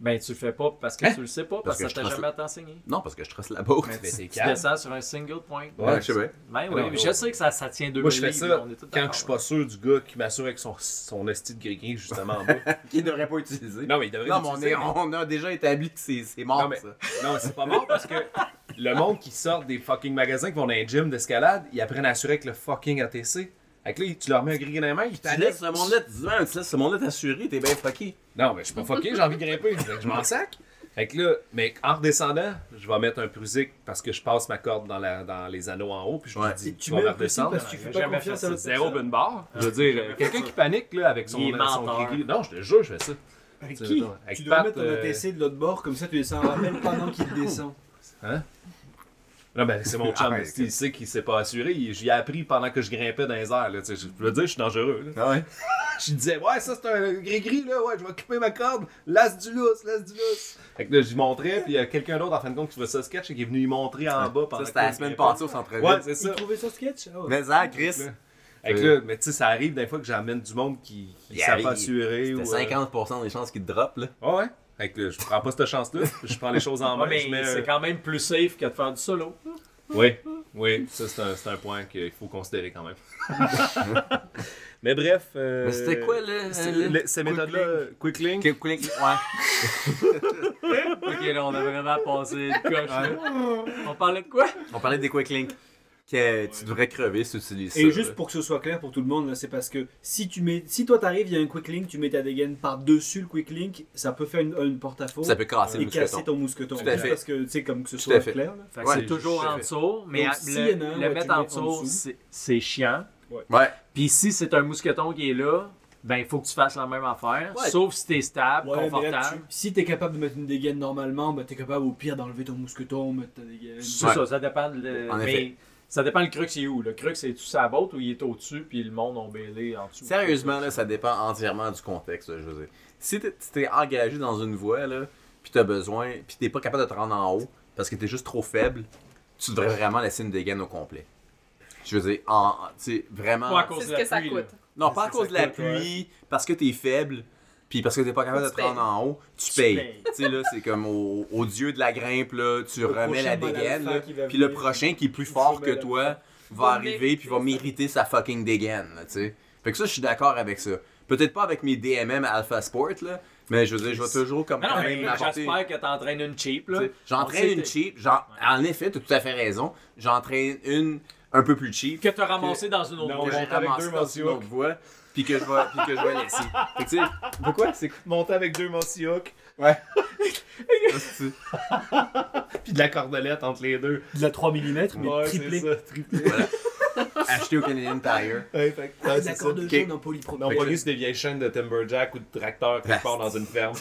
[SPEAKER 2] Ben, tu le fais pas parce que
[SPEAKER 4] Hein?
[SPEAKER 2] tu le sais pas, parce,
[SPEAKER 1] Parce que
[SPEAKER 2] que ça
[SPEAKER 1] je
[SPEAKER 2] t'a
[SPEAKER 1] trace-
[SPEAKER 2] jamais enseigné.
[SPEAKER 1] Non, parce que je trace la bourse.
[SPEAKER 2] Mais
[SPEAKER 4] Mais c'est
[SPEAKER 2] tu
[SPEAKER 4] calme.
[SPEAKER 2] descends sur un single point.
[SPEAKER 4] Ouais,
[SPEAKER 1] je sais bien.
[SPEAKER 2] Ben
[SPEAKER 4] Non,
[SPEAKER 2] oui, mais
[SPEAKER 4] non.
[SPEAKER 2] je sais que ça, ça tient deux
[SPEAKER 4] Moi, je fais
[SPEAKER 2] livres,
[SPEAKER 4] ça
[SPEAKER 2] on est tous
[SPEAKER 4] quand
[SPEAKER 2] d'accord,
[SPEAKER 4] je suis pas sûr du gars qui m'assure avec son, son esti de gris justement en bas.
[SPEAKER 1] Qui devrait pas utiliser.
[SPEAKER 4] Non, mais il devrait
[SPEAKER 1] Non, mais on,
[SPEAKER 4] l'utiliser,
[SPEAKER 1] est- on a déjà établi que c'est c'est mort,
[SPEAKER 4] Non, mais-
[SPEAKER 1] ça.
[SPEAKER 4] Non, mais c'est pas mort parce que le monde qui sort des fucking magasins qui vont dans les gyms d'escalade, ils apprennent à assurer avec le fucking ATC. Avec là, tu leur mets un grille dans les mains, ils
[SPEAKER 1] Tu
[SPEAKER 4] t'allèguent.
[SPEAKER 1] laisses ce monde-là, tu dis, Man, tu laisses ce monde-là t'assurer, t'es bien fucké.
[SPEAKER 4] Non, mais je suis pas fucké, j'ai envie de grimper. Fait que Je m'en sac. Fait que là, mais en redescendant, je vais mettre un prusique parce que je passe ma corde dans, la, dans les anneaux en haut, puis je
[SPEAKER 1] Ouais.
[SPEAKER 4] me dis,
[SPEAKER 6] Tu
[SPEAKER 4] tu vas
[SPEAKER 6] mets
[SPEAKER 4] me
[SPEAKER 6] un poussé
[SPEAKER 4] redescendre.
[SPEAKER 6] parce que tu fais pas
[SPEAKER 2] Jamais
[SPEAKER 6] confiance
[SPEAKER 2] fait
[SPEAKER 6] à l'autre
[SPEAKER 4] Zéro
[SPEAKER 6] personne.
[SPEAKER 4] bonne barre. Je veux dire, euh, quelqu'un qui panique là, avec son,
[SPEAKER 2] Il est
[SPEAKER 4] son
[SPEAKER 2] menteur.
[SPEAKER 4] gris-gris. Non, je te jure, je fais ça.
[SPEAKER 6] Avec
[SPEAKER 4] Tu-
[SPEAKER 6] qui
[SPEAKER 4] avec
[SPEAKER 6] Tu dois
[SPEAKER 4] Pat,
[SPEAKER 6] mettre ton
[SPEAKER 4] euh,
[SPEAKER 6] ATC de l'autre bord, comme ça tu laisses un rappel pendant qu'il descend.
[SPEAKER 4] Non, ben, c'est mon chum,
[SPEAKER 1] Arrête.
[SPEAKER 4] c'est- il sait qu'il s'est pas assuré. Il- J'y ai appris pendant que je grimpais dans les airs. Là, tu sais, je veux dire, je suis dangereux. là.
[SPEAKER 1] Ah Ouais.
[SPEAKER 4] Je disais, ouais, ça c'est un gris-gris, là, ouais, je vais couper ma corde, laisse du lousse, laisse du lousse. Fait que là, j'y montrais, puis il y a quelqu'un d'autre en fin de compte qui faisait ça sketch et qui est venu y montrer en bas pendant
[SPEAKER 1] Ça, c'était la
[SPEAKER 4] que-
[SPEAKER 1] semaine passée au centre-ville.
[SPEAKER 4] Ouais, c'est
[SPEAKER 6] Tu
[SPEAKER 4] ça.
[SPEAKER 6] trouvais ça sketch Ah ouais.
[SPEAKER 1] Mais ça, Chris,
[SPEAKER 4] Ouais. Fait que là, mais tu sais, ça arrive des fois que j'amène du monde qui, qui
[SPEAKER 1] Yeah,
[SPEAKER 4] savent
[SPEAKER 1] il-
[SPEAKER 4] pas assurer. Ou,
[SPEAKER 1] t'as
[SPEAKER 4] euh, Ah
[SPEAKER 1] 50% des chances qu'il te drop, là.
[SPEAKER 4] Ouais, ouais. Fait que là, je prends pas cette chance-là, je prends les choses en main.
[SPEAKER 2] Ouais, mais
[SPEAKER 4] je mets,
[SPEAKER 2] c'est
[SPEAKER 4] euh,
[SPEAKER 2] quand même plus safe que de faire du solo.
[SPEAKER 4] Oui, oui, ça c'est un, c'est un point qu'il faut considérer quand même. mais bref. euh,
[SPEAKER 1] Mais c'était quoi, là?
[SPEAKER 4] c'est-
[SPEAKER 1] euh,
[SPEAKER 4] le- ces
[SPEAKER 1] Quick
[SPEAKER 4] méthodes-là,
[SPEAKER 1] Link?
[SPEAKER 4] euh, Quick Link,
[SPEAKER 1] Que- Quick Link, Ouais.
[SPEAKER 2] Ok, là, on a vraiment passé une coche. là. On parlait de quoi
[SPEAKER 1] On parlait des quick links. Que tu devrais crever si tu utilises ça.
[SPEAKER 6] Et juste pour que ce soit clair pour tout le monde, là, c'est parce que si tu mets, si toi t'arrives, il y a un quick link, tu mets ta dégaine par dessus le quick link, ça peut faire une, une porte à faux
[SPEAKER 1] Ça peut casser le
[SPEAKER 6] et casser
[SPEAKER 1] mousqueton.
[SPEAKER 6] ton mousqueton.
[SPEAKER 1] Tout à
[SPEAKER 6] Juste
[SPEAKER 1] fait.
[SPEAKER 6] Parce que c'est comme que ce
[SPEAKER 1] Tout à
[SPEAKER 6] soit
[SPEAKER 1] fait.
[SPEAKER 6] clair. là.
[SPEAKER 2] Fait que
[SPEAKER 1] Ouais,
[SPEAKER 2] c'est toujours
[SPEAKER 1] je-
[SPEAKER 2] en dessous, mais
[SPEAKER 6] Donc,
[SPEAKER 2] à-
[SPEAKER 6] s'il y
[SPEAKER 2] le,
[SPEAKER 6] en a un,
[SPEAKER 2] le
[SPEAKER 6] ouais, tu
[SPEAKER 2] mettre
[SPEAKER 6] le
[SPEAKER 2] en
[SPEAKER 6] mets en
[SPEAKER 2] dessous,
[SPEAKER 6] dessous.
[SPEAKER 2] c'est- c'est chiant.
[SPEAKER 1] Ouais.
[SPEAKER 2] Puis si c'est un mousqueton qui est là, ben il faut que tu fasses la même affaire,
[SPEAKER 1] Ouais.
[SPEAKER 2] sauf si t'es stable,
[SPEAKER 6] Ouais, mais là, tu-
[SPEAKER 2] confortable.
[SPEAKER 6] si t'es capable de mettre une dégaine normalement, bah, t'es capable au pire d'enlever ton mousqueton, mettre ta dégaine.
[SPEAKER 2] C'est
[SPEAKER 1] Ouais.
[SPEAKER 2] ça, ça dépend. de le-
[SPEAKER 1] En
[SPEAKER 2] mais
[SPEAKER 1] effet.
[SPEAKER 2] ça dépend le crux, c'est où. Le crux, c'est-tu sa botte ou il est au-dessus, puis le monde ont bailé en dessous.
[SPEAKER 1] Sérieusement, là, ça dépend entièrement du contexte, je veux dire. Si t'es- tu t'es engagé dans une voie, là, puis t'as besoin, puis t'es pas capable de te rendre en haut parce que t'es juste trop faible, tu devrais vraiment laisser une dégaine au complet. Je veux dire, en, tu sais, vraiment.
[SPEAKER 2] Pas à cause
[SPEAKER 5] C'est
[SPEAKER 2] de
[SPEAKER 5] ce que
[SPEAKER 2] la
[SPEAKER 5] ça
[SPEAKER 2] pluie, là.
[SPEAKER 5] coûte.
[SPEAKER 1] Non, pas à cause de la
[SPEAKER 6] coûte, ouais.
[SPEAKER 1] pluie, parce que t'es faible. Puis parce que t'es pas capable de te
[SPEAKER 5] Tu
[SPEAKER 1] rendre en haut, tu payes. Tu sais, là, c'est comme au, au dieu de la grimpe, là, tu remets la
[SPEAKER 6] prochain bon
[SPEAKER 1] dégaine,
[SPEAKER 6] alpha
[SPEAKER 1] là,
[SPEAKER 6] qui va
[SPEAKER 1] puis le
[SPEAKER 6] venir,
[SPEAKER 1] prochain qui est plus
[SPEAKER 6] tu
[SPEAKER 1] fort que
[SPEAKER 6] remets la-
[SPEAKER 1] toi va
[SPEAKER 5] Va
[SPEAKER 1] arriver puis va mériter sa fucking dégaine, là, tu sais. Fait que ça, je suis d'accord avec ça. Peut-être pas avec mes DMM Alpha Sport, là, mais je veux dire, je vais toujours comme
[SPEAKER 2] Mais non,
[SPEAKER 1] quand
[SPEAKER 2] mais
[SPEAKER 1] même m'apporter...
[SPEAKER 2] j'espère que t'entraînes une cheap, là.
[SPEAKER 1] T'sais,
[SPEAKER 2] On
[SPEAKER 1] J'entraîne
[SPEAKER 2] sait
[SPEAKER 1] une
[SPEAKER 2] que-
[SPEAKER 1] cheap. j'en- En effet, t'as tout à fait raison. J'entraîne une un peu plus cheap.
[SPEAKER 2] Que t'as ramassé dans une autre
[SPEAKER 1] que
[SPEAKER 2] boîte.
[SPEAKER 1] j'ai ramassé dans une autre voie. Puis que je vais, puis que je vais laisser. Fait que tu sais, pourquoi c'est
[SPEAKER 4] Monter avec deux Monsioc,
[SPEAKER 1] quoi?
[SPEAKER 4] puis de la cordelette entre les deux.
[SPEAKER 6] De la 3 mm, mais triplé.
[SPEAKER 4] c'est ça, triplé.
[SPEAKER 1] Acheté au Canadian Tire.
[SPEAKER 4] Ouais, fait que- ouais, c'est ça.
[SPEAKER 6] D'accord Ah, de
[SPEAKER 1] Ok.
[SPEAKER 6] jaune en polypropylène.
[SPEAKER 4] Non, pas juste des vieilles chaînes de Timberjack ou de tracteur quelque part dans une ferme.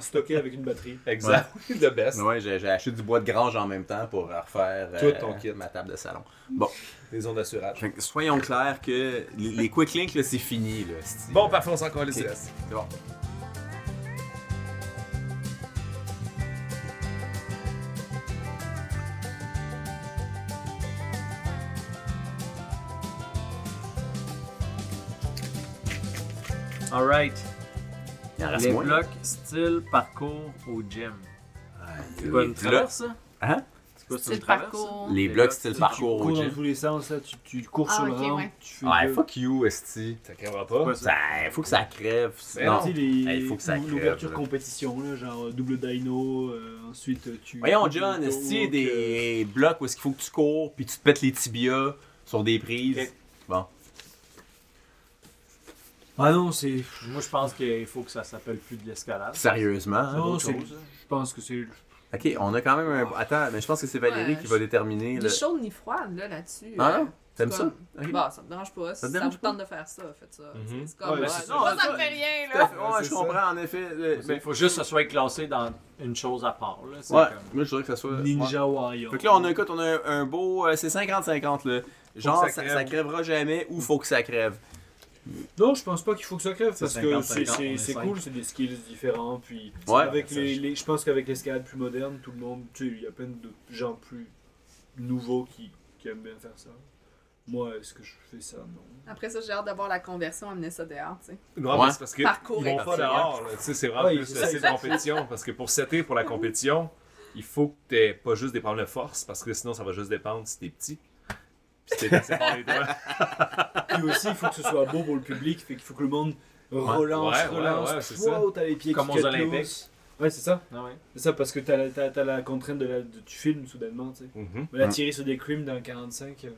[SPEAKER 6] stocké avec une batterie.
[SPEAKER 4] Exact. Le best.
[SPEAKER 1] Mais ouais, j'ai j'ai acheté du bois de grange en même temps pour refaire euh,
[SPEAKER 4] Tout ton kit.
[SPEAKER 1] ma table de salon.
[SPEAKER 4] Les ondes d'assurage.
[SPEAKER 1] Fait que soyons clairs que les, les quick links, là, c'est fini. Là, c'est-
[SPEAKER 4] Bon, parfait, on s'en encore les
[SPEAKER 1] Ok.
[SPEAKER 4] restes.
[SPEAKER 1] C'est bon.
[SPEAKER 2] Alright.
[SPEAKER 1] Il en reste
[SPEAKER 2] Les
[SPEAKER 1] moins.
[SPEAKER 2] blocs style parcours au gym. C'est quoi
[SPEAKER 1] Les
[SPEAKER 2] une
[SPEAKER 1] blocs,
[SPEAKER 2] traverse, ça?
[SPEAKER 1] Hein?
[SPEAKER 2] C'est quoi, c'est
[SPEAKER 5] C'est
[SPEAKER 2] une
[SPEAKER 5] le
[SPEAKER 2] traverse?
[SPEAKER 5] parcours.
[SPEAKER 1] les blocs style parcours
[SPEAKER 6] Cours
[SPEAKER 1] au
[SPEAKER 6] dans
[SPEAKER 1] gym.
[SPEAKER 6] tous les sens, là, tu, tu cours
[SPEAKER 5] Ah,
[SPEAKER 6] sur le
[SPEAKER 5] ok,
[SPEAKER 6] rampe,
[SPEAKER 5] ouais.
[SPEAKER 6] tu fais
[SPEAKER 1] Ouais,
[SPEAKER 6] le-
[SPEAKER 1] fuck you, esti.
[SPEAKER 4] Ça cavera pas.
[SPEAKER 2] Ouais.
[SPEAKER 1] Ça, faut que ça crève.
[SPEAKER 4] Mais
[SPEAKER 1] sinon-
[SPEAKER 6] Tu sais, les-
[SPEAKER 1] Eh, il faut que ça crève,
[SPEAKER 6] L'ouverture
[SPEAKER 1] là.
[SPEAKER 6] compétition, là, genre euh, double dino, euh, ensuite euh, tu.
[SPEAKER 1] Voyons,
[SPEAKER 6] coupes
[SPEAKER 1] John,
[SPEAKER 6] le dos,
[SPEAKER 1] est-ce qu'il y a
[SPEAKER 6] que-
[SPEAKER 1] des blocs où est-ce qu'il faut que tu cours puis tu te pètes les tibias sur des prises?
[SPEAKER 2] Ok.
[SPEAKER 1] Bon.
[SPEAKER 6] Ah non, c'est.
[SPEAKER 2] Moi, je pense qu'il faut que ça s'appelle plus de l'escalade.
[SPEAKER 1] Sérieusement. hein?
[SPEAKER 6] Non,
[SPEAKER 2] autre
[SPEAKER 6] c'est.
[SPEAKER 2] chose, hein.
[SPEAKER 6] Je pense que c'est.
[SPEAKER 1] Ok, on a quand même un. Attends, mais je pense que c'est Valérie
[SPEAKER 5] Ouais,
[SPEAKER 1] qui
[SPEAKER 5] je-
[SPEAKER 1] va déterminer.
[SPEAKER 5] Ni
[SPEAKER 1] le-
[SPEAKER 5] chaude ni froide, là, là-dessus.
[SPEAKER 1] Ah
[SPEAKER 5] euh,
[SPEAKER 1] non? T'aimes ça?
[SPEAKER 5] comme-
[SPEAKER 1] Ok.
[SPEAKER 5] Bah, ça me dérange pas.
[SPEAKER 1] Ça te
[SPEAKER 5] Si ça
[SPEAKER 1] dérange
[SPEAKER 5] vous tente de faire ça, faites ça.
[SPEAKER 4] Mhm.
[SPEAKER 5] C'est comme,
[SPEAKER 6] Ouais,
[SPEAKER 5] ouais,
[SPEAKER 6] c'est
[SPEAKER 1] ça.
[SPEAKER 5] moi, ça
[SPEAKER 1] Ouais,
[SPEAKER 5] me fait rien,
[SPEAKER 1] Tout à
[SPEAKER 5] là.
[SPEAKER 1] fait. Ouais,
[SPEAKER 4] c'est
[SPEAKER 1] je
[SPEAKER 4] ça.
[SPEAKER 1] comprends, en effet. le-
[SPEAKER 2] Il
[SPEAKER 1] mais-
[SPEAKER 2] faut juste que ça soit classé dans une chose à part. Là. C'est
[SPEAKER 1] Ouais,
[SPEAKER 2] comme-
[SPEAKER 1] moi je dirais que ça soit. Euh, ouais.
[SPEAKER 6] Ninja Warrior.
[SPEAKER 1] Fait que là, on a, écoute, on a un- un beau. euh, c'est 50-50, là. Genre,
[SPEAKER 4] que
[SPEAKER 1] ça,
[SPEAKER 4] ça
[SPEAKER 1] ça
[SPEAKER 4] crève.
[SPEAKER 1] crèvera jamais ou faut que ça crève.
[SPEAKER 6] Non, je pense pas qu'il faut que ça crève
[SPEAKER 2] C'est
[SPEAKER 6] parce que
[SPEAKER 2] 50,
[SPEAKER 6] c'est-
[SPEAKER 2] 50, on
[SPEAKER 6] c'est
[SPEAKER 2] est
[SPEAKER 6] c'est
[SPEAKER 2] cinq.
[SPEAKER 6] cool, c'est des skills différents. Puis
[SPEAKER 1] Ouais.
[SPEAKER 6] avec
[SPEAKER 1] Ça,
[SPEAKER 6] les, les- je pense qu'avec l'escalade plus moderne, tout le monde, tu sais, il y a plein de gens plus nouveaux qui, qui aiment bien faire ça. Moi, est-ce que je fais ça Non.
[SPEAKER 5] Après ça, j'ai hâte d'avoir la conversion, amener ça dehors, tu sais.
[SPEAKER 4] Non,
[SPEAKER 1] Ouais.
[SPEAKER 4] mais c'est parce que
[SPEAKER 5] Parcours
[SPEAKER 4] ils vont pas
[SPEAKER 5] extérieur.
[SPEAKER 4] dehors. là. Tu sais, c'est vraiment
[SPEAKER 6] Ouais,
[SPEAKER 4] plus
[SPEAKER 6] c'est
[SPEAKER 4] le
[SPEAKER 6] ça,
[SPEAKER 4] style de compétition. Parce que pour setter
[SPEAKER 5] Mm-hmm.
[SPEAKER 4] pour la compétition, il faut que t'aies pas juste des problèmes de force, parce que sinon ça va juste dépendre si t'es petit. Puis si t'es assez fort les doigts.
[SPEAKER 6] Puis aussi, il faut que ce soit beau pour le public, fait qu'il faut que le monde relance,
[SPEAKER 4] Ouais, ouais,
[SPEAKER 6] relance.
[SPEAKER 4] ouais, c'est
[SPEAKER 6] Wow,
[SPEAKER 4] ça.
[SPEAKER 6] t'as les pieds
[SPEAKER 2] Comme
[SPEAKER 6] qui
[SPEAKER 2] aux
[SPEAKER 6] catent
[SPEAKER 2] Olympiques.
[SPEAKER 6] l'os. Ouais, c'est ça.
[SPEAKER 2] Ah ouais.
[SPEAKER 6] C'est ça parce que t'as la, t'as- t'as la contrainte de la, de- tu filmes soudainement, tu sais.
[SPEAKER 4] Mhm.
[SPEAKER 6] Mais la
[SPEAKER 1] Mm.
[SPEAKER 6] tirer sur des crimes dans 45. euh,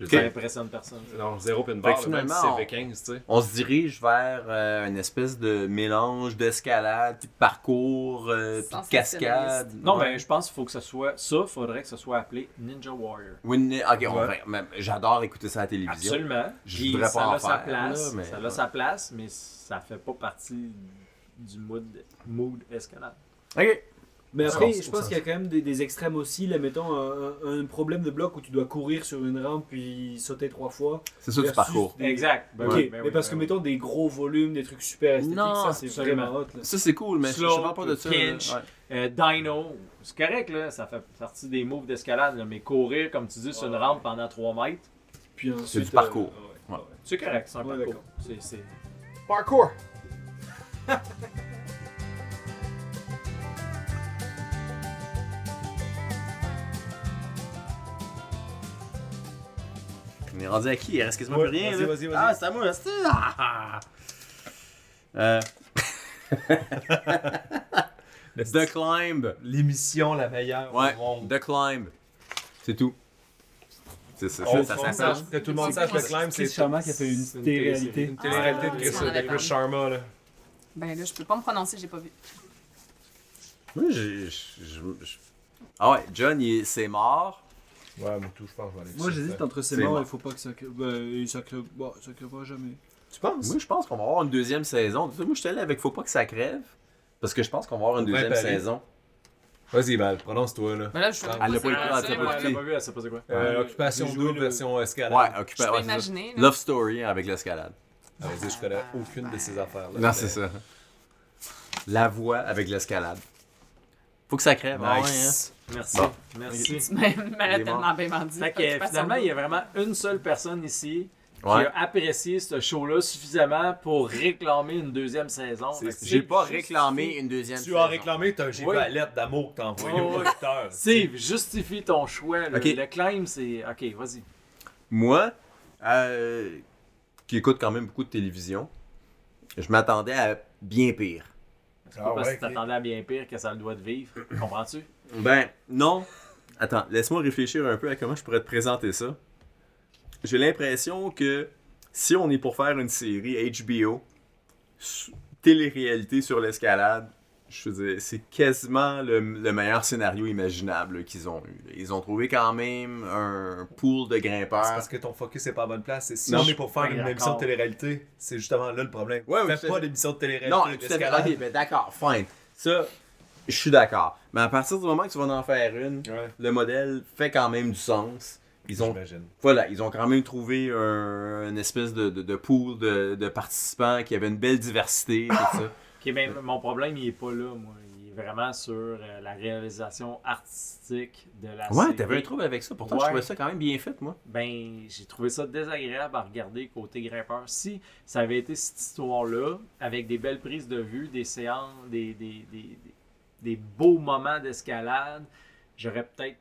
[SPEAKER 4] Je veux
[SPEAKER 2] Ça
[SPEAKER 4] dire,
[SPEAKER 2] impressionne personne. ça.
[SPEAKER 4] Non, zéro pin
[SPEAKER 1] Fait
[SPEAKER 4] bar,
[SPEAKER 1] que
[SPEAKER 4] là, même si
[SPEAKER 1] finalement,
[SPEAKER 4] c'est V15, tu sais.
[SPEAKER 1] On se dirige vers euh, une espèce de mélange d'escalade, puis de parcours, euh, puis de cascade.
[SPEAKER 2] Non,
[SPEAKER 1] Ouais.
[SPEAKER 2] mais je pense qu'il faut que ça soit. Ça, faudrait que ça soit appelé Ninja Warrior.
[SPEAKER 1] Winnie- ok, on
[SPEAKER 2] Ouais.
[SPEAKER 1] va- mais J'adore écouter ça à la télévision.
[SPEAKER 2] Absolument.
[SPEAKER 1] Je
[SPEAKER 2] Puis
[SPEAKER 1] voudrais
[SPEAKER 2] ça
[SPEAKER 1] pas en
[SPEAKER 2] a sa
[SPEAKER 1] faire,
[SPEAKER 2] place.
[SPEAKER 1] là, mais-
[SPEAKER 2] Ça a sa place, mais ça fait pas partie du mood, mood escalade.
[SPEAKER 1] Ok.
[SPEAKER 6] Mais
[SPEAKER 4] Ça,
[SPEAKER 6] après,
[SPEAKER 4] c'est
[SPEAKER 6] je
[SPEAKER 4] pour
[SPEAKER 6] pense
[SPEAKER 4] ça.
[SPEAKER 6] qu'il y a quand même des, des extrêmes aussi. Là, mettons un, un- un problème de bloc où tu dois courir sur une rampe puis sauter trois fois.
[SPEAKER 1] C'est ça du
[SPEAKER 6] versus
[SPEAKER 1] parcours.
[SPEAKER 6] des-
[SPEAKER 2] Exact. Ben
[SPEAKER 6] ok,
[SPEAKER 2] oui, ben
[SPEAKER 6] mais
[SPEAKER 2] oui,
[SPEAKER 6] parce
[SPEAKER 2] ben
[SPEAKER 6] que
[SPEAKER 2] oui.
[SPEAKER 6] mettons des gros volumes, des trucs super esthétiques,
[SPEAKER 1] Non,
[SPEAKER 6] ça c'est
[SPEAKER 2] absolument.
[SPEAKER 6] vraiment hot. là.
[SPEAKER 1] Ça, c'est cool, mais je- je
[SPEAKER 2] Slow,
[SPEAKER 1] parle pas de ça. là.
[SPEAKER 2] pinch.
[SPEAKER 1] Ouais.
[SPEAKER 2] Euh, dino, c'est correct, là, ça fait partie des moves d'escalade, là, mais courir, comme tu dis, sur une
[SPEAKER 6] Ouais.
[SPEAKER 2] rampe pendant 3 mètres,
[SPEAKER 6] Puis ensuite, euh, ah
[SPEAKER 1] du parcours.
[SPEAKER 6] ouais,
[SPEAKER 1] Ouais.
[SPEAKER 6] ouais.
[SPEAKER 2] c'est correct, c'est un
[SPEAKER 6] Ouais,
[SPEAKER 2] parcours.
[SPEAKER 6] d'accord.
[SPEAKER 2] C'est- c'est-
[SPEAKER 1] Parcours! On est rendu à qui? Il reste quasiment
[SPEAKER 4] Ouais,
[SPEAKER 1] plus rien.
[SPEAKER 4] vas-y,
[SPEAKER 1] là.
[SPEAKER 4] vas-y, vas-y.
[SPEAKER 1] Ah, c'est à moi, c'est ah, ah. Euh, The Climb.
[SPEAKER 4] L'émission la meilleure
[SPEAKER 1] Ouais,
[SPEAKER 4] au monde.
[SPEAKER 1] The Climb. C'est tout. C'est ça,
[SPEAKER 4] On-
[SPEAKER 1] ça,
[SPEAKER 4] on
[SPEAKER 1] ça,
[SPEAKER 4] sache,
[SPEAKER 1] ça.
[SPEAKER 4] que tout le monde sache le climb,
[SPEAKER 6] Chris
[SPEAKER 4] c'est
[SPEAKER 6] Sharma qui a fait une
[SPEAKER 2] une
[SPEAKER 6] télé-réalité.
[SPEAKER 4] une télé-réalité de Chris-
[SPEAKER 5] Ah,
[SPEAKER 4] de Chris Sharma. Là.
[SPEAKER 5] Ben là, je peux pas me prononcer, j'ai pas vu.
[SPEAKER 1] Moi, j'ai- je- je- je- Ah ouais, John, il- c'est mort.
[SPEAKER 4] Ouais, mais tout, je pense que je vais aller
[SPEAKER 6] Moi
[SPEAKER 4] sur
[SPEAKER 6] j'hésite
[SPEAKER 4] ça.
[SPEAKER 6] entre ces
[SPEAKER 1] C'est
[SPEAKER 6] morts,
[SPEAKER 1] mort.
[SPEAKER 6] il faut pas que ça crève. Ben, ça crève, bon, ça crèvera jamais.
[SPEAKER 4] Tu penses?
[SPEAKER 1] Moi, je pense qu'on va avoir une deuxième saison. Tu sais, Moi, je suis allé avec Faut pas que ça crève. Parce que je pense qu'on va avoir une
[SPEAKER 4] Ouais,
[SPEAKER 1] deuxième
[SPEAKER 4] Paris.
[SPEAKER 1] saison.
[SPEAKER 4] Vas-y, Val, prononce-toi. là.
[SPEAKER 5] Ben là, je suis
[SPEAKER 4] Elle
[SPEAKER 5] même
[SPEAKER 1] l'a
[SPEAKER 5] sûre
[SPEAKER 1] pas écrit,
[SPEAKER 5] de
[SPEAKER 1] elle
[SPEAKER 5] ça,
[SPEAKER 1] t'a pas
[SPEAKER 5] moi.
[SPEAKER 1] écrit.
[SPEAKER 2] Elle l'a pas vu, elle sait pas c'est quoi.
[SPEAKER 4] Euh, occupation
[SPEAKER 6] J'ai joué
[SPEAKER 4] double
[SPEAKER 6] le-
[SPEAKER 4] version escalade.
[SPEAKER 1] Ouais, occupé.
[SPEAKER 5] Je peux
[SPEAKER 1] ouais, c'est ça.
[SPEAKER 5] imaginer. là.
[SPEAKER 1] Love Story avec l'escalade.
[SPEAKER 4] Ah, vas-y, je connais aucune de ces affaires-là.
[SPEAKER 1] Non, c'est ça. La voix avec l'escalade. Faut que ça crève. ah ouais, hein.
[SPEAKER 4] Nice.
[SPEAKER 2] Merci,
[SPEAKER 1] Bon.
[SPEAKER 2] merci.
[SPEAKER 5] Tu m'as- m'as
[SPEAKER 1] Il est
[SPEAKER 5] tellement
[SPEAKER 1] mort.
[SPEAKER 5] bien menti.
[SPEAKER 2] Fait que, finalement, il y a vraiment une seule personne ici qui a apprécié ce show-là suffisamment pour réclamer une deuxième saison.
[SPEAKER 4] Oh,
[SPEAKER 2] Fait que
[SPEAKER 1] J'ai
[SPEAKER 2] Steve,
[SPEAKER 1] pas
[SPEAKER 2] juste-
[SPEAKER 1] réclamé une deuxième
[SPEAKER 4] Tu as réclamé, t'as- j'ai vu
[SPEAKER 2] Oui.
[SPEAKER 4] la lettre d'amour que t'as envoyée
[SPEAKER 2] Oh,
[SPEAKER 4] au
[SPEAKER 2] oui.
[SPEAKER 4] lecteur.
[SPEAKER 2] Steve, justifie ton choix. Le,
[SPEAKER 1] Ok.
[SPEAKER 2] le claim, c'est. Ok, vas-y.
[SPEAKER 1] Moi, euh, qui écoute quand même beaucoup de télévision, je m'attendais à bien pire.
[SPEAKER 2] C'est pas parce que t'attendais à bien pire que ça le doit de vivre. Comprends-tu?
[SPEAKER 1] Ben, non. Attends, laisse-moi réfléchir un peu à comment je pourrais te présenter ça. J'ai l'impression que si on est pour faire une série HBO, s- télé-réalité sur l'escalade, je veux dire, c'est quasiment le, le meilleur scénario imaginable là, qu'ils ont eu. Ils ont trouvé quand même un pool de
[SPEAKER 4] C'est
[SPEAKER 1] grimpeurs.
[SPEAKER 4] parce que ton focus est pas à bonne place. Et si
[SPEAKER 1] Non,
[SPEAKER 4] on est pour faire
[SPEAKER 2] je suis
[SPEAKER 4] une
[SPEAKER 2] pas
[SPEAKER 4] émission de
[SPEAKER 2] d'accord.
[SPEAKER 4] télé-réalité, c'est justement là le problème.
[SPEAKER 1] Ouais, oui,
[SPEAKER 4] Fais
[SPEAKER 1] je
[SPEAKER 4] pas
[SPEAKER 1] sais.
[SPEAKER 4] d'émission de télé-réalité.
[SPEAKER 1] Non, tout à fait.
[SPEAKER 4] d'escalade.
[SPEAKER 1] Ok, ben d'accord, fine. Ça, je suis d'accord. Mais à partir du moment que tu vas en faire une,
[SPEAKER 4] Ouais,
[SPEAKER 1] le modèle fait quand même du sens. Ils ont
[SPEAKER 4] j'imagine.
[SPEAKER 1] Voilà, ils ont quand même trouvé un, une espèce de, de, de pool de, de participants qui avait une belle diversité. Tout ça.
[SPEAKER 2] Ok, ben, mon problème, il est pas là, moi. Il est vraiment sur euh, la réalisation artistique de la série.
[SPEAKER 1] ouais, t'avais un trouble avec ça. Pourtant, je
[SPEAKER 2] Ouais.
[SPEAKER 1] trouvais ça quand même bien fait, moi.
[SPEAKER 2] Ben, j'ai trouvé ça désagréable à regarder côté grimpeur. Si ça avait été cette histoire-là, avec des belles prises de vue, des séances, des, des, des, des- des beaux moments d'escalade, j'aurais peut-être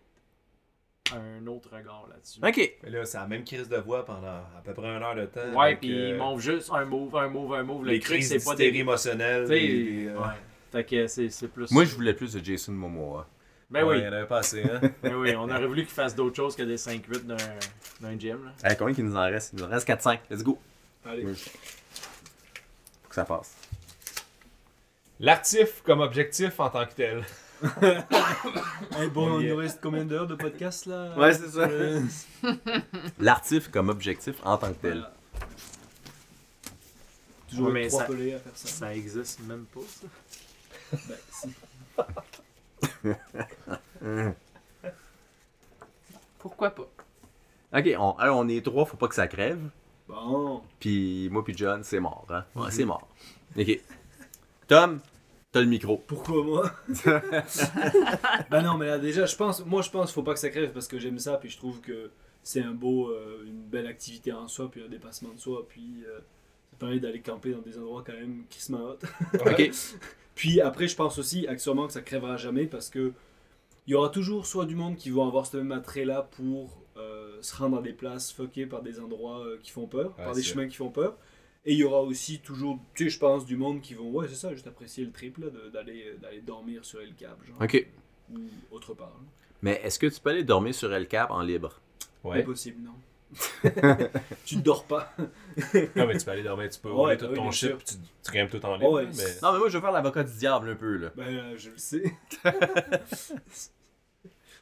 [SPEAKER 2] un autre regard là-dessus.
[SPEAKER 1] Ok.
[SPEAKER 4] Mais là, c'est la même crise de voix pendant à peu près une heure de temps.
[SPEAKER 2] Ouais,
[SPEAKER 4] avec,
[SPEAKER 2] puis
[SPEAKER 4] euh,
[SPEAKER 2] ils montrent juste un move, un move, un move. Le
[SPEAKER 4] les
[SPEAKER 2] truc,
[SPEAKER 4] crises
[SPEAKER 2] c'est pas
[SPEAKER 4] d'hystérie
[SPEAKER 2] des.
[SPEAKER 4] émotionnelle.
[SPEAKER 2] t'sais,
[SPEAKER 4] des- des, euh,
[SPEAKER 2] ouais. Fait que c'est c'est plus.
[SPEAKER 1] Moi, je voulais plus de Jason Momoa.
[SPEAKER 2] Ben
[SPEAKER 4] ouais,
[SPEAKER 2] oui,
[SPEAKER 4] Il y en avait pas assez, hein?
[SPEAKER 2] ben oui, on aurait voulu qu'ils fassent d'autres choses que des 5-8 d'un- d'un gym. là.
[SPEAKER 1] Hey, Eh, combien qu'il nous en reste Il nous en reste 4-5. Let's go.
[SPEAKER 6] Allez.
[SPEAKER 1] Moi, je- Faut que ça passe.
[SPEAKER 4] L'artif comme objectif en tant que tel.
[SPEAKER 6] Eh,
[SPEAKER 4] On
[SPEAKER 6] bon, on
[SPEAKER 4] y est.
[SPEAKER 6] nous reste combien d'heures de podcast là
[SPEAKER 1] Ouais, c'est ça.
[SPEAKER 6] Euh,
[SPEAKER 1] L'artif comme objectif en tant que tel.
[SPEAKER 6] voilà. Toujours
[SPEAKER 2] Ouais, mais
[SPEAKER 6] trois
[SPEAKER 2] ça-
[SPEAKER 6] pelés à faire ça.
[SPEAKER 2] Ça existe même pas, ça.
[SPEAKER 5] Pourquoi pas?
[SPEAKER 1] Ok, on, un, on est trois, faut pas que ça crève.
[SPEAKER 6] Bon.
[SPEAKER 1] Puis moi, puis John, c'est mort. Hein? Ouais, c'est mort. Ok. Tom, t'as le micro.
[SPEAKER 6] Pourquoi moi Bah non, mais là déjà, je pense, moi je pense, faut pas que ça crève parce que j'aime ça, puis je trouve que c'est un beau, euh, une belle activité en soi, puis un dépassement de soi, puis euh, ça permet d'aller camper dans des endroits quand même Chris
[SPEAKER 1] Ok.
[SPEAKER 6] Puis après, je pense aussi, accessoirement, que ça crèvera jamais parce que il y aura toujours soit du monde qui vont avoir ce même attrait-là pour euh, se rendre à des places fuckées par des endroits euh, qui font peur,
[SPEAKER 4] Ouais,
[SPEAKER 6] par des
[SPEAKER 4] c'est
[SPEAKER 6] chemins qui font peur. Et il y aura aussi toujours, tu sais, je pense, du monde qui vont, ouais, c'est ça, juste apprécier le triple, là, de- d'aller euh, d'aller dormir sur El Cap, genre,
[SPEAKER 1] Ok.
[SPEAKER 6] ou autre part. là.
[SPEAKER 1] Mais est-ce que tu peux aller dormir sur El Cap en libre?
[SPEAKER 4] Ouais.
[SPEAKER 6] Impossible, non. tu dors pas.
[SPEAKER 4] Non, mais tu peux aller dormir, tu peux
[SPEAKER 6] Ouais,
[SPEAKER 4] rouler
[SPEAKER 6] bah
[SPEAKER 4] tout
[SPEAKER 6] oui,
[SPEAKER 4] ton
[SPEAKER 6] bien
[SPEAKER 4] chip,
[SPEAKER 6] sûr.
[SPEAKER 4] puis tu, tu grimpes tout en ligne.
[SPEAKER 6] Ouais,
[SPEAKER 4] mais-
[SPEAKER 6] c'est-
[SPEAKER 1] Non, mais moi, je veux faire l'avocat du diable un peu, là.
[SPEAKER 6] Ben, euh, je le sais.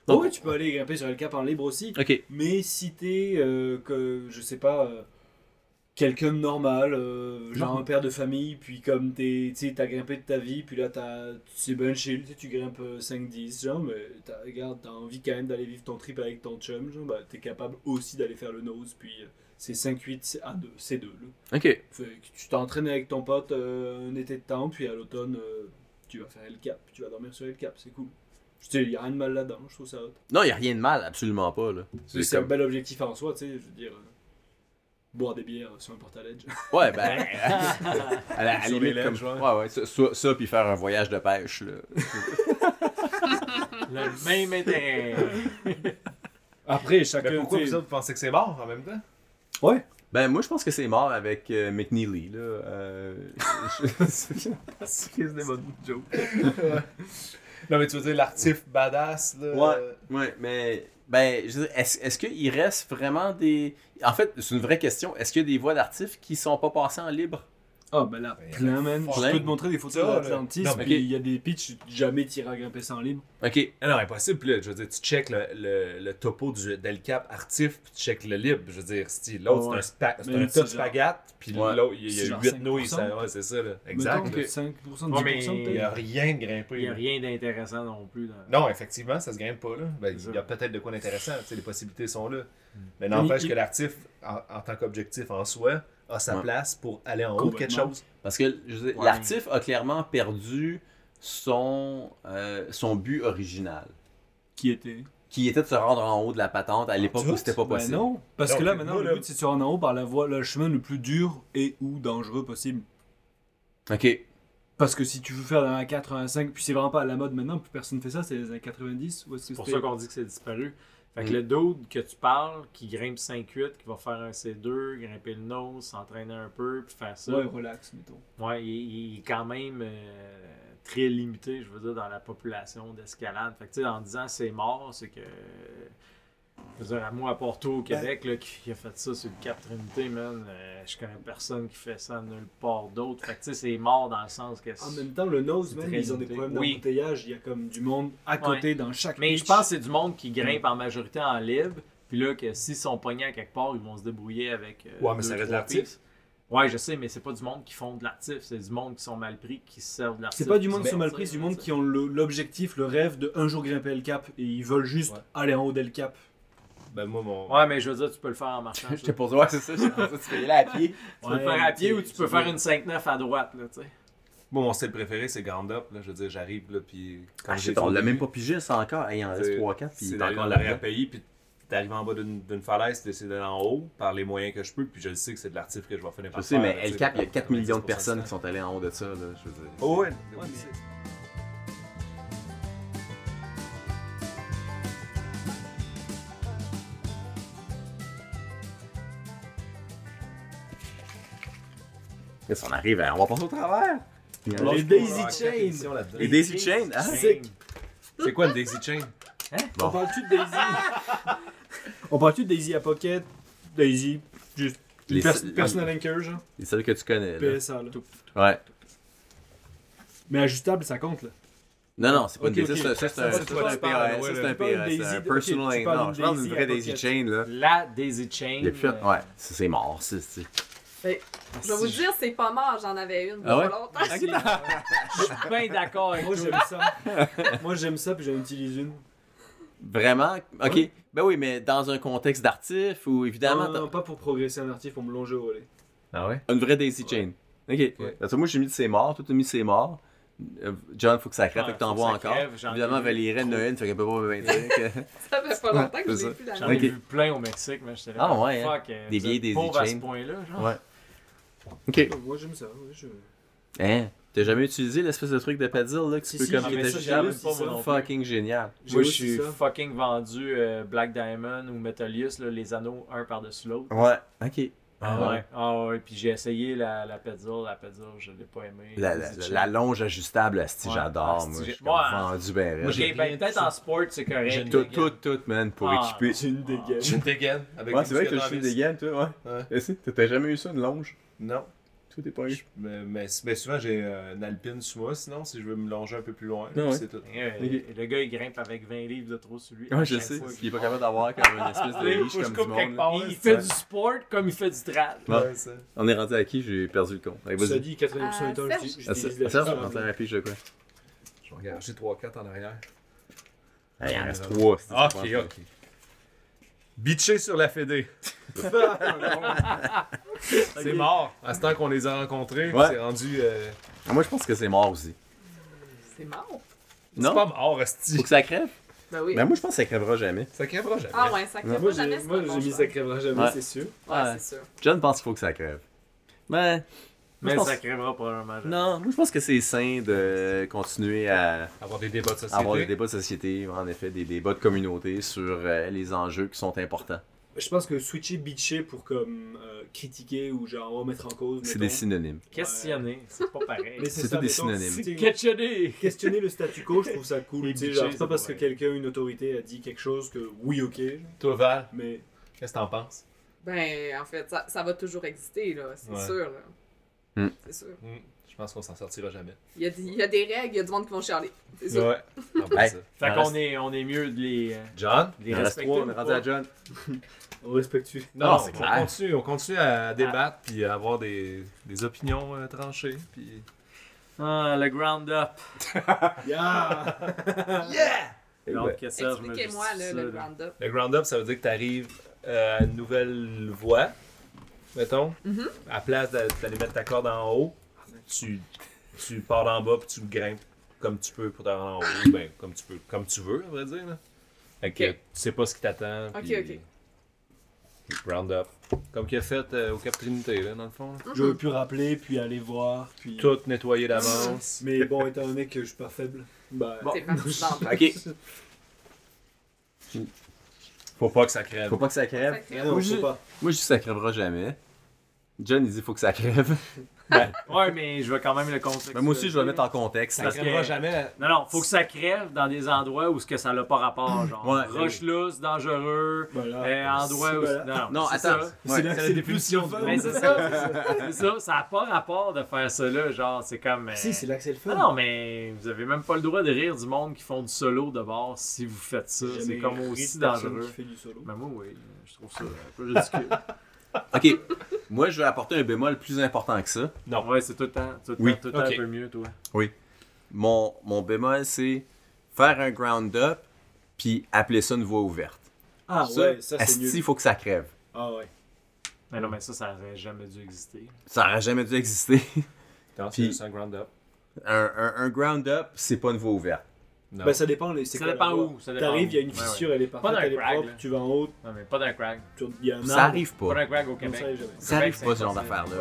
[SPEAKER 1] Donc-
[SPEAKER 6] ouais, tu peux aller grimper sur El Cap en libre aussi.
[SPEAKER 1] OK.
[SPEAKER 6] Mais si t'es, euh, que, je sais pas, euh, quelqu'un de normal, euh, genre un père de famille, puis comme t'es, tu sais, t'as grimpé de ta vie, puis là t'as, c'est bien chill, tu sais, tu grimpes euh, 5-10, genre, mais t'as, regarde, t'as envie quand même d'aller vivre ton trip avec ton chum, genre, bah t'es capable aussi d'aller faire le nose, puis euh, c'est 5-8 à 2, c'est 2, là.
[SPEAKER 1] OK.
[SPEAKER 6] Fait que tu t'entraînes avec ton pote euh, un été de temps, puis à l'automne, euh, tu vas faire le cap, tu vas dormir sur le cap, c'est cool. Tu sais, y a rien de mal là-dedans, je trouve ça hot.
[SPEAKER 1] Non, il n'y a rien de mal, absolument pas, là.
[SPEAKER 6] C'est
[SPEAKER 1] comme-
[SPEAKER 6] un bel objectif en soi, tu sais, je veux dire. euh, boire des bières sur un portaledge.
[SPEAKER 1] Ouais, ben... à la, à la
[SPEAKER 4] Sur
[SPEAKER 1] limite,
[SPEAKER 4] les
[SPEAKER 1] comme...
[SPEAKER 4] lèvres, ouais.
[SPEAKER 1] Ouais, ouais, ça, ça, ça, puis faire un voyage de pêche, là.
[SPEAKER 2] Le même intérêt.
[SPEAKER 6] Après,
[SPEAKER 4] Mais
[SPEAKER 6] chacun.
[SPEAKER 4] pourquoi
[SPEAKER 6] tu
[SPEAKER 4] vous
[SPEAKER 6] sais,
[SPEAKER 4] autres pensez que c'est mort en même temps?
[SPEAKER 1] Ben, moi, je pense que c'est mort avec euh, McNeely, là. Euh... je-
[SPEAKER 4] Non, mais tu veux dire l'artif badass, là? euh,
[SPEAKER 1] Ouais, ouais, mais ben, je veux dire, est-ce, est-ce qu'il reste vraiment des. En fait, c'est une vraie question. Est-ce qu'il y a des voies d'artifs qui sont pas passées en libre
[SPEAKER 6] Ah, ben là,
[SPEAKER 4] Mais
[SPEAKER 6] plein, man. Je
[SPEAKER 1] plein.
[SPEAKER 6] peux te montrer des photos
[SPEAKER 4] Ça,
[SPEAKER 6] de
[SPEAKER 4] là.
[SPEAKER 6] l'Atlantis,
[SPEAKER 4] Non,
[SPEAKER 6] puis
[SPEAKER 1] mais-
[SPEAKER 6] il y a des pitchs, jamais tiré à grimper sans libre.
[SPEAKER 1] Ok.
[SPEAKER 4] Ah Non, impossible. Là. Je veux dire, tu check le, le, le topo du Del Cap Artif, puis tu check le libre. Je veux dire, si l'autre,
[SPEAKER 6] Ouais.
[SPEAKER 4] c'est un, spa, c'est
[SPEAKER 6] Mais
[SPEAKER 4] un
[SPEAKER 6] c'est
[SPEAKER 4] top
[SPEAKER 6] genre-
[SPEAKER 4] spaghette, puis
[SPEAKER 1] Ouais.
[SPEAKER 4] l'autre, il y
[SPEAKER 6] C'est
[SPEAKER 4] a
[SPEAKER 6] genre
[SPEAKER 4] 8 nouilles.
[SPEAKER 6] 5%.
[SPEAKER 4] Ça, ouais, c'est ça. Là. Exact.
[SPEAKER 6] Mettons
[SPEAKER 4] là.
[SPEAKER 6] que 5%, 10%
[SPEAKER 2] Ouais, mais-
[SPEAKER 4] Il n'y a
[SPEAKER 6] peut-être.
[SPEAKER 4] rien de
[SPEAKER 2] Il n'y
[SPEAKER 4] grimpé.
[SPEAKER 2] a
[SPEAKER 4] là.
[SPEAKER 2] rien d'intéressant non plus. dans-
[SPEAKER 4] Non, effectivement, ça se grimpe pas. Là. Ben,
[SPEAKER 2] C'est
[SPEAKER 4] il y
[SPEAKER 2] ça.
[SPEAKER 4] a peut-être de quoi d'intéressant. tu sais, Les possibilités sont là. Mais
[SPEAKER 6] Mais
[SPEAKER 4] n'empêche
[SPEAKER 6] il-
[SPEAKER 4] que l'artif, en, en tant qu'objectif en soi, a sa
[SPEAKER 1] Ouais.
[SPEAKER 4] place pour aller
[SPEAKER 6] Oh,
[SPEAKER 4] en haut de quelque
[SPEAKER 6] Complètement.
[SPEAKER 4] chose.
[SPEAKER 1] Parce que je veux dire,
[SPEAKER 2] Ouais.
[SPEAKER 1] l'artif a clairement perdu son, euh, son but original.
[SPEAKER 6] Qui était
[SPEAKER 1] qui était de se rendre en haut de la patente à l'époque où c'était pas
[SPEAKER 6] Ben
[SPEAKER 1] possible.
[SPEAKER 6] non, parce
[SPEAKER 4] Alors
[SPEAKER 6] que là,
[SPEAKER 4] que
[SPEAKER 6] maintenant,
[SPEAKER 4] moi,
[SPEAKER 6] le
[SPEAKER 4] là-
[SPEAKER 6] but, c'est de se rendre en haut par la voie, le chemin le plus dur et ou dangereux possible.
[SPEAKER 1] ok.
[SPEAKER 6] Parce que si tu veux faire dans la 85, puis c'est vraiment pas à la mode maintenant, plus personne fait ça, c'est les années 90. Ou est-ce que
[SPEAKER 2] C'est pour
[SPEAKER 6] c'était-
[SPEAKER 2] ça qu'on dit que c'est disparu. Fait que
[SPEAKER 1] Mm.
[SPEAKER 2] le dude que tu parles, qui grimpe 5-8, qui va faire un C2, grimper le nose, s'entraîner un peu, puis faire ça,
[SPEAKER 6] Ouais,
[SPEAKER 2] ouais,
[SPEAKER 6] relax, mettons.
[SPEAKER 2] il, il est quand même euh, très limité, je veux dire, dans la population d'escalade. Fait que, tu sais, en disant c'est mort, c'est que. Je veux dire, à moi, à Porto, au Québec, là, qui qui a fait ça sur le Cap Trinité, man, euh, je connais personne qui fait ça nulle part d'autre. Fait que, tu sais, c'est mort dans le sens que.
[SPEAKER 6] En
[SPEAKER 2] c'est-
[SPEAKER 6] même temps, le nose,
[SPEAKER 2] C'est
[SPEAKER 6] même,
[SPEAKER 2] très
[SPEAKER 6] ils ont des
[SPEAKER 2] limité.
[SPEAKER 6] problèmes
[SPEAKER 2] Oui.
[SPEAKER 6] d'embouteillage. Il y a comme du monde à côté dans chaque
[SPEAKER 2] Mais je
[SPEAKER 6] pitch.
[SPEAKER 2] pense que c'est du monde qui
[SPEAKER 1] Mm.
[SPEAKER 2] grimpe en majorité en libre. Puis là, que s'ils sont pognés à quelque part, ils vont se débrouiller avec. euh,
[SPEAKER 4] Ouais, mais
[SPEAKER 2] deux,
[SPEAKER 4] ça reste de
[SPEAKER 2] trois
[SPEAKER 4] l'actif.
[SPEAKER 2] pistes. Ouais, je sais, mais c'est pas du monde qui font de l'actif. C'est du monde qui sont mal pris, qui se servent de l'actif.
[SPEAKER 6] C'est pas du monde qui
[SPEAKER 2] Mais-
[SPEAKER 6] sont mal pris, c'est du monde qui ont le- l'objectif, le rêve de un jour grimper le cap et ils veulent juste
[SPEAKER 4] Ouais.
[SPEAKER 6] aller en haut d'El Cap.
[SPEAKER 4] Ben, moi, mon.
[SPEAKER 2] Ouais, mais je veux dire, tu peux le faire en marchant. ça.
[SPEAKER 1] J'étais pour dire, ouais, c'est ça, j'étais pour dire, tu peux y aller à pied.
[SPEAKER 2] tu peux le
[SPEAKER 6] Ouais,
[SPEAKER 2] faire à pied
[SPEAKER 6] tu-
[SPEAKER 2] ou tu
[SPEAKER 6] tu
[SPEAKER 2] peux
[SPEAKER 6] veux-
[SPEAKER 2] faire une 5-9 à droite, là, tu sais.
[SPEAKER 4] Moi, mon style préféré, c'est Grand Up. Là. Je veux dire, j'arrive, là, puis.
[SPEAKER 1] Ah,
[SPEAKER 4] j'ai
[SPEAKER 1] shit, on l'a
[SPEAKER 4] tourné,
[SPEAKER 1] même pas pigé, ça encore. Hey, il en reste
[SPEAKER 4] C'est-
[SPEAKER 1] 3-4, puis
[SPEAKER 4] C'est
[SPEAKER 1] il est
[SPEAKER 4] d'aller
[SPEAKER 1] encore
[SPEAKER 4] dans
[SPEAKER 1] là
[SPEAKER 4] l'arrière-pays, puis d'arriver en bas d'une d'une falaise, d'essayer d'aller en haut par les moyens que je peux, puis je le sais que c'est de l'artif que je vais finir par
[SPEAKER 1] Je sais, mais
[SPEAKER 4] faire,
[SPEAKER 1] El
[SPEAKER 4] tu Ah,
[SPEAKER 1] Cap, il y a 4 millions de
[SPEAKER 4] 90%
[SPEAKER 1] personnes
[SPEAKER 4] du
[SPEAKER 1] qui sont allées en haut de ça, là, je veux dire.
[SPEAKER 4] temps. Oh, ouais, oui,
[SPEAKER 6] mais-
[SPEAKER 4] c'est-
[SPEAKER 1] Qu'est-ce qu'on arrive à... On va passer au travers!
[SPEAKER 6] Euh, Les
[SPEAKER 4] Ah, quatre
[SPEAKER 6] Daisy Chain
[SPEAKER 4] émissions là-dedans.
[SPEAKER 1] Les Daisy Chain, hein?
[SPEAKER 2] Chain. Hein?
[SPEAKER 4] C'est quoi le Daisy Chain?
[SPEAKER 6] On parle-tu de Daisy On parle-tu de Daisy à Pocket Daisy, juste.
[SPEAKER 1] Les-
[SPEAKER 6] pers- personal anchor, genre.
[SPEAKER 1] C'est celle que tu connais, là.
[SPEAKER 6] PSA, là.
[SPEAKER 1] Ouais.
[SPEAKER 6] Mais ajustable, ça compte, là.
[SPEAKER 1] Non, non, c'est pas une
[SPEAKER 6] Ok,
[SPEAKER 1] Daisy,
[SPEAKER 6] ok.
[SPEAKER 1] ça, ça, c'est
[SPEAKER 6] Ah,
[SPEAKER 1] un,
[SPEAKER 6] c'est
[SPEAKER 1] ça, c'est
[SPEAKER 6] toi
[SPEAKER 1] un
[SPEAKER 6] qui
[SPEAKER 4] parles,
[SPEAKER 1] PRS,
[SPEAKER 4] ouais,
[SPEAKER 1] ça, c'est
[SPEAKER 4] là.
[SPEAKER 1] un
[SPEAKER 6] Tu parles
[SPEAKER 1] PRS,
[SPEAKER 6] d'une
[SPEAKER 1] c'est un
[SPEAKER 6] Daisy- ok,
[SPEAKER 1] personal
[SPEAKER 6] tu parles
[SPEAKER 1] Non,
[SPEAKER 6] d'une
[SPEAKER 1] je parle d'une
[SPEAKER 6] Daisy
[SPEAKER 1] vraie
[SPEAKER 6] à
[SPEAKER 1] Daisy
[SPEAKER 6] pocket.
[SPEAKER 1] Chain, là.
[SPEAKER 2] La Daisy Chain.
[SPEAKER 1] Il a fait,
[SPEAKER 2] euh,
[SPEAKER 1] ouais, c'est c'est mort, c'est... c'est-
[SPEAKER 5] Je vais vous dire, c'est pas mort, j'en avais une
[SPEAKER 1] Ah ouais?
[SPEAKER 5] pas longtemps.
[SPEAKER 2] Je suis bien Ben d'accord avec
[SPEAKER 6] Moi,
[SPEAKER 2] toi.
[SPEAKER 6] j'aime ça. Moi, j'aime ça, puis j'en utilise une.
[SPEAKER 1] Vraiment? OK. Ben oui, mais dans un contexte d'artif ou évidemment...
[SPEAKER 6] Non, non, non, pas pour progresser en artif, pour me longer au relais.
[SPEAKER 4] Ah ouais?
[SPEAKER 1] Une vraie Daisy Chain. Ok.
[SPEAKER 4] Ouais.
[SPEAKER 1] Parce que moi, j'ai mis de ses morts, toi, t'as mis de ses morts. Euh, John, faut que ça crève,
[SPEAKER 2] Ouais,
[SPEAKER 1] fait que
[SPEAKER 2] faut
[SPEAKER 1] t'en
[SPEAKER 2] que
[SPEAKER 1] vois
[SPEAKER 2] Ah, ça
[SPEAKER 1] encore.
[SPEAKER 2] crève, j'en ai
[SPEAKER 1] Évidemment,
[SPEAKER 2] vu
[SPEAKER 1] Valérie,
[SPEAKER 2] trop.
[SPEAKER 1] Noël, ça fait pas pas me dire que-
[SPEAKER 5] Ça fait pas longtemps que je
[SPEAKER 1] C'est
[SPEAKER 5] l'ai plus
[SPEAKER 2] J'en
[SPEAKER 5] la
[SPEAKER 2] ai
[SPEAKER 1] Ok.
[SPEAKER 2] vu plein au Mexique, mais j'étais là.
[SPEAKER 1] Ah ouais, hein.
[SPEAKER 2] Fuck, euh,
[SPEAKER 1] Des
[SPEAKER 2] vous
[SPEAKER 1] vieilles
[SPEAKER 2] êtes
[SPEAKER 1] Daisy
[SPEAKER 2] pauvres à ce
[SPEAKER 1] Chain.
[SPEAKER 2] point-là, genre.
[SPEAKER 1] Ouais. Ok.
[SPEAKER 6] Moi, j'aime ça. ouais, je-
[SPEAKER 1] Hein? T'as jamais utilisé l'espèce de truc de padil, là, que tu
[SPEAKER 6] Si,
[SPEAKER 1] peux
[SPEAKER 6] si,
[SPEAKER 1] comme
[SPEAKER 6] ah,
[SPEAKER 1] qui
[SPEAKER 6] mais
[SPEAKER 1] était
[SPEAKER 6] ça,
[SPEAKER 1] juste
[SPEAKER 6] j'aime
[SPEAKER 1] juste
[SPEAKER 6] pas, moi,
[SPEAKER 2] non plus.
[SPEAKER 1] fucking génial.
[SPEAKER 6] J'ai
[SPEAKER 2] Moi, je
[SPEAKER 6] aussi
[SPEAKER 2] suis
[SPEAKER 6] ça.
[SPEAKER 2] fucking vendu euh, Black Diamond ou Metalius, là, les anneaux un par-dessus l'autre.
[SPEAKER 1] Ouais. Ok.
[SPEAKER 2] Ah ouais. Ah ouais. Puis j'ai essayé la, la Petzl, la Petzl, je l'ai pas aimé.
[SPEAKER 1] La, la- la- la longe ajustable, asti,
[SPEAKER 2] Ouais.
[SPEAKER 1] j'adore,
[SPEAKER 2] Asti,
[SPEAKER 1] moi.
[SPEAKER 2] j'ai-
[SPEAKER 1] Je suis
[SPEAKER 2] Moi,
[SPEAKER 1] comme vendu ben raide.
[SPEAKER 2] Ok,
[SPEAKER 4] j'ai rien
[SPEAKER 2] ben, peut-être
[SPEAKER 4] touché.
[SPEAKER 2] en sport, c'est
[SPEAKER 4] J'ai
[SPEAKER 2] correct.
[SPEAKER 4] une
[SPEAKER 1] Tout, tout, tout, man, pour
[SPEAKER 2] Ah,
[SPEAKER 1] équiper.
[SPEAKER 6] J'ai une dégaine.
[SPEAKER 4] J'ai une dégaine avec
[SPEAKER 1] Ouais,
[SPEAKER 4] une
[SPEAKER 1] c'est vrai que
[SPEAKER 4] disquette
[SPEAKER 1] je suis
[SPEAKER 4] en
[SPEAKER 1] des
[SPEAKER 4] vis.
[SPEAKER 1] gammes, toi, ouais.
[SPEAKER 4] Ouais.
[SPEAKER 1] Et si, T'as jamais eu ça, une longe?
[SPEAKER 4] Non.
[SPEAKER 1] Toi, t'es pas
[SPEAKER 4] Je- mais, mais- mais souvent, j'ai euh, une alpine sous moi, sinon, si je veux me longer un peu plus loin.
[SPEAKER 1] Ah ouais.
[SPEAKER 4] C'est tout.
[SPEAKER 2] Et, euh,
[SPEAKER 1] Ok.
[SPEAKER 2] Le gars, il grimpe avec 20 livres de trop sur lui.
[SPEAKER 1] Ouais,
[SPEAKER 2] À
[SPEAKER 1] je
[SPEAKER 2] chaque
[SPEAKER 1] sais.
[SPEAKER 2] fois
[SPEAKER 1] parce
[SPEAKER 2] qu'il-
[SPEAKER 1] qu'il est pas capable d'avoir comme une espèce
[SPEAKER 2] Ah,
[SPEAKER 1] de
[SPEAKER 2] faut
[SPEAKER 1] riche
[SPEAKER 2] que je
[SPEAKER 1] comme du
[SPEAKER 2] coupe
[SPEAKER 1] monde.
[SPEAKER 2] quelque
[SPEAKER 1] là.
[SPEAKER 2] part.
[SPEAKER 4] Ouais,
[SPEAKER 2] Il fait
[SPEAKER 4] ça.
[SPEAKER 2] du sport comme il fait du trad.
[SPEAKER 1] Ouais.
[SPEAKER 4] Ouais, ça.
[SPEAKER 1] On est rendu à qui J'ai perdu le compte. Allez,
[SPEAKER 6] Ça
[SPEAKER 1] vas-y.
[SPEAKER 6] dit 80% du
[SPEAKER 5] Ah,
[SPEAKER 6] temps,
[SPEAKER 5] Serge.
[SPEAKER 6] j'utilise
[SPEAKER 1] Ah,
[SPEAKER 6] j'utilise la
[SPEAKER 1] Ça, ça, on
[SPEAKER 6] chose.
[SPEAKER 1] rentre à la pige de quoi
[SPEAKER 4] Je regarde, j'ai 3-4 en arrière.
[SPEAKER 1] Il en reste trois. c'est-
[SPEAKER 4] Ah,
[SPEAKER 1] c'est
[SPEAKER 4] ok,
[SPEAKER 1] pas-
[SPEAKER 4] ok. Bitcher sur la Fédé. c'est mort. À ce temps qu'on les a rencontrés,
[SPEAKER 1] Ouais.
[SPEAKER 4] c'est rendu. euh,
[SPEAKER 1] Ah, Moi, je pense que c'est mort aussi.
[SPEAKER 5] C'est mort.
[SPEAKER 4] C'est
[SPEAKER 1] Non
[SPEAKER 4] pas mort,
[SPEAKER 1] Faut
[SPEAKER 4] hostie.
[SPEAKER 1] que ça crève
[SPEAKER 5] Ben oui.
[SPEAKER 1] Ben, moi, je pense que ça crèvera jamais.
[SPEAKER 4] Ça crèvera jamais.
[SPEAKER 5] Ah ouais, ça crée
[SPEAKER 6] Moi,
[SPEAKER 5] pas jamais
[SPEAKER 6] j'ai
[SPEAKER 5] c'est
[SPEAKER 6] moi,
[SPEAKER 5] pas
[SPEAKER 6] j'ai
[SPEAKER 5] bon
[SPEAKER 6] mis
[SPEAKER 5] choix.
[SPEAKER 6] ça crèvera jamais,
[SPEAKER 1] Ouais.
[SPEAKER 6] c'est sûr.
[SPEAKER 5] Ouais, c'est sûr.
[SPEAKER 1] John pense qu'il faut que ça crève. Ben,
[SPEAKER 2] Mais
[SPEAKER 1] je pense-
[SPEAKER 2] ça crèvera probablement. jamais.
[SPEAKER 1] non, moi, je pense que c'est sain de continuer à
[SPEAKER 4] Avoir des débats de société.
[SPEAKER 1] avoir des débats de société, en effet, des débats de communauté sur euh, les enjeux qui sont importants.
[SPEAKER 6] Je pense que switcher, bitcher pour comme euh, critiquer ou genre remettre en cause.
[SPEAKER 1] C'est
[SPEAKER 6] mettons.
[SPEAKER 1] des synonymes.
[SPEAKER 2] Questionner, c'est pas pareil.
[SPEAKER 6] Mais
[SPEAKER 1] C'est
[SPEAKER 6] ça,
[SPEAKER 1] tout des
[SPEAKER 6] mettons,
[SPEAKER 1] synonymes.
[SPEAKER 6] si t'es-
[SPEAKER 2] Questionner.
[SPEAKER 6] Questionner le statu quo, je trouve ça cool.
[SPEAKER 2] Et
[SPEAKER 6] tu sais,
[SPEAKER 2] bitcher,
[SPEAKER 6] genre,
[SPEAKER 2] c'est
[SPEAKER 6] c'est pas parce que
[SPEAKER 2] vrai.
[SPEAKER 6] quelqu'un, une autorité, a dit quelque chose que oui, ok,
[SPEAKER 4] Toi, Val,
[SPEAKER 6] mais
[SPEAKER 4] qu'est-ce que t'en penses?
[SPEAKER 5] Ben, en fait, ça, ça va toujours exister, là. C'est
[SPEAKER 4] Ouais.
[SPEAKER 5] sûr, là.
[SPEAKER 1] Hmm.
[SPEAKER 5] C'est sûr.
[SPEAKER 4] Je pense qu'on s'en sortira jamais.
[SPEAKER 5] Il y, a des, il y a des règles, il y a du monde qui vont chialer. C'est sûr.
[SPEAKER 4] Ouais. Ah, bon,
[SPEAKER 1] Hey.
[SPEAKER 4] ça.
[SPEAKER 2] Fait
[SPEAKER 1] Il en
[SPEAKER 2] qu'on
[SPEAKER 1] reste-
[SPEAKER 2] est, on est mieux de les, euh,
[SPEAKER 4] John?
[SPEAKER 2] de
[SPEAKER 1] Il
[SPEAKER 2] les
[SPEAKER 1] en reste
[SPEAKER 2] respecter.
[SPEAKER 1] trois, on est
[SPEAKER 2] ou
[SPEAKER 1] rendu
[SPEAKER 2] pas?
[SPEAKER 1] à John.
[SPEAKER 6] on respecte tu
[SPEAKER 4] Non,
[SPEAKER 1] Ah, c'est
[SPEAKER 4] on
[SPEAKER 1] clair.
[SPEAKER 4] continue, on continue à débattre puis à avoir des, des opinions euh, tranchées. Puis...
[SPEAKER 2] Ah, le ground up.
[SPEAKER 6] Yeah
[SPEAKER 2] Donc,
[SPEAKER 1] Ben,
[SPEAKER 2] que ça, je me
[SPEAKER 5] Expliquez-moi,
[SPEAKER 2] justifie
[SPEAKER 5] là,
[SPEAKER 2] ça,
[SPEAKER 5] le
[SPEAKER 2] là.
[SPEAKER 5] ground-up.
[SPEAKER 4] Le ground-up, ça veut dire que tu arrives à une nouvelle voie, mettons.
[SPEAKER 5] Mhm.
[SPEAKER 4] À place d'a- d'aller mettre ta corde en haut, tu, tu pars d'en bas puis tu grimpes comme tu peux pour te rendre en haut. ben, comme tu peux, comme tu veux, à vrai dire. là. Fait que
[SPEAKER 5] Ok.
[SPEAKER 4] tu sais pas ce qui t'attend.
[SPEAKER 5] Ok,
[SPEAKER 4] puis-
[SPEAKER 5] ok.
[SPEAKER 4] puis Round up. Comme qu'il a fait euh, au Cap Trinité, là, dans le fond. là.
[SPEAKER 6] J'aurais pu rappeler, puis aller voir, puis...
[SPEAKER 4] Tout nettoyé d'avance.
[SPEAKER 6] Mais bon, étant donné que je suis pas faible, bah...
[SPEAKER 5] C'est parti dans le
[SPEAKER 9] Ok.
[SPEAKER 4] Mm. Faut pas que ça crève.
[SPEAKER 1] Faut pas que ça crève.
[SPEAKER 5] sacré.
[SPEAKER 6] non,
[SPEAKER 1] Moi,
[SPEAKER 6] je
[SPEAKER 1] je-
[SPEAKER 6] sais pas.
[SPEAKER 1] Moi, je dis ça crèvera jamais. John, il dit faut que ça crève.
[SPEAKER 2] Ouais, mais je veux quand même le contexte.
[SPEAKER 1] Ben, moi aussi, je vais le mettre en contexte.
[SPEAKER 4] Ça
[SPEAKER 2] Parce que-
[SPEAKER 4] crèvera jamais.
[SPEAKER 2] Non, non, faut que ça crève dans des endroits où ce que ça n'a pas rapport, genre
[SPEAKER 1] Ouais. Ah,
[SPEAKER 2] roche lousse, dangereux,
[SPEAKER 6] Voilà.
[SPEAKER 2] euh, endroit où...
[SPEAKER 6] Voilà.
[SPEAKER 2] Non,
[SPEAKER 1] Non,
[SPEAKER 2] c'est
[SPEAKER 1] attends.
[SPEAKER 2] ça.
[SPEAKER 6] C'est
[SPEAKER 1] Ouais.
[SPEAKER 6] là que
[SPEAKER 4] c'est
[SPEAKER 6] c'est
[SPEAKER 4] la
[SPEAKER 6] le plus
[SPEAKER 4] définition
[SPEAKER 6] fun.
[SPEAKER 2] Mais c'est ça, c'est ça, ça n'a pas rapport de faire ça là, genre c'est comme... euh,
[SPEAKER 6] Si, c'est là que c'est le fun.
[SPEAKER 2] Ah non, mais vous avez même pas le droit de rire du monde qui font du solo de bord si vous faites ça.
[SPEAKER 6] J'ai
[SPEAKER 2] C'est
[SPEAKER 6] jamais
[SPEAKER 2] comme
[SPEAKER 6] ri de
[SPEAKER 2] aussi
[SPEAKER 6] personne
[SPEAKER 2] dangereux.
[SPEAKER 6] qui fait du solo.
[SPEAKER 2] Mais moi, oui, je trouve ça un peu ridicule.
[SPEAKER 1] Ok. Moi, je vais apporter un bémol plus important que ça.
[SPEAKER 2] ouais, c'est tout le temps, tout le
[SPEAKER 1] Oui.
[SPEAKER 2] temps, tout le temps
[SPEAKER 4] Ok.
[SPEAKER 2] un peu mieux, toi.
[SPEAKER 1] Mon, mon bémol, c'est faire un ground up puis appeler ça une voie ouverte.
[SPEAKER 6] Ah
[SPEAKER 1] Ça,
[SPEAKER 6] ouais, ça c'est
[SPEAKER 1] Asti,
[SPEAKER 6] mieux.
[SPEAKER 1] faut que ça crève.
[SPEAKER 6] Ah ouais.
[SPEAKER 2] Mais non, mais ça, ça aurait jamais dû exister.
[SPEAKER 1] Ça aurait jamais dû exister.
[SPEAKER 4] Non,
[SPEAKER 1] Puis-
[SPEAKER 4] c'est juste un ground up.
[SPEAKER 1] Un, un- un ground up, c'est pas une voie ouverte.
[SPEAKER 4] Non.
[SPEAKER 6] Bah ça dépend, les- c'est
[SPEAKER 2] Ça
[SPEAKER 6] quoi la
[SPEAKER 2] dépend
[SPEAKER 6] voie.
[SPEAKER 2] où. Ça dépend
[SPEAKER 6] T'arrives,
[SPEAKER 2] où.
[SPEAKER 6] il y a une
[SPEAKER 2] Ouais,
[SPEAKER 6] fissure, elle est parfaite,
[SPEAKER 2] Pas dans
[SPEAKER 6] elle
[SPEAKER 2] le
[SPEAKER 6] est
[SPEAKER 2] crack,
[SPEAKER 6] propre,
[SPEAKER 2] là.
[SPEAKER 6] tu vas en haut,
[SPEAKER 2] ouais. Non, mais pas d'un crack.
[SPEAKER 6] tu- il y a un
[SPEAKER 1] Ça
[SPEAKER 6] arbre.
[SPEAKER 1] arrive
[SPEAKER 2] Pas
[SPEAKER 1] pas.
[SPEAKER 2] d'un crack au
[SPEAKER 6] Comme
[SPEAKER 2] Québec.
[SPEAKER 6] ça, elle est jamais.
[SPEAKER 1] Ça arrive pas, ce genre d'affaire-là.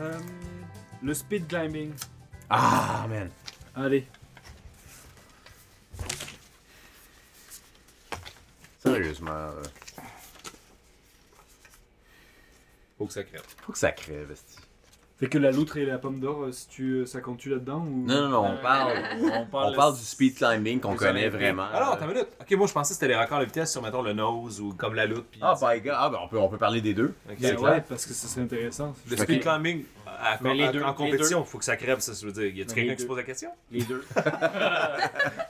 [SPEAKER 6] Euh, Le speed climbing.
[SPEAKER 1] Ah, man.
[SPEAKER 6] Allez.
[SPEAKER 1] Sérieusement. euh, là.
[SPEAKER 4] Faut que ça crève.
[SPEAKER 1] Faut que ça crève, asti.
[SPEAKER 6] Fait que la loutre et la pomme d'or, euh, si tu, euh, ça compte-tu là-dedans ou...
[SPEAKER 1] Non, non, non, on parle,
[SPEAKER 2] On
[SPEAKER 1] on parle du speed climbing qu'on connaît vraiment.
[SPEAKER 4] Alors, Ah t'as une minute. Ok, moi je pensais que c'était les records de vitesse sur, mettons, le nose ou comme la loupe. puis-
[SPEAKER 1] Ah, by God. Ah, ben, on peut, on peut parler des deux.
[SPEAKER 4] Ok,
[SPEAKER 6] Ben
[SPEAKER 4] c'est
[SPEAKER 6] ouais,
[SPEAKER 4] clair.
[SPEAKER 6] parce que ça serait intéressant.
[SPEAKER 4] Le
[SPEAKER 1] Ok.
[SPEAKER 4] speed climbing à- à-
[SPEAKER 2] Mais les
[SPEAKER 4] à-
[SPEAKER 2] deux-
[SPEAKER 4] en
[SPEAKER 2] les
[SPEAKER 4] compétition, faut que ça crève, ça, ça veut dire. Y a-tu
[SPEAKER 2] Mais
[SPEAKER 4] quelqu'un
[SPEAKER 2] les
[SPEAKER 4] qui se
[SPEAKER 2] deux.
[SPEAKER 4] pose la question?
[SPEAKER 2] Les deux.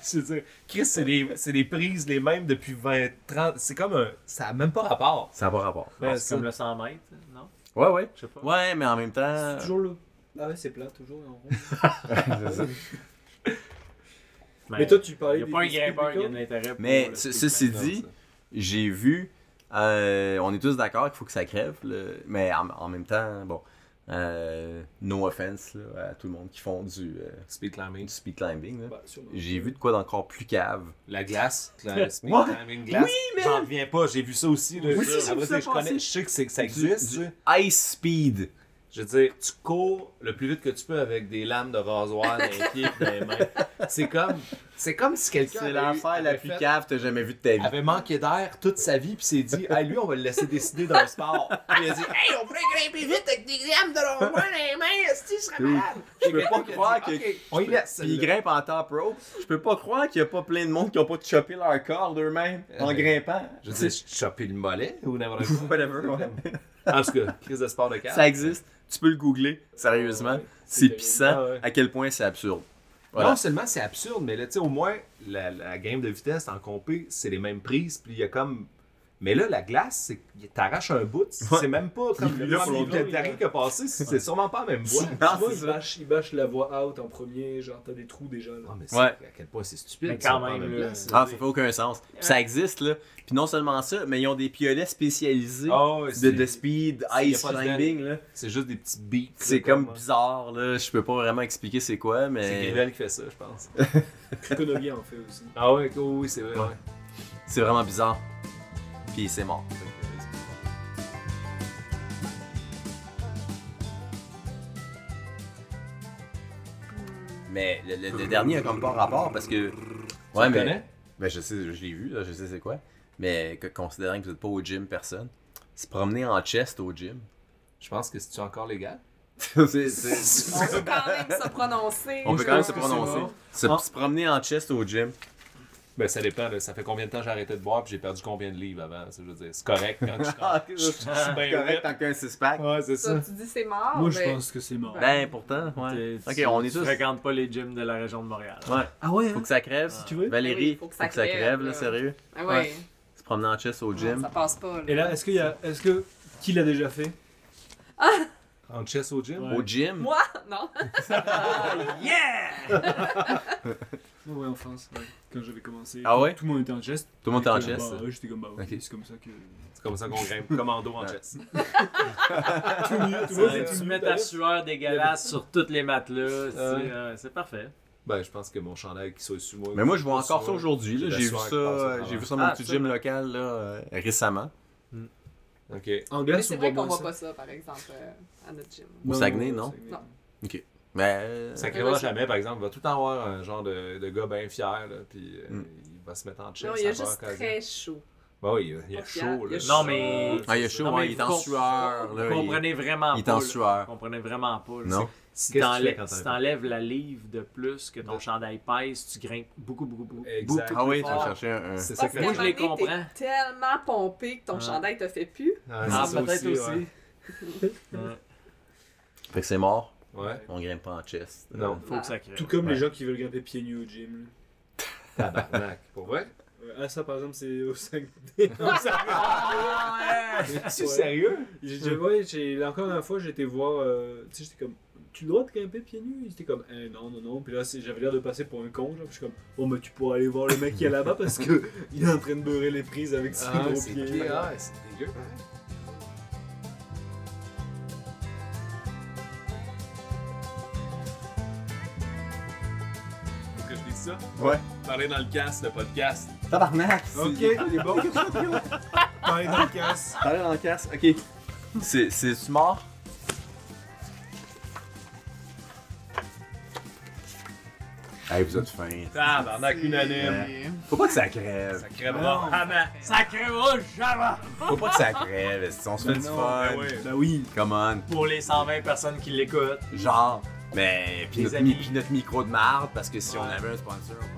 [SPEAKER 4] Je veux dire, Chris, c'est des, c'est des prises les mêmes depuis 20, 30. C'est comme un. Ça a même pas rapport.
[SPEAKER 1] Ça n'a pas rapport.
[SPEAKER 4] Ouais,
[SPEAKER 2] C'est comme le 100 mètres, non?
[SPEAKER 1] Ouais, ouais.
[SPEAKER 2] Je sais pas.
[SPEAKER 1] Ouais, mais en même temps.
[SPEAKER 6] C'est toujours le... Ah ouais, c'est plat, toujours en rond. Mais toi, tu
[SPEAKER 2] il
[SPEAKER 6] parlais
[SPEAKER 2] n'y a
[SPEAKER 6] des-
[SPEAKER 2] pas un grimpeur
[SPEAKER 6] des speed
[SPEAKER 2] qui a
[SPEAKER 6] records.
[SPEAKER 2] de l'intérêt pour
[SPEAKER 1] Mais
[SPEAKER 2] le
[SPEAKER 1] ce-
[SPEAKER 2] speed
[SPEAKER 1] ceci
[SPEAKER 2] climbing.
[SPEAKER 1] dit, j'ai vu. euh, on est tous d'accord qu'il faut que ça crève, là, mais en, en même temps, bon. euh, no offense là, à tout le monde qui font du, euh,
[SPEAKER 4] Speed
[SPEAKER 1] du
[SPEAKER 4] climbing.
[SPEAKER 1] speed climbing. là.
[SPEAKER 6] Bah, sur le-
[SPEAKER 1] J'ai vu de quoi d'encore plus cave.
[SPEAKER 4] La glace. La speed
[SPEAKER 1] Ouais.
[SPEAKER 4] climbing glace. J'en reviens pas, j'ai vu ça aussi. Là,
[SPEAKER 1] Oui,
[SPEAKER 4] Ça,
[SPEAKER 1] j'ai vu
[SPEAKER 4] après,
[SPEAKER 1] ça
[SPEAKER 4] je, connais,
[SPEAKER 1] passer.
[SPEAKER 4] je sais que c'est- que ça
[SPEAKER 1] Du-
[SPEAKER 4] existe.
[SPEAKER 1] du-
[SPEAKER 4] ça.
[SPEAKER 1] Ice speed.
[SPEAKER 4] Je veux dire, tu cours le plus vite que tu peux avec des lames de rasoir dans les pieds et dans les mains. C'est comme, c'est comme si quelqu'un
[SPEAKER 1] C'est
[SPEAKER 4] avait eu-
[SPEAKER 1] l'enfer la
[SPEAKER 4] avait
[SPEAKER 1] plus
[SPEAKER 4] fait-
[SPEAKER 1] cave que t'as jamais vu de ta vie.
[SPEAKER 4] avait manqué d'air toute sa vie puis s'est dit hey, lui on va le laisser décider dans le sport Puis il a dit hey on pourrait grimper vite avec des lames de rasoir dans les mains si je serais malade
[SPEAKER 1] Je peux pas croire que.
[SPEAKER 4] on y laisse
[SPEAKER 1] Puis il grimpe en top rope. Je peux pas croire qu'il y a pas plein de monde qui a pas chopé leur corps d'eux-mêmes en
[SPEAKER 4] Euh,
[SPEAKER 1] grimpant.
[SPEAKER 4] je veux dire choper le mollet ou n'importe quoi
[SPEAKER 1] Whatever, ouais.
[SPEAKER 4] en tout cas crise de sport de cave
[SPEAKER 1] Ça existe. Tu peux le googler. Sérieusement,
[SPEAKER 6] Ouais,
[SPEAKER 1] c'est
[SPEAKER 6] terrible.
[SPEAKER 1] pissant
[SPEAKER 4] Ah ouais.
[SPEAKER 1] à quel point c'est absurde. Voilà.
[SPEAKER 4] Non seulement c'est absurde, mais là, tu sais, au moins, la, la game de vitesse en compé, c'est les mêmes prises, puis il y a comme. Mais là, la glace, c'est que t'arraches un bout, c'est même pas comme
[SPEAKER 1] Il est
[SPEAKER 4] le
[SPEAKER 1] là pour
[SPEAKER 4] premier
[SPEAKER 6] longtemps,
[SPEAKER 4] qui a rien qui a passé, c'est sûrement pas la même voie.
[SPEAKER 6] Tu
[SPEAKER 1] Non,
[SPEAKER 6] vois,
[SPEAKER 1] Ah, c'est
[SPEAKER 6] il
[SPEAKER 1] ça.
[SPEAKER 6] bâche, il bâche la voie out en premier, genre t'as des trous déjà là.
[SPEAKER 4] Non, Ah, mais c'est-
[SPEAKER 1] Ouais.
[SPEAKER 4] à quel point c'est stupide.
[SPEAKER 2] Mais
[SPEAKER 4] qu'ils sont
[SPEAKER 2] quand
[SPEAKER 4] pas en
[SPEAKER 2] même,
[SPEAKER 4] même
[SPEAKER 2] là.
[SPEAKER 4] place.
[SPEAKER 1] Ah, ça fait aucun sens. Puis ça existe, là. Puis non seulement ça, mais ils ont des piolets spécialisés
[SPEAKER 4] Ah ouais,
[SPEAKER 1] de,
[SPEAKER 4] c'est-
[SPEAKER 1] de speed,
[SPEAKER 4] c'est- y a
[SPEAKER 1] ice
[SPEAKER 4] pas de
[SPEAKER 1] climbing, là.
[SPEAKER 4] C'est juste des petits beats.
[SPEAKER 1] C'est
[SPEAKER 4] là, Euh,
[SPEAKER 1] comme bizarre, là. Je peux pas vraiment expliquer c'est quoi,
[SPEAKER 4] C'est
[SPEAKER 1] mais
[SPEAKER 4] Gabriel qui fait ça, je pense.
[SPEAKER 6] Konogi en fait aussi.
[SPEAKER 4] Ah ouais, cool, oui, c'est vrai.
[SPEAKER 1] Ouais.
[SPEAKER 4] ouais.
[SPEAKER 1] c'est vraiment bizarre. Puis c'est mort. Mais le, le- le dernier a comme pas rapport parce que.
[SPEAKER 4] Tu
[SPEAKER 1] Ouais,
[SPEAKER 4] le
[SPEAKER 1] mais.
[SPEAKER 4] connais?
[SPEAKER 1] Ben, je sais, je l'ai vu, là, je sais c'est quoi. Mais que- considérant que vous n'êtes pas au gym, personne, se promener en chest au gym.
[SPEAKER 4] Je pense que c'est encore légal.
[SPEAKER 1] c'est- c'est-
[SPEAKER 5] On peut quand même se prononcer.
[SPEAKER 1] On peut quand même se
[SPEAKER 6] que c'est
[SPEAKER 1] prononcer.
[SPEAKER 6] mort.
[SPEAKER 1] Se,
[SPEAKER 6] Ah.
[SPEAKER 1] se promener en chest au gym.
[SPEAKER 4] Ben, ça dépend, là. ça fait combien de temps j'ai arrêté de boire, puis j'ai perdu combien de livres avant. ça, Je veux dire, c'est correct quand je
[SPEAKER 1] Ah, ok,
[SPEAKER 4] je
[SPEAKER 1] ça,
[SPEAKER 4] suis bien
[SPEAKER 1] correct
[SPEAKER 4] raide.
[SPEAKER 1] tant qu'un six-pack.
[SPEAKER 4] Ouais, c'est ça.
[SPEAKER 5] Ça, tu dis c'est mort.
[SPEAKER 6] Moi je
[SPEAKER 5] ben,
[SPEAKER 6] pense que c'est mort.
[SPEAKER 5] Ouais.
[SPEAKER 1] Ben, pourtant, ouais.
[SPEAKER 2] T'es-
[SPEAKER 1] Ok,
[SPEAKER 2] tu-
[SPEAKER 1] on est
[SPEAKER 2] Tu
[SPEAKER 1] tous.
[SPEAKER 2] fréquentes pas les gyms de la région de Montréal.
[SPEAKER 1] Ouais, hein. Bah,
[SPEAKER 6] Ah ouais,
[SPEAKER 1] faut que ça crève.
[SPEAKER 2] Si
[SPEAKER 6] tu veux.
[SPEAKER 1] Valérie,
[SPEAKER 5] Oui,
[SPEAKER 1] faut que ça crève, là, Ah, sérieux.
[SPEAKER 5] Ah
[SPEAKER 1] Ouais.
[SPEAKER 5] ouais.
[SPEAKER 1] Se promener en chest au gym.
[SPEAKER 5] Ça passe pas. Là.
[SPEAKER 6] Et là, est-ce qu'il y a. Est-ce que. Qui l'a déjà fait
[SPEAKER 4] En chess au gym?
[SPEAKER 6] Ouais.
[SPEAKER 1] Au gym.
[SPEAKER 5] Moi, non.
[SPEAKER 6] Ouais, Ah ouais, en France, ouais. quand j'avais commencé.
[SPEAKER 1] Ah ouais
[SPEAKER 6] Tout le monde était en geste.
[SPEAKER 1] Tout le monde était en
[SPEAKER 6] Et que,
[SPEAKER 1] chess.
[SPEAKER 6] bah, ouais, J'étais comme, bah, ok,
[SPEAKER 1] Ok.
[SPEAKER 6] c'est comme ça que. Tout
[SPEAKER 4] C'est comme ça qu'on grimpe commando en chess.
[SPEAKER 6] le
[SPEAKER 5] Ah,
[SPEAKER 6] monde- tout le monde
[SPEAKER 2] Ouais,
[SPEAKER 6] était
[SPEAKER 2] tu
[SPEAKER 6] tout
[SPEAKER 2] mets
[SPEAKER 6] à
[SPEAKER 2] ta sueur dégueulasse sur toutes les matelas. c'est- euh, C'est parfait.
[SPEAKER 4] Ben, je pense que mon chandail qui soit sur moi.
[SPEAKER 1] Mais moi, je vois
[SPEAKER 4] Pas
[SPEAKER 1] encore
[SPEAKER 4] sur
[SPEAKER 1] ça
[SPEAKER 4] moi.
[SPEAKER 1] aujourd'hui. là.
[SPEAKER 4] J'ai la
[SPEAKER 1] J'ai vu
[SPEAKER 4] sueur qui
[SPEAKER 1] ça,
[SPEAKER 4] passe au
[SPEAKER 1] euh,
[SPEAKER 4] travers.
[SPEAKER 1] j'ai vu ça dans mon
[SPEAKER 2] Ah,
[SPEAKER 1] petit gym
[SPEAKER 2] absolument.
[SPEAKER 1] local là, euh, récemment.
[SPEAKER 4] Ok.
[SPEAKER 6] En
[SPEAKER 5] Mais
[SPEAKER 6] glace,
[SPEAKER 5] c'est
[SPEAKER 6] on
[SPEAKER 5] vrai
[SPEAKER 6] voit
[SPEAKER 5] qu'on
[SPEAKER 6] moins
[SPEAKER 5] voit
[SPEAKER 6] ça.
[SPEAKER 5] pas ça, par exemple, euh, à notre gym.
[SPEAKER 1] Au Saguenay, non?
[SPEAKER 5] Non.
[SPEAKER 1] Mais euh,
[SPEAKER 4] Ça
[SPEAKER 5] Ouais,
[SPEAKER 4] créera
[SPEAKER 5] ouais,
[SPEAKER 4] jamais, par exemple. Il va tout le temps avoir un genre de, de gars bien fier, là, puis euh,
[SPEAKER 1] Mm.
[SPEAKER 4] il va se mettre en chess.
[SPEAKER 5] Non, il y a
[SPEAKER 4] ça va
[SPEAKER 5] juste
[SPEAKER 4] quand-
[SPEAKER 5] très chaud.
[SPEAKER 4] Ben oui, il y a
[SPEAKER 5] Pas fier,
[SPEAKER 4] chaud,
[SPEAKER 5] il y
[SPEAKER 4] là.
[SPEAKER 5] a chaud.
[SPEAKER 2] Non, mais-
[SPEAKER 1] ah, il est chaud,
[SPEAKER 2] Non,
[SPEAKER 1] hein,
[SPEAKER 2] mais
[SPEAKER 1] il est
[SPEAKER 2] vous
[SPEAKER 1] en
[SPEAKER 2] comp-
[SPEAKER 1] sueur.
[SPEAKER 2] Vous
[SPEAKER 1] là, il-
[SPEAKER 2] comprenez vraiment
[SPEAKER 1] Ah il est
[SPEAKER 2] pas.
[SPEAKER 1] en
[SPEAKER 2] là.
[SPEAKER 1] sueur.
[SPEAKER 2] Vous comprenez vraiment pas. là.
[SPEAKER 1] Non?
[SPEAKER 2] Si
[SPEAKER 4] Qu'est-ce que tu fais
[SPEAKER 2] t'enlèves
[SPEAKER 4] quand
[SPEAKER 2] si
[SPEAKER 4] t'as-
[SPEAKER 2] t'enlèves la livre de plus que ton
[SPEAKER 4] De-
[SPEAKER 2] chandail pèse, tu grimpes beaucoup, beaucoup, beaucoup.
[SPEAKER 4] Exact.
[SPEAKER 2] beaucoup
[SPEAKER 1] Ah oui,
[SPEAKER 2] plus
[SPEAKER 1] tu vas
[SPEAKER 2] fort.
[SPEAKER 1] chercher un. un-
[SPEAKER 4] C'est ça
[SPEAKER 5] Parce
[SPEAKER 4] que
[SPEAKER 5] qu'à un
[SPEAKER 2] Moi, je
[SPEAKER 5] moment
[SPEAKER 2] les
[SPEAKER 5] donné,
[SPEAKER 2] comprends.
[SPEAKER 5] t'es tellement pompé que ton
[SPEAKER 2] Ah.
[SPEAKER 5] chandail te fait plus.
[SPEAKER 2] Ah,
[SPEAKER 4] c'est ça
[SPEAKER 2] peut-être aussi. Ouais.
[SPEAKER 1] Fait que c'est mort.
[SPEAKER 4] Ouais. Ouais.
[SPEAKER 1] On grimpe pas en chest.
[SPEAKER 4] Non.
[SPEAKER 2] Faut que ça crève.
[SPEAKER 6] Tout comme
[SPEAKER 1] Ouais.
[SPEAKER 6] les gens qui veulent grimper pieds nus au gym. là.
[SPEAKER 4] Tabarnak. Pour vrai?
[SPEAKER 6] Euh, Ah, ça, par exemple, c'est au Saguenay. Au Saguenay.
[SPEAKER 1] Ah,
[SPEAKER 4] Tu es
[SPEAKER 6] Ouais.
[SPEAKER 4] sérieux?
[SPEAKER 6] J'ai dit, ouais, j'ai- là, encore une fois, j'étais voir. euh, tu sais, j'étais comme, tu as le droit de grimper pieds nus Ils étaient comme, Eh, non, non, non. Puis là, c'est- j'avais l'air de passer pour un con. Genre, puis je suis comme, oh, mais tu pourras aller voir le mec qui est là-bas parce que il est en train de beurrer les prises avec ses
[SPEAKER 4] Ah,
[SPEAKER 6] gros
[SPEAKER 4] c'est
[SPEAKER 6] pieds.
[SPEAKER 4] pieds, ah, c'est dégueu. Faut que je dise ça?
[SPEAKER 1] Ouais.
[SPEAKER 4] Parler dans le casque, le podcast.
[SPEAKER 1] Euh. Tabarnak!
[SPEAKER 6] Ok, il est bon. Parler dans le casse.
[SPEAKER 1] Parler dans le casque, ok. C'est c'est-tu mort? Hey, vous êtes fin.
[SPEAKER 4] Tabarnak unanime.
[SPEAKER 1] Faut pas que ça crève.
[SPEAKER 4] Ça crèvera jamais.
[SPEAKER 2] Ça crèvera jamais!
[SPEAKER 1] Faut pas que ça crève. esti. On se fait du fun.
[SPEAKER 4] ben ouais.
[SPEAKER 6] Bah oui.
[SPEAKER 1] Come on.
[SPEAKER 2] Pour les 120 personnes qui l'écoutent.
[SPEAKER 1] Genre. Mais. Puis
[SPEAKER 2] Des
[SPEAKER 1] notre,
[SPEAKER 2] amis.
[SPEAKER 1] mi- puis notre micro de marde, parce que si
[SPEAKER 2] Ouais.
[SPEAKER 1] on avait un sponsor, on